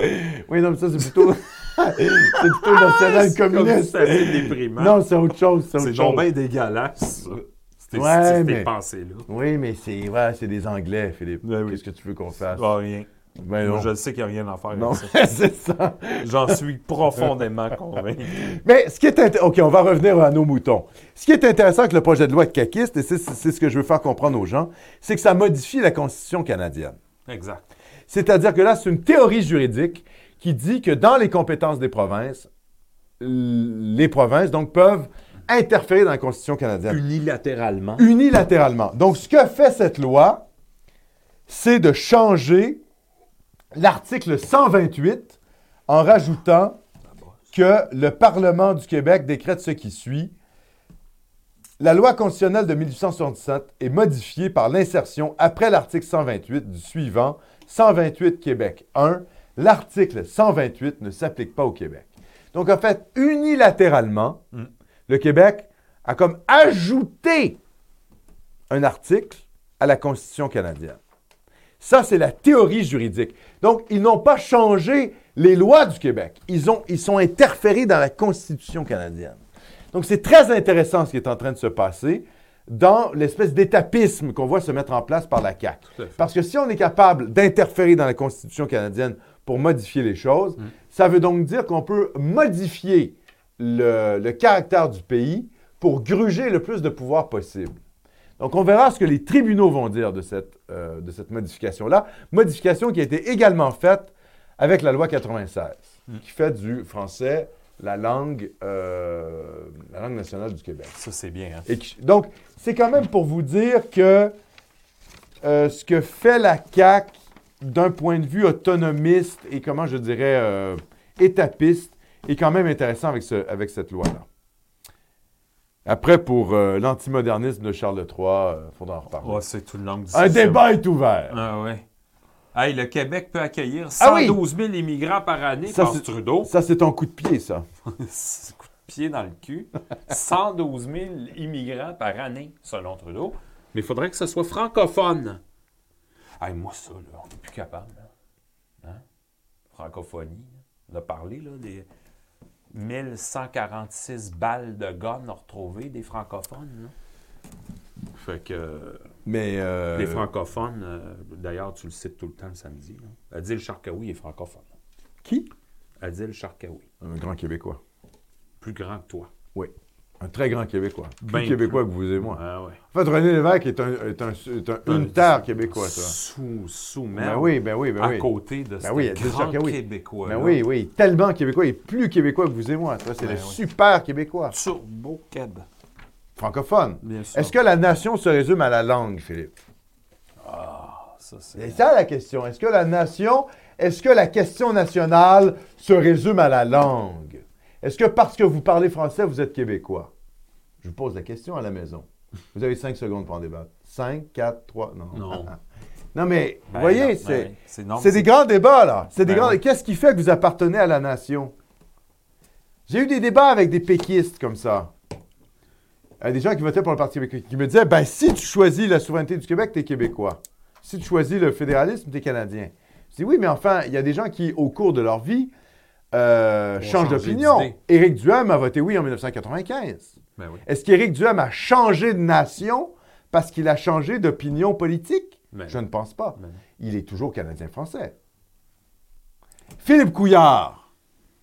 Speaker 1: Oui, non, mais ça, c'est plutôt. c'est plutôt
Speaker 4: Ah, Comme si
Speaker 1: national-communiste.
Speaker 4: c'était assez déprimant.
Speaker 1: Non, c'est autre chose. C'est autre
Speaker 4: c'est donc
Speaker 1: chose.
Speaker 4: bien dégueulasse, ça. C'était
Speaker 1: Ouais,
Speaker 4: c'était
Speaker 1: mais-
Speaker 4: pensées-là.
Speaker 1: Oui, mais c'est ouais, c'est des Anglais, Philippe.
Speaker 4: Ben oui.
Speaker 1: Qu'est-ce que tu veux qu'on fasse?
Speaker 4: Ah, rien.
Speaker 1: Ben
Speaker 4: Moi,
Speaker 1: non.
Speaker 4: je le sais qu'il n'y a rien à faire
Speaker 1: Non,
Speaker 4: avec ça.
Speaker 1: c'est ça.
Speaker 4: J'en suis profondément convaincu.
Speaker 1: Mais ce qui est int- OK, on va revenir à nos moutons. Ce qui est intéressant avec le projet de loi de caquiste, et c'est c'est ce que je veux faire comprendre aux gens, c'est que ça modifie la Constitution canadienne.
Speaker 4: Exact.
Speaker 1: C'est-à-dire que là, c'est une théorie juridique qui dit que dans les compétences des provinces, les provinces, donc, peuvent interférer dans la Constitution canadienne
Speaker 6: Unilatéralement.
Speaker 1: unilatéralement. Donc, ce que fait cette loi, c'est de changer l'article 128 en rajoutant que le Parlement du Québec décrète ce qui suit. La loi constitutionnelle de 1877 est modifiée par l'insertion après l'article 128 du suivant 128 Québec 1. L'article 128 ne s'applique pas au Québec. Donc, en fait, unilatéralement, le Québec a comme ajouté un article à la Constitution canadienne. Ça, c'est la théorie juridique. Donc, ils n'ont pas changé les lois du Québec. Ils, ont, ils sont interférés dans la Constitution canadienne. Donc, c'est très intéressant ce qui est en train de se passer dans l'espèce d'étapisme qu'on voit se mettre en place par la CAQ.
Speaker 6: Tout à fait.
Speaker 1: Parce que si on est capable d'interférer dans la Constitution canadienne pour modifier les choses,
Speaker 6: Mm.
Speaker 1: ça veut donc dire qu'on peut modifier le, le caractère du pays pour gruger le plus de pouvoir possible. Donc, on verra ce que les tribunaux vont dire de cette, euh, de cette modification-là. Modification qui a été également faite avec la loi 96, qui fait du français la langue, euh, la langue nationale du Québec.
Speaker 2: Ça, c'est bien. hein.
Speaker 1: Et qui- donc, c'est quand même pour vous dire que euh, ce que fait la CAQ d'un point de vue autonomiste et comment je dirais euh, étapiste est quand même intéressant avec, ce- avec cette loi-là. Après, pour euh, l'antimodernisme de Charles III, il faudra en reparler.
Speaker 2: Ouais, c'est tout le long du
Speaker 1: Un
Speaker 2: système.
Speaker 1: débat est ouvert.
Speaker 2: Ah ouais. Hey, le Québec peut accueillir
Speaker 1: Ah oui!
Speaker 2: 112 000 immigrants par année,
Speaker 1: Ça,
Speaker 2: pense
Speaker 1: c'est-
Speaker 2: Trudeau.
Speaker 1: Ça, c'est ton coup de pied, ça.
Speaker 2: C'est un coup de pied dans le cul. 112 000 immigrants par année, selon Trudeau.
Speaker 6: Mais il faudrait que ce soit francophone.
Speaker 2: Hey, moi, ça, là, on n'est plus capable. là. Hein? Francophonie. On a parlé là, des 1146 balles de gomme retrouvées des francophones. là.
Speaker 6: Fait que euh,
Speaker 1: Mais euh,
Speaker 6: les francophones, euh, d'ailleurs, tu le cites tout le temps le samedi. là. Adil Sharkawi est francophone.
Speaker 1: Qui?
Speaker 6: Adil Sharkawi.
Speaker 1: un grand Québécois.
Speaker 6: Plus grand que toi.
Speaker 1: Un très grand Québécois. Plus
Speaker 6: Ben
Speaker 1: Québécois que vous et moi.
Speaker 6: Ah ouais.
Speaker 1: En fait, René Lévesque est un, est un- est un-
Speaker 6: Un-
Speaker 1: une terre québécois, ça.
Speaker 6: Sous, sous
Speaker 1: Ben
Speaker 6: merde.
Speaker 1: oui, ben oui, ben
Speaker 2: à
Speaker 1: oui.
Speaker 2: côté de ce
Speaker 1: oui, Adil
Speaker 2: grand
Speaker 1: Sharkawi.
Speaker 2: Québécois.
Speaker 1: Ben oui, oui, tellement québécois et plus québécois que vous et moi. toi, C'est
Speaker 2: Ben
Speaker 1: le super québécois.
Speaker 2: Turbo Québec.
Speaker 1: Francophone.
Speaker 2: Bien sûr.
Speaker 1: Est-ce que la nation se résume à la langue, Philippe?
Speaker 2: Ça, c'est-
Speaker 1: C'est ça la question. Est-ce que la nation, est-ce que la question nationale se résume à la langue? Est-ce que parce que vous parlez français, vous êtes québécois? Je vous pose la question à la maison. Vous avez cinq secondes pour en débattre. Cinq, quatre, trois, non.
Speaker 6: Non.
Speaker 1: non, mais vous
Speaker 2: Ben
Speaker 1: voyez,
Speaker 2: non,
Speaker 1: c'est...
Speaker 2: ben, c'est non,
Speaker 1: C'est des grands débats, là. C'est des
Speaker 2: Ben
Speaker 1: grands...
Speaker 2: oui.
Speaker 1: Qu'est-ce qui fait que vous appartenez à la nation? J'ai eu des débats avec des péquistes comme ça. Euh, des gens qui votaient pour le Parti québécois, qui me disaient ben, si tu choisis la souveraineté du Québec, t'es Québécois. Si tu choisis le fédéralisme, t'es Canadien. Je dis oui, mais enfin, il y a des gens qui, au cours de leur vie, euh,
Speaker 6: Ont
Speaker 1: changent
Speaker 6: changé
Speaker 1: d'opinion.
Speaker 6: d'idée.
Speaker 1: Éric Duhem a voté oui en 1995.
Speaker 6: Ben oui.
Speaker 1: Est-ce qu'Éric Duhem a changé de nation parce qu'il a changé d'opinion politique?
Speaker 6: Ben
Speaker 1: Je
Speaker 6: non.
Speaker 1: ne pense pas.
Speaker 6: Ben non.
Speaker 1: Il est toujours Canadien-Français. Philippe Couillard,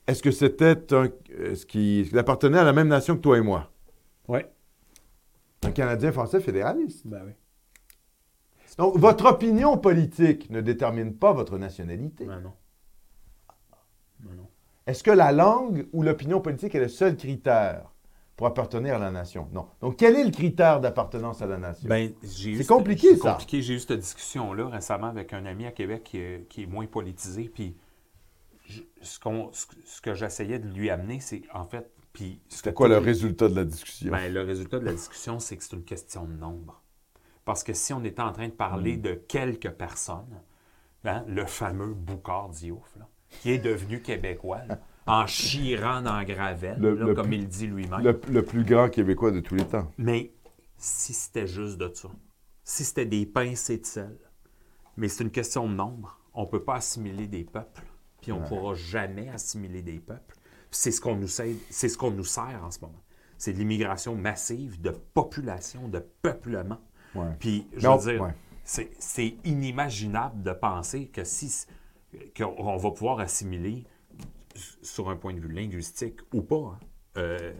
Speaker 1: est-ce que c'était un... Est-ce qu'il est-ce qu'il appartenait à la même nation que toi et moi?
Speaker 6: Oui.
Speaker 1: Un Canadien-Français fédéraliste.
Speaker 6: Ben oui.
Speaker 1: Donc, votre opinion politique ne détermine pas votre nationalité.
Speaker 6: Ben non. Ben non.
Speaker 1: Est-ce que la langue ou l'opinion politique est le seul critère pour appartenir à la nation? Non. Donc, quel est le critère d'appartenance à la nation?
Speaker 2: Ben,
Speaker 1: C'est compliqué, ça.
Speaker 2: compliqué. J'ai eu cette discussion-là récemment avec un ami à Québec qui est, qui est moins politisé. Puis je- ce, qu'on- ce que- ce que j'essayais de lui amener, c'est en fait. Puis ce que
Speaker 1: C'était quoi le
Speaker 2: toutes les-
Speaker 1: résultat de la discussion?
Speaker 2: Ben, le résultat de la discussion, c'est que c'est une question de nombre. Parce que si on était en train de parler
Speaker 1: Mm.
Speaker 2: de quelques personnes, hein, le fameux Boucard Diouf, là, qui est devenu québécois, là, en chirant dans Gravel,
Speaker 1: Le-
Speaker 2: là,
Speaker 1: le
Speaker 2: comme
Speaker 1: plus-
Speaker 2: il dit lui-même.
Speaker 1: le, le plus grand Québécois de tous les temps.
Speaker 2: Mais si c'était juste de ça, si c'était des pincées de sel, mais c'est une question de nombre. On ne peut pas assimiler des peuples, puis on ne pourra jamais assimiler des peuples. Puis C'est ce qu'on nous sert, c'est ce qu'on nous sert en ce moment. C'est de l'immigration massive de population, de peuplement.
Speaker 1: Ouais.
Speaker 2: Puis, je
Speaker 1: Non,
Speaker 2: veux dire,
Speaker 1: ouais.
Speaker 2: c'est- c'est inimaginable de penser que si qu'on va pouvoir assimiler s- sur un point de vue linguistique ou pas, hein, euh,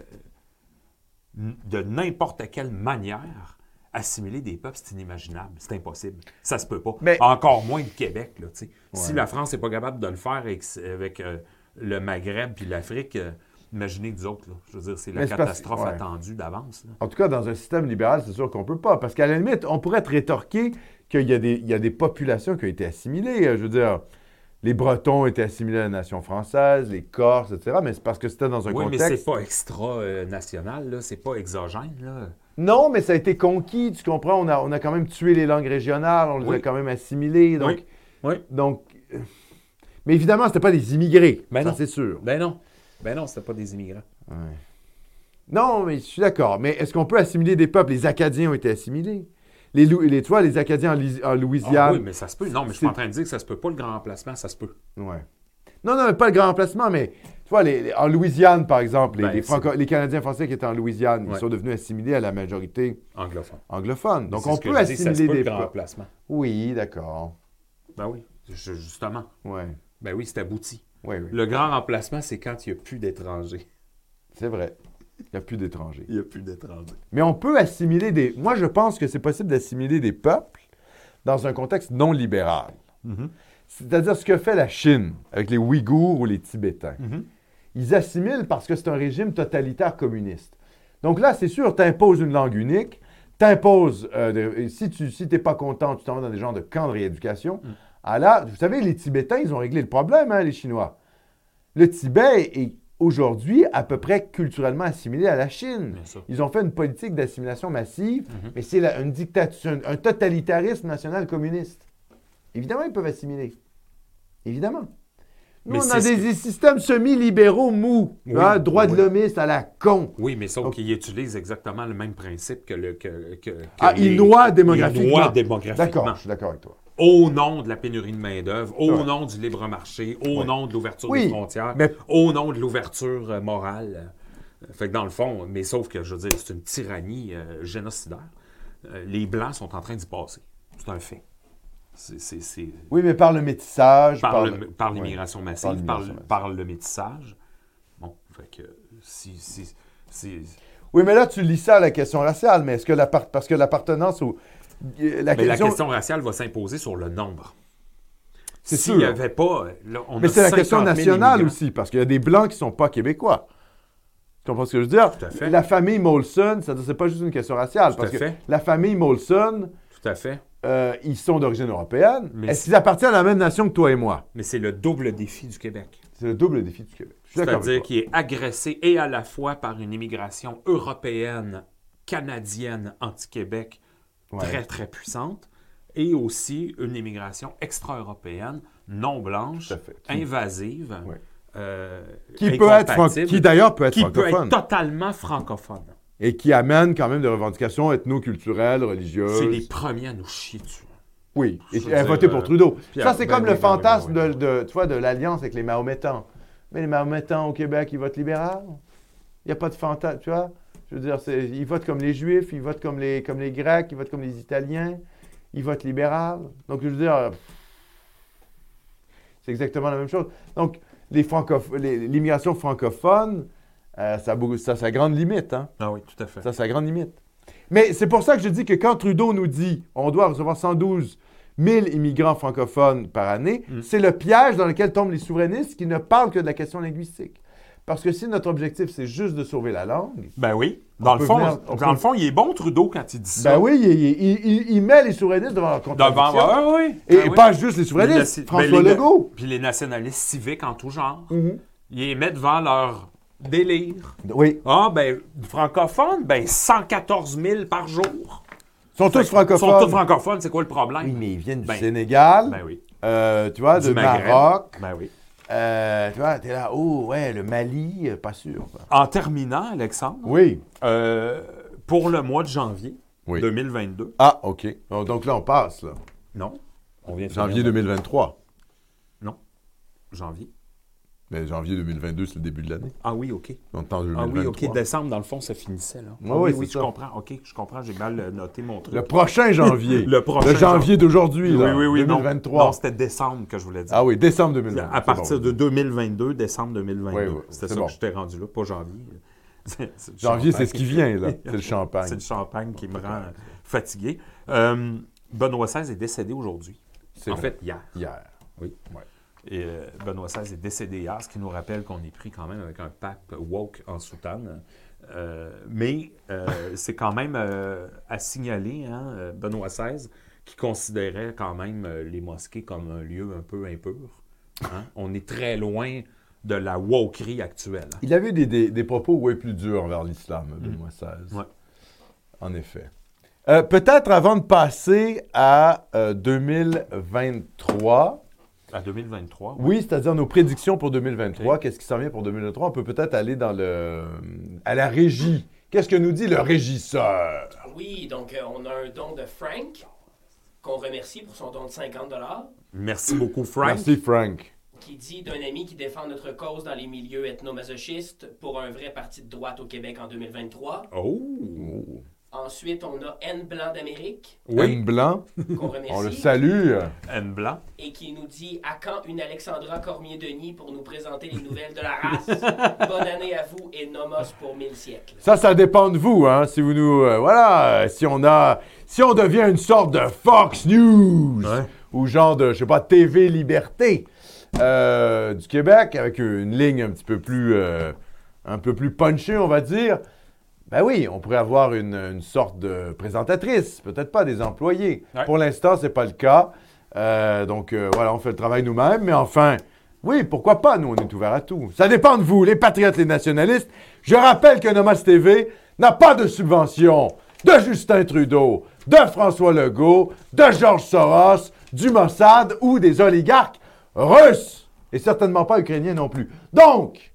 Speaker 2: n- de n'importe quelle manière, assimiler des peuples, c'est inimaginable, c'est impossible, ça se peut pas.
Speaker 1: Mais-
Speaker 2: Encore moins le Québec, là, tu sais. Si la France n'est pas capable de le faire avec, avec, euh, le Maghreb puis l'Afrique, euh, imaginer que nous autres. là. Je veux dire, c'est la
Speaker 1: Mais c'est parce-
Speaker 2: catastrophe
Speaker 1: ouais.
Speaker 2: attendue d'avance. là.
Speaker 1: En tout cas, dans un système libéral, c'est sûr qu'on ne peut pas. Parce qu'à la limite, on pourrait te rétorquer qu'il y, a des- il y a des populations qui ont été assimilées. Euh, Je veux dire, les Bretons ont été assimilés à la nation française, les Corses, etc. Mais c'est parce que c'était dans un
Speaker 2: Oui, mais c'est
Speaker 1: contexte.
Speaker 2: pas extra-national, là. c'est pas exogène. Là.
Speaker 1: Non, mais ça a été conquis, tu comprends. On a, on a quand même tué les langues régionales, on les
Speaker 2: Oui.
Speaker 1: a quand même assimilées. Donc,
Speaker 2: Oui. Oui.
Speaker 1: donc, euh, mais évidemment, c'était pas des immigrés,
Speaker 2: Ben
Speaker 1: ça
Speaker 2: non.
Speaker 1: c'est sûr.
Speaker 2: Ben non. Ben non, c'était pas des immigrants.
Speaker 1: Non, mais je suis d'accord. Mais est-ce qu'on peut assimiler des peuples Les Acadiens ont été assimilés. Les, Lou- les, tu vois, les Acadiens en, Lis- en
Speaker 2: Ah
Speaker 1: Louisiane.
Speaker 2: oui, mais ça se peut. Non, mais je suis
Speaker 1: C'est-
Speaker 2: pas en train de dire que ça se peut pas, le grand remplacement, ça se peut.
Speaker 1: Ouais. Non, non, mais pas le grand emplacement, mais tu vois, les- les- en Louisiane, par exemple, les,
Speaker 2: Ben,
Speaker 1: les Franco- les Canadiens français qui étaient en Louisiane, ils
Speaker 2: Ouais.
Speaker 1: sont devenus assimilés à la majorité
Speaker 2: Anglophone.
Speaker 1: anglophone. Donc,
Speaker 2: C'est
Speaker 1: on
Speaker 2: ce que
Speaker 1: peut
Speaker 2: je dis, ça se
Speaker 1: assimiler
Speaker 2: peut,
Speaker 1: des
Speaker 2: le grand
Speaker 1: peuples.
Speaker 2: remplacement.
Speaker 1: Oui, d'accord.
Speaker 2: Ben oui. Je- justement.
Speaker 1: Ouais.
Speaker 2: Ben oui, c'est abouti.
Speaker 1: Ouais, oui,
Speaker 2: Le grand remplacement, c'est quand il n'y a plus d'étrangers.
Speaker 1: c'est vrai. Il n'y a plus d'étrangers.
Speaker 2: Il n'y a plus d'étrangers.
Speaker 1: Mais on peut assimiler des. Moi, je pense que c'est possible d'assimiler des peuples dans un contexte non libéral. C'est-à-dire ce que fait la Chine avec les Ouïghours ou les Tibétains.
Speaker 2: Mhm.
Speaker 1: Ils assimilent parce que c'est un régime totalitaire communiste. Donc là, c'est sûr, tu imposes une langue unique, tu imposes. si tu n'es pas content, tu t'en vas dans des genres de camps de rééducation.
Speaker 2: Mhm.
Speaker 1: Ah là, vous savez, les Tibétains, ils ont réglé le problème, hein, les Chinois. Le Tibet est aujourd'hui à peu près culturellement assimilé à la Chine.
Speaker 2: Bien sûr. Mhm.
Speaker 1: Ils ont fait une politique d'assimilation massive, mais c'est la- une dictature, un, un totalitarisme national communiste. Évidemment, ils peuvent assimiler. Évidemment. Nous,
Speaker 2: Mais
Speaker 1: on a
Speaker 2: c'est ce
Speaker 1: des systèmes semi-libéraux mous,
Speaker 2: Oui,
Speaker 1: hein, droit de
Speaker 2: oui.
Speaker 1: l'homiste à la con.
Speaker 2: Oui, mais sauf
Speaker 1: Donc-
Speaker 2: qu'ils utilisent exactement le même principe que le. Que, que- que
Speaker 1: Ah,
Speaker 2: les-
Speaker 1: ils noient démographiquement.
Speaker 2: Ils noient démographiquement.
Speaker 1: D'accord, je suis d'accord avec toi.
Speaker 2: Au nom de la pénurie de main-d'œuvre, au
Speaker 1: Ouais.
Speaker 2: nom du libre marché, au
Speaker 1: Ouais.
Speaker 2: nom de l'ouverture
Speaker 1: Oui,
Speaker 2: des frontières,
Speaker 1: mais-
Speaker 2: au nom de l'ouverture euh, morale. Euh, Fait que dans le fond, mais sauf que, je veux dire, c'est une tyrannie euh, génocidaire. Euh, les Blancs sont en train d'y passer. C'est un fait. C'est- c'est- c'est-
Speaker 1: Oui, mais par le métissage,
Speaker 2: par, le-
Speaker 1: le-
Speaker 2: par
Speaker 1: ouais.
Speaker 2: l'immigration
Speaker 1: par
Speaker 2: massive, par,
Speaker 1: l'immigration
Speaker 2: le-
Speaker 1: massive.
Speaker 2: par le métissage. Bon, fait que si. si, si-
Speaker 1: Oui, mais là, tu lis ça à la question raciale, mais est-ce que la part- parce que l'appartenance au. euh, La
Speaker 2: mais la question raciale va s'imposer sur le nombre.
Speaker 1: C'est
Speaker 2: S'il n'y
Speaker 1: sûr.
Speaker 2: avait pas. là, on
Speaker 1: Mais
Speaker 2: a
Speaker 1: c'est la question
Speaker 2: 50 000
Speaker 1: nationale
Speaker 2: immigrants.
Speaker 1: aussi, parce qu'il y a des Blancs qui ne sont pas québécois. Tu comprends ce que je veux dire?
Speaker 2: Tout à fait.
Speaker 1: La famille Molson, ça c'est pas juste une question raciale,
Speaker 2: Tout
Speaker 1: parce
Speaker 2: à
Speaker 1: que
Speaker 2: fait.
Speaker 1: la famille Molson,
Speaker 2: Tout à fait.
Speaker 1: euh, ils sont d'origine européenne.
Speaker 2: Mais
Speaker 1: Est-ce qu'ils appartiennent à la même nation que toi et moi?
Speaker 2: Mais c'est le double défi du Québec.
Speaker 1: C'est le double défi du Québec. Je suis d'accord
Speaker 2: C'est-à-dire
Speaker 1: avec toi.
Speaker 2: qu'il est agressé et à la fois par une immigration européenne, canadienne, anti-Québec,
Speaker 1: Ouais.
Speaker 2: très, très puissante, et aussi une immigration extra-européenne, non blanche,
Speaker 1: Tout à fait. Qui-
Speaker 2: invasive,
Speaker 1: Ouais.
Speaker 2: euh,
Speaker 1: Qui, peut être fran-
Speaker 2: incompatible,
Speaker 1: qui d'ailleurs peut être
Speaker 2: qui peut
Speaker 1: francophone
Speaker 2: être totalement francophone.
Speaker 1: et qui amène quand même des revendications ethno-culturelles, religieuses.
Speaker 2: C'est les premiers à nous chier dessus.
Speaker 1: Oui,
Speaker 2: Je
Speaker 1: et,
Speaker 2: veux
Speaker 1: et à
Speaker 2: dire,
Speaker 1: voter pour
Speaker 2: euh,
Speaker 1: Trudeau.
Speaker 2: puis
Speaker 1: ça,
Speaker 2: à-
Speaker 1: c'est
Speaker 2: ben
Speaker 1: comme
Speaker 2: oui,
Speaker 1: le
Speaker 2: ben oui, ben
Speaker 1: fantasme
Speaker 2: oui,
Speaker 1: de,
Speaker 2: ben
Speaker 1: de- tu vois, de l'alliance avec les Mahométans. Mais les Mahométans au Québec, ils votent libéral. Il n'y a pas de fantasme, tu vois. Je veux dire, c'est- ils votent comme les Juifs, ils votent comme les, comme les Grecs, ils votent comme les Italiens, ils votent libéral. Donc, je veux dire, euh, c'est exactement la même chose. Donc, les francoph- les- l'immigration francophone, euh, ça a beaucoup- ça a sa grande limite, hein.
Speaker 2: Ah oui, tout à fait.
Speaker 1: Ça, c'est la grande limite. Mais c'est pour ça que je dis que quand Trudeau nous dit on doit recevoir 112 000 immigrants francophones par année,
Speaker 2: Mm.
Speaker 1: c'est le piège dans lequel tombent les souverainistes qui ne parlent que de la question linguistique. Parce que si notre objectif, c'est juste de sauver la langue,
Speaker 2: Ben oui. Dans, le
Speaker 1: peut
Speaker 2: fond,
Speaker 1: venir- on
Speaker 2: dans
Speaker 1: peut-
Speaker 2: le fond, il est bon, Trudeau, quand il dit ça.
Speaker 1: ben oui, il, il- il- il- il met les souverainistes devant leur
Speaker 2: Devant,
Speaker 1: contradiction.
Speaker 2: Ah oui.
Speaker 1: Et,
Speaker 2: Ah
Speaker 1: et
Speaker 2: oui.
Speaker 1: pas juste les
Speaker 2: Les
Speaker 1: souverainistes,
Speaker 2: nation-
Speaker 1: François
Speaker 2: ben, les-
Speaker 1: Legault.
Speaker 2: Puis les nationalistes civiques en tout genre.
Speaker 1: Mhm.
Speaker 2: Ils les mettent devant leur délire.
Speaker 1: Oui,
Speaker 2: Ah, ben, francophones, ben, 114 000 par jour.
Speaker 1: ils sont tous
Speaker 2: Ils sont tous
Speaker 1: francophones.
Speaker 2: francophones, c'est quoi le
Speaker 1: Oui,
Speaker 2: problème?
Speaker 1: mais ils viennent du
Speaker 2: Ben-
Speaker 1: Sénégal,
Speaker 2: Ben oui.
Speaker 1: euh, tu vois,
Speaker 2: Du
Speaker 1: de
Speaker 2: Maghreb.
Speaker 1: Maroc.
Speaker 2: Ben oui.
Speaker 1: Euh, tu vois, t'es là, oh ouais, le Mali, euh, pas sûr. quoi.
Speaker 2: En terminant, Alexandre,
Speaker 1: Oui.
Speaker 2: euh, pour le mois de janvier
Speaker 1: Oui.
Speaker 2: 2022,
Speaker 1: Ah, OK. Bon, donc là, on passe, là.
Speaker 2: non, on vient de
Speaker 1: Janvier
Speaker 2: finir
Speaker 1: 2023.
Speaker 2: le- janvier.
Speaker 1: Mais janvier 2022, c'est le début de l'année.
Speaker 2: Ah oui, OK.
Speaker 1: On est en 2023.
Speaker 2: Ah oui, OK. Décembre, dans le fond, ça finissait, là.
Speaker 1: Ouais,
Speaker 2: Ah
Speaker 1: ouais,
Speaker 2: oui,
Speaker 1: c'est
Speaker 2: oui, je
Speaker 1: ça.
Speaker 2: comprends. OK, je comprends, j'ai mal euh, noté mon truc.
Speaker 1: Le prochain janvier.
Speaker 2: Le prochain
Speaker 1: janvier d'aujourd'hui,
Speaker 2: Oui,
Speaker 1: là.
Speaker 2: oui, oui. non.
Speaker 1: 2023.
Speaker 2: non c'était décembre que je voulais dire.
Speaker 1: ah oui, décembre 2023.
Speaker 2: À partir
Speaker 1: de...
Speaker 2: de 2022, décembre 2022.
Speaker 1: Oui, oui, c'est
Speaker 2: C'était ça
Speaker 1: bon.
Speaker 2: que je t'ai rendu là, pas janvier. C'est- c'est le
Speaker 1: Janvier,
Speaker 2: champagne.
Speaker 1: c'est ce qui vient, là. C'est le champagne.
Speaker 2: C'est le champagne qui me rend fatigué. Euh, Benoît XVI est décédé aujourd'hui.
Speaker 1: C'est
Speaker 2: En
Speaker 1: vrai.
Speaker 2: fait, hier.
Speaker 1: Hier.
Speaker 2: Oui.
Speaker 1: Ouais.
Speaker 2: Et euh, Benoît XVI est décédé hier, ce qui nous rappelle qu'on est pris quand même avec un pape woke en soutane. Euh, mais euh, c'est quand même euh, à signaler, hein, euh, Benoît XVI, qui considérait quand même euh, les mosquées comme un lieu un peu impur. hein. On est très loin de la wokerie actuelle.
Speaker 1: Il avait des, des- des propos way plus durs envers l'islam, Benoît XVI.
Speaker 2: Mm. Ouais.
Speaker 1: En effet. Euh, Peut-être avant de passer à euh, 2023,
Speaker 2: À 2023, oui.
Speaker 1: oui, c'est-à-dire nos prédictions pour 2023, qu'est-ce qui s'en vient pour 2023, on peut peut-être aller dans le, à la régie. Qu'est-ce que nous dit le régisseur?
Speaker 3: Oui, donc euh, on a un don de Frank, qu'on remercie pour son don de 50
Speaker 2: merci beaucoup, Frank.
Speaker 1: Merci, Frank.
Speaker 3: qui dit d'un ami qui défend notre cause dans les milieux ethnomasochistes pour un vrai parti de droite au Québec en 2023.
Speaker 2: Oh!
Speaker 3: Ensuite, on a N Blanc d'Amérique,
Speaker 1: Anne Blanc,
Speaker 3: qu'on
Speaker 1: on le
Speaker 3: remercie,
Speaker 1: salue.
Speaker 2: Anne Blanc.
Speaker 3: et qui nous dit à quand une Alexandra Cormier-Denis pour nous présenter les nouvelles de la race. Bonne année à vous et nomos pour mille siècles.
Speaker 1: Ça, ça dépend de vous, hein. Si vous nous, euh, voilà, euh, si on a, si on devient une sorte de Fox News ou genre de, je sais pas, TV Liberté euh, du Québec avec une ligne un petit peu plus, euh, un peu plus punchée, on va dire. Ben oui, on pourrait avoir une, une sorte de présentatrice, peut-être pas des employés.
Speaker 2: Ouais.
Speaker 1: Pour l'instant, c'est pas le cas. Euh, donc euh, voilà, on fait le travail nous-mêmes, mais enfin, oui, pourquoi pas, nous, on est ouverts à tout. Ça dépend de vous, les patriotes, les nationalistes. Je rappelle que Nomos TV n'a pas de subvention de Justin Trudeau, de François Legault, de Georges Soros, du Mossad ou des oligarques russes, et certainement pas ukrainiens non plus. Donc,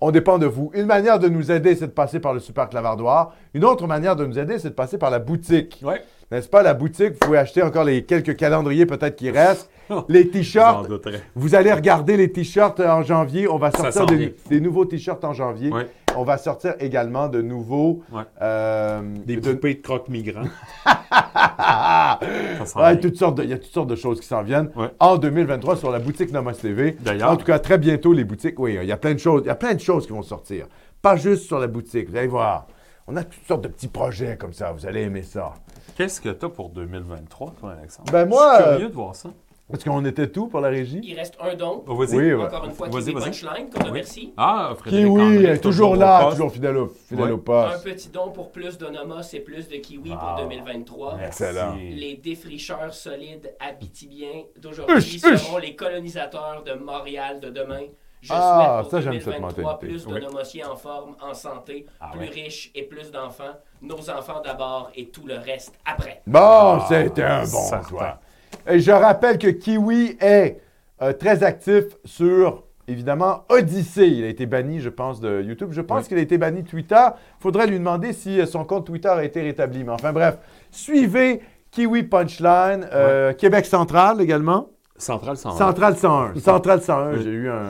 Speaker 1: on dépend de vous. Une manière de nous aider, c'est de passer par le super clavardoir. Une autre manière de nous aider, c'est de passer par la boutique.
Speaker 2: Ouais.
Speaker 1: N'est-ce pas, la boutique, vous pouvez acheter encore les quelques calendriers peut-être qui restent, les
Speaker 2: Oh, J'en
Speaker 1: t-shirts.
Speaker 2: douterais.
Speaker 1: Vous allez regarder les t-shirts euh, en janvier. On va
Speaker 2: Ça
Speaker 1: sortir
Speaker 2: s'en
Speaker 1: des,
Speaker 2: vient.
Speaker 1: des nouveaux t-shirts en janvier.
Speaker 2: Ouais.
Speaker 1: On va sortir également de nouveaux...
Speaker 2: Ouais.
Speaker 1: euh,
Speaker 2: Des
Speaker 1: de-
Speaker 2: poupées de croque migrants.
Speaker 1: Ah!
Speaker 2: Ça sent
Speaker 1: Ouais,
Speaker 2: bien.
Speaker 1: toutes sortes de- Il y a toutes sortes de choses qui s'en viennent
Speaker 2: Ouais.
Speaker 1: en 2023 sur la boutique Nomos TV.
Speaker 2: D'ailleurs.
Speaker 1: En tout cas, très bientôt, les boutiques. Oui, il y a plein de choses. Il y a plein de choses qui vont sortir. Pas juste sur la boutique. Vous allez voir. On a toutes sortes de petits projets comme ça. Vous allez aimer ça.
Speaker 2: Qu'est-ce que t'as pour 2023, toi, Alexandre?
Speaker 1: Ben, moi,
Speaker 2: Je suis
Speaker 1: euh,
Speaker 2: curieux de voir ça.
Speaker 1: Parce qu'on était tout pour la régie.
Speaker 3: Il reste un don,
Speaker 2: Oh, vas-y.
Speaker 1: Oui, Bah, ouais.
Speaker 3: encore une fois,
Speaker 2: Vas-y,
Speaker 3: Kiwi
Speaker 2: vas-y.
Speaker 3: Punchline, qu'on remercie.
Speaker 2: Ah,
Speaker 1: Qui,
Speaker 2: Frédéric
Speaker 1: oui,
Speaker 2: André,
Speaker 1: est toujours là,
Speaker 2: au poste.
Speaker 1: toujours fidèle au, fidèle
Speaker 2: Ouais.
Speaker 1: au
Speaker 3: Un
Speaker 1: poste.
Speaker 3: petit don pour plus de nomos et plus de kiwi
Speaker 2: Ah.
Speaker 3: pour 2023.
Speaker 1: Excellent.
Speaker 3: Les défricheurs solides habitibiens d'aujourd'hui
Speaker 1: Uche, uche.
Speaker 3: seront les colonisateurs de Montréal de demain. Je
Speaker 1: Ah, ça,
Speaker 3: souhaite pour
Speaker 1: j'aime cette
Speaker 3: 2023
Speaker 1: mentalité.
Speaker 3: plus de
Speaker 2: Oui.
Speaker 3: nomossiers en forme, en santé,
Speaker 2: Ah
Speaker 3: plus
Speaker 2: ouais.
Speaker 3: riches et plus d'enfants. Nos enfants d'abord et tout le reste après.
Speaker 1: Bon, c'était un bon
Speaker 2: certain.
Speaker 1: choix. Et je rappelle que Kiwi est euh, très actif sur, évidemment, Odyssey. Il a été banni, je pense, de YouTube. Je pense qu'il a été banni de Twitter. Faudrait lui demander si euh, son compte Twitter a été rétabli. Mais enfin, bref, suivez Kiwi Punchline, euh, Québec Central également.
Speaker 2: Central 101.
Speaker 1: Central 101. Central 101,
Speaker 2: Oui.
Speaker 1: j'ai eu un,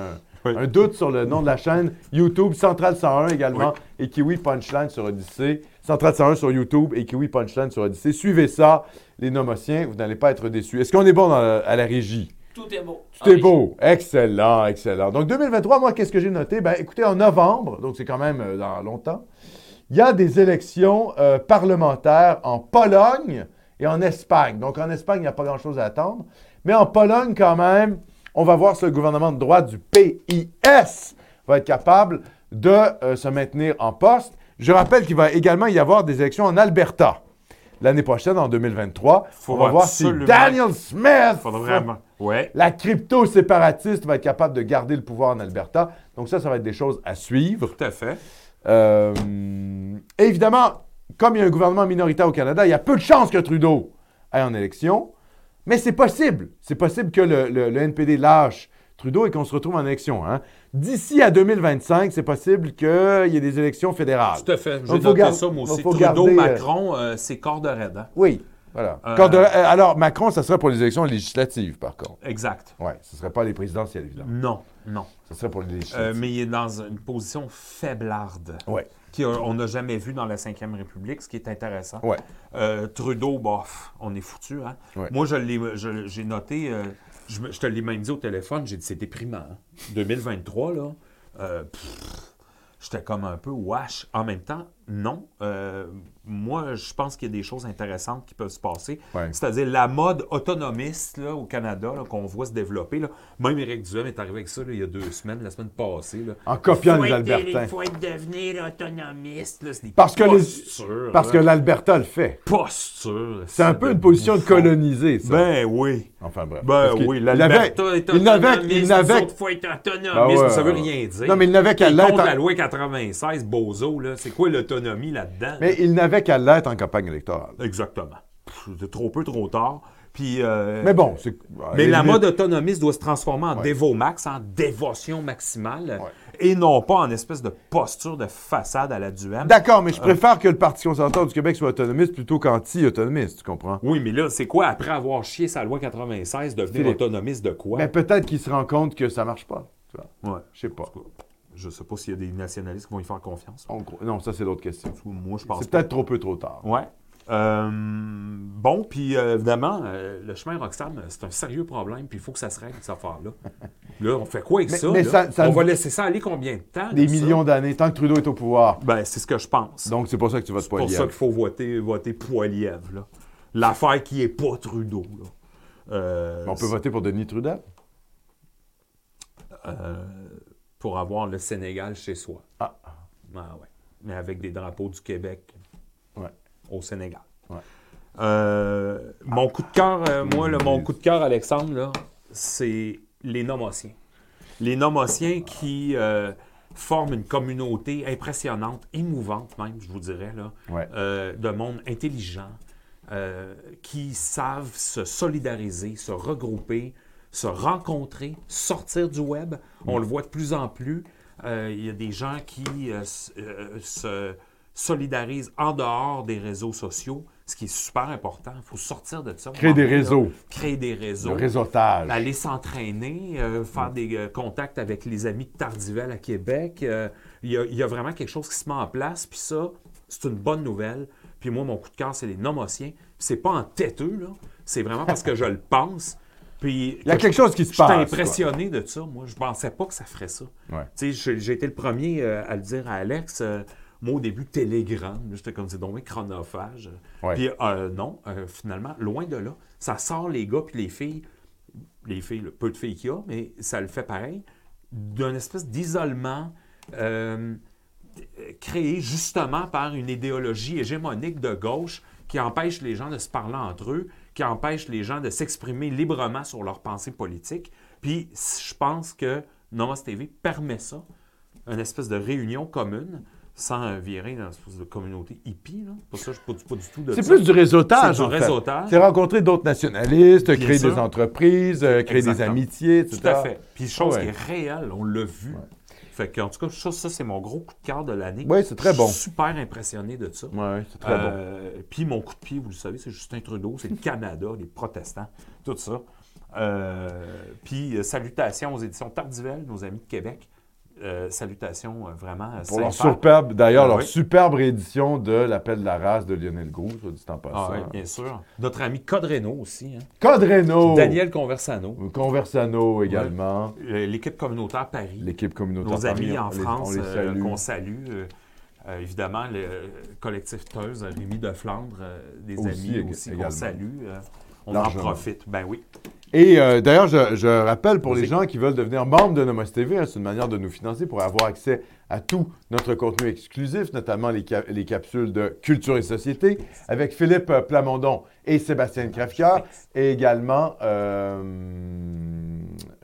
Speaker 2: Oui.
Speaker 1: un doute sur le nom de la chaîne. YouTube, Central 101 également, et Kiwi Punchline sur Odyssée. Central 101 sur YouTube et Kiwi Punchline sur Odyssée. Suivez ça, les nomotiens, vous n'allez pas être déçus. Est-ce qu'on est bon dans la- à la régie?
Speaker 3: Tout est beau.
Speaker 2: Ah
Speaker 3: Ah,
Speaker 1: Tout est
Speaker 3: Enrichi.
Speaker 1: beau. Excellent, excellent. Donc, 2023, moi, qu'est-ce que j'ai noté? Ben, écoutez, en novembre, donc c'est quand même euh, dans longtemps, il y a des élections euh, parlementaires en Pologne et en Espagne. Donc, en Espagne, il n'y a pas grand-chose à attendre. Mais en Pologne, quand même, on va voir si le gouvernement de droite du PIS va être capable de euh, se maintenir en poste. Je rappelle qu'il va également y avoir des élections en Alberta l'année prochaine, en 2023.
Speaker 2: Faut
Speaker 1: on va voir si
Speaker 2: absolument-
Speaker 1: Daniel Smith
Speaker 2: Faudrait vraiment. Ouais.
Speaker 1: la crypto-séparatiste va être capable de garder le pouvoir en Alberta. Donc ça, ça va être des choses à suivre.
Speaker 2: Tout à fait.
Speaker 1: Euh, et évidemment, comme il y a un gouvernement minoritaire au Canada, il y a peu de chances que Trudeau aille en élection. Mais c'est possible. C'est possible que le, le- le NPD lâche Trudeau et qu'on se retrouve en élection. hein. D'ici à 2025, c'est possible qu'il y ait des élections fédérales.
Speaker 2: Tout à fait. J'ai
Speaker 1: faut
Speaker 2: noté
Speaker 1: gar-
Speaker 2: ça, moi aussi.
Speaker 1: faut
Speaker 2: Trudeau,
Speaker 1: garder, euh,
Speaker 2: Macron, euh, c'est corps de raide. hein.
Speaker 1: Oui, voilà.
Speaker 2: Euh,
Speaker 1: Quand de- euh, alors, Macron, ça serait pour les élections législatives, par contre.
Speaker 2: Exact.
Speaker 1: Oui, ce ne serait pas les présidentielles, évidemment.
Speaker 2: Non, non.
Speaker 1: Ce serait pour les législatives.
Speaker 2: Euh, mais il est dans une position faiblarde.
Speaker 1: Ouais.
Speaker 2: Qu'on n'a jamais vu dans la Ve République, ce qui est intéressant.
Speaker 1: Ouais.
Speaker 2: Euh, Trudeau, bof, on est foutu. Hein?
Speaker 1: Ouais.
Speaker 2: Moi, je l'ai- je- j'ai noté, euh, je, me- je te l'ai même dit au téléphone, j'ai dit c'est déprimant. hein. 2023, là, euh, pff, j'étais comme un peu wash. En même temps, non. Euh, moi, je pense qu'il y a des choses intéressantes qui peuvent se passer.
Speaker 1: Ouais.
Speaker 2: C'est-à-dire la mode autonomiste là, au Canada là, qu'on voit se développer. là. Même Éric Duhem est arrivé avec ça là, il y a deux semaines, la semaine passée. là.
Speaker 1: En copiant
Speaker 7: Faut
Speaker 1: les
Speaker 7: être-
Speaker 1: Albertains.
Speaker 7: faut être devenir autonomiste. là, c'est des
Speaker 1: Parce que, les...
Speaker 2: Posture.
Speaker 1: Parce que
Speaker 2: hein.
Speaker 1: l'Alberta le fait.
Speaker 2: Posture.
Speaker 1: C'est un peu une position de colonisé, ça.
Speaker 2: Ben oui.
Speaker 1: enfin bref.
Speaker 2: Ben
Speaker 1: Parce qu'il-
Speaker 2: oui,
Speaker 1: il avait-
Speaker 2: l'Alberta est
Speaker 1: Il n'avait
Speaker 2: autonomiste,
Speaker 1: il
Speaker 2: nous
Speaker 1: n'avait
Speaker 7: autres, faut être autonome.
Speaker 1: Ah ouais,
Speaker 2: Autonomiste, ça veut
Speaker 1: ouais.
Speaker 2: rien dire.
Speaker 1: Non, mais il n'avait qu'à
Speaker 2: Puis contre
Speaker 1: l'être.
Speaker 2: la
Speaker 1: en-
Speaker 2: loi 96, Bozo, là, c'est quoi l'autonomie là-dedans?
Speaker 1: Mais il n'avait qu'à l'être en campagne électorale.
Speaker 2: Exactement. Pff, de trop peu, trop tard. Puis, euh,
Speaker 1: Mais bon, c'est. à
Speaker 2: Mais la
Speaker 1: limite-
Speaker 2: mode autonomiste doit se transformer en
Speaker 1: Ouais.
Speaker 2: dévomax, en dévotion maximale,
Speaker 1: Ouais.
Speaker 2: et non pas en espèce de posture de façade à la duham.
Speaker 1: D'accord, mais je préfère que le Parti conservateur du Québec soit autonomiste plutôt qu'anti-autonomiste, tu comprends?
Speaker 2: Oui, mais là, c'est quoi, après avoir chié sa loi 96, devenir
Speaker 1: Philippe.
Speaker 2: autonomiste de quoi?
Speaker 1: Mais peut-être qu'il se rend compte que ça marche pas. tu vois.
Speaker 2: Ouais.
Speaker 1: Je sais pas.
Speaker 2: Je sais pas s'il y a des nationalistes qui vont y faire confiance.
Speaker 1: On croit- Non, ça, c'est l'autre question.
Speaker 2: Moi, je pense
Speaker 1: C'est peut-être trop peu trop tard.
Speaker 2: Ouais. Euh, bon, puis euh, évidemment, euh, le chemin Roxham, euh, c'est un sérieux problème, puis il faut que ça se règle, cette affaire-là. Là, on fait quoi avec
Speaker 1: Mais-
Speaker 2: ça,
Speaker 1: mais
Speaker 2: là?
Speaker 1: ça- ça-
Speaker 2: On va laisser ça aller combien de temps?
Speaker 1: Des
Speaker 2: là, ça?
Speaker 1: millions d'années, tant que Trudeau est au pouvoir.
Speaker 2: Ben, c'est ce que je pense.
Speaker 1: Donc, c'est pour ça que tu vas te
Speaker 2: c'est pour
Speaker 1: poilier.
Speaker 2: ça qu'il faut voter, voter Poilievre, là. L'affaire qui est pas Trudeau, là. Euh,
Speaker 1: On peut voter pour Denis Trudeau?
Speaker 2: euh, pour avoir le Sénégal chez soi.
Speaker 1: Ah.
Speaker 2: Ah ouais. Mais avec des drapeaux du Québec
Speaker 1: Ouais.
Speaker 2: au Sénégal.
Speaker 1: Ouais.
Speaker 2: Euh, mon coup de cœur, euh, moi, là, mon coup de cœur, Alexandre, là, c'est les Nomotiens. Les Nomotiens qui euh, forment une communauté impressionnante, émouvante même, je vous dirais, là,
Speaker 1: Ouais.
Speaker 2: euh, de monde intelligent, euh, qui savent se solidariser, se regrouper, se rencontrer, sortir du web. On
Speaker 1: Mm.
Speaker 2: le voit de plus en plus. Euh, Il y a des gens qui euh, s- euh, se solidarisent en dehors des réseaux sociaux, ce qui est super important. Il faut sortir de ça.
Speaker 1: Créer des
Speaker 2: Là,
Speaker 1: réseaux.
Speaker 2: Créer des
Speaker 1: Le
Speaker 2: réseaux.
Speaker 1: réseautage.
Speaker 2: Aller s'entraîner, euh,
Speaker 1: Mm.
Speaker 2: faire des euh, contacts avec les amis de Tardivelle à Québec. Euh, Il y a- il y, a vraiment quelque chose qui se met en place. Puis ça, c'est une bonne nouvelle. Puis moi, mon coup de cœur, c'est les nomotiens. Puis c'est pas en têteux, là. C'est vraiment parce que je le pense. Puis
Speaker 1: Il y a quelque chose qui se
Speaker 2: J'étais
Speaker 1: passe.
Speaker 2: impressionné de ça, moi. Je pensais pas que ça ferait ça.
Speaker 1: Ouais.
Speaker 2: Tu sais, j'ai- j'ai été le premier euh, à le dire à Alex. euh, moi, au début, Telegram, j'étais comme, c'est donc bien chronophage.
Speaker 1: Ouais.
Speaker 2: Puis euh, non, euh, finalement, loin de là, ça sort les gars puis les filles, les filles, le peu de filles qu'il y a, mais ça le fait pareil, d'une espèce d'isolement euh, créé justement par une idéologie hégémonique de gauche qui empêche les gens de se parler entre eux, qui empêche les gens de s'exprimer librement sur leurs pensées politiques. Puis je pense que Nomos TV permet ça, une espèce de réunion commune, sans euh, virer dans une espèce de communauté hippie. Là. Pour ça, je ne suis pas du tout de
Speaker 1: C'est
Speaker 2: ça.
Speaker 1: plus du réseautage.
Speaker 2: C'est du
Speaker 1: en fait.
Speaker 2: réseautage.
Speaker 1: C'est rencontrer d'autres nationalistes,
Speaker 2: Bien
Speaker 1: créer
Speaker 2: sûr.
Speaker 1: des entreprises, euh, créer des
Speaker 2: Exactement.
Speaker 1: amitiés, etc.
Speaker 2: Tout à fait. Puis chose
Speaker 1: Ah Ouais.
Speaker 2: qui est réelle, on l'a vu. Fait que, en tout cas, ça, ça, c'est mon gros coup de cœur de l'année.
Speaker 1: Oui, c'est très bon.
Speaker 2: Je suis super impressionné de ça.
Speaker 1: Ouais, ouais, c'est très bon.
Speaker 2: Euh, Puis mon coup de pied, vous le savez, c'est Justin Trudeau, c'est le Canada, les protestants, tout ça. Euh, Puis euh, salutations aux éditions Tardivelles, nos amis de Québec. Euh, salutations euh, vraiment euh,
Speaker 1: Pour leur
Speaker 2: sincères.
Speaker 1: superbe, d'ailleurs,
Speaker 2: Ah,
Speaker 1: leur
Speaker 2: oui.
Speaker 1: superbe réédition de L'appel de la race de Lionel Groux, soit dit en
Speaker 2: Ah,
Speaker 1: passant.
Speaker 2: ouais, bien sûr. Notre ami Code Reno aussi. hein.
Speaker 1: Code Reno.
Speaker 2: Daniel Conversano.
Speaker 1: Conversano également.
Speaker 2: Euh, L'équipe communautaire Paris.
Speaker 1: L'équipe communautaire.
Speaker 2: nos amis
Speaker 1: Paris, on
Speaker 2: en
Speaker 1: les- on
Speaker 2: France
Speaker 1: les
Speaker 2: euh,
Speaker 1: salue.
Speaker 2: qu'on salue. euh, euh, évidemment, le euh, collectif Teuse, Rémi de Flandre, euh, des
Speaker 1: Aussi, ég-
Speaker 2: amis aussi qu'on
Speaker 1: également.
Speaker 2: salue. euh, on
Speaker 1: Largement.
Speaker 2: en profite. Ben oui.
Speaker 1: Et euh, d'ailleurs, je, je rappelle pour les gens qui veulent devenir membres de Nomos TV, hein, c'est une manière de nous financer pour avoir accès à tout notre contenu exclusif, notamment les, ca- les capsules de Culture et Société, avec Philippe euh, Plamondon et Sébastien Crèvecoeur, et également euh,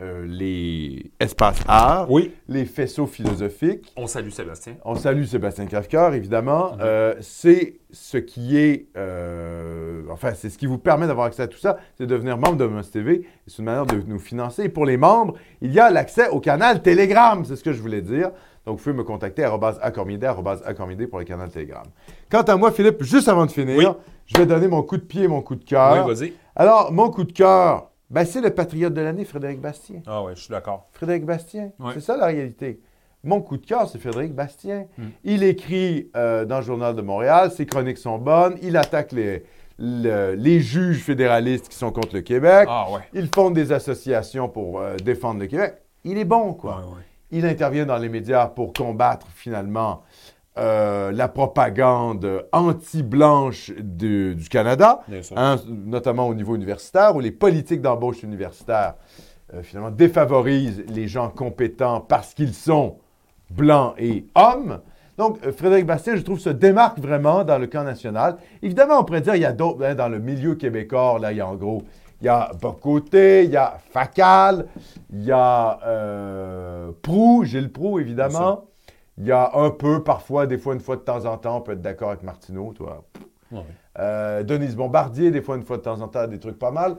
Speaker 1: euh, les espaces arts,
Speaker 2: Oui.
Speaker 1: les faisceaux philosophiques.
Speaker 2: On salue Sébastien.
Speaker 1: On salue Sébastien Crèvecoeur, évidemment.
Speaker 2: Mhm.
Speaker 1: Euh, c'est ce qui est. euh, enfin, c'est ce qui vous permet d'avoir accès à tout ça, c'est de devenir membre de Must TV. C'est une manière de nous financer. Et pour les membres, il y a l'accès au canal Telegram, c'est ce que je voulais dire. Donc, vous pouvez me contacter à accormidé, accormidé pour le canal Telegram. Quant à moi, Philippe, juste avant de finir,
Speaker 2: Oui.
Speaker 1: je vais donner mon coup de pied, mon coup de cœur.
Speaker 2: oui, vas-y.
Speaker 1: Alors, mon coup de cœur, ben, c'est le patriote de l'année, Frédéric Bastien.
Speaker 2: Ah oui, je suis d'accord.
Speaker 1: Frédéric Bastien.
Speaker 2: Ouais.
Speaker 1: C'est ça la réalité. Mon coup de cœur, c'est Frédéric Bastien.
Speaker 2: Mm.
Speaker 1: Il écrit euh, dans le Journal de Montréal, ses chroniques sont bonnes, il attaque les, le- les juges fédéralistes qui sont contre le Québec,
Speaker 2: Ah ouais.
Speaker 1: il fonde des associations pour euh, défendre le Québec. Il est bon, quoi.
Speaker 2: Ouais, ouais.
Speaker 1: Il intervient dans les médias pour combattre finalement euh, la propagande anti-blanche de- du Canada,
Speaker 2: Bien sûr.
Speaker 1: hein, notamment au niveau universitaire, où les politiques d'embauche universitaire euh, finalement défavorisent les gens compétents parce qu'ils sont blancs et hommes. Donc, euh, Frédéric Bastien, je trouve, se démarque vraiment dans le camp national. Évidemment, on pourrait dire, il y a d'autres, hein, dans le milieu québécois, là, il y a en gros, il y a Bocoté, il y a Facal, il y a euh, Proux, Gilles Proux, évidemment. Il y a un peu, parfois, des fois, une fois de temps en temps, on peut être d'accord avec Martineau, toi.
Speaker 2: Ouais.
Speaker 1: Euh, Denise Bombardier, des fois, une fois de temps en temps, des trucs pas mal.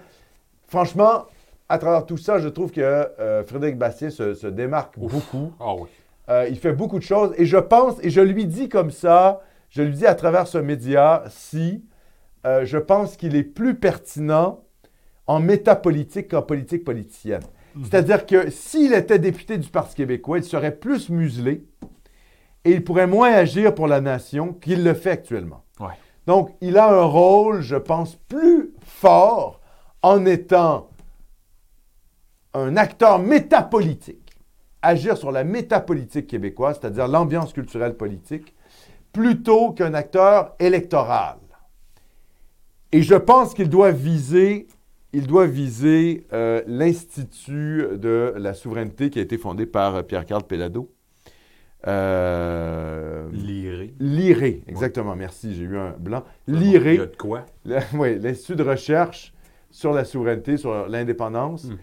Speaker 1: Franchement, à travers tout ça, je trouve que euh, Frédéric Bastien se, se démarque beaucoup.
Speaker 4: Ah oui.
Speaker 1: Euh, il fait beaucoup de choses et je pense, et je lui dis comme ça, je lui dis à travers ce média, si euh, je pense qu'il est plus pertinent en métapolitique qu'en politique politicienne. C'est-à-dire que s'il était député du Parti québécois, il serait plus muselé et il pourrait moins agir pour la nation qu'il le fait actuellement.
Speaker 4: Ouais.
Speaker 1: Donc, il a un rôle, je pense, plus fort en étant un acteur métapolitique agir sur la métapolitique québécoise, c'est-à-dire l'ambiance culturelle politique, plutôt qu'un acteur électoral. Et je pense qu'il doit viser, il doit viser euh, l'Institut de la souveraineté qui a été fondé par euh, Pierre-Carl Pellado. Euh,
Speaker 2: Liré.
Speaker 1: L'IRE, exactement, merci, j'ai eu un blanc.
Speaker 2: Il
Speaker 1: L'IRE,
Speaker 2: y a de quoi?
Speaker 1: le- oui, l'Institut de recherche sur la souveraineté, sur l'indépendance,
Speaker 2: Mm.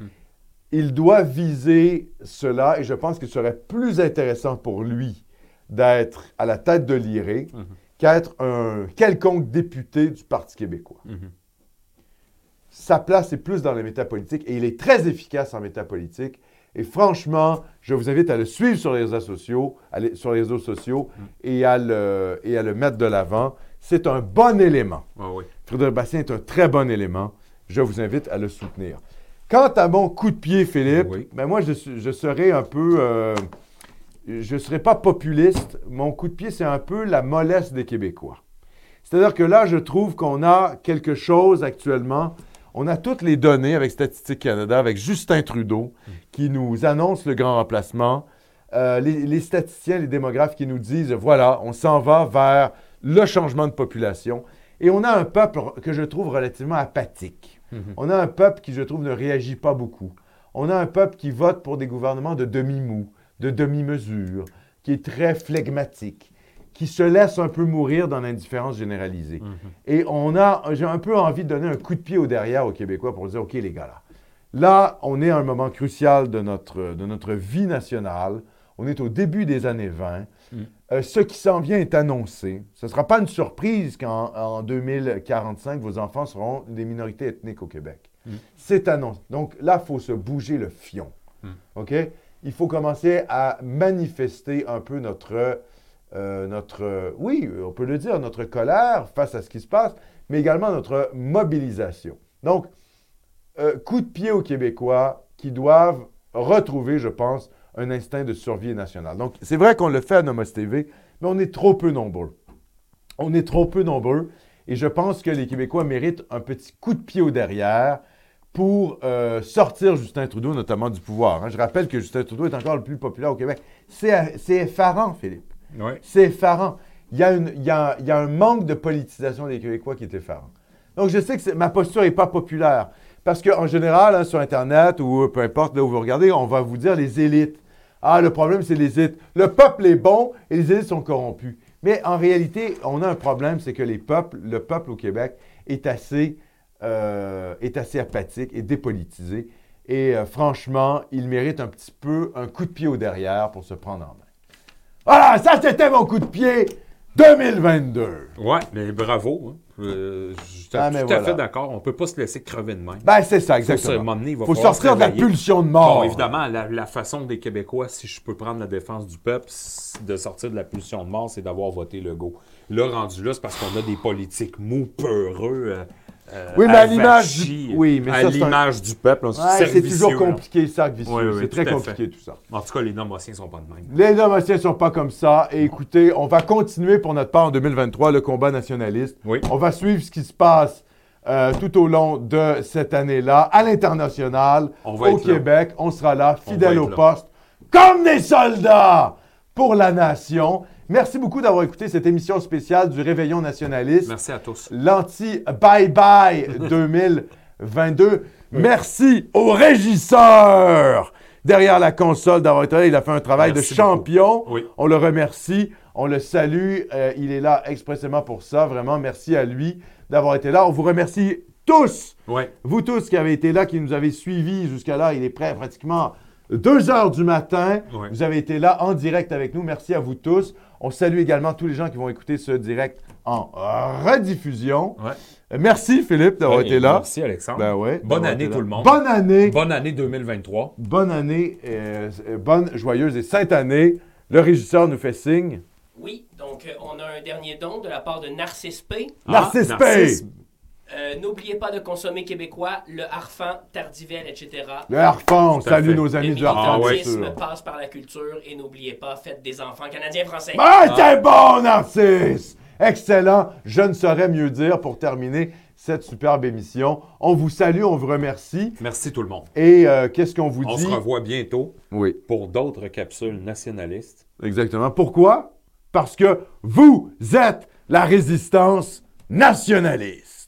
Speaker 1: il doit viser cela et je pense qu'il serait plus intéressant pour lui d'être à la tête de l'IRE
Speaker 2: Mhm.
Speaker 1: qu'être un quelconque député du Parti québécois.
Speaker 2: Mhm.
Speaker 1: Sa place est plus dans la métapolitique et il est très efficace en métapolitique. Et franchement, je vous invite à le suivre sur les réseaux sociaux, à les- sur les réseaux sociaux et, à le, et à le mettre de l'avant. C'est un bon élément.
Speaker 2: Ah oui.
Speaker 1: Frédéric Bastien est un très bon élément. Je vous invite à le soutenir. Quant à mon coup de pied, Philippe,
Speaker 2: Oui.
Speaker 1: ben moi, je, suis- je serais un peu... euh, je ne serais pas populiste. Mon coup de pied, c'est un peu la mollesse des Québécois. C'est-à-dire que là, je trouve qu'on a quelque chose actuellement. On a toutes les données avec Statistique Canada, avec Justin Trudeau, qui nous annonce le grand remplacement. Euh, les, les statisticiens, les démographes qui nous disent, voilà, on s'en va vers le changement de population. Et on a un peuple que je trouve relativement apathique. On a un peuple qui, je trouve, ne réagit pas beaucoup. On a un peuple qui vote pour des gouvernements de demi-mou, de demi-mesure, qui est très flegmatique, qui se laisse un peu mourir dans l'indifférence généralisée. Et on a, j'ai un peu envie de donner un coup de pied au derrière aux Québécois pour dire, OK, les gars, là, là, on est à un moment crucial de notre, de notre vie nationale. On est au début des années 20. Euh, ce qui s'en vient est annoncé. Ce ne sera pas une surprise qu'en en 2045, vos enfants seront des minorités ethniques au Québec. C'est annoncé. Donc là, il faut se bouger le fion. OK? Il faut commencer à manifester un peu notre, euh, notre, euh, oui, on peut le dire, notre colère face à ce qui se passe, mais également notre mobilisation. Donc, euh, coup de pied aux Québécois qui doivent retrouver, je pense, un instinct de survie nationale. Donc, c'est vrai qu'on le fait à Nomos TV, mais on est trop peu nombreux. On est trop peu nombreux et je pense que les Québécois méritent un petit coup de pied au derrière pour euh, sortir Justin Trudeau, notamment du pouvoir. hein. Je rappelle que Justin Trudeau est encore le plus populaire au Québec. C'est euh, c'est effarant, Philippe.
Speaker 2: Ouais.
Speaker 1: C'est effarant. Il y, a une- il y a- il y a un manque de politisation des Québécois qui est effarant. Donc, je sais que c'est- ma posture n'est pas populaire. Parce qu'en général, hein, sur Internet ou euh, peu importe là où vous regardez, on va vous dire les élites. Ah, le problème, c'est les élites. Le peuple est bon et les élites sont corrompues. Mais en réalité, on a un problème, c'est que les peuples, le peuple au Québec est assez, euh, est assez apathique et dépolitisé. Et euh, franchement, il mérite un petit peu un coup de pied au derrière pour se prendre en main. Voilà, ça c'était mon coup de pied 2022.
Speaker 2: Ouais, mais bravo. hein. Euh, je suis
Speaker 1: Ah,
Speaker 2: tout
Speaker 1: mais
Speaker 2: à
Speaker 1: voilà.
Speaker 2: fait d'accord. On peut pas se laisser crever de même.
Speaker 1: Ben c'est ça,
Speaker 2: Faut se
Speaker 1: exactement.
Speaker 2: m'emmener, il va
Speaker 1: Faut
Speaker 2: falloir
Speaker 1: sortir de la
Speaker 2: travailler.
Speaker 1: pulsion de
Speaker 2: Bon,
Speaker 1: mort.
Speaker 2: évidemment, la, la façon des Québécois, si je peux prendre la défense du peuple, c- de sortir de la pulsion de mort, c'est d'avoir voté Legault. Là, rendu là, c'est parce qu'on a des politiques mous, peureux, euh, euh,
Speaker 1: Oui, mais à l'image
Speaker 2: avachis,
Speaker 1: du- oui, mais
Speaker 2: à
Speaker 1: ça, c'est un-
Speaker 2: l'image du peuple, on se
Speaker 1: Ouais, c'est
Speaker 2: servicieux,
Speaker 1: toujours
Speaker 2: là.
Speaker 1: compliqué ça, que
Speaker 2: Oui, oui,
Speaker 1: c'est
Speaker 2: tout
Speaker 1: très
Speaker 2: à
Speaker 1: compliqué tout ça.
Speaker 2: En tout cas, les nomotiens sont pas de même.
Speaker 1: Les ne sont pas comme ça. Et écoutez, on va continuer pour notre part en 2023 le combat nationaliste.
Speaker 2: Oui.
Speaker 1: On va suivre ce qui se passe euh, tout au long de cette année-là, à l'international,
Speaker 2: On va
Speaker 1: au
Speaker 2: être là.
Speaker 1: Québec. On sera là,
Speaker 2: va
Speaker 1: fidèles
Speaker 2: être
Speaker 1: au
Speaker 2: là.
Speaker 1: poste, comme des soldats pour la nation. Merci beaucoup d'avoir écouté cette émission spéciale du Réveillon nationaliste,
Speaker 2: Merci à tous.
Speaker 1: l'anti-bye-bye 2022. Merci au régisseur derrière la console d'avoir été là. Il a fait un travail
Speaker 2: Merci
Speaker 1: de champion.
Speaker 2: Oui.
Speaker 1: On le remercie, on le salue. Euh, il est là expressément pour ça. Vraiment, merci à lui d'avoir été là. On vous remercie tous
Speaker 2: Ouais.
Speaker 1: vous tous qui avez été là, qui nous avez suivis jusqu'à là, il est prêt à pratiquement 2 heures du matin.
Speaker 2: Ouais.
Speaker 1: Vous avez été là en direct avec nous. Merci à vous tous. On salue également tous les gens qui vont écouter ce direct en rediffusion.
Speaker 2: Ouais.
Speaker 1: Euh, Merci Philippe d'avoir
Speaker 2: Ouais,
Speaker 1: été là.
Speaker 2: Merci, Alexandre.
Speaker 1: Ben ouais,
Speaker 2: Bonne
Speaker 1: d'avoir
Speaker 2: année,
Speaker 1: été là.
Speaker 2: tout le monde.
Speaker 1: Bonne année.
Speaker 2: Bonne année 2023.
Speaker 1: Bonne année. euh, euh, bonne, joyeuse et sainte année. Le régisseur nous fait signe.
Speaker 3: Oui, donc euh, on a un dernier don de la part de Narcisse P.
Speaker 1: Narcisse
Speaker 2: Ah,
Speaker 1: Pay.
Speaker 2: Narcisse.
Speaker 3: Euh, N'oubliez pas de consommer québécois, le harfan, tardivel, etc.
Speaker 1: Le harpon.
Speaker 2: Tout à
Speaker 1: Salut
Speaker 2: fait. Ah,
Speaker 1: nos amis
Speaker 3: le
Speaker 1: du harpon. bien
Speaker 3: militantisme
Speaker 1: sûr.
Speaker 3: passe par la culture et n'oubliez pas, faites des enfants canadiens-français.
Speaker 1: Ah, t'es bon, Narcisse! Excellent. Je ne saurais mieux dire pour terminer cette superbe émission. On vous salue, on vous remercie.
Speaker 2: Merci tout le monde.
Speaker 1: Et euh, qu'est-ce qu'on vous
Speaker 2: On
Speaker 1: dit?
Speaker 2: se revoit bientôt
Speaker 1: Oui,
Speaker 2: pour d'autres capsules nationalistes.
Speaker 1: exactement. Pourquoi? Parce que vous êtes la résistance nationaliste.